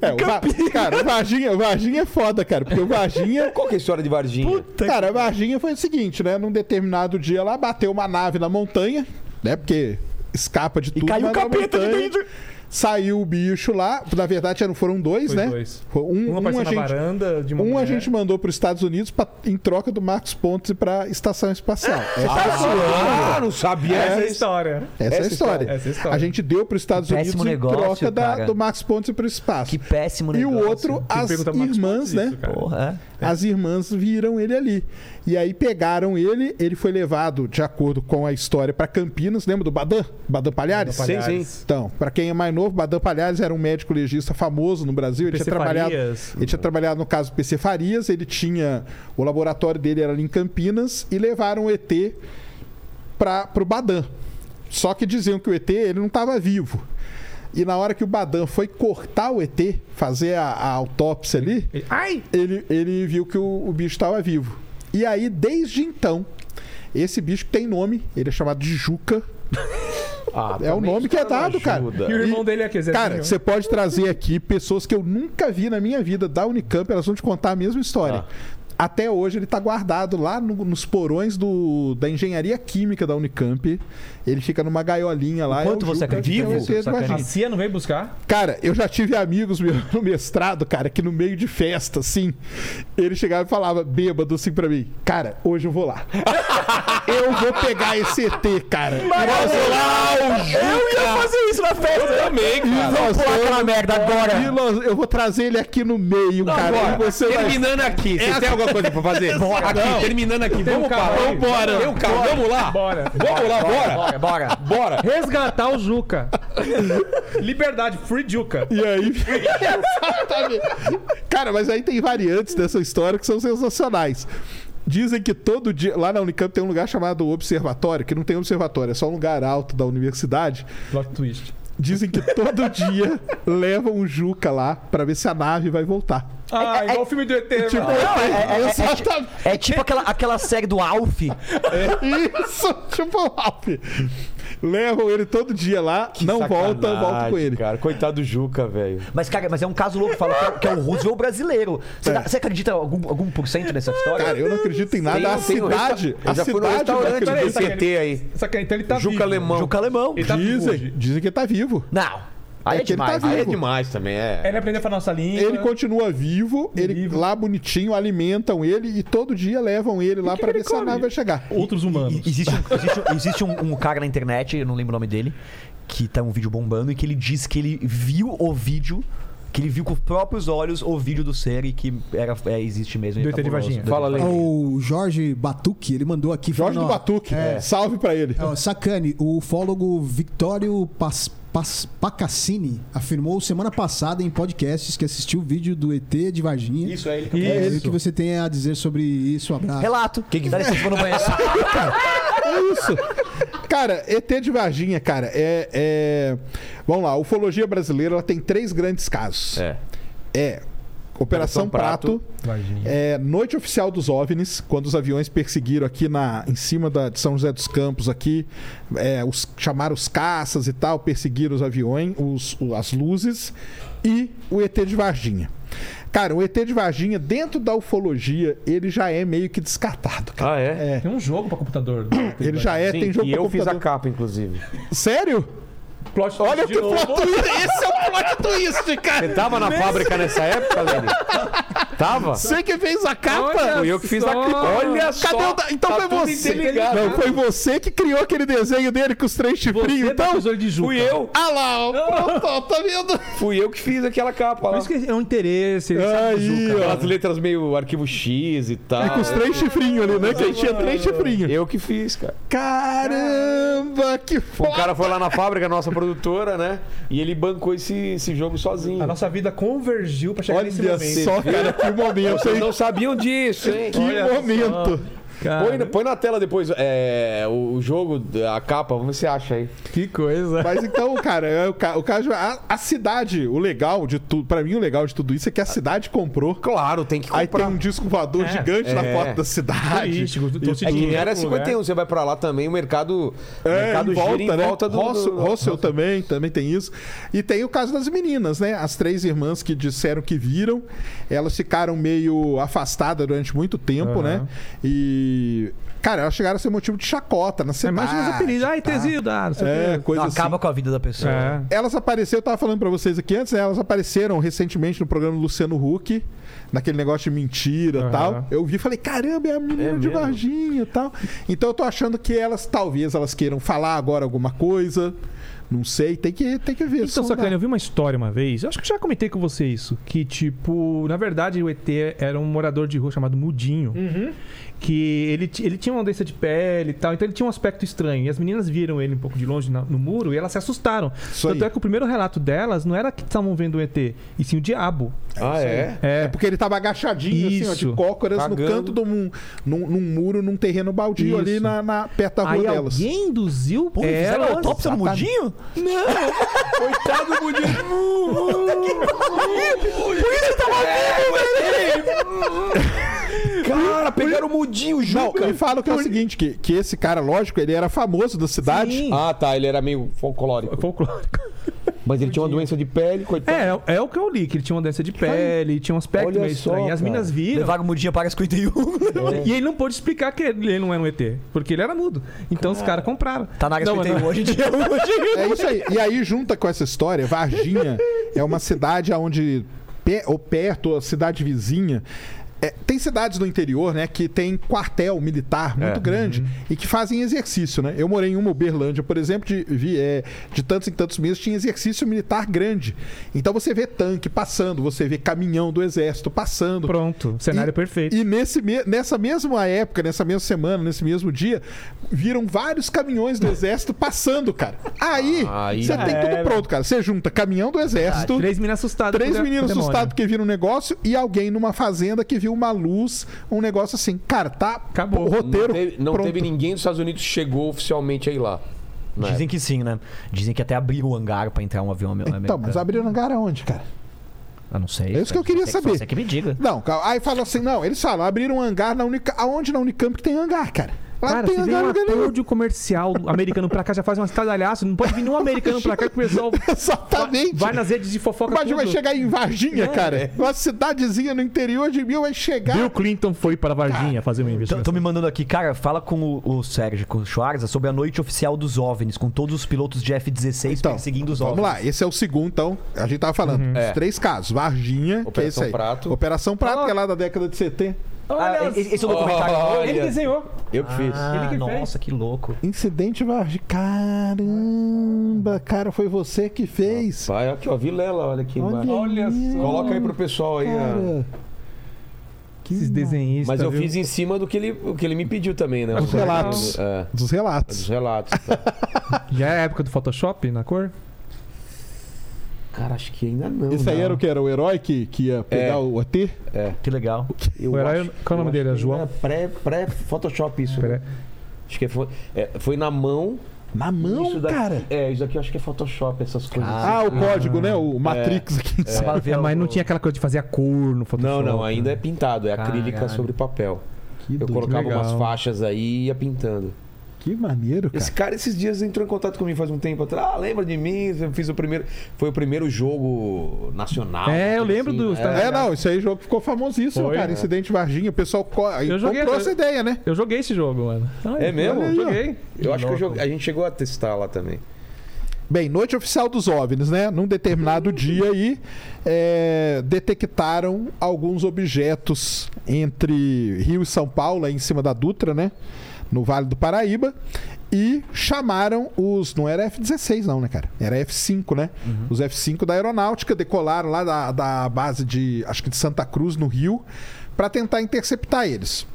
D: É, o Va- cara, o Varginha, o Varginha é foda, cara. Porque o Varginha.
A: Qual que é a história de Varginha?
D: cara, o Varginha foi o seguinte, né? Num determinado dia lá bateu uma nave na montanha, né? Porque escapa de tudo.
C: caiu
D: mas
C: o
D: na
C: capeta de
D: montanha,
C: dentro.
D: Saiu o bicho lá. Na verdade, eram, foram dois,
E: Foi
D: né?
E: dois.
D: Foi Um,
E: Um
D: um
E: apareceu
D: a
E: na
D: gente-
E: varanda de uma
D: Um a
E: mulher.
D: gente mandou para os Estados Unidos pra- em troca do Marcos Pontes para estação espacial. <laughs> Essa,
A: Ah, não sabia
E: Essa é a
A: essa história.
D: essa
E: história.
D: é a
A: essa
D: história.
E: história, essa história.
D: A gente deu para os Estados
C: Péssimo
D: Unidos
C: negócio,
D: em troca da-
C: cara.
D: do Marcos Pontes para o espaço.
C: Que péssimo
D: e
C: negócio.
D: o outro,
E: Tem que
D: as
E: perguntar pro Marcos
D: irmãs,
E: Pontes
D: né?
E: isso, cara.
C: Porra, é.
E: É.
D: As irmãs viram ele ali. E aí pegaram ele, ele foi levado, de acordo com a história, para Campinas. Lembra do Badan? Badan Palhares?
E: Badan Palhares. Sim,
A: sim.
D: Então, para quem é mais novo, Badan Palhares era um médico legista famoso no Brasil. Ele tinha,
E: PC
D: trabalhado,
E: Farias.
D: ele tinha trabalhado no caso do PC Farias. Ele tinha. O laboratório dele era ali em Campinas. E levaram o ET para o Badan. Só que diziam que o ET ele não estava vivo. E na hora que o Badan foi cortar o ET, fazer a- a autópsia ali,
E: E- Ai!
D: ele, ele viu que o, o bicho estava vivo. E aí, desde então, esse bicho tem nome, ele é chamado de Juca.
A: Ah,
D: É o
A: também
D: nome que é
A: isso não
D: dado, cara.
A: ajuda.
E: E o irmão dele é aqui, Zé
D: Cara,
E: Júnior.
D: você pode trazer aqui pessoas que eu nunca vi na minha vida da Unicamp, elas vão te contar a mesma história.
C: Ah.
D: Até hoje ele tá guardado lá no- nos porões do, da engenharia química da Unicamp. Ele fica numa gaiolinha lá.
C: O quanto
D: é
C: você
D: Juca,
C: acredita
D: que é o
C: nisso,
D: ET do
C: sacanagem?
E: A
D: Varginha.
E: Cia não veio buscar?
D: Cara, eu já tive amigos meu <laughs> no mestrado, cara, que no meio de festa, assim, ele chegava e falava, bêbado, assim, pra mim, cara, hoje eu vou lá. <laughs> eu vou pegar esse ET, cara. Nós vamos lá, o Juca.
C: Eu ia fazer isso na festa! Eu também,
D: E nós
C: Pô, aquela
D: vamos-
C: merda agora!
D: e nós- eu vou trazer ele aqui no meio, cara.
A: Agora,
D: e você vai-
A: terminando aqui. Você tem alguma coisa pra
D: <laughs>
A: fazer?
C: Bora.
A: é aqui,
C: Não.
A: terminando aqui.
E: Tem um
A: Vamos
E: carro
A: para.
E: aí.
A: Vamos embora. Tem um carro. Vamos lá.
E: Bora.
A: Vamos lá, bora.
C: Bora, bora!
A: Bora.
E: Resgatar o Juca. <laughs> Liberdade, Free Juca.
D: E aí. <laughs> Exatamente. Cara, mas aí tem variantes dessa história que são sensacionais. Dizem que todo dia. Lá na Unicamp tem um lugar chamado Observatório, que não tem observatório, é só um lugar alto da universidade.
E: Plot twist.
D: Dizem que
C: <laughs>
D: todo dia levam o Juca lá pra ver se a nave vai voltar.
E: Ah, igual o filme do ET. mano.
D: É, Tipo,
C: é- é- é-
D: exatamente.
C: <laughs> É tipo aquela, aquela série do Alf.
D: Isso, tipo o Alf. Levam ele todo dia lá, não volta, volta com ele.
A: Cara, coitado do Juca, velho.
C: Mas, cara, mas é um caso louco. Fala que é o- que é o Roosevelt brasileiro. Você, dá- você acredita algum, algum por cento nessa história?
D: É. Cara, eu não acredito em
A: Tem-
D: nada. A
A: tem um resta-
D: cidade.
A: Eu
D: A
A: já fui no
D: cidade. não
A: restaurante
D: acredita.
A: desse ET aí.
E: Só que então ele tá
A: Juca
E: vivo.
A: Alemão.
C: Juca Alemão.
E: Ele tá vivo
D: Dizem,
E: hoje.
D: dizem que tá vivo.
C: Não.
A: Aí é,
D: que ele tá
A: demais, aí é
D: vivo.
A: demais também, é.
E: Ele aprendeu a falar nossa língua.
D: Ele continua vivo, ele
E: Vivo.
D: lá bonitinho, alimentam ele e todo dia levam ele lá pra ver se a nave vai chegar.
E: Outros humanos.
C: E- Existe, um, existe, um- existe um, um cara na internet, eu não lembro o nome dele, que tá um vídeo bombando e que ele diz que ele viu o vídeo, que ele viu com os próprios olhos o vídeo do ser e que era, é, existe mesmo. ele
E: Do ET de
C: fabuloso.
E: Varginha.
C: Do
A: Fala,
C: ET de
A: Lê.
F: O Jorge Batuque, ele mandou aqui.
D: Jorge do
F: falando, ó,
D: Batuque,
A: é.
D: salve pra ele.
F: Ó, Sacane, o ufólogo Victório Pas, Pas- Pacassini afirmou semana passada em podcasts que assistiu o vídeo do ET de Varginha.
A: Isso é ele.
F: E aí,
E: Isso.
F: o que você tem a dizer sobre isso? um Abraço.
C: Relato. Quem que dá licença quando
E: <laughs>
C: conhece?
D: É isso. Cara, ET de Varginha, cara, é, é- Vamos lá, a ufologia brasileira ela tem três grandes casos.
A: É.
D: É Operação
A: Operação
D: Prato,
A: Prato.
D: é, Noite Oficial dos OVNIs, quando os aviões perseguiram aqui na, em cima da, de São José dos Campos, aqui, é, os, chamaram os caças e tal, perseguiram os aviões, os- o- as luzes, e o ET de Varginha. Cara, o ET de Varginha, dentro da ufologia, ele já é meio que descartado. Cara.
A: Ah, é?
D: É,
E: Tem um jogo
D: <coughs>
E: pra computador.
D: ele já é,
A: Sim,
D: tem jogo
A: e
D: pra
A: eu fiz a
D: computador.
A: capa, inclusive.
D: Sério?
E: Plot
D: Olha
E: de
D: que
E: novo.
D: plot twist! Esse é o plot twist, cara!
A: Você tava na fábrica nessa época, Lene? Tava?
D: Você que fez a capa?
E: Olha
A: Fui eu que fiz a
E: só.
A: capa. Olha só.
D: Cadê o da... Então
A: tá
D: foi
A: tudo
D: você.
A: interligado.
D: Não, foi você que criou aquele desenho dele com os três chifrinhos,
E: Você tá com
D: então?
E: o olho de Juca.
A: Fui eu.
D: Ah lá, ó, pronto, ó, tá vendo?
A: Fui eu que fiz aquela capa
E: Por
A: lá.
E: isso que é um interesse. Ele sabe do
D: Aí,
E: Juca.
D: ó.
A: Aquelas letras meio arquivo X e tal.
D: E com os três chifrinhos ali, né? Que aí tinha três chifrinhos.
A: Eu que fiz, cara.
D: Caramba, que
A: O
D: foda!
A: cara foi lá na fábrica, nossa produtora, né? E ele bancou esse, esse jogo sozinho.
E: A Ah, nossa vida convergiu pra chegar nesse
D: Olha
E: momento.
D: só, cara, que momento,
A: Vocês
D: hein?
A: não sabiam disso, hein?
D: Que momento!
E: Cara,
A: Põe, põe na tela depois é, o o jogo, a capa, vamos ver se acha aí.
E: <laughs> que coisa.
D: Mas então, cara, é o, ca- o caso. A, a cidade, o legal de tudo. Pra mim, o legal de tudo isso é que a cidade comprou.
A: Claro, tem que
D: Aí tem um disco voador
E: É.
D: gigante na
A: É.
D: foto da cidade.
E: Turístico, do-
D: Isso
E: do-
A: É que nem
E: Tudo.
A: era 51, você vai pra lá também, o mercado, o
D: É,
A: mercado
D: em
A: gira
D: volta, né?
A: em volta do...
D: Russell,
A: do-
D: Russell também, também tem isso. E tem o caso das meninas, né? As três irmãs que disseram que viram, elas ficaram meio afastadas durante muito tempo, né? E, cara, elas chegaram a ser motivo de chacota na cidade.
E: Imagina os apelidos. Ai, Tesida, não sei o
D: um Tá. É,
E: quê.
D: coisa
C: Não,
D: assim.
C: acaba com a vida da pessoa.
E: É.
D: Elas apareceram, eu tava falando pra vocês aqui antes, né? elas apareceram recentemente no programa do Luciano Huck, naquele negócio de mentira e
E: Aham.
D: tal. Eu vi e falei, caramba, é a menina
A: É
D: de
A: mesmo?
D: Varginha e tal. Então eu tô achando que elas, talvez, elas queiram falar agora alguma coisa. Não sei, tem que, tem que ver.
E: Então,
D: sondar.
E: Sacane, eu vi uma história uma vez, eu acho que eu já comentei com você isso, que tipo, na verdade o ET era um morador de rua chamado Mudinho, que ele, ti- ele tinha uma doença de pele e tal, então ele tinha um aspecto estranho. E as meninas viram ele um pouco de longe na- no muro e elas se assustaram.
D: Isso
E: Tanto
D: aí.
E: é que o primeiro relato delas não era que estavam vendo o ET, e sim o diabo.
A: Ah, é?
E: É,
D: É porque ele tava agachadinho, assim, ó,
E: Isso.
D: de cócoras no
A: Cagando.
D: canto de um, num, num muro, num terreno baldio
E: Isso.
D: ali na, tá na- perto da rua
E: aí
D: delas.
E: alguém induziu
C: Pô, fizeram
E: elas...
C: autópsia no mudinho?
A: Coitado do Mudinho. Cara, pegaram o Mudinho, o
D: Não,
A: Juca.
D: me fala que é o seguinte, que, que esse cara, lógico, ele era famoso da cidade.
E: Sim.
A: Ah, tá, ele era meio folclórico.
E: Folclórico.
A: Mas ele tinha uma doença de pele, coitado.
E: É, é o que eu li, que ele tinha uma doença de pele, tinha um aspecto
A: Olha
E: meio
A: só,
E: estranho. E as
A: cara.
E: meninas viram.
C: Levaram o mudinho para
E: <laughs>
C: 51.
E: E ele não pôde explicar que ele não era um ET, porque ele era mudo. Então os caras compraram.
C: Tá na área
E: Não,
C: 51
E: <laughs> não.
C: hoje em dia. o mudinho.
D: É isso aí. E aí, junta com essa história, Varginha é uma cidade onde, pe- ou perto, ou a cidade vizinha. é, tem cidades do interior, né, que tem quartel militar muito grande e que fazem exercício, né? Eu morei em uma Uberlândia, por exemplo, de, vi- é, de tantos em tantos meses tinha exercício militar grande. Então você vê tanque passando, você vê caminhão do exército passando.
E: Pronto, cenário é
D: E-
E: perfeito.
D: E nesse me- nessa mesma época, nessa mesma semana, nesse mesmo dia, viram vários caminhões do exército passando, cara. Aí,
A: Ah, Aí
D: você
A: já
D: tem tudo pronto, cara. Você junta caminhão do exército,
E: Três meninas assustadas.
D: três
E: com o
D: meninos
E: demônio.
D: assustados que viram um negócio e alguém numa fazenda que viu uma luz, um negócio assim. Cara, tá
E: Acabou.
D: o roteiro
A: não teve, não
D: pronto.
A: teve ninguém dos Estados Unidos que chegou oficialmente aí lá. na
C: Dizem que sim, né? Dizem que até abriram o hangar pra entrar um avião ame-
D: Então,
C: americano.
D: mas
A: né?
D: abriram hangar aonde, cara?
C: Ah, não sei.
D: É isso que eu queria
C: Você
D: saber.
C: Você que me diga.
D: Não, cal- aí fala assim, não, eles falam, abriram um hangar na Unicamp. Aonde na Unicamp que tem hangar, cara?
I: Cara, se vem um ator de comercial americano pra cá, já faz umas estradalhaço. Não pode vir nenhum americano pra cá que o pessoal
D: <laughs> Exatamente.
I: vai nas redes de fofoca
D: Mas vai
I: tudo.
D: chegar em Varginha, cara. Uma cidadezinha no interior de Minas vai chegar.
E: Bill Clinton foi para Varginha fazer uma investigação.
C: Estão me mandando aqui, cara, fala com o, o Sérgio, com o Schwarza, sobre a noite oficial dos OVNIs, com todos os pilotos de F-16
D: Então,
C: perseguindo os
D: vamos
C: OVNIs.
D: lá, esse é o segundo, então. A gente tava falando. Os
A: É.
D: três casos. Varginha, que é
H: Operação
D: esse aí.
H: Prato.
D: Operação Prato, que é lá da década de 70.
C: Ah, e- e- esse é o documentário.
H: Olha.
E: Ele desenhou.
H: Eu que fiz.
C: Ah,
E: Ele que fez.
C: nossa, que louco.
D: Incidente Varginha. Caramba, cara, foi você que fez.
A: Vai, aqui, ó, Vilela, olha aqui.
D: Olha
A: embaixo.
D: aí,
A: Coloca aí pro pessoal aí. ó.
D: cara. Que
I: Esses desenhistas.
E: tá
A: Mas eu
I: viu?
A: fiz em cima do que ele, o que ele me pediu também, né?
D: Os relatos.
A: É,
D: Dos
A: dos
D: relatos.
A: relatos. tá.
E: Já é a época do Photoshop na cor?
A: Cara, acho que ainda não.
D: Esse aí
A: não.
D: era o que? Era o herói que, que ia pegar
A: É.
D: o AT?
A: É.
C: né? Que legal.
A: Eu
E: O herói- qual é o nome
A: eu
E: dele?
A: acho
E: É
A: que
E: João?
A: era Pré, pré-Photoshop isso. né?
E: Pera-
A: Acho que foi, é, foi na mão.
D: Na mão,
A: isso daqui-
D: cara.
A: É, isso aqui eu acho que é Photoshop, essas coisas.
C: Ah,
D: Ah, o código, né?
A: É.
D: O Matrix aqui em cima.
C: Pra ver
I: É, mas
C: o-
I: não tinha aquela coisa de fazer a cor no
A: Não,
I: Photoshop.
A: não, ainda é pintado, é acrílica
C: Caralho.
A: sobre papel.
D: Que,
A: Eu
D: doido.
A: colocava
I: legal.
A: umas faixas aí e ia pintando.
D: que maneiro, cara.
A: Esse cara esses dias entrou em contato comigo faz um tempo atrás. Ah, lembra de mim? Eu fiz o primeiro. Foi o primeiro jogo nacional.
I: É, eu
A: assim,
I: lembro do-
A: né?
D: É, não, esse aí jogo ficou famosíssimo,
E: Foi,
D: cara.
E: né?
D: Incidente Varginha, o pessoal co... aí
E: Eu joguei,
D: comprou
E: eu-
D: essa ideia, né?
E: Eu joguei esse jogo, mano. Ai,
A: É mesmo?
E: Eu joguei.
A: Eu acho que eu joguei- a gente chegou a testar lá também.
D: Bem, noite oficial dos OVNIs, né? Num determinado
E: <laughs>
D: dia aí, é, detectaram alguns objetos entre Rio e São Paulo, aí em cima da Dutra, né? No Vale do Paraíba. E chamaram os. Não era F-16, não, né, cara? Era F-5, né?
E: Uhum.
D: Os F-5 da aeronáutica decolaram lá da, da base de. Acho que de Santa Cruz, no Rio, para tentar interceptar eles.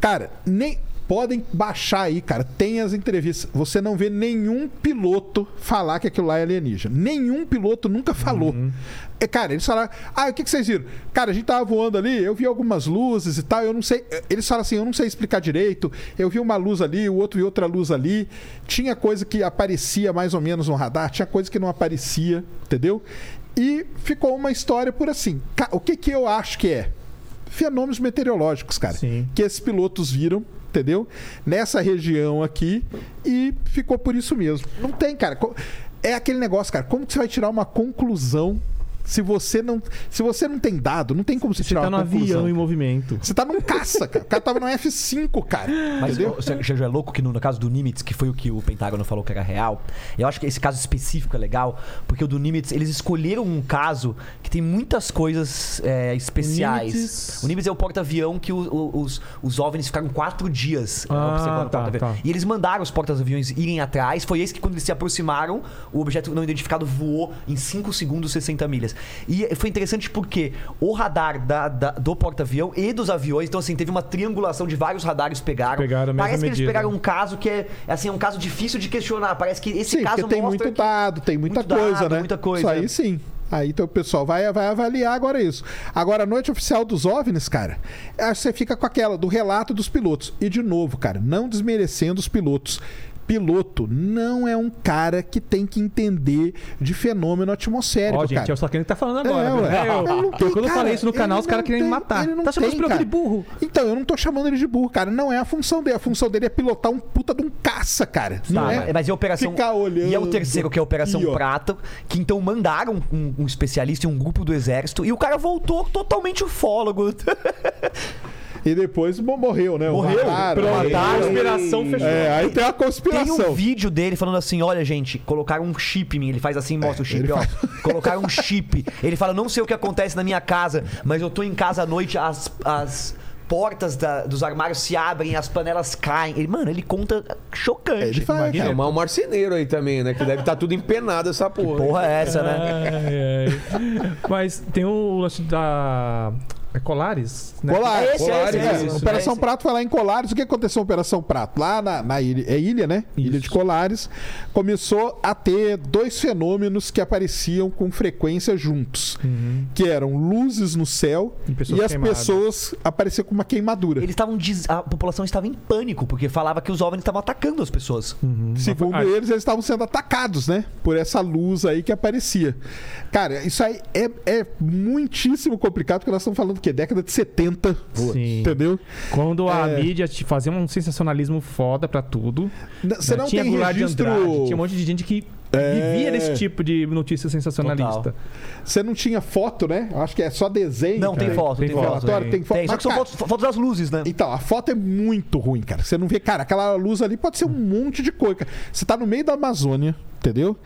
D: Cara, nem. Podem baixar aí, cara. Tem as entrevistas. Você não vê nenhum piloto falar que aquilo lá é alienígena. Nenhum piloto nunca falou. É, cara, eles falaram. Ah, o que, que vocês viram? Cara, a gente tava voando ali, eu vi algumas luzes e tal. Eu não sei. Eles falam assim, eu não sei explicar direito. Eu vi uma luz ali, o outro viu outra luz ali. Tinha coisa que aparecia mais ou menos no radar, tinha coisa que não aparecia, entendeu? E ficou uma história por assim. Ca- O que, que eu acho que é? fenômenos meteorológicos, cara.
E: Sim.
D: Que esses pilotos viram, entendeu? Nessa região aqui e ficou por isso mesmo. Não tem, cara. Co- É aquele negócio, cara. Como que você vai tirar uma conclusão se você não, se você não tem dado? Não tem como você, tirar
E: Tá no
D: uma conclusão.
E: avião em movimento.
D: Você tá num caça, cara. O cara tava no F5, cara.
C: Mas
D: entendeu?
C: o Sérgio é louco que no, no caso do Nimitz, que foi o que o Pentágono falou que era real, eu acho que esse caso específico é legal, porque o do Nimitz, eles escolheram um caso que tem muitas coisas é, especiais.
E: Nimitz-
C: O Nimitz é o porta-avião que o- o- os, os OVNIs ficaram quatro dias é,
E: Ah,
C: observando o
E: tá,
C: porta-avião.
E: tá.
C: E eles mandaram os porta-aviões irem atrás. Foi esse que, quando eles se aproximaram, o objeto não identificado voou em 5 segundos 60 milhas. E foi interessante porque o radar da- da- do porta-avião e dos aviões, então assim, teve uma triangulação de vários radares pegaram.
E: Pegaram a mesma
C: Parece que eles
E: medida.
C: pegaram
D: né?
C: um caso que é assim, é um caso difícil de questionar. Parece que esse
D: sim,
C: caso
D: porque tem
C: mostra
D: muito
C: que...
D: dado, tem muita
C: muito
D: coisa,
C: dado,
D: né?
C: muita coisa,
D: Isso aí
C: é.
D: sim. Aí então o pessoal vai, vai avaliar agora isso. Agora, a noite oficial dos OVNIs, cara, aí você fica com aquela do relato dos pilotos. E de novo, cara, não desmerecendo os pilotos. Piloto não é um cara que tem que entender de fenômeno atmosférico,
E: Ó, gente,
D: cara.
E: é o Slackane que tá falando agora.
D: É, ué.
E: velho. É,
D: Ele não
E: <laughs> eu,
D: tem,
E: quando eu
D: cara,
E: falei isso no
D: ele
E: canal, os
D: não
E: caras queriam me
D: tem,
E: matar.
D: ele não
E: Tá chamando
D: tem,
E: os pilotos de
D: cara.
E: burro.
D: Então, eu não tô chamando ele de burro, cara. Não é a função dele. A função dele é pilotar um puta de um caça, cara. não
C: Tá,
D: é
C: mas é a operação.
D: Ficar olhando.
C: E é o terceiro, que é a Operação
D: Ih, ó.
C: Prata, que então mandaram um, um especialista e um grupo do exército, e o cara voltou totalmente
D: <laughs>
C: ufólogo.
D: E depois bom, morreu, né? O
C: Morreu.
D: mataram,
E: Pronto, a
D: morreu.
E: conspiração fechou.
D: É, aí tem uma
C: Tem
D: conspiração.
C: um vídeo dele falando assim: olha, gente, colocaram um chip em mim. Ele faz
D: É,
C: assim, mostra o chip, ó. <laughs> Colocaram um chip. Ele fala: não sei o que acontece na minha casa, mas eu tô em casa à noite, as. as portas da- dos armários se abrem, as panelas caem. Ele, mano, ele conta chocante.
D: É, ele fala,
A: É,
D: cara.
A: mas um marceneiro aí também, né? Que deve estar tudo empenado essa porra.
C: Porra é essa, né?
E: Ai, ai. Mas tem o lance da. É Colares? Né?
D: Colares.
C: É esse, é esse, é
D: Colares,
C: esse.
D: isso. Operação
C: É esse.
D: Prato foi lá em Colares. O que aconteceu na Operação Prato? Lá na, na ilha, é ilha, né? Ilha de Colares. Começou a ter dois fenômenos que apareciam com frequência juntos. Que eram luzes no céu
E: E
D: e,
E: pessoas
D: as
E: queimadas.
D: pessoas apareciam com uma queimadura.
C: <laughs> Eles estavam. des- A população estava em pânico, porque falava que os OVNIs estavam atacando as pessoas.
D: Segundo
E: Ah.
D: eles, eles estavam sendo atacados, né? Por essa luz aí que aparecia. Cara, isso aí é, é muitíssimo complicado, porque nós estamos falando porque é década de 70.
E: Sim.
D: Entendeu?
E: Quando a
D: É.
E: mídia te fazia um sensacionalismo foda pra tudo.
D: N- Você
E: né?
D: não
E: tinha
D: tem
E: Goulart de
D: registro.
E: Andrade, tinha um monte de gente que
D: É.
E: vivia desse tipo de notícia sensacionalista.
D: Você não tinha foto, né? Eu Acho que é só desenho.
C: Não, tem
D: cara.
C: foto, tem,
E: tem
C: foto. é.
D: Relatório, tem foto.
C: Tem, só
D: Mas,
C: que são
D: cara,
C: fotos, fotos das luzes, né?
D: Então, a foto é muito ruim, cara. Você não vê, cara, aquela luz ali pode ser um monte de coisa. cara. Você tá no meio da Amazônia, entendeu?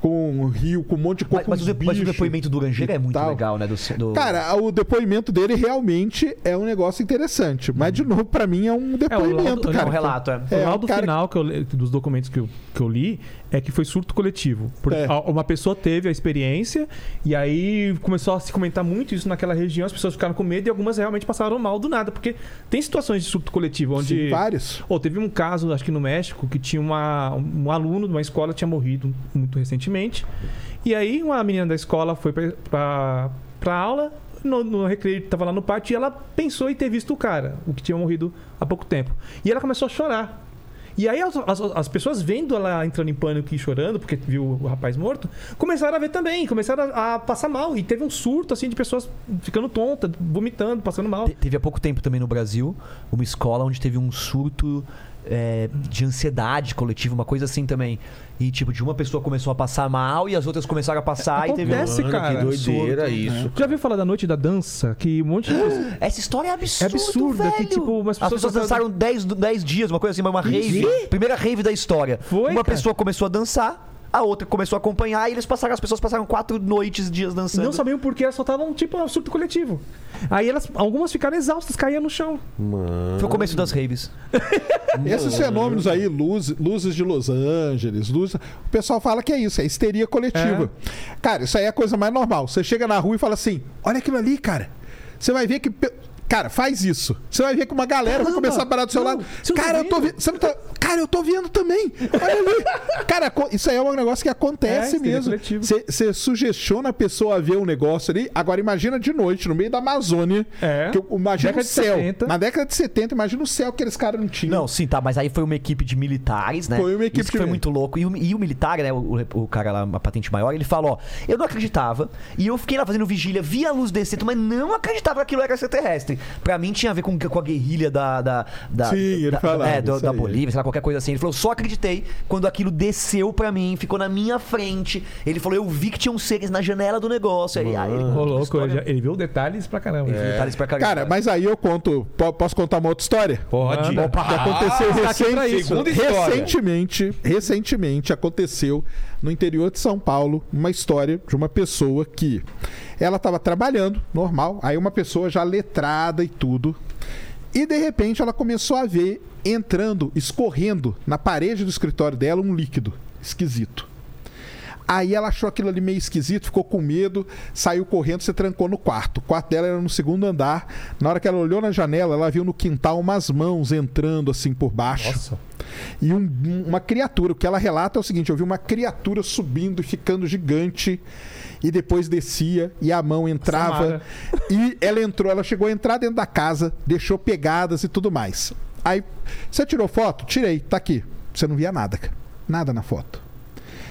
D: Com um rio, com um monte de coisa.
C: Mas, mas
D: com
C: o, depo- mas o
D: bicho.
C: depoimento do Grangeiro é
D: e
C: muito
D: tal.
C: legal, né? Do, do-
D: Cara, o depoimento dele realmente é um negócio interessante. Mas, de novo, pra mim é um depoimento,
E: laudo-
D: cara.
C: é um relato, é.
D: É,
E: o laudo
D: o cara-
E: final que eu le- dos documentos que eu, que eu li é que foi surto coletivo. Porque
D: É.
E: a- uma pessoa teve a experiência e aí começou a se comentar muito isso naquela região, as pessoas ficaram com medo e algumas realmente passaram mal do nada. Porque tem situações de surto coletivo onde.
D: Sim, vários.
E: Ou teve um caso, acho que no México, que tinha uma, um aluno de uma escola tinha morrido muito recentemente. E aí uma menina da escola foi pra- pra pra aula, no, no recreio tava lá no pátio, e ela pensou em ter visto o cara, o que tinha morrido há pouco tempo. E ela começou a chorar. E aí as, as- as pessoas vendo ela entrando em pânico e chorando, porque viu o rapaz morto, começaram a ver também, começaram a, a passar mal. E teve um surto assim de pessoas ficando tonta, vomitando, passando mal.
C: Te- Teve há pouco tempo também no Brasil uma escola onde teve um surto é, de ansiedade coletiva, uma coisa assim também. E tipo, de uma pessoa começou a passar mal e as outras começaram a passar e teve. né?
E: Acontece, cara.
J: um que doideira isso.
A: né?
E: Já viu falar da noite da dança? Que um <gasps> monte de pessoas-
C: Essa história é
E: É
C: absurda.
E: absurda, que
C: velho.
E: tipo, umas
C: As pessoas
E: pessoas passaram-
C: dançaram 10 do- 10 dias, uma coisa assim, uma rave. Primeira rave da história.
E: Foi,
C: uma
E: cara.
C: pessoa começou a dançar, a outra começou a acompanhar, e eles passaram, as pessoas passaram quatro noites, dias dançando.
E: não sabiam por que, elas só estavam tipo um surto coletivo. Aí elas, algumas ficaram exaustas, caíam no chão.
C: Foi o começo das raves.
D: Esses fenômenos aí, luz, luzes de Los Angeles, luzes. O pessoal fala que é isso, é histeria coletiva. Cara, isso aí é a coisa mais normal. Você chega na rua e fala assim: olha aquilo ali, cara. Você vai ver que. pe- Cara, faz isso. Você vai ver que uma galera vai começar a parar do seu lado.
E: você não tá
D: Cara, eu tô vendo. Você não tá... Cara, eu tô vendo também. Olha
E: <laughs>
D: ali. Cara, co- isso aí é um negócio que acontece
E: É, histeria
D: mesmo.
E: coletiva.
D: Você- Você sugestiona a pessoa a ver um negócio ali. Agora imagina de noite, no meio da Amazônia.
E: É.
D: Que eu- imagina
E: Década
D: o
E: de
D: céu.
E: 70.
D: Na década de 70, imagina o céu que aqueles caras não tinham.
C: Não, sim, tá, mas aí foi uma equipe de militares, né?
D: Foi uma equipe
C: Isso que
D: de
C: foi muito louco. E o, e o militar, né, o, o cara lá, uma patente maior, ele fala, ó, eu não acreditava, e eu fiquei lá fazendo vigília, via a luz descendo, mas não acreditava que aquilo era extraterrestre. Pra mim tinha a ver com, com a guerrilha da... da, da
D: Sim, ele
C: da,
D: falava
C: é, do-
D: isso
C: da
D: aí.
C: Bolívia, sei lá, qualquer coisa assim. Ele falou, só acreditei quando aquilo desceu pra mim, ficou na minha frente. Ele falou, eu vi que tinham seres na janela do negócio. Aí, aí ele É.
E: Ô,
C: contou uma
E: louco, é-
C: história-
E: ele, ele viu detalhes pra caramba.
C: Militares pra caramba.
D: Cara, mas aí eu conto. po- Posso contar uma outra história?
A: Pode.
D: Que aconteceu
A: Tá pra
D: recente-
A: isso. Segunda história.
D: recentemente. Recentemente aconteceu no interior de São Paulo uma história de uma pessoa que ela estava trabalhando, normal. Aí uma pessoa já letrada e tudo. E de repente ela começou a ver entrando, escorrendo na parede do escritório dela um líquido esquisito. Aí ela achou aquilo ali meio esquisito, ficou com medo, saiu correndo, se trancou no quarto. O quarto dela era no segundo andar. Na hora que ela olhou na janela, ela viu no quintal umas mãos entrando assim por baixo. E um- um- uma criatura. O que ela relata é o seguinte: eu vi uma criatura subindo e ficando gigante. E depois descia e a mão entrava.
E: Samara.
D: E ela entrou, ela chegou a entrar dentro da casa, deixou pegadas e tudo mais. Aí, você tirou foto? Tirei, tá aqui. Você não via nada, cara. Nada na foto.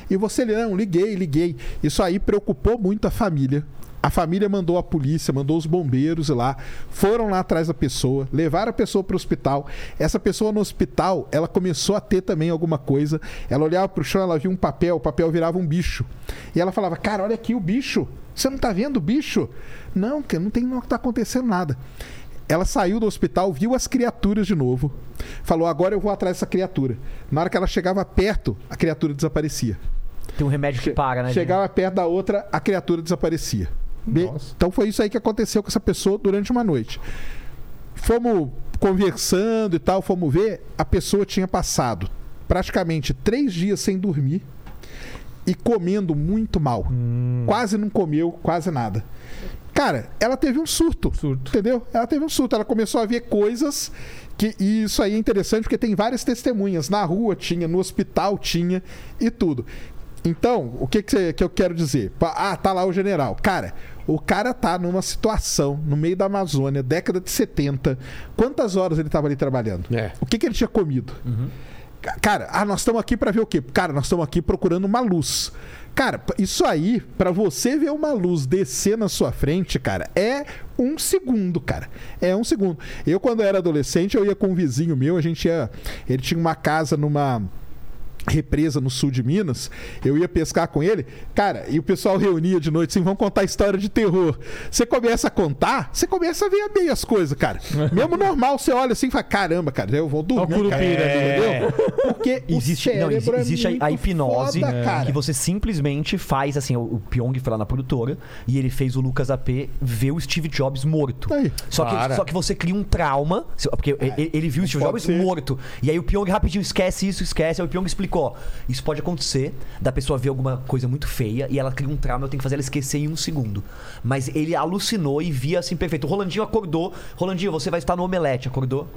D: E você, não, liguei, liguei. Isso aí preocupou muito a família. A família mandou a polícia, mandou os bombeiros ir lá, foram lá atrás da pessoa, levaram a pessoa para o hospital. Essa pessoa no hospital, ela começou a ter também alguma coisa. Ela olhava para o chão, ela via um papel, o papel virava um bicho. E ela falava: Cara, olha aqui o bicho. Você não tá vendo o bicho? Não, cara, não tem não tá acontecendo nada. Ela saiu do hospital, viu as criaturas de novo. Falou: agora eu vou atrás dessa criatura. Na hora que ela chegava perto, a criatura desaparecia.
C: Tem um remédio que para, né?
D: Chegava perto da outra, a criatura desaparecia. Bem, Então foi isso aí que aconteceu com essa pessoa durante uma noite. Fomos conversando e tal, fomos ver, a pessoa tinha passado praticamente três dias sem dormir e comendo muito mal. Quase não comeu, quase nada. Cara, ela teve um surto.
E: Surto.
D: Entendeu? Ela teve um surto. Ela começou a ver coisas que. E isso aí é interessante porque tem várias testemunhas. Na rua tinha, no hospital tinha e tudo. Então, o que, que, você- que eu quero dizer? Pa- Ah, tá lá o general. Cara, o cara tá numa situação no meio da Amazônia, década de 70. Quantas horas ele tava ali trabalhando?
J: É.
D: O que, que ele tinha comido? Ca- Cara, ah, nós estamos aqui para ver o quê? Cara, nós estamos aqui procurando uma luz. Cara, p- isso aí, para você ver uma luz descer na sua frente, cara, é um segundo, cara. É um segundo. Eu, quando era adolescente, eu ia com um vizinho meu, a gente ia. Ele tinha uma casa numa represa no sul de Minas, eu ia pescar com ele, cara, e o pessoal reunia de noite assim, vamos contar história de terror. Você começa a contar, você começa a ver bem as coisas,
C: <laughs>
D: cara. Mesmo normal, você olha assim e fala, caramba, cara, eu vou dormir, cara. entendeu?
C: <laughs>
D: Porque o
C: né? Existe, não, exi-
D: cérebro é
C: existe a- a
D: muito
C: hipnose né?
D: foda, cara.
C: que você simplesmente faz, assim, o, o Pyong foi lá na produtora e ele fez o Lucas AP ver o Steve Jobs morto.
D: Tá Aí.
C: Só que,
A: Para.
C: só que você cria um trauma, se- porque e- ele, viu o Steve
D: pode
C: Jobs
D: ser.
C: morto. E aí o Pyong rapidinho esquece isso, esquece. Aí o Pyong explicou: ó, isso pode acontecer, da pessoa ver alguma coisa muito feia e ela cria um trauma, eu tenho que fazer ela esquecer em um segundo. Mas ele alucinou e via assim, perfeito. O Rolandinho acordou. Rolandinho, você vai estar no omelete, acordou?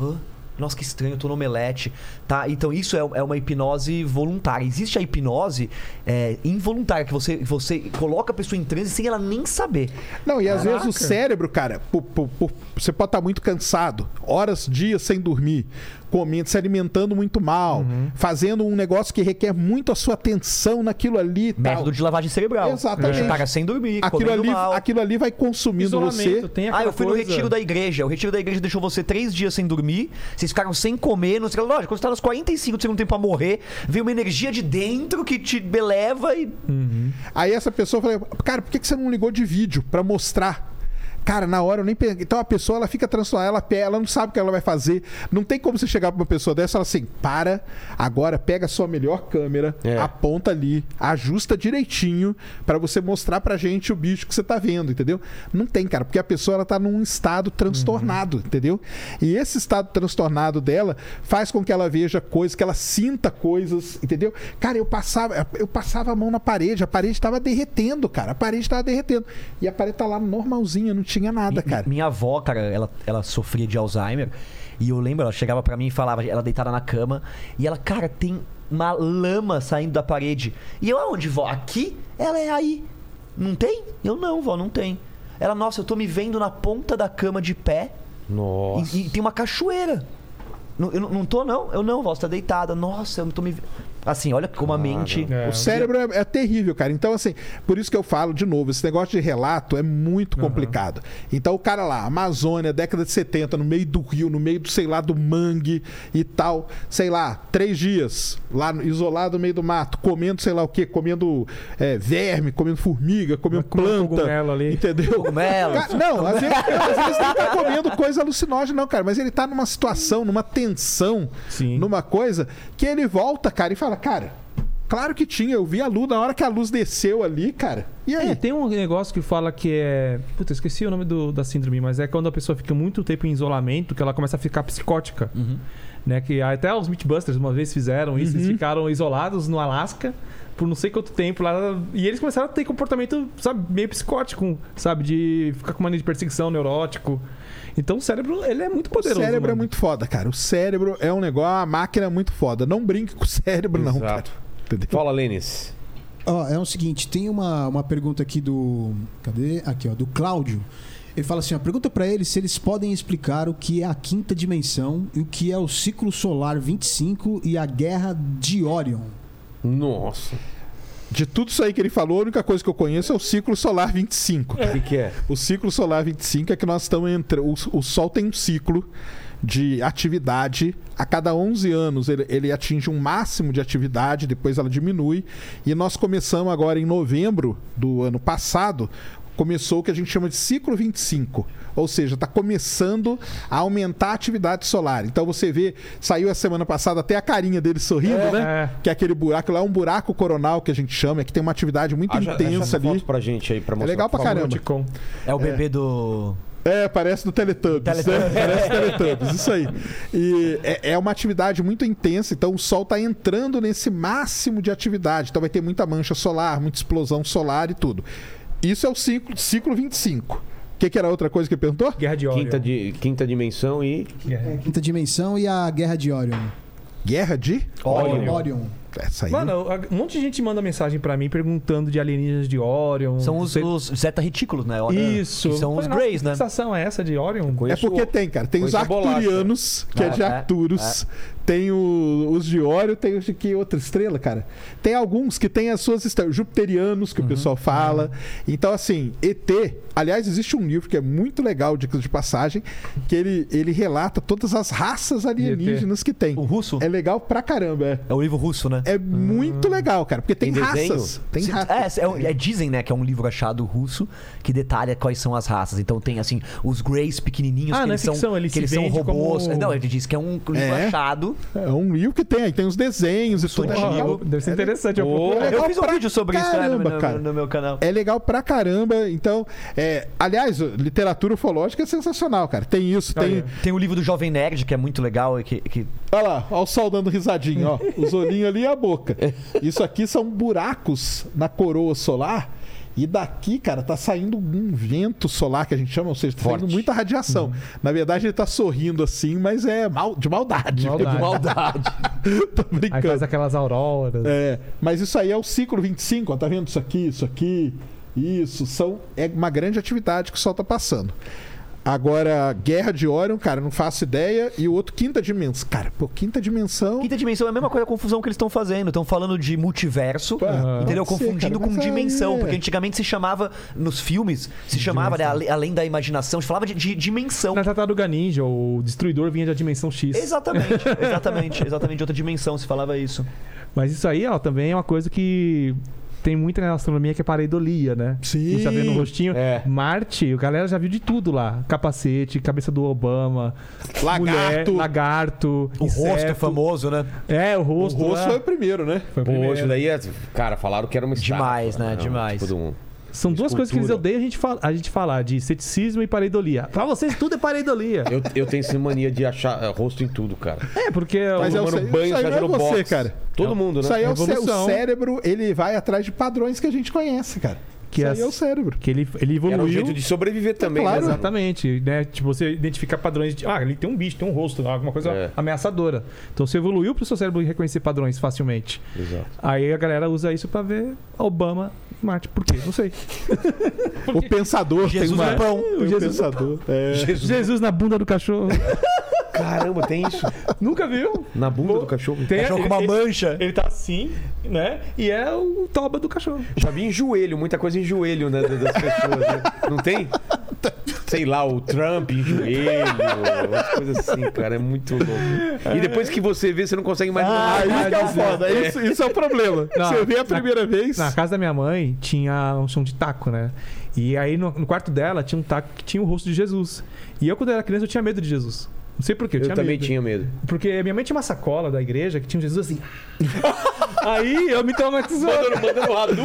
C: Hã? Nossa, que estranho, eu tô no omelete. Tá? Então, isso é, é uma hipnose voluntária. Existe a hipnose é, involuntária, que você, você coloca a pessoa em transe sem ela nem saber.
D: Não, e às vezes o cérebro, cara, pu- pu- pu- você pode estar muito cansado, horas, dias sem dormir, comendo, se alimentando muito mal,
C: Uhum.
D: fazendo um negócio que requer muito a sua atenção naquilo ali e tal.
C: Método de lavagem cerebral.
D: Exatamente.
C: O cara sem dormir,
D: Aquilo
C: comendo
D: ali,
C: mal.
D: aquilo ali vai consumindo
I: Isolamento,
D: você.
I: tem aquela
C: Ah, eu fui no
I: coisa...
C: retiro da igreja. O retiro da igreja deixou você três dias sem dormir. Vocês ficaram sem comer, não sei o que. Lógico, quando você tá nos 45 do segundo tempo pra morrer, vem uma energia de dentro que te eleva e.
D: Aí essa pessoa fala, cara, por que que você não ligou de vídeo pra mostrar? Cara, na hora eu nem peguei. Então a pessoa ela fica transtornada, ela, pe- ela não sabe o que ela vai fazer. Não tem como você chegar pra uma pessoa dessa e falar assim: para, agora pega a sua melhor câmera,
A: É.
D: aponta ali, ajusta direitinho pra você mostrar pra gente o bicho que você tá vendo, entendeu? Não tem, cara, porque a pessoa ela tá num estado transtornado, entendeu? E esse estado transtornado dela faz com que ela veja coisas, que ela sinta coisas, entendeu? Cara, eu passava, eu passava a mão na parede, a parede tava derretendo, cara. A parede tava derretendo. E a parede tá lá normalzinha, não tinha nada,
C: Mi- mi-
D: né, cara.
C: Minha avó, cara, ela, ela sofria de Alzheimer. E eu lembro, ela chegava pra mim e falava, ela deitada na cama. E ela, cara, tem uma lama saindo da parede. E eu, aonde, vó? Aqui? Ela é aí. Não tem? Eu não, vó, não tem. Ela, nossa, eu tô me vendo na ponta da cama de pé.
A: Nossa.
C: E, e tem uma cachoeira. Não, eu não- não tô, não. Eu não, vó, você tá deitada. Nossa, eu não tô me. Assim, olha como a mente.
D: O cérebro é, é terrível, cara. Então, assim, por isso que eu falo de novo, esse negócio de relato é muito complicado. Então, o cara lá, Amazônia, década de 70, no meio do rio, no meio do, sei lá, do mangue e tal, sei lá, três dias, lá no- isolado no meio do mato, comendo, sei lá o quê, comendo é, verme, comendo formiga, comendo
I: comendo
D: planta.
I: um cogumelo ali. <laughs>
D: Entendeu?
C: é um Cogumelo.
D: Ca- né? Não, às vezes, às vezes não tá comendo coisa alucinógena, não, cara. Mas ele tá numa situação, numa tensão,
I: Sim.
D: numa coisa, que ele volta, cara, e fala, cara, claro que tinha, eu vi a luz, na hora que a luz desceu ali, cara. E aí?
I: É, tem um negócio que fala que é. Puta, esqueci o nome do- da síndrome, mas é quando a pessoa fica muito tempo em isolamento que ela começa a ficar psicótica.
D: Uhum.
I: Né? Que até os Mythbusters uma vez fizeram isso, eles ficaram isolados no Alasca por não sei quanto tempo lá. E eles começaram a ter comportamento, sabe, meio psicótico, sabe? De ficar com mania de perseguição, neurótico. Então o cérebro, ele é muito
D: O
I: poderoso.
D: cérebro é
I: mano.
D: muito foda, cara. O cérebro é um negócio, a máquina é muito foda. Não brinque com o <laughs> cérebro, não, cara.
A: Exato.
D: Entendeu?
A: Fala, Lênis.
F: Ó, é o seguinte, tem uma, uma pergunta aqui do. Cadê? Aqui, ó, do Cláudio. Ele fala assim: ó, pergunta pra eles se eles podem explicar o que é a quinta dimensão e o que é o ciclo solar 25 e a guerra de Orion.
A: Nossa.
D: De tudo isso aí que ele falou, a única coisa que eu conheço é o ciclo solar 25.
A: O que, que é?
D: O ciclo solar 25 é que nós estamos entrando. O, o Sol tem um ciclo de atividade. A cada 11 anos ele, ele atinge um máximo de atividade, depois ela diminui. E nós começamos agora em novembro do ano passado. Começou o que a gente chama de ciclo 25, ou seja, está começando a aumentar a atividade solar. Então você vê, saiu a semana passada até a carinha dele sorrindo, né? Que é aquele buraco lá, é um buraco coronal que a gente chama, é que tem uma atividade muito
A: Acha- acha
D: intensa
A: essa
D: ali.
A: foto pra gente aí, pra
D: É
A: mostrar.
D: legal pra
A: por favor.
D: caramba.
I: Emoticon.
C: É o bebê do.
D: É, parece do Teletubbies.
C: Teletubbies.
D: Né? <laughs> Parece Teletubbies, isso aí. E é, é uma atividade muito intensa, então o Sol está entrando nesse máximo de atividade. Então vai ter muita mancha solar, muita explosão solar e tudo. Isso é o ciclo, ciclo 25. O que, que era a outra coisa que ele perguntou?
I: Guerra de Orion.
A: Quinta, di- quinta dimensão e.
I: Guerra.
F: Quinta dimensão e a guerra de Orion.
D: Guerra de?
A: Orion.
F: Orion.
D: Essa aí.
E: Mano, um monte de gente manda mensagem pra mim perguntando de alienígenas de Orion.
C: São os,
E: Sei-
C: os Zeta Retículos, né? Olha,
E: Isso.
C: que são
E: Eu
C: os
E: falei, nossa,
C: Greys,
E: Que
C: né?
E: sensação é essa de Orion?
D: é
A: Conheço
D: porque
A: o-
D: tem, cara. Tem os
A: conheço a bolacha.
D: arcturianos, que é, de
C: É, é,
D: Arcturus. Tem o- os de Ório, tem os de que outra estrela, cara? Tem alguns que tem as suas estrelas. Jupiterianos, que o pessoal fala. Então, assim, ET. Aliás, existe um livro que é muito legal, dicas de passagem, que ele, ele relata todas as raças alienígenas que tem.
C: O russo?
D: É legal pra caramba, é.
C: É o livro russo, né?
D: É muito legal, cara, porque tem,
A: Tem desenho?
D: raças. Tem
C: Se-
D: raças.
C: é, é, é, dizem, né, que é um livro achado russo que detalha quais são as raças. Então tem assim, os Greys pequenininhos que
E: Ah, não é
C: eles são,
E: ficção, ele
C: que
E: se
C: eles são
E: vende
C: robôs.
E: como-
C: Não, ele diz que é um livro
D: É.
C: achado.
D: É um livro que tem, aí tem os desenhos e tudo. É
C: Sutil.
D: legal.
E: Deve ser interessante. eu vou procurar.
D: legal
C: Eu fiz um
D: É, pra
C: vídeo sobre isso né, no-
D: caramba,
C: no,
D: cara.
C: no meu canal.
D: É legal pra caramba. Então, é, aliás, literatura ufológica é sensacional, cara. Tem isso, tem.
C: Tem o livro do Jovem Nerd, que é muito legal e que, que
D: Olha lá, olha o sol dando risadinho, ó. Os olhinhos ali e a boca. Isso aqui são buracos na coroa solar. E daqui, cara, tá saindo um vento solar que a gente chama, ou seja, tá saindo muita radiação.
E: Uhum.
D: Na verdade, ele tá sorrindo assim, mas é mal, de maldade.
E: Maldade.
D: <laughs> De maldade. Tô
E: Aí faz
D: brincando.
E: aquelas auroras.
D: É, mas isso aí é o ciclo 25, ó, tá vendo isso aqui, isso aqui, isso, são é uma grande atividade que o sol tá passando. Agora, Guerra de Orion, cara, não faço ideia. E o outro, Quinta Dimensão. Cara, pô, Quinta Dimensão.
C: Quinta dimensão é a mesma coisa a confusão que eles estão fazendo. Estão falando de multiverso,
D: Aham.
C: entendeu?
D: Pode ser,
C: Confundindo
D: cara,
C: com
D: mas
C: dimensão.
D: é.
C: Porque antigamente se chamava, nos filmes, se chamava, né, ale- além da imaginação, se falava de, de dimensão.
E: Na Tartaruga Ninja, o Destruidor vinha da dimensão X.
C: Exatamente, exatamente, exatamente. De outra dimensão se falava isso.
E: Mas isso aí, ó, também é uma coisa que tem muita na astronomia que é pareidolia, né?
D: Sim.
E: A gente tá vendo o rostinho.
A: É.
E: Marte, a galera já viu de tudo lá. Capacete, cabeça do Obama, mulher,
D: Lagarto.
E: lagarto
C: O rosto é
E: inseto.
C: famoso, né?
E: É, o
D: O
E: rosto.
D: rosto
E: lá.
D: foi o primeiro, né?
E: Foi o
A: Pô,
E: primeiro.
A: isso daí é. Cara, falaram que era uma estátua,
C: Demais, né?
A: um
C: Demais.
A: tipo de um-
E: São duas coisas que eles
A: escultura.
E: odeiam a gente, fala- a gente falar, de ceticismo e pareidolia. Pra vocês tudo é pareidolia.
A: Eu, eu tenho essa mania de achar eh, rosto em tudo, cara.
E: é, porque...
D: Mas é o
A: Tomando
D: cé-
A: banho,
D: isso aí não é
A: fazendo
D: você,
A: boxe.
D: cara.
A: Todo mundo, né?
D: Isso aí é o, cé- o
E: Evolução.
D: cérebro, ele vai atrás de padrões que a gente conhece, cara.
E: Que
D: isso
E: é
D: aí é o
E: as-
D: cérebro.
E: Que ele, ele
A: Era um
E: evoluiu...
A: jeito de sobreviver também,
D: claro.
A: né?
E: Exatamente, né? Tipo, você identificar padrões de. Ah, ali tem um bicho, tem um rosto, alguma coisa
A: É.
E: ameaçadora. Então você evoluiu pro seu cérebro reconhecer padrões facilmente.
A: Exato.
E: Aí a galera usa isso pra ver Obama e Marte. Por quê? Não sei.
D: O pensador
C: Jesus
D: tem uma...
C: no pão.
D: tem o
E: Jesus no
D: pensador. É.
A: Jesus,
E: Jesus na bunda do cachorro.
A: Caramba, tem isso.
E: <laughs> Nunca viu?
A: Na bunda do cachorro.
E: Tem
C: Achou é com uma
E: ele,
C: mancha.
E: ele tá assim, né? E é o toba do cachorro.
A: Já vi em joelho, muita coisa em joelho, né? da- Das pessoas, né? Não tem? Sei lá, o Trump em joelho, umas coisas assim, cara. É muito louco. E depois que você vê, você não consegue
E: Ah,
A: mais.
D: Aí que é o foda. Isso, isso é o problema.
E: <laughs> Não,
D: você vê a
E: na-
D: primeira vez...
E: Na casa da minha mãe tinha um chão de taco, né? E aí no, no quarto dela tinha um taco que tinha o rosto de Jesus. E eu, quando era criança, eu tinha medo de Jesus. Não sei por quê. Eu,
A: eu
E: tinha
A: também
E: medo.
A: tinha medo.
E: Porque minha mãe tinha uma sacola da igreja que tinha um Jesus assim. <laughs> Aí eu me traumatizou.
A: Mandando o Hadouken.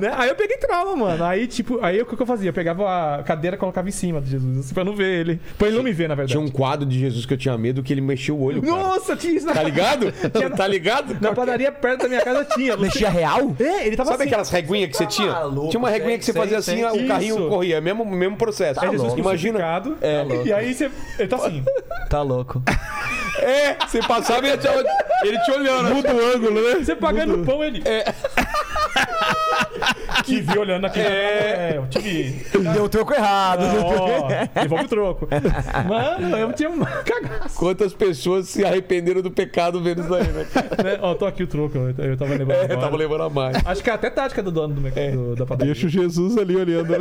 E: Né? Aí eu peguei trauma, mano. Aí, tipo, aí o que que eu fazia? Eu pegava a cadeira e colocava em cima do Jesus, assim, pra não ver ele. Pra ele não me ver, na verdade.
A: Tinha um quadro de Jesus que eu tinha medo que ele mexeu o olho. Cara.
E: Nossa, tinha isso na,
A: Tá ligado? Tá ligado?
E: na padaria perto da minha casa
A: <laughs>
E: tinha.
C: Mexia real?
E: É, ele tava
A: Sabe
E: assim.
A: aquelas reguinhas que você
C: Tá
A: tinha?
C: maluco,
A: tinha uma reguinha que você
C: sei,
A: fazia
C: sei,
A: assim,
E: sei.
A: o carrinho
E: Isso. Tá
A: corria. Mesmo, mesmo processo.
E: Jesus
A: Imagina.
E: crucificado.
A: É,
E: e aí você. Ele tá assim.
C: Tá louco.
A: É, você passava e ele te, ele te olhando. Muda o ângulo, né?
E: Você pagando o pão, ele. <laughs> É. Te vi olhando aqui. É, eu te vi.
C: Deu
A: um
C: o troco
A: Tá
C: errado. deu o
A: <laughs>
C: troco errado.
E: Ó, devolve o troco. Mano, eu tinha <laughs> um cagaço.
A: Quantas pessoas se arrependeram do pecado vendo isso aí, né?
E: Né? Ó, tô aqui o troco, eu eu tava lembrando.
A: É,
E: agora.
A: tava É. lembrando a mais.
E: Acho que é até tática do dono do, merc- do- da padaria.
D: Deixa o Jesus ali olhando, né?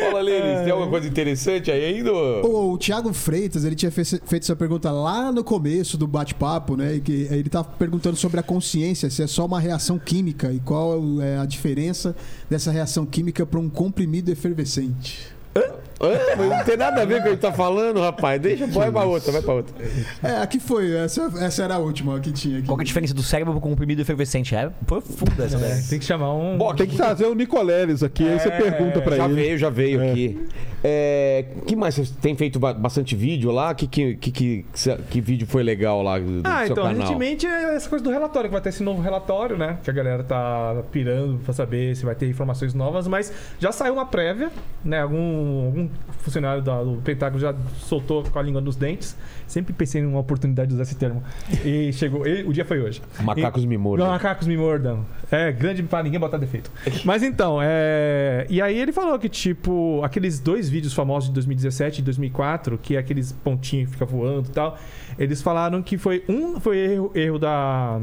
A: Fala, Lênis, tem alguma coisa interessante aí ainda? ô?
F: O, o Thiago Freitas, ele tinha fe- feito essa pergunta lá no começo do bate-papo, né? e Que ele tá perguntando sobre a consciência, se é só uma reação química e qual é a diferença dessa reação química para um comprimido efervescente.
A: Hã? é, Mas não tem nada a ver com o que ele tá falando, rapaz. Deixa, vai pra outra, vai pra outra.
F: É, aqui foi, essa, essa era a última que tinha aqui.
C: Qual que é a diferença do cérebro pro comprimido efervescente? É profunda essa, né?
E: Tem que chamar um.
A: Bom,
D: Tem que trazer o Nicoleles aqui, aí você pergunta pra
A: já
D: ele.
A: veio, já veio
D: É.
A: aqui. É, que mais? Você tem feito ba- bastante vídeo lá? Que, que, que, que, que vídeo foi legal lá do, do
E: Ah,
A: seu
E: então,
A: canal?
E: recentemente é essa coisa do relatório, que vai ter esse novo relatório, né? Que a galera tá pirando pra saber se vai ter informações novas, mas já saiu uma prévia, né? Algum, algum funcionário da- do Pentágono já soltou com a língua nos dentes. Sempre pensei numa oportunidade de usar esse termo. E chegou. e o dia foi hoje.
A: Macacos me
E: Não,
A: mordam.
E: Macacos me mordam. É, grande pra ninguém botar defeito. <laughs> Mas então, é... E aí ele falou que, tipo, aqueles dois vídeos famosos de 2017 e 2004, que é aqueles pontinhos que fica voando e tal, eles falaram que foi... Um foi erro, erro da...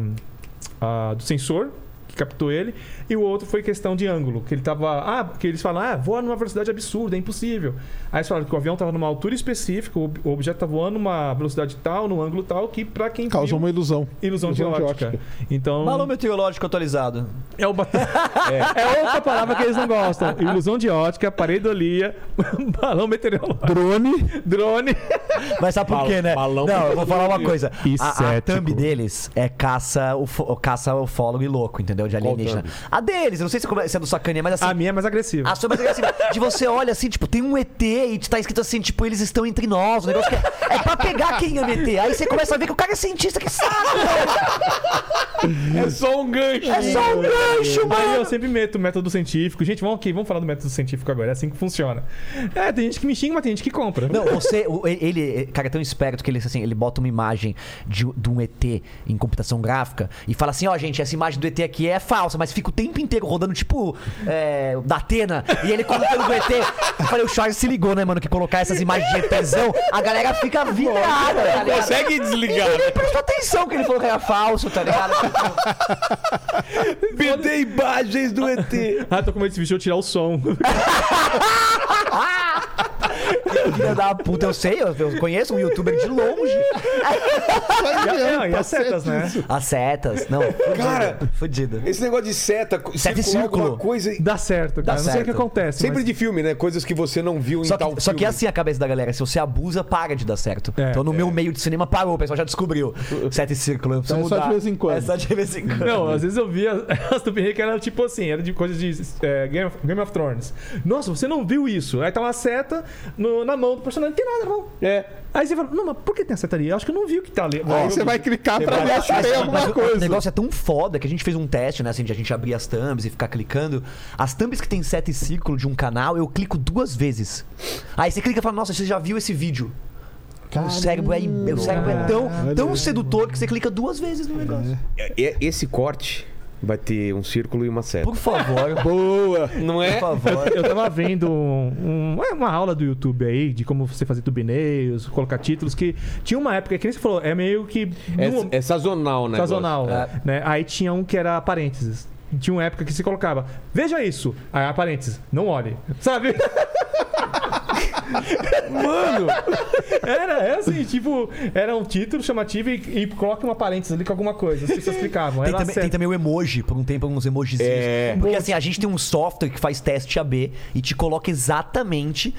E: ah, do sensor, que captou ele, e o outro foi questão de ângulo, que ele tava... Ah, que eles falam, ah, voa numa velocidade absurda, é impossível. Aí eles falaram que o avião tava numa altura específica, o ob- o objeto tava voando numa velocidade tal, num ângulo tal, que pra quem
D: Causou
E: viu,
D: uma ilusão.
E: ilusão,
D: ilusão de
E: de ótica.
D: ótica.
E: Então...
C: Balão meteorológico atualizado.
E: É, o ba- é. outra palavra que eles não gostam. Ilusão de ótica, pareidolia, <laughs> balão meteorológico,
D: Drone.
E: drone.
C: Mas sabe por quê, né?
A: balão
C: não, eu vou falar uma coisa.
D: E
C: A, a
D: cético.
C: thumb deles é caça, ufo, caça ufólogo e louco, entendeu? De alienígena. A deles, eu não sei se é- se é do sacaninha, mas assim.
E: A minha é mais agressiva.
C: A sua mas é assim, de você olha assim, tipo, tem um ET e tá escrito assim, tipo, eles estão entre nós, um negócio que é, é pra pegar quem é o ET. Aí você começa a ver que o cara é cientista, que sabe,
A: É só um gancho.
C: é só um gancho,
E: Aí eu
C: mano.
E: sempre meto o método científico. Gente, vamos, ok, vamos falar do método científico agora. É assim que funciona. É, tem gente que me xinga, mas tem gente que compra.
C: Não, você, o- ele, ele- cara, é tão esperto que ele, assim, ele bota uma imagem de, de um ET em computação gráfica e fala assim, ó, gente, essa imagem do ET aqui é falsa, mas fica o tempo inteiro rodando, tipo, é, da Atena, e ele colocando do ET. Eu falei, o Charles se ligou, né, mano, que colocar essas imagens de ETzão, a galera fica vidrada, tá ligado?
K: Consegue
C: <laughs>
K: desligar? né?
C: Ninguém prestou atenção que ele falou que era falso, tá ligado?
A: Me dê imagens do ET.
E: Ah, tô com medo desse bicho eu tirar o som.
C: Filha da puta, eu sei, eu, eu conheço um youtuber de longe.
E: <laughs> Não,
C: tá
D: tá
E: e as setas, né?
C: As setas, não. Fudido,
A: Cara,
C: fudido.
A: Esse negócio de seta,
C: Seta e
A: circular
C: círculo.
A: alguma coisa.
E: Dá certo, cara.
C: Dá
E: não sei o que
C: certo.
E: acontece.
A: Sempre
E: mas-
A: de filme, né? Coisas que você não viu em
C: Só
A: tal
C: que, só que é
A: filme.
C: assim a cabeça da galera. Se você abusa, para de dar certo.
E: É,
C: então no meu meio de cinema parou, o pessoal já descobriu. Sete círculos, eu preciso
D: Então é só
C: mudar.
D: de vez em quando.
C: É só de vez em quando.
E: Não, às vezes eu via as <laughs> do Henrique era tipo assim, era de coisa de é, Game, of, Game of Thrones. Nossa, você não viu isso? Aí tá uma seta no- na mão do personagem, não tem nada, não. É. Aí você fala, não, mas por que tem a seta ali? Eu acho que eu não vi o que tá ali. Aí
D: Aí
E: eu
D: você
E: vi.
D: vai clicar pra ver se tem
C: Mas- mas
D: alguma
C: o- O
D: coisa.
C: negócio é tão foda que a gente fez um teste, né? Assim, de a gente abrir as thumbs e ficar clicando. As thumbs que tem seta e círculo de um canal, eu clico duas vezes. Aí você clica e fala, nossa, você já viu esse vídeo. O cérebro é, im- o cérebro é tão, tão sedutor que você clica duas vezes no negócio.
D: É.
A: E- Esse corte vai ter um círculo e uma seta.
C: Por favor,
A: Boa! Não
C: por
A: é?
C: favor.
E: <laughs> Eu tava vendo um- um- é, uma aula do YouTube aí, de como você fazer thumbnails, colocar títulos, que tinha uma época, que nem você falou, é meio que. no-
A: É, é sazonal, né?
E: sazonal,
C: É.
E: né? Aí tinha um que era parênteses. Tinha uma época que se colocava, veja isso. Aí a parênteses, não olhe. Sabe? Mano! Era, era assim, tipo, era um título chamativo e, e coloca uma parênteses ali com alguma coisa. As pessoas clicavam.
C: Tem
E: Era
C: também, tem
E: certo.
C: também o emoji, por um tempo, alguns emojizinhos.
A: É.
C: Porque assim, a gente tem um software que faz teste AB e te coloca exatamente.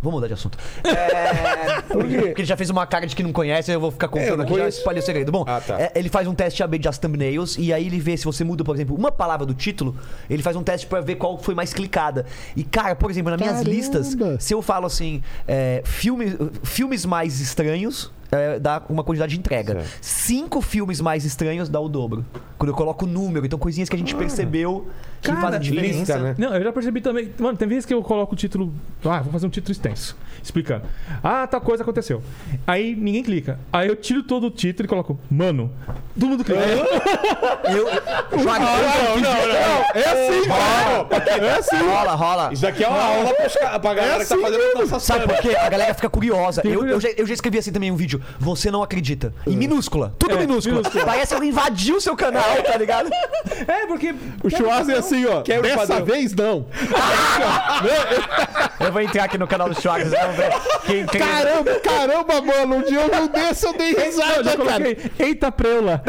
C: Vamos mudar de assunto. É,
A: <laughs>
C: Porque ele já fez uma cara de que não conhece, eu vou ficar
A: É, eu
C: contando
A: não
C: aqui, já
A: conheço.
C: espalhei o segredo. Bom,
A: Ah, tá.
C: é, ele faz um teste AB de as thumbnails e aí ele vê se você muda, por exemplo, uma palavra do título, ele faz um teste pra ver qual foi mais clicada. E cara, por exemplo, nas minhas
D: Caramba.
C: listas, se eu falo assim, é, filme- filmes mais estranhos, é, dá uma quantidade de entrega. Cinco filmes mais estranhos dá o dobro. Quando eu coloco o número, então coisinhas que a gente percebeu que
E: Cara,
C: fazem diferença.
A: Lista, né?
E: Não, eu já percebi também. Mano, tem vezes que eu coloco o título. Ah, vou fazer um título extenso. Explicando. Ah, tal coisa aconteceu. Aí ninguém clica. Aí eu tiro todo o título e coloco, mano. Todo mundo clica.
C: Eu, Joaquim, rola, rola.
A: É Isso daqui é uma aula pros ca- pra galera
D: assim
A: que tá fazendo dança
C: Sabe por quê? A galera fica curiosa. Eu, eu já, eu já escrevi assim também um vídeo. Você não acredita. Em minúscula. Tudo É, minúscula. Parece que alguém invadiu o seu canal, tá ligado?
E: É, porque.
D: O Schwarzer é assim, ó.
A: Quebra o
D: Dessa
A: padrão.
D: vez não.
C: Eu vou entrar aqui no canal do Schwarz. vocês vão ver Quem tem...
D: Caramba, caramba, mano. Um dia eu não desço, eu dei
E: Eu já
D: risada, cara.
E: coloquei. Eita, preula.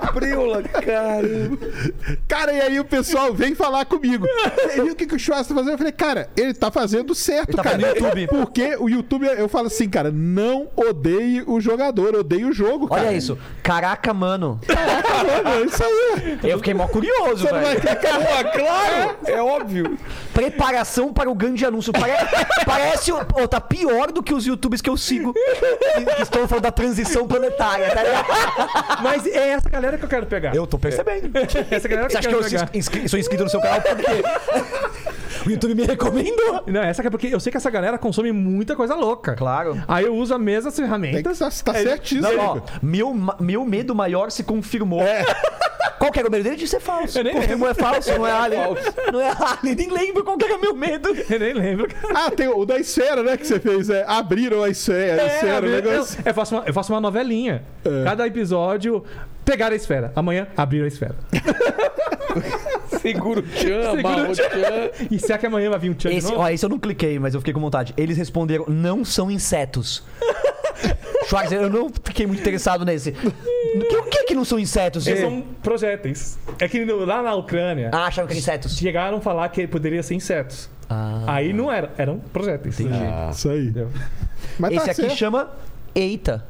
A: Capriola, caramba.
D: Cara, e aí o pessoal vem falar comigo. Você viu o que, que o Schwarzer tá fazendo? Eu falei, cara, ele tá fazendo certo,
C: Ele tá
D: cara.
C: fazendo YouTube.
D: Porque o YouTube, eu falo assim, cara, não odeie o jogador, odeie o jogo, cara.
C: Olha isso. Caraca, mano.
D: Olha, é isso aí.
C: Eu fiquei mó curioso,
D: Você não vai
C: velho.
D: clicar.
A: Pô, claro! É óbvio.
C: Preparação para o grande anúncio. Pare- Parece. o- Pô, tá pior do que os youtubers que eu sigo. Que, que estão falando da transição planetária, tá ligado?
E: Mas é essa galera que eu quero pegar.
C: Eu tô percebendo.
E: <laughs> Essa galera que
C: Você acha que
E: eu
C: eu
E: quero
C: sou
E: pegar.
C: inscri- sou inscrito no seu canal por quê?
G: O YouTube me recomendou.
E: Não, essa que é porque eu sei que essa galera consome muita coisa louca.
C: Claro.
E: Aí eu uso as mesmas
D: Tem que
E: ferramentas.
D: estar tá certíssimo.
C: Não, ó, meu, ma- meu medo maior se confirmou. <laughs> Qual que era o medo dele? De ser falso.
E: Eu nem
C: Confirmou é falso, não é alien. Não é alien, nem lembro qual que era o meu medo.
E: <laughs> Eu nem lembro.
D: Ah, tem o da esfera, né? Que você fez, é. Abriram a esfera,
C: É,
E: É,
D: a esfera, o
E: eu, um
D: negócio.
E: eu faço uma, eu faço uma novelinha. Cada episódio, pegaram a esfera. Amanhã, abriram a esfera.
L: Seguro Tchan, Marro Tchan.
E: E será que amanhã vai vir um tchan de
C: Esse,
E: novo?
C: ó, esse eu não cliquei, mas eu fiquei com vontade. Eles responderam: não são insetos. Schwarzer, eu não fiquei muito interessado nesse. O que, o que que não são insetos?
E: Eles são projéteis. É que no- lá na Ucrânia,
C: Ah, acharam que eram insetos.
E: chegaram a falar que poderia ser insetos.
C: Ah,
E: Aí não era, eram projéteis.
A: Ah.
D: Isso aí.
E: Entendeu?
D: Mas
C: esse
D: tá
C: aqui
D: certo.
C: chama Eita.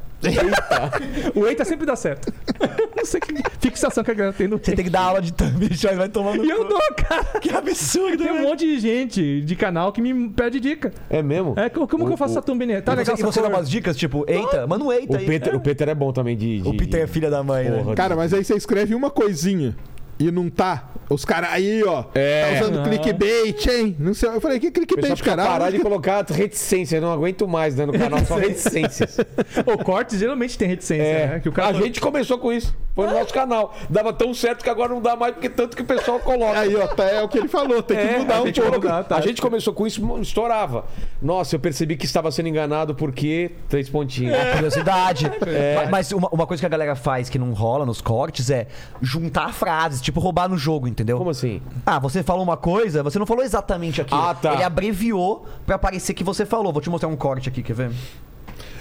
E: O Eita sempre dá certo. <laughs> não sei que fixação que a galera tem no
C: Você tem que dar aula de <laughs> bicho, aí vai tomando.
E: E <laughs> eu dou, cara. Que absurdo.
C: né?
E: Tem um monte de gente de canal que me pede dica.
A: É mesmo?
E: É, co- como que eu faço
A: o,
E: essa thumbnail? Tá
C: Tá
E: legal
C: E
E: essa
C: você dá
E: cor?
C: umas dicas, tipo, Eita, manda um Eita
A: o
C: aí.
A: Peter, o Peter é bom também de.
C: O
A: de-
C: Peter é filha da mãe, né?
A: Porra,
D: Cara, mas aí você escreve uma coisinha e não tá. Os caras aí, ó.
A: É.
D: Tá usando clickbait, hein? Não sei. Eu falei, que
A: O pessoal
D: clickbait,
A: precisa
D: caralho?
A: parar de colocar as reticências. Eu não aguento mais, né? No canal, só reticências.
E: O corte geralmente tem reticência, né?
A: É,
E: Que o cara
A: a gente começou com isso. Foi no nosso canal. Dava tão certo que agora não dá mais, porque tanto que o pessoal coloca.
D: <laughs> Aí, ó, tá, é o que ele falou, tem que
A: É,
D: mudar
A: a
D: um
A: gente,
D: pouco.
A: colocou- a gente começou com isso, mo- estourava. Nossa, eu percebi que estava sendo enganado porque três pontinhos.
C: É
A: <laughs>
C: curiosidade.
A: É.
C: Ma- Mas uma, uma coisa que a galera faz que não rola nos cortes é juntar frases, tipo roubar no jogo, entendeu?
A: Como assim?
C: Ah, você falou uma coisa, você não falou exatamente aquilo.
A: Ah, tá.
C: Ele abreviou pra parecer que você falou. Vou te mostrar um corte aqui, quer ver?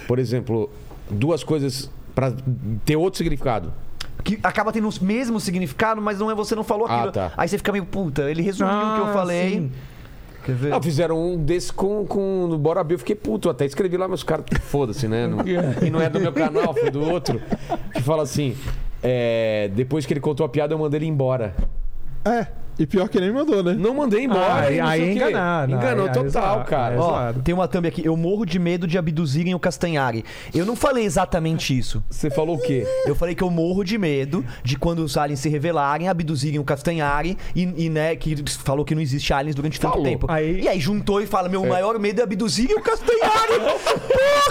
A: Por exemplo, duas coisas para ter outro significado.
C: Que acaba tendo o mesmo significado, mas não é você não falou
A: Ah,
C: aquilo.
A: tá.
C: Aí você fica meio, puta, ele resumiu o que
E: Ah,
C: eu falei.
E: sim.
C: Quer ver?
A: Ah, fizeram um desse com, com no Bora Bill, eu fiquei puto, até escrevi lá, mas os caras, foda-se, né? Não- e não é do meu canal, foi do outro. Que fala assim: é, depois que ele contou a piada, eu mandei ele embora.
D: É, e pior que nem mandou, né?
A: Não mandei embora.
E: Ah, aí-
A: não sei
E: aí
A: o quê.
E: enganar, né?
A: Enganou
E: Aí- aí
A: total,
E: exa-
A: cara.
E: é,
A: Ó,
C: Ó,
E: zoado.
C: tem uma thumb aqui. Eu morro de medo de abduzirem o Castanhari. Eu não falei exatamente isso.
A: você falou o quê?
C: Eu falei que eu morro de medo de quando os aliens se revelarem, abduzirem o Castanhari e, e, né, que falou que não existe aliens durante tanto
A: Falou.
C: tempo.
E: Aí-
C: E aí juntou e fala: meu maior medo é abduzirem o Castanhari.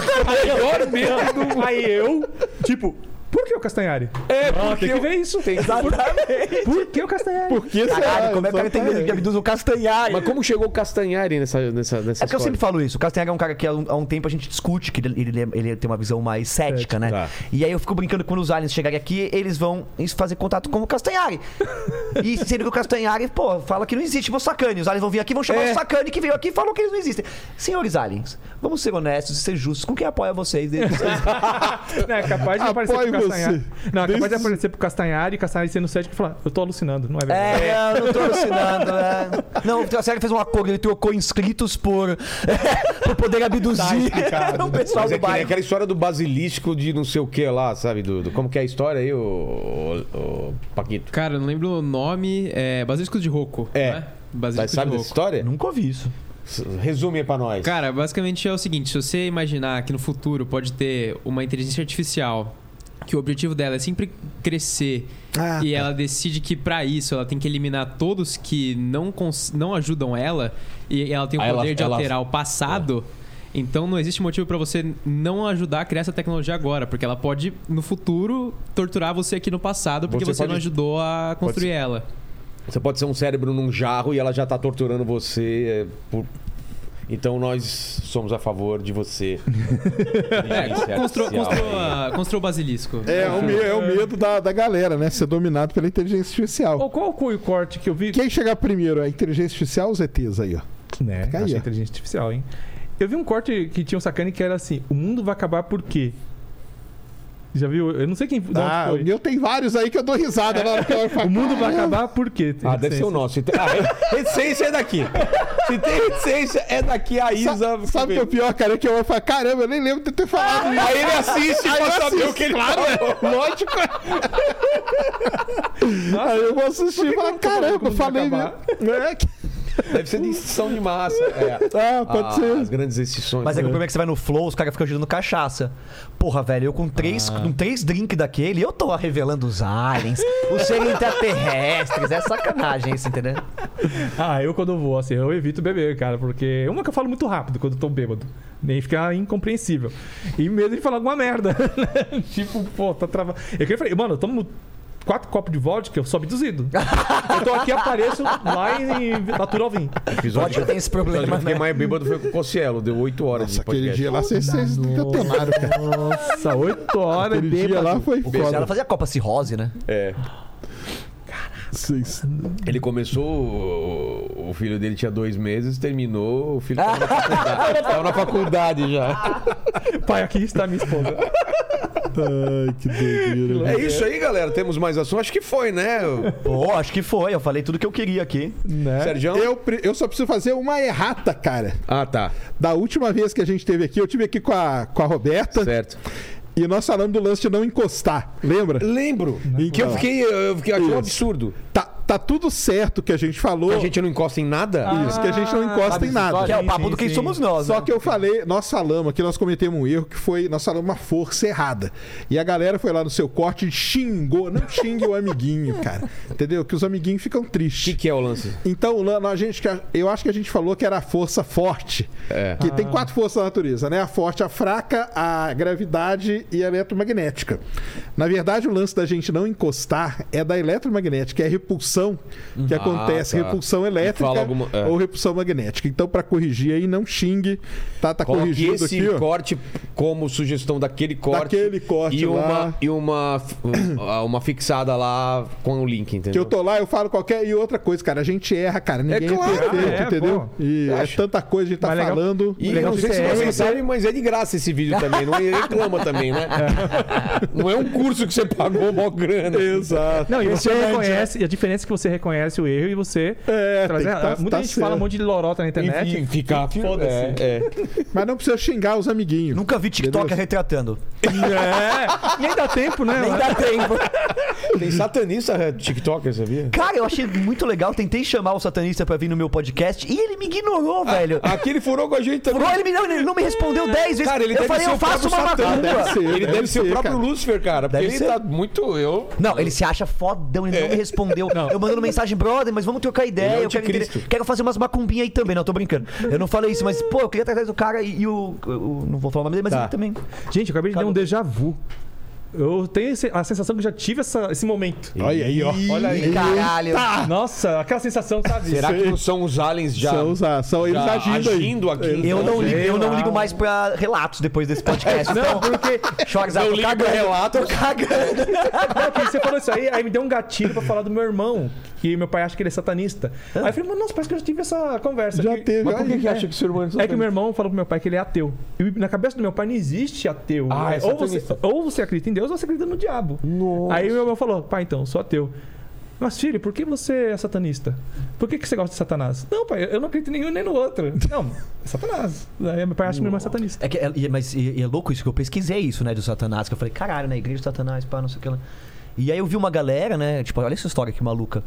C: Porra!
A: Maior medo do
E: Aí eu, tipo, por que o Castanhari?
A: É, porque
E: tem que
A: eu...
E: ver isso.
C: Exatamente.
E: Por que o Castanhari?
D: Porque esse
C: Caralho, como é que o cara tem medo de abduzir o Castanhari?
A: Mas como chegou o Castanhari nessa nessa nessa
C: É porque eu sempre
A: história?
C: falo isso. O Castanhari é um cara que há um, há um tempo a gente discute, que ele, ele, ele tem uma visão mais cética, né?
A: tá.
C: E aí eu fico brincando que quando os aliens chegarem aqui, eles vão fazer contato com o <laughs> Castanhari. e sendo que o Castanhari, pô, fala que não existe, tipo, Sacani. Os aliens vão vir aqui, vão chamar o Sacani que veio aqui e falam que eles não existem. Senhores aliens, vamos ser honestos e ser justos com quem apoia vocês. né?
E: Não, é capaz de aparecer
D: Apoie
E: pro Castanhari.
D: você.
E: Não, é capaz de
D: Desde-
E: aparecer pro Castanhari e Castanhari sendo cético e falar, eu tô alucinando, não é verdade.
C: <laughs> é, eu não tô alucinando, né? Não, o Castanhari fez um acordo, ele trocou inscritos por, <laughs> por poder abduzir <laughs> o pessoal
A: Mas é que nem
C: do bairro.
A: aquela história do basilisco de não sei o que lá, sabe? Do, do- como que é a história aí, ô, ô, ô, Paquito?
G: <laughs> Cara, eu não lembro o nome. É Basilisco de Roco.
A: É.
G: Né?
A: Mas
G: Basilisco
A: sabe
G: de
A: dessa
G: Roco.
A: história?
C: Nunca ouvi isso.
A: S- Resume aí pra nós.
G: Cara, basicamente é o seguinte: se você imaginar que no futuro pode ter uma inteligência artificial que o objetivo dela é sempre crescer
D: Ah,
G: e ela decide que pra isso ela tem que eliminar todos que não, cons- não ajudam ela e ela tem o
L: Aí ela-
G: poder de
L: ela-
G: alterar o passado. Então não existe motivo pra você não ajudar a criar essa tecnologia agora, porque ela pode no futuro torturar você aqui no passado porque
A: Você
G: você,
A: pode-
G: não ajudou a construir ela.
A: Você pode ser um cérebro num jarro e ela já tá torturando você. é, por- Então nós somos a favor de
G: <laughs>
A: você. É, Inteligência
G: Construa,
A: artificial.
G: É, construa, construa ah, o basilisco.
D: É, o me- é o medo da, da galera, né? Ser dominado pela inteligência artificial.
E: Ou qual foi o corte que eu vi?
D: Quem chegar primeiro, a inteligência artificial ou os ETs aí, ó?
E: Né?
D: Fica aí,
E: Achei
D: ó.
E: inteligência artificial, hein? Eu vi um corte que tinha um sacane que era assim, o mundo vai acabar por quê? Já viu? Eu não sei quem. de onde
D: Ah,
E: foi.
D: o meu tem vários aí que eu dou risada na hora que eu falo.
E: <laughs> O mundo vai acabar por quê?
A: Ah, deve ser o nosso. Se tem- Ah, re- reticência é daqui. Se tem reticência, é daqui. A Isa.
D: Sa sabe o que é o pior, cara? É que eu vou falar, caramba, eu nem lembro de ter falado
E: Ah,
D: isso.
A: Aí ele assiste
D: Aí
A: pra
D: eu
A: saber
D: assisto,
A: o que ele
D: claro,
A: falou.
D: é, lógico. aí eu vou assistir e falar,
E: que eu não tô falando
D: caramba,
E: que o mundo vai
D: falei mesmo.
E: acabar?
D: Não é que-
A: Deve ser de extinção de massa. É.
D: Ah, pode
A: Ah, As
D: ser.
A: grandes né? extinções.
C: Mas é que o problema é que você vai no Flow, os caras ficam jogando cachaça. Porra, velho, eu com três, com três drinks daquele, eu tô revelando os aliens, os seres extraterrestres. É sacanagem isso, entendeu?
E: Ah, eu quando vou, assim, eu evito beber, cara, porque. Uma que eu falo muito rápido quando eu tô bêbado. Nem fica incompreensível. E medo de falar alguma merda. <laughs> né? tipo, pô, tá travado. Eu que falei, mano, eu tomo quatro copos de vodka, eu sou abduzido. eu tô aqui apareço lá em Natural Vim.
A: episódio.
C: Pode ter
A: episódio que
C: esse
A: eu
C: problema,
A: fiquei
C: né?
A: mais bêbado foi com o Cossielo, deu 8 horas
D: Nossa,
A: de
D: aquele
A: podcast.
D: dia lá tá vocês vocês detonaram, <laughs> cara.
E: Nossa, oito horas
D: Aquele dia
E: bêbado.
D: lá foi
C: O Cristiano
E: tá-
D: foda.
C: fazia Copa Cirrose, né?
A: É.
D: Vocês-
A: Ele começou, o- o filho dele tinha dois meses, terminou, o filho tava na
C: <laughs>
A: faculdade, tava na faculdade já.
E: Pai, aqui está minha esposa.
D: Ai, que doideira.
A: É isso aí, galera. Temos mais assunto? Acho que foi, né?
C: Pô, acho que foi. Eu falei tudo que eu queria aqui.
E: Então-
A: Sérgio?
D: Eu, pre- eu só preciso fazer uma errata, cara.
A: Ah, tá.
D: Da última vez que a gente teve aqui, eu tive aqui com a, com a Roberta
A: Certo.
D: e nós falamos do lance de não encostar. Lembra?
A: Lembro que eu fiquei, eu fiquei achei um absurdo.
D: Tá, tá tudo certo que a gente falou.
A: A gente Ah, não encosta em nada?
D: Isso, que a gente não encosta em nada.
C: Que é o papo
E: sim,
C: do quem
E: sim.
C: somos nós,
D: Só
C: né?
D: que eu falei, nós falamos aqui, nós cometemos um erro que foi, nós falamos uma força errada. E a galera foi lá no seu corte e xingou. Não xingue o amiguinho, cara. Entendeu? Que os amiguinhos ficam
A: O que,
D: tristes.
A: que é o lance?
D: Então, Lano, a gente, eu acho que a gente falou que era a força forte.
A: É.
D: Que tem quatro forças da natureza, né? A forte, a fraca, a gravidade e a eletromagnética. Na verdade, o lance da gente não encostar é da eletromagnética, é a repulsão que acontece,
A: tá.
D: repulsão elétrica
A: Fala alguma- é.
D: ou repulsão magnética. Então, para corrigir aí, não xingue, tá? Tá
A: Coloque
D: corrigindo
A: esse
D: aqui, ó.
A: corte como sugestão daquele corte.
D: Daquele corte
A: e
D: lá.
A: uma E uma, ah, uma fixada lá com o link,
D: Que
A: entendeu?
D: eu tô lá, eu falo qualquer. E outra coisa, cara, a gente erra, cara. Ninguém é,
A: claro, né?
D: perfeito,
E: é,
D: entendeu? E é tanta coisa que a gente tá
E: Mas legal-
D: falando.
A: E
E: Legal
A: não sei
E: que
A: se
E: você
A: vocês
E: erra.
A: sabem, mas é de graça esse vídeo também. Não reclama também,
D: <laughs>
A: né? Não é um curso que você pagou mó grana.
D: Exato.
E: Não, e você
D: Impressionante,
E: reconhece, e a diferença é que você reconhece o erro e você.
D: É,
E: traz
D: tem que
E: errado.
D: tá-
E: Muita
D: tá
E: gente
D: certo.
E: fala um monte de lorota na
C: Né?
E: internet.
A: Né? Enfim, ficar foda-se. É, é.
D: Mas não precisa xingar os amiguinhos.
C: Nunca vi TikToker
D: Beleza.
C: retratando.
E: <laughs> É, nem dá tempo, né?
C: Nem dá tempo.
A: é. Tem satanista TikToker, sabia?
C: Cara, eu achei muito legal. Tentei chamar o satanista pra vir no meu podcast e ele me ignorou, <laughs> velho.
A: Aqui ele furou com a gente também.
C: Furou, ele, me, não, ele não me respondeu 10 vezes.
A: Cara, ele
C: eu
A: deve
C: falei,
A: ser
C: eu
A: o
C: faço
A: próprio
C: uma
A: Satã,
C: macumba.
D: deve ser.
A: Ele deve ser o
D: ser,
A: próprio
D: cara.
A: Lúcifer, cara. Porque
C: Deve
A: ele
C: ser.
A: tá muito. Eu.
C: Não, ele se acha fodão, ele não me respondeu. Eu mandando mensagem, brother, mas vamos trocar ideia.
A: É. Ele é o
C: eu quero,
A: anticristo.
C: entender- quero fazer umas macumbinhas aí também. Não, eu tô brincando. Eu não falei isso, mas, pô, eu queria atrás do cara e, e o, o- Não vou falar o nome dele, mas
A: Tá.
C: ele também.
E: Gente, eu acabei de
C: Cada
E: dar
C: um.
E: um déjà vu. Eu tenho esse- a sensação que eu já tive essa- esse momento.
D: Olha aí, ó.
E: Olha aí.
C: Ih, caralho.
E: Nossa, aquela sensação, sabe?
A: Será
D: Isso
A: que
D: aí.
A: não são os aliens já?
D: São, os- ah, são eles
A: já
D: agindo,
A: agindo
D: aí.
A: aqui.
D: Eles
C: Eu não, ligo,
E: sei
C: eu não
E: lá.
C: ligo mais pra relatos depois desse
A: <laughs>
C: podcast.
A: É,
E: Não,
C: Então,
E: porque
C: Chores, eu tô
A: ligo pra
C: cagando.
A: relato.
C: Tô cagando.
E: não, que tá você falou isso aí, aí me deu um gatilho pra falar do meu irmão, que meu pai acha que ele é satanista. Aí eu falei, mano, nossa, parece que eu já tive essa conversa.
D: Ah. Já
E: Que-
D: teve.
A: Mas por
D: olha
A: que,
D: aí.
A: que acha que o ser humano
E: É que meu irmão falou pro meu pai que ele é ateu. E na cabeça do meu pai não existe ateu. né?
A: Ah, é
E: ou, você,
A: satanista.
E: ou você acredita em Deus ou você acredita no diabo. Aí meu irmão falou: pai, então, sou ateu. Mas filho, por que você é satanista? Por que, que você gosta de Satanás? Não, pai, eu não acredito em nenhum nem no outro. <laughs> Não, é Satanás. Aí meu pai acha que meu irmão é satanista.
C: É que é, e- mas e- e é louco isso que eu pesquisei isso, né, do Satanás, que eu falei, caralho, né, igreja do Satanás, pá, não sei o que lá. E aí eu vi uma galera, né, tipo, olha essa história que maluca,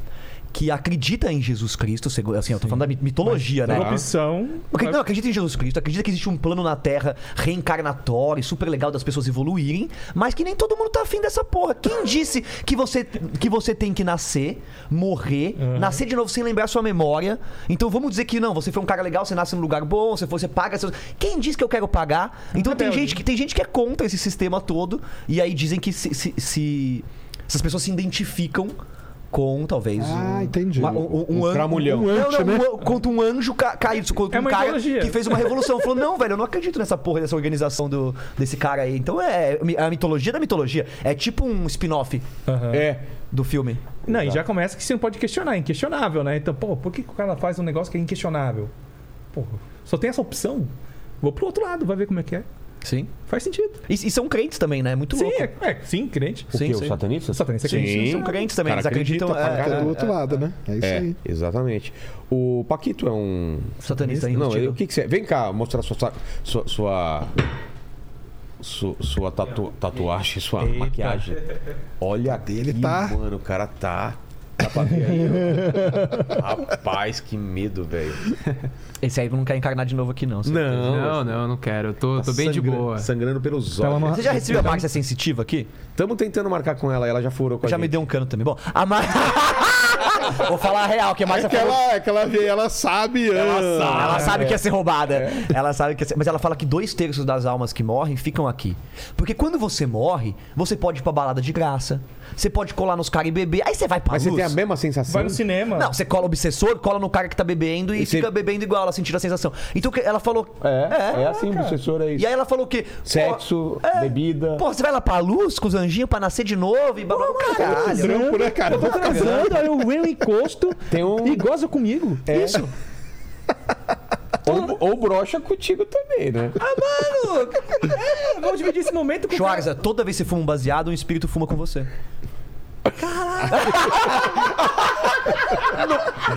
C: que acredita em Jesus Cristo, segu- assim, eu tô falando da mi- mitologia, né?
E: Por
A: Tá.
E: opção.
C: Acredita- não, acredita em Jesus Cristo, acredita que existe um plano na Terra reencarnatório, super legal das pessoas evoluírem, mas que nem todo mundo tá afim dessa porra. Quem disse que você, que você tem que nascer, morrer, nascer de novo sem lembrar sua memória? Então vamos dizer que não, você foi um cara legal, você nasce num lugar bom, você, foi, você paga. seus- Quem disse que eu quero pagar? Então tem gente, que, tem gente que é contra esse sistema todo, e aí dizem que se, se, se- essas pessoas se identificam com talvez
D: Ah,
C: um-
D: entendi.
C: uma- um, um, an-
A: cramulhão.
C: não,
D: anjo,
C: não,
D: né?
C: um an- contra um anjo ca caído, contra
E: É
C: um
E: uma
C: cara
E: ideologia.
C: que fez uma revolução. Falou, não, velho, eu não acredito nessa porra dessa organização do, desse cara aí. Então é é a mitologia da mitologia. É tipo um spin-off
E: Aham.
A: É.
C: do filme.
E: Não, e já começa que você não pode questionar, é inquestionável, né? Então, pô, por que, que o cara faz um negócio que é inquestionável? Pô, só tem essa opção? Vou pro outro lado, vai ver como é que é.
C: Sim.
E: Faz sentido.
C: E, e são crentes também, né? Muito
E: Sim,
C: louco.
E: é, é, sim, crente.
A: O
C: Sim,
A: que?
C: sim.
A: O satanista?
E: Satanista
A: Sim.
E: acredita.
C: São crentes também,
A: Cara,
C: eles acreditam.
A: acredita pra
C: é,
D: Tá do
C: é,
D: outro lado, né? É isso
A: É,
D: aí.
A: exatamente. O Paquito é um.
C: Satanista
A: Não,
C: enrustido.
A: ele- o que, que você. Vem cá mostrar sua. sa- Sua. Sua, su- sua tatu- tatuagem, sua maquiagem. Olha dele,
D: tá-
A: Mano, o cara tá. tá cara pra ver aí. ó. Rapaz, que medo, velho.
C: Esse aí não quer encarnar de novo aqui, não. certeza.
G: Não, não, eu não quero. Eu tô, tô bem de
A: Sangra-
G: boa.
A: Tá Sangrando pelos
E: Então,
A: olhos.
E: vamos-
C: Você já recebeu a Márcia Sensitiva aqui?
A: Tamo tentando marcar com ela, ela já furou com a
C: Já
A: gente.
C: me deu um cano também. Bom, a Márcia. <laughs> Vou falar a real, que a
D: É
C: Márcia
D: que
C: falou.
D: ela, é que ela vê, ela sabe. ah,
C: Ela sabe
A: é.
C: que ia ser roubada. Ela sabe que ia ser... Mas ela fala que dois terços das almas que morrem ficam aqui. Porque quando você morre, você pode ir pra balada de graça. Você pode colar nos caras e beber. Aí você vai pra
A: Mas você
C: luz.
A: tem a mesma sensação?
E: Vai no cinema.
C: Não, você cola o obsessor, cola no cara que tá bebendo e,
A: E você-
C: fica bebendo igual, ela sentindo a sensação. Então que- ela falou.
A: É, é, assim, professor, é isso.
C: E aí ela falou o quê?
A: Sexo,
C: Pô, é.
A: bebida.
C: Pô, você vai lá pra luz com os anjinhos pra nascer de novo e blá blá blá. Caralho.
D: Trampo, né, cara?
E: Tô transando, aí eu venho, encosto
A: Tem um-
E: e goza comigo.
A: Isso. ou, ou brocha contigo também, né?
E: É, vamos dividir esse momento com o cara.
C: Schwarza, toda vez que você fuma um baseado, um espírito fuma com você.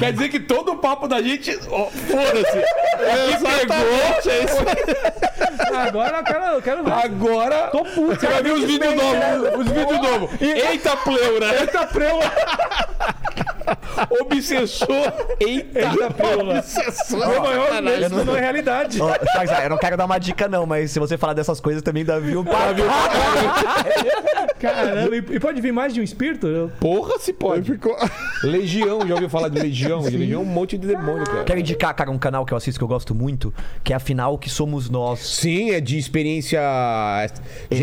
H: Quer dizer que todo o papo da gente. ó,
A: <laughs>
H: Foda-se! É que pegou, é isso aí.
E: Agora eu quero, eu quero ver.
H: agora.
E: Tô puto.
H: Você vai ver os vídeos novos. Os vídeos novos. Eita pleura! Eita pleura! <laughs> Obsessor, É eita pleura!
E: Meu maior medo
C: eu não-
E: isso não é realidade.
C: Ó, Schwarza, eu não quero dar uma dica, não, mas se você falar dessas coisas também dá viu. Dá viu.
E: <laughs> Caramba, e, e pode vir mais de um espírito? Eu-
A: Porra, se pode.
D: Ficou-
A: Legião, já ouviu falar de Legião? De Legião é um monte de demônio, cara.
C: Quero indicar, cara, um canal que eu assisto que eu gosto muito, que é Afinal Que Somos Nós.
A: Sim, é de experiência. é, Gente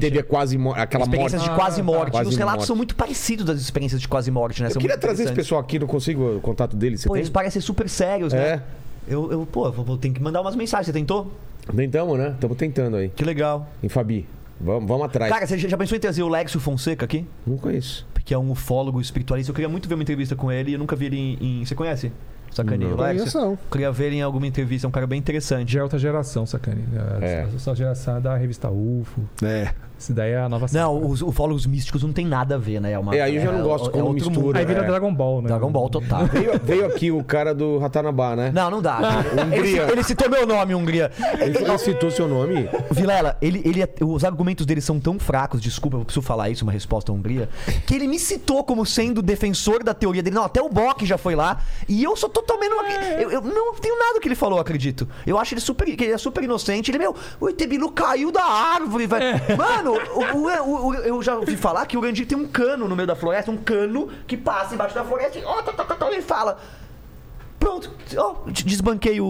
A: que teve quase mo- aquela
C: Experiências
A: morte.
C: de quase morte.
A: Quase
C: Os relatos
A: morte.
C: são muito parecidos das experiências de quase morte, né?
A: Eu
C: São
A: queria
C: muito
A: trazer esse
C: interessantes.
A: pessoal aqui, não consigo o contato dele. Você
C: Pô,
A: tem?
C: eles parecem super sérios,
A: É.
C: né? Eu, eu, pô, vou, vou ter que mandar umas mensagens. Você tentou?
A: Tentamos, né? Estamos tentando aí.
C: Que legal.
A: Em Fabi. Vamos, vamos atrás.
C: Cara, você já já pensou em trazer o Lexo Fonseca aqui?
A: Não conheço.
C: Que é um ufólogo espiritualista. Eu queria muito ver uma entrevista com ele e eu nunca vi ele em. em- Você conhece? Sacaninha.
A: Não.
C: o Lexo?
D: Conheço, não.
C: Eu Queria ver ele em alguma entrevista. É um cara bem interessante.
E: Já é outra geração, sacane.
A: É.
E: Essa geração da revista UFO.
D: É.
E: Isso daí é a nova
C: Não, os ufólogos místicos não tem nada a ver, né? É, uma,
A: É, aí eu já não gosto
C: é
A: quando
C: outro
A: mistura.
E: Aí vira
A: É.
E: Dragon Ball,
C: mundo.
E: né?
C: Dragon
A: <laughs>
C: Ball total.
A: Veio, veio aqui o cara do Ratanabá, né?
C: Não, não dá. ele,
A: Hungria.
C: ele citou meu nome, Hungria.
A: Ele, ele citou seu nome?
C: Vilela, ele, ele, é, os argumentos dele são tão fracos, desculpa, eu preciso falar isso, uma resposta à Hungria, que ele me citou como sendo defensor da teoria dele. Não, até o Bock já foi lá. E eu sou totalmente. Não, eu, eu não tenho nada que ele falou, acredito. Eu acho ele super. que ele é super inocente. Ele, meu, o Etebilu caiu da árvore, velho. Mano, o- o- o- o- eu já ouvi falar que o Gandhi tem um cano no meio da floresta, um cano que passa embaixo da floresta e. ó, tá, tá, tá, tá, ele fala. Pronto, ó, d- desbanquei o,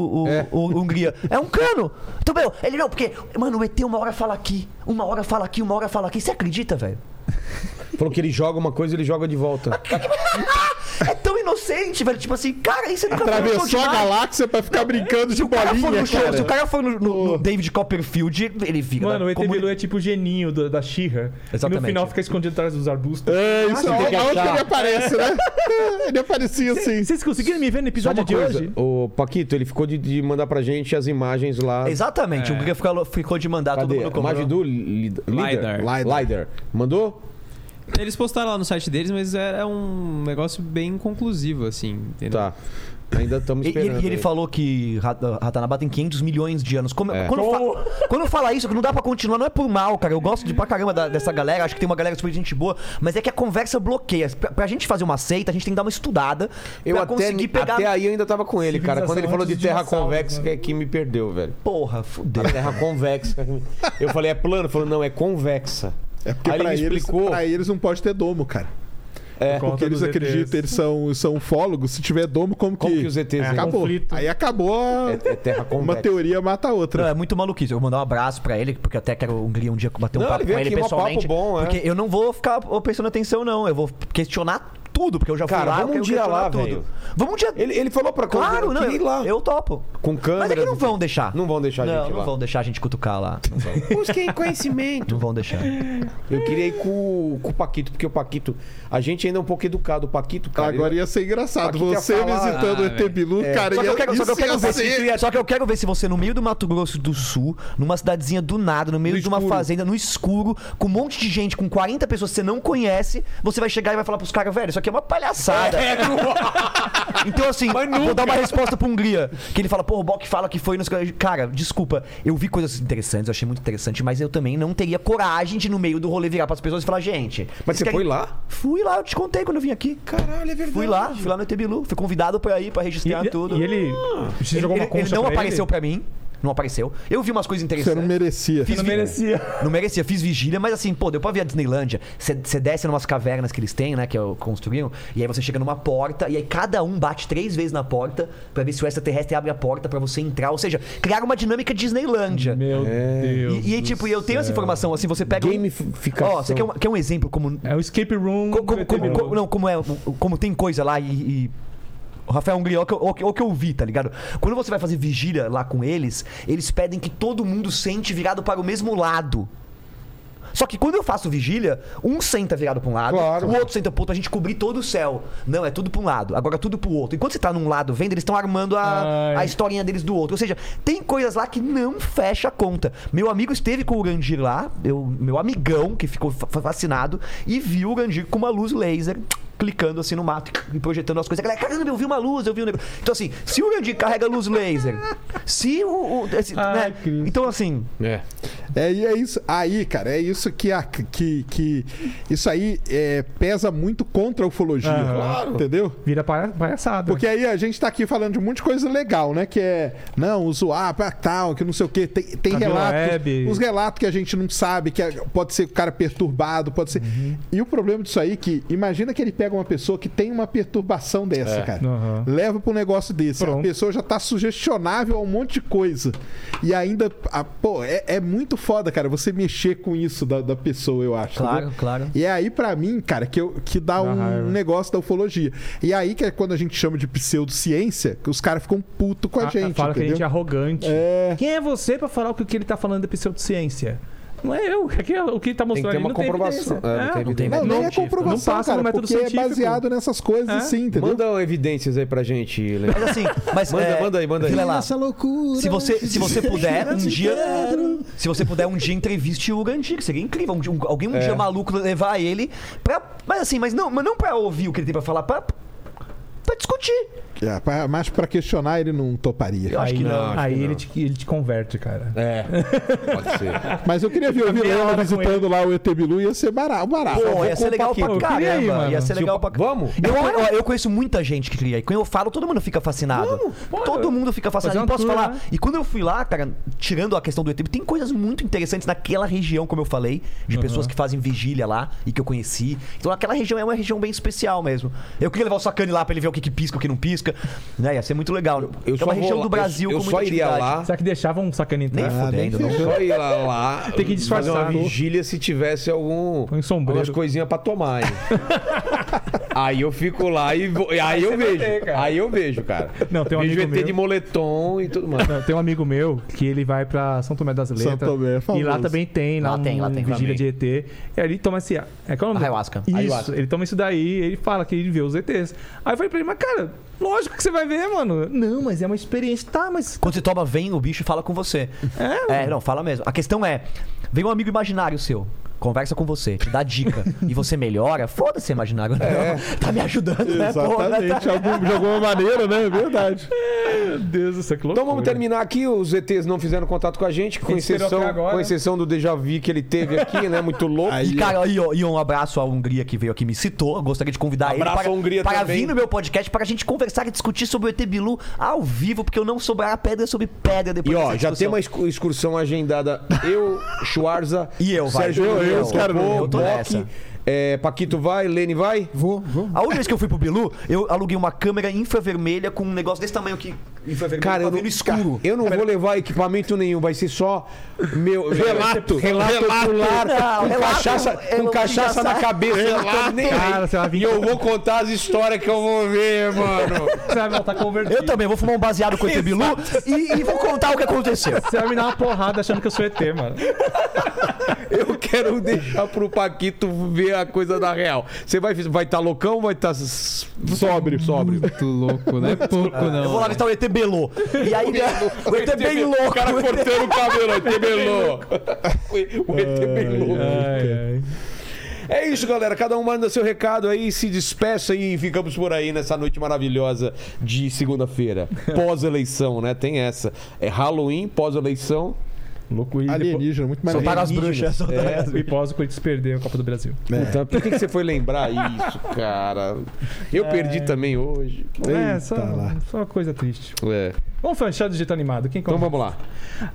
C: o, o Hungria. É um cano. Então, meu, ele não, porque, mano, o ET uma hora fala aqui, uma hora fala aqui, uma hora fala aqui. Você acredita, velho?
A: Falou que ele joga uma coisa e ele joga de volta.
C: É tão inocente, velho. Tipo assim, cara, isso nunca foi no
D: Atravessou
C: show
D: a
C: de nada.
D: galáxia pra ficar brincando de
C: O cara foi
D: bolinha,
C: no show, se o
D: cara.
C: cara for no, no- no David Copperfield, ele fica.
E: Mano,
C: né,
E: o ET
C: como-
E: Bilu é tipo o geninho do- da Xirra.
C: Exatamente.
E: No final fica escondido atrás dos <laughs>
D: <laughs>
E: arbustos.
D: É,
A: Ah,
D: isso aí. Aonde que ele
C: É
D: aparece, né? <laughs> ele aparecia assim.
E: Vocês conseguiram me ver no
A: Só
E: episódio
A: uma
E: de
A: coisa,
E: hoje?
A: o é. Paquito, ele ficou de, de mandar pra gente as imagens lá.
C: Exatamente, o Hungria ficou, ficou de mandar todo
A: Cadê? É
C: mundo
A: A
C: comprou.
A: imagem do li- li- Lidar?
G: Lidar.
A: Lidar. Lidar. Mandou?
G: Eles postaram lá no site deles, mas é, é um negócio bem inconclusivo, assim. Entendeu?
A: Tá. Ainda estamos
C: E, e ele,
A: esperando. é.
C: e ele
A: aí.
C: falou que Ra- Ratanabá tem 500 milhões de anos. Como-
A: É.
C: quando, fa- quando fala isso, que não dá pra continuar, não é por mal, cara. Eu gosto de pra caramba da- dessa galera, acho que tem uma galera super gente boa, mas é que a conversa bloqueia. Pra, pra gente fazer uma seita, a gente tem que dar uma estudada
A: Eu
C: pra
A: até,
C: conseguir pegar.
A: até aí eu ainda tava com ele, cara. Quando ele
E: Civilização
A: falou de
E: antes de
A: terra
E: dinossauros,
A: convexa, que, que me perdeu, velho.
C: Porra, fudeu.
A: Terra convexa. Eu falei, é plano? Ele falou, não, é convexa.
D: É porque
A: Aí ele
D: pra
A: me
D: eles,
A: explicou.
D: pra eles não pode ter domo, cara.
A: É,
D: Porque eles acreditam, eles são, são fólogos. Se tiver domo, como,
A: Como que os ETs veem?
D: Acabou.
E: Conflito.
D: Aí acabou a-
A: É, é terra
D: uma
A: convexa.
D: teoria mata a outra.
C: Não, é muito maluquice. Eu vou mandar um abraço pra ele, porque eu até quero um, um dia bater um
A: Não,
C: papo
A: ele veio
C: com ele
A: aqui, mó
C: pessoalmente.
A: papo bom, é.
C: Porque eu não vou ficar ó, prestando atenção, não. Eu vou questionar tudo, porque eu já fui
A: Cara,
C: lá.
A: vamos um
C: eu quero
A: dia
C: questionar
A: lá,
C: tudo.
A: velho.
C: Vamos um dia.
A: Ele, ele falou pra convidar,
C: Claro,
A: eu
C: não.
A: queria ir lá.
C: Eu, eu topo.
A: Com câmera.
C: Mas é que não vão deixar.
A: Não vão deixar a
C: não,
A: gente
C: não
A: lá.
C: vão deixar a gente cutucar lá.
A: Busquem conhecimento.
C: Não vão deixar.
A: Eu queria ir com, o- com o Paquito, porque o Paquito. A gente ainda é um pouco educado. O Paquito, cara.
D: Agora
A: ele-
D: ia ser engraçado.
A: Aqui quer
D: Você
A: falar-
D: visitando o ET Bilu, cara,
C: É. Só que,
D: ia,
C: eu quero, só, que eu
D: isso
C: quero
D: ia
C: ver
D: ser-
C: se, só que eu quero ver se você, no meio do Mato Grosso do Sul, numa cidadezinha do nada, no meio de uma fazenda, no escuro, com um monte de gente, com 40 pessoas que você não conhece, você vai chegar e vai falar pros caras, velho, isso aqui que é uma palhaçada. <laughs> Então, assim, vou dar uma resposta pra Hungria. Que ele fala, pô, o Bock fala que foi nos. Cara, desculpa, eu vi coisas interessantes, eu achei muito interessante, mas eu também não teria coragem de, no meio do rolê, virar pras pessoas e falar, gente.
A: Mas
C: vocês
A: você
C: querem-
A: foi lá?
C: Fui lá, eu te contei quando eu vim aqui.
A: Caralho, é verdade.
C: Fui lá, fui lá no ET Bilu, fui convidado pra ir, pra registrar
I: E,
C: Tá tudo.
I: e ele. Você
C: Ele-
I: jogou uma
C: ele- ele
I: concha
C: não
I: pra
C: apareceu pra mim. Não apareceu. Eu vi umas coisas
D: Você
C: interessantes.
D: não merecia.
C: Fiz vi-
I: merecia.
C: Não merecia, fiz vigília, mas assim, pô, deu pra ver a Disneylândia. Você desce numas cavernas que eles têm, né? Que eu- construíam, e aí você chega numa porta, e aí cada um bate três vezes na porta pra ver se o extraterrestre abre a porta pra você entrar. Ou seja, criaram uma dinâmica Disneylândia.
I: Meu
E: É.
I: Deus.
C: e, e aí, tipo, e eu tenho essa informação, assim, você pega. um-
A: Gamificação.
C: Ó, você quer um, quer um exemplo como.
I: É o escape
E: um
I: room.
C: Co-
I: do
C: como,
I: ET
C: como-
I: Bilu.
C: co- não, como é, como tem coisa lá e. e... o Rafael Hungria, olha o que, eu- olha o que- olha o que eu vi, tá ligado? Quando você vai fazer vigília lá com eles, eles pedem que todo mundo sente virado para o mesmo lado. Só que quando eu faço vigília, um senta virado para um lado,
A: Claro.
C: o outro senta pro outro, a gente cobrir todo o céu. Não, é tudo para um lado, agora tudo pro outro. Enquanto você tá num lado vendo, eles estão armando a,
I: Ai.
C: a historinha deles do outro. Ou seja, tem coisas lá que não fecha a conta. Meu amigo esteve com o Urandir lá, eu- meu amigão que ficou fa- fascinado, e viu o Urandir com uma luz laser. Clicando assim no mato e projetando as coisas. A galera, caramba, eu vi uma luz, eu vi um negócio. Então, assim, se o Urandir carrega luz laser, se o. o- esse, né? Então, assim,
H: É.
D: É, e é isso. Aí, cara, é isso que. A, que, que isso aí é, pesa muito contra a ufologia. Entendeu?
I: Vira palha- palhaçada.
D: Porque aí a gente tá aqui falando de um monte de coisa legal, né? Que é, não, o Zoap, ah, tal, que não sei o quê. Tem, tem
I: Camila
D: relatos.
I: Web.
D: Os relatos que a gente não sabe, que é- pode ser o cara perturbado, pode ser.
I: Uhum.
D: E o problema disso aí é que, imagina que ele pega uma pessoa que tem uma perturbação dessa, cara.
I: Aham.
D: Leva pra um negócio desse. A
I: Pronto.
D: pessoa já tá sugestionável a um monte de coisa. E ainda, ah, pô, é, é muito foda, cara, você mexer com isso da, da pessoa, eu acho. entendeu?
C: claro.
D: E é aí, pra mim, cara, que, eu, que dá um
I: raiva.
D: negócio da ufologia. E aí que é quando a gente chama de pseudociência, que os caras ficam puto com a,
I: Ah,
D: gente.
I: Fala que a
D: entendeu?
I: gente é arrogante.
D: É.
I: Quem é você pra falar o que o que ele tá falando é pseudociência? Não é eu. É que o que ele tá
A: Tem
I: mostrando
A: que ter
I: ali
A: uma
I: não tem
A: comprovação.
I: evidência.
A: É, não tem
I: É.
A: evidência.
D: Não, nem é
I: científico.
D: comprovação,
I: Não passa no
D: cara,
I: método
D: porque é
I: científico.
D: baseado nessas coisas,
I: É.
D: sim, entendeu?
A: Manda evidências aí pra gente, Léo.
C: Mas assim, mas.
A: Manda,
C: é,
A: manda aí, manda aí.
C: Vila Lá,
F: Essa loucura.
C: se você, se você puder, um
F: Esse
C: dia.
F: quadro.
C: Se você puder, um dia entreviste o Gandir, que seria incrível. Um dia- um- alguém um dia maluco levar ele pra. Mas assim, mas não, mas não pra ouvir o que ele tem pra falar, pra. Pra discutir.
D: É, pra- mas pra questionar ele não toparia.
C: Eu acho que não.
A: acho
I: Aí
A: que
I: ele te, ele te converte, cara.
H: É. Pode ser.
D: Mas eu queria ver o Vilão visitando lá o ET Bilu, ia ser barato. barato.
C: Pô, ia ser legal pra
I: Eu queria
C: caramba.
I: ir, mano.
C: ia ser legal pra
A: Vamos?
C: Eu, eu, eu conheço muita gente que cria. E quando eu falo, todo mundo fica fascinado. todo mundo fica
I: fazer
C: fascinado. E
I: uma
C: posso
I: tour,
C: falar.
I: né?
C: E quando eu fui lá, cara, tirando a questão do ET, tem coisas muito interessantes naquela região, como eu falei, de pessoas que fazem vigília lá e que eu conheci. Então aquela região é uma região bem especial mesmo. Eu queria levar o Sacani lá pra ele ver o que, que pisca, o que não pisca. Né? Ia ser muito legal. é
A: só
C: uma
A: vou
C: região
A: lá-
C: do Brasil
A: Eu, eu
C: com
A: só
C: muita
A: iria
C: atividade.
D: Ah.
A: lá.
I: Será que deixavam um sacana
C: Nem
I: entrar?
C: fudendo, não.
A: Eu só ia
I: <laughs>
A: lá.
I: Tem que disfarçar.
A: Fazer uma vigília se tivesse algum.
I: Põe um sombreiro.
A: Algumas coisinhas pra tomar.
I: <laughs>
A: hein? aí eu fico lá e vou- e aí eu vejo. aí eu vejo, cara.
I: Não, tem um
A: vejo
I: amigo
A: ET de
I: meu.
A: moletom e tudo mais.
I: Não, tem um amigo meu que ele vai pra São Tomé das Letras.
D: Tomé é
I: e lá
D: famoso.
I: também tem, lá,
C: Lá tem,
I: um,
C: lá tem, lá
I: vigília
C: tem.
I: de ET. E aí ele toma esse. É, qual é o nome?
C: Ayahuasca.
I: Isso,
A: Ayahuasca.
I: ele toma isso daí, ele fala que ele vê os ETs. Aí eu falei pra ele, mas cara, lógico que você vai ver, mano. Não, mas é uma experiência. Tá, mas.
C: Quando você toma, vem o bicho e fala
A: <laughs>
C: com você. É, não, fala mesmo. A questão é: vem um amigo imaginário seu. Conversa com você, te
A: <laughs>
C: dá dica e você melhora, foda-se imaginário, não.
A: É.
C: <laughs> Tá me ajudando, né? Pô, né?
D: Exatamente, algum- de alguma maneira, né?
I: <laughs>
D: É verdade.
I: Meu Deus do céu, que loucura.
A: Então vamos terminar aqui. Os ETs não fizeram contato com a gente, com
I: Ele esperou
A: exceção,
I: até agora.
A: com exceção do déjà vu que ele teve aqui, né? Muito louco.
D: Aí-
C: E, cara, aí, ó, e um abraço à Hungria que veio aqui me citou. Gostaria de convidar ele
A: Abraço
C: para,
A: à Hungria
C: para
A: também.
C: vir no meu podcast para a gente conversar e discutir sobre o ET Bilu ao vivo, porque eu não sobrar pedra sobre pedra depois
A: E ó,
C: dessa
A: já tem
C: discussão.
A: uma excu- excursão agendada. Eu, Schwarza,
C: E eu, vai.
A: Sérgio,
C: Eu, eu,
A: Topô,
C: cara, eu tô
A: Bock,
C: nessa.
A: é, Paquito vai, Lene vai.
F: Vou, vou.
C: A última vez que eu fui pro Bilu, eu aluguei uma câmera infravermelha com um negócio desse tamanho aqui. Infravermelho
A: Cara,
C: pra
A: eu
C: ver
A: não,
C: no escuro.
A: cara, eu não vou levar equipamento nenhum, vai ser só meu relato, relato ocular,
C: Não,
A: com
C: relato,
A: cachaça,
C: eu
A: com
C: não
A: cachaça
C: queria
A: na
C: sa-
A: cabeça, eu não tô nem aí.
I: Cara, você vai vir-
A: E eu vou contar as histórias que eu vou ver, mano.
I: Você vai voltar convertido.
C: Eu também vou fumar um baseado com <laughs> o ET Bilu e, e vou contar o que aconteceu.
I: Você vai me dar uma porrada achando que eu sou ET, mano.
A: Eu quero deixar pro Paquito ver a coisa da real. Você vai vai estar loucão, vai estar sóbrio, sóbrio.
G: Muito louco, não é pouco, não.
C: Eu vou lá visitar o ET Belo. E aí, <laughs> o ET bem louco.
A: O cara cortando o cabelo, o ET Belô. O ET Belô.
I: Ai, ai.
A: É isso, galera. Cada um manda seu recado aí, se despeça e ficamos por aí nessa noite maravilhosa de
D: <laughs>
A: segunda-feira. Pós-eleição, né? Tem essa. É Halloween, pós-eleição.
I: Louco e depois-
D: Alienígena, muito mais
C: Soltaram as bruxas. soltaram as-
I: e pós o Corinthians perdeu a Copa do Brasil.
A: É. Puta, por que, que você foi
D: <laughs>
A: lembrar isso, cara? Eu
D: É.
A: perdi também hoje.
I: é, só, só uma coisa triste.
D: assim.
A: É.
I: Vamos fechar do jeito animado. Quem
A: Então
I: começa?
A: vamos lá.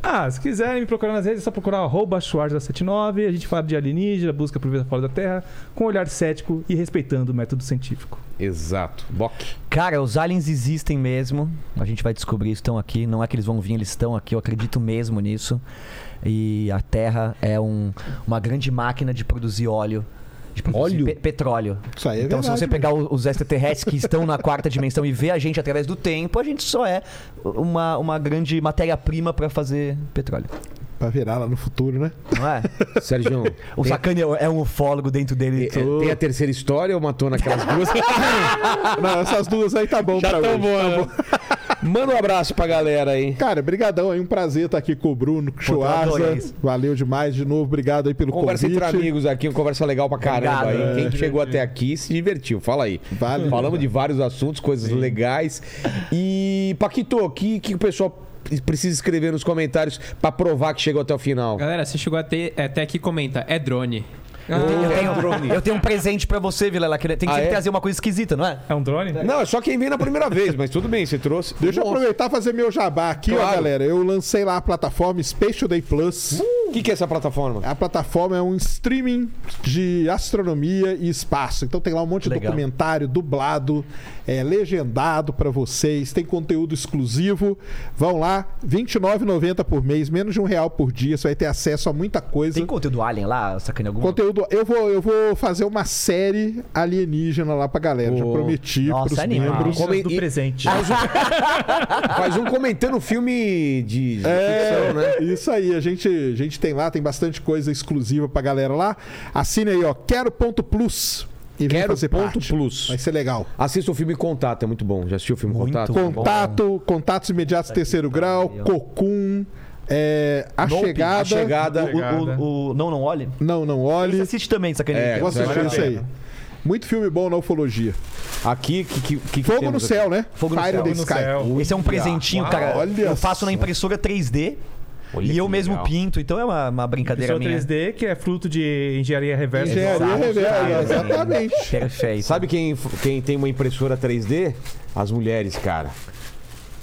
I: Ah, se quiserem me procurar nas redes, é só procurar arroba Schwarza79. A gente fala de alienígena, busca por vida fora da Terra, com um olhar cético e respeitando o método científico.
A: Exato. Bock.
C: Cara, os aliens existem mesmo. A gente vai descobrir, estão aqui. Não é que eles vão vir, eles estão aqui. Eu acredito mesmo nisso. E a Terra é um- uma grande máquina de produzir óleo. De produzir
D: Óleo?
C: pe- petróleo.
D: Isso aí é
C: então, se
D: verdade,
C: você pegar o- os extraterrestres que estão na quarta dimensão e ver a gente através do tempo, a gente só é uma, uma grande matéria-prima para fazer petróleo.
D: né? Pra virar lá no futuro,
C: <laughs>
D: né?
C: Não é?
A: <laughs> Sérgio,
C: O Sacani é um ufólogo dentro dele.
A: É, tem a terceira história ou matou naquelas duas?
D: <laughs> Não, essas duas aí tá bom pra hoje. Tá
A: bom. Manda um abraço pra galera aí.
D: Cara, brigadão aí, um prazer estar aqui com o Bruno, com o Schwarza.
C: adorei isso.
D: Valeu demais de novo, obrigado aí pelo
A: Conversa
D: convite.
A: entre amigos aqui, uma conversa legal pra caramba
C: Obrigado.
A: aí. Quem chegou até aqui se divertiu, fala aí.
D: Vale.
A: Falamos de vários assuntos, coisas legais. E, Paquito, o que, que o pessoal precisa escrever nos comentários pra provar que chegou até o final?
G: Galera, se chegou até, até aqui, comenta. É drone.
C: Eu tenho, eu tenho-
A: é um drone.
C: eu tenho um presente para você, Vilela. que Tem que
A: Ah,
C: sempre
A: é?
C: trazer uma coisa esquisita, não é?
I: É um drone?
A: Não, é só quem vem na primeira vez, mas tudo bem, você trouxe.
D: Deixa eu
A: Bom,
D: aproveitar e fazer meu jabá aqui, ó,
A: Claro.
D: galera. Eu lancei lá a plataforma Space Today Plus.
A: O que, que é essa plataforma?
D: A plataforma é um streaming de astronomia e espaço. Então tem lá um monte de
C: Legal.
D: documentário dublado, é, legendado pra vocês, tem conteúdo exclusivo. Vão lá, R$ 29,90 por mês, menos de um real por dia. Você vai ter acesso a muita coisa.
C: Tem conteúdo alien lá, Sacani? Alguma
D: Conteúdo. Eu vou, eu vou fazer uma série alienígena lá pra galera. Já
A: Pô.
D: prometi
C: Nossa,
D: pros
C: animal.
D: membros.
A: Comen- e-
I: Ah, presente.
D: Ah,
A: Faz um comentando filme de de
D: É,
A: ficção, né?
D: isso aí. A gente, a gente tem lá, tem bastante coisa exclusiva pra galera lá. Assine aí, ó. Quero ponto plus. E vem
A: Quero
D: fazer
A: ponto
D: parte.
A: plus.
D: Vai ser legal.
A: Assista o filme Contato, é muito bom. Já assistiu o filme
C: Muito
A: Contato?
C: bom.
D: Contato, contatos imediatos terceiro grau,
C: pariu.
D: cocum, é, a,
C: Nope,
D: chegada,
A: A chegada.
C: O, o- o- não, não olhe.
D: Não, não
C: Você
D: olhe.
C: assiste também, Sacani.
A: É,
D: Vou
A: Vale a
D: assistir isso aí. Muito filme bom na ufologia.
A: Aqui, que, que, que
D: Fogo
A: temos
D: no
A: aqui?
D: céu, né?
C: Fogo no
D: Fire
C: céu.
D: in the
C: Fogo
D: Sky.
C: Esse é um presentinho, cara.
D: olha
C: eu faço na
D: só.
C: impressora 3D
A: Olha
C: e eu
A: que
C: mesmo
A: legal.
C: pinto, então é uma, uma brincadeira
I: Impressora
C: minha.
I: 3D, que é fruto de engenharia reversa.
D: Engenharia
C: Exato,
D: reversa,
C: cara.
D: exatamente.
C: Perfeito.
A: Sabe quem, quem tem uma impressora 3D? As mulheres, cara.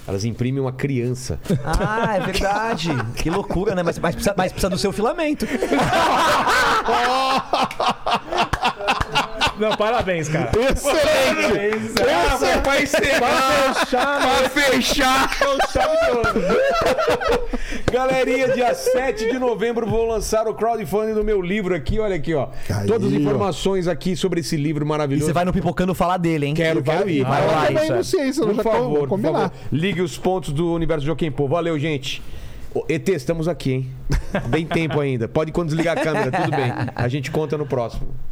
A: Elas imprimem uma <laughs> criança.
C: Ah, é
A: <laughs>
C: verdade. que loucura, né? Mas, mas, precisa, mas precisa do seu filamento.
I: Não, parabéns, cara.
D: Excelente!
I: Parabéns,
A: Nossa, vai é encerrar! Vai fechar! <laughs> Galerinha, dia 7 de novembro vou lançar o crowdfunding do meu livro aqui. Olha aqui, ó.
D: Aí,
A: Todas as
D: ó.
A: informações aqui sobre esse livro
C: E você
A: maravilhoso.
C: vai no pipocando falar dele, hein?
A: Quero,
D: Vai-
A: quero ir.
D: vai lá também
C: isso,
D: no
C: é.
D: Ciência,
A: Por
D: já tô-
A: favor,
D: vou
A: por favor,
D: combinar.
A: ligue os pontos do universo Joaquim Pô. Valeu, gente. Ô, ET, estamos aqui, hein? Tem tempo ainda. Pode quando desligar a câmera, tudo bem. A gente conta no próximo.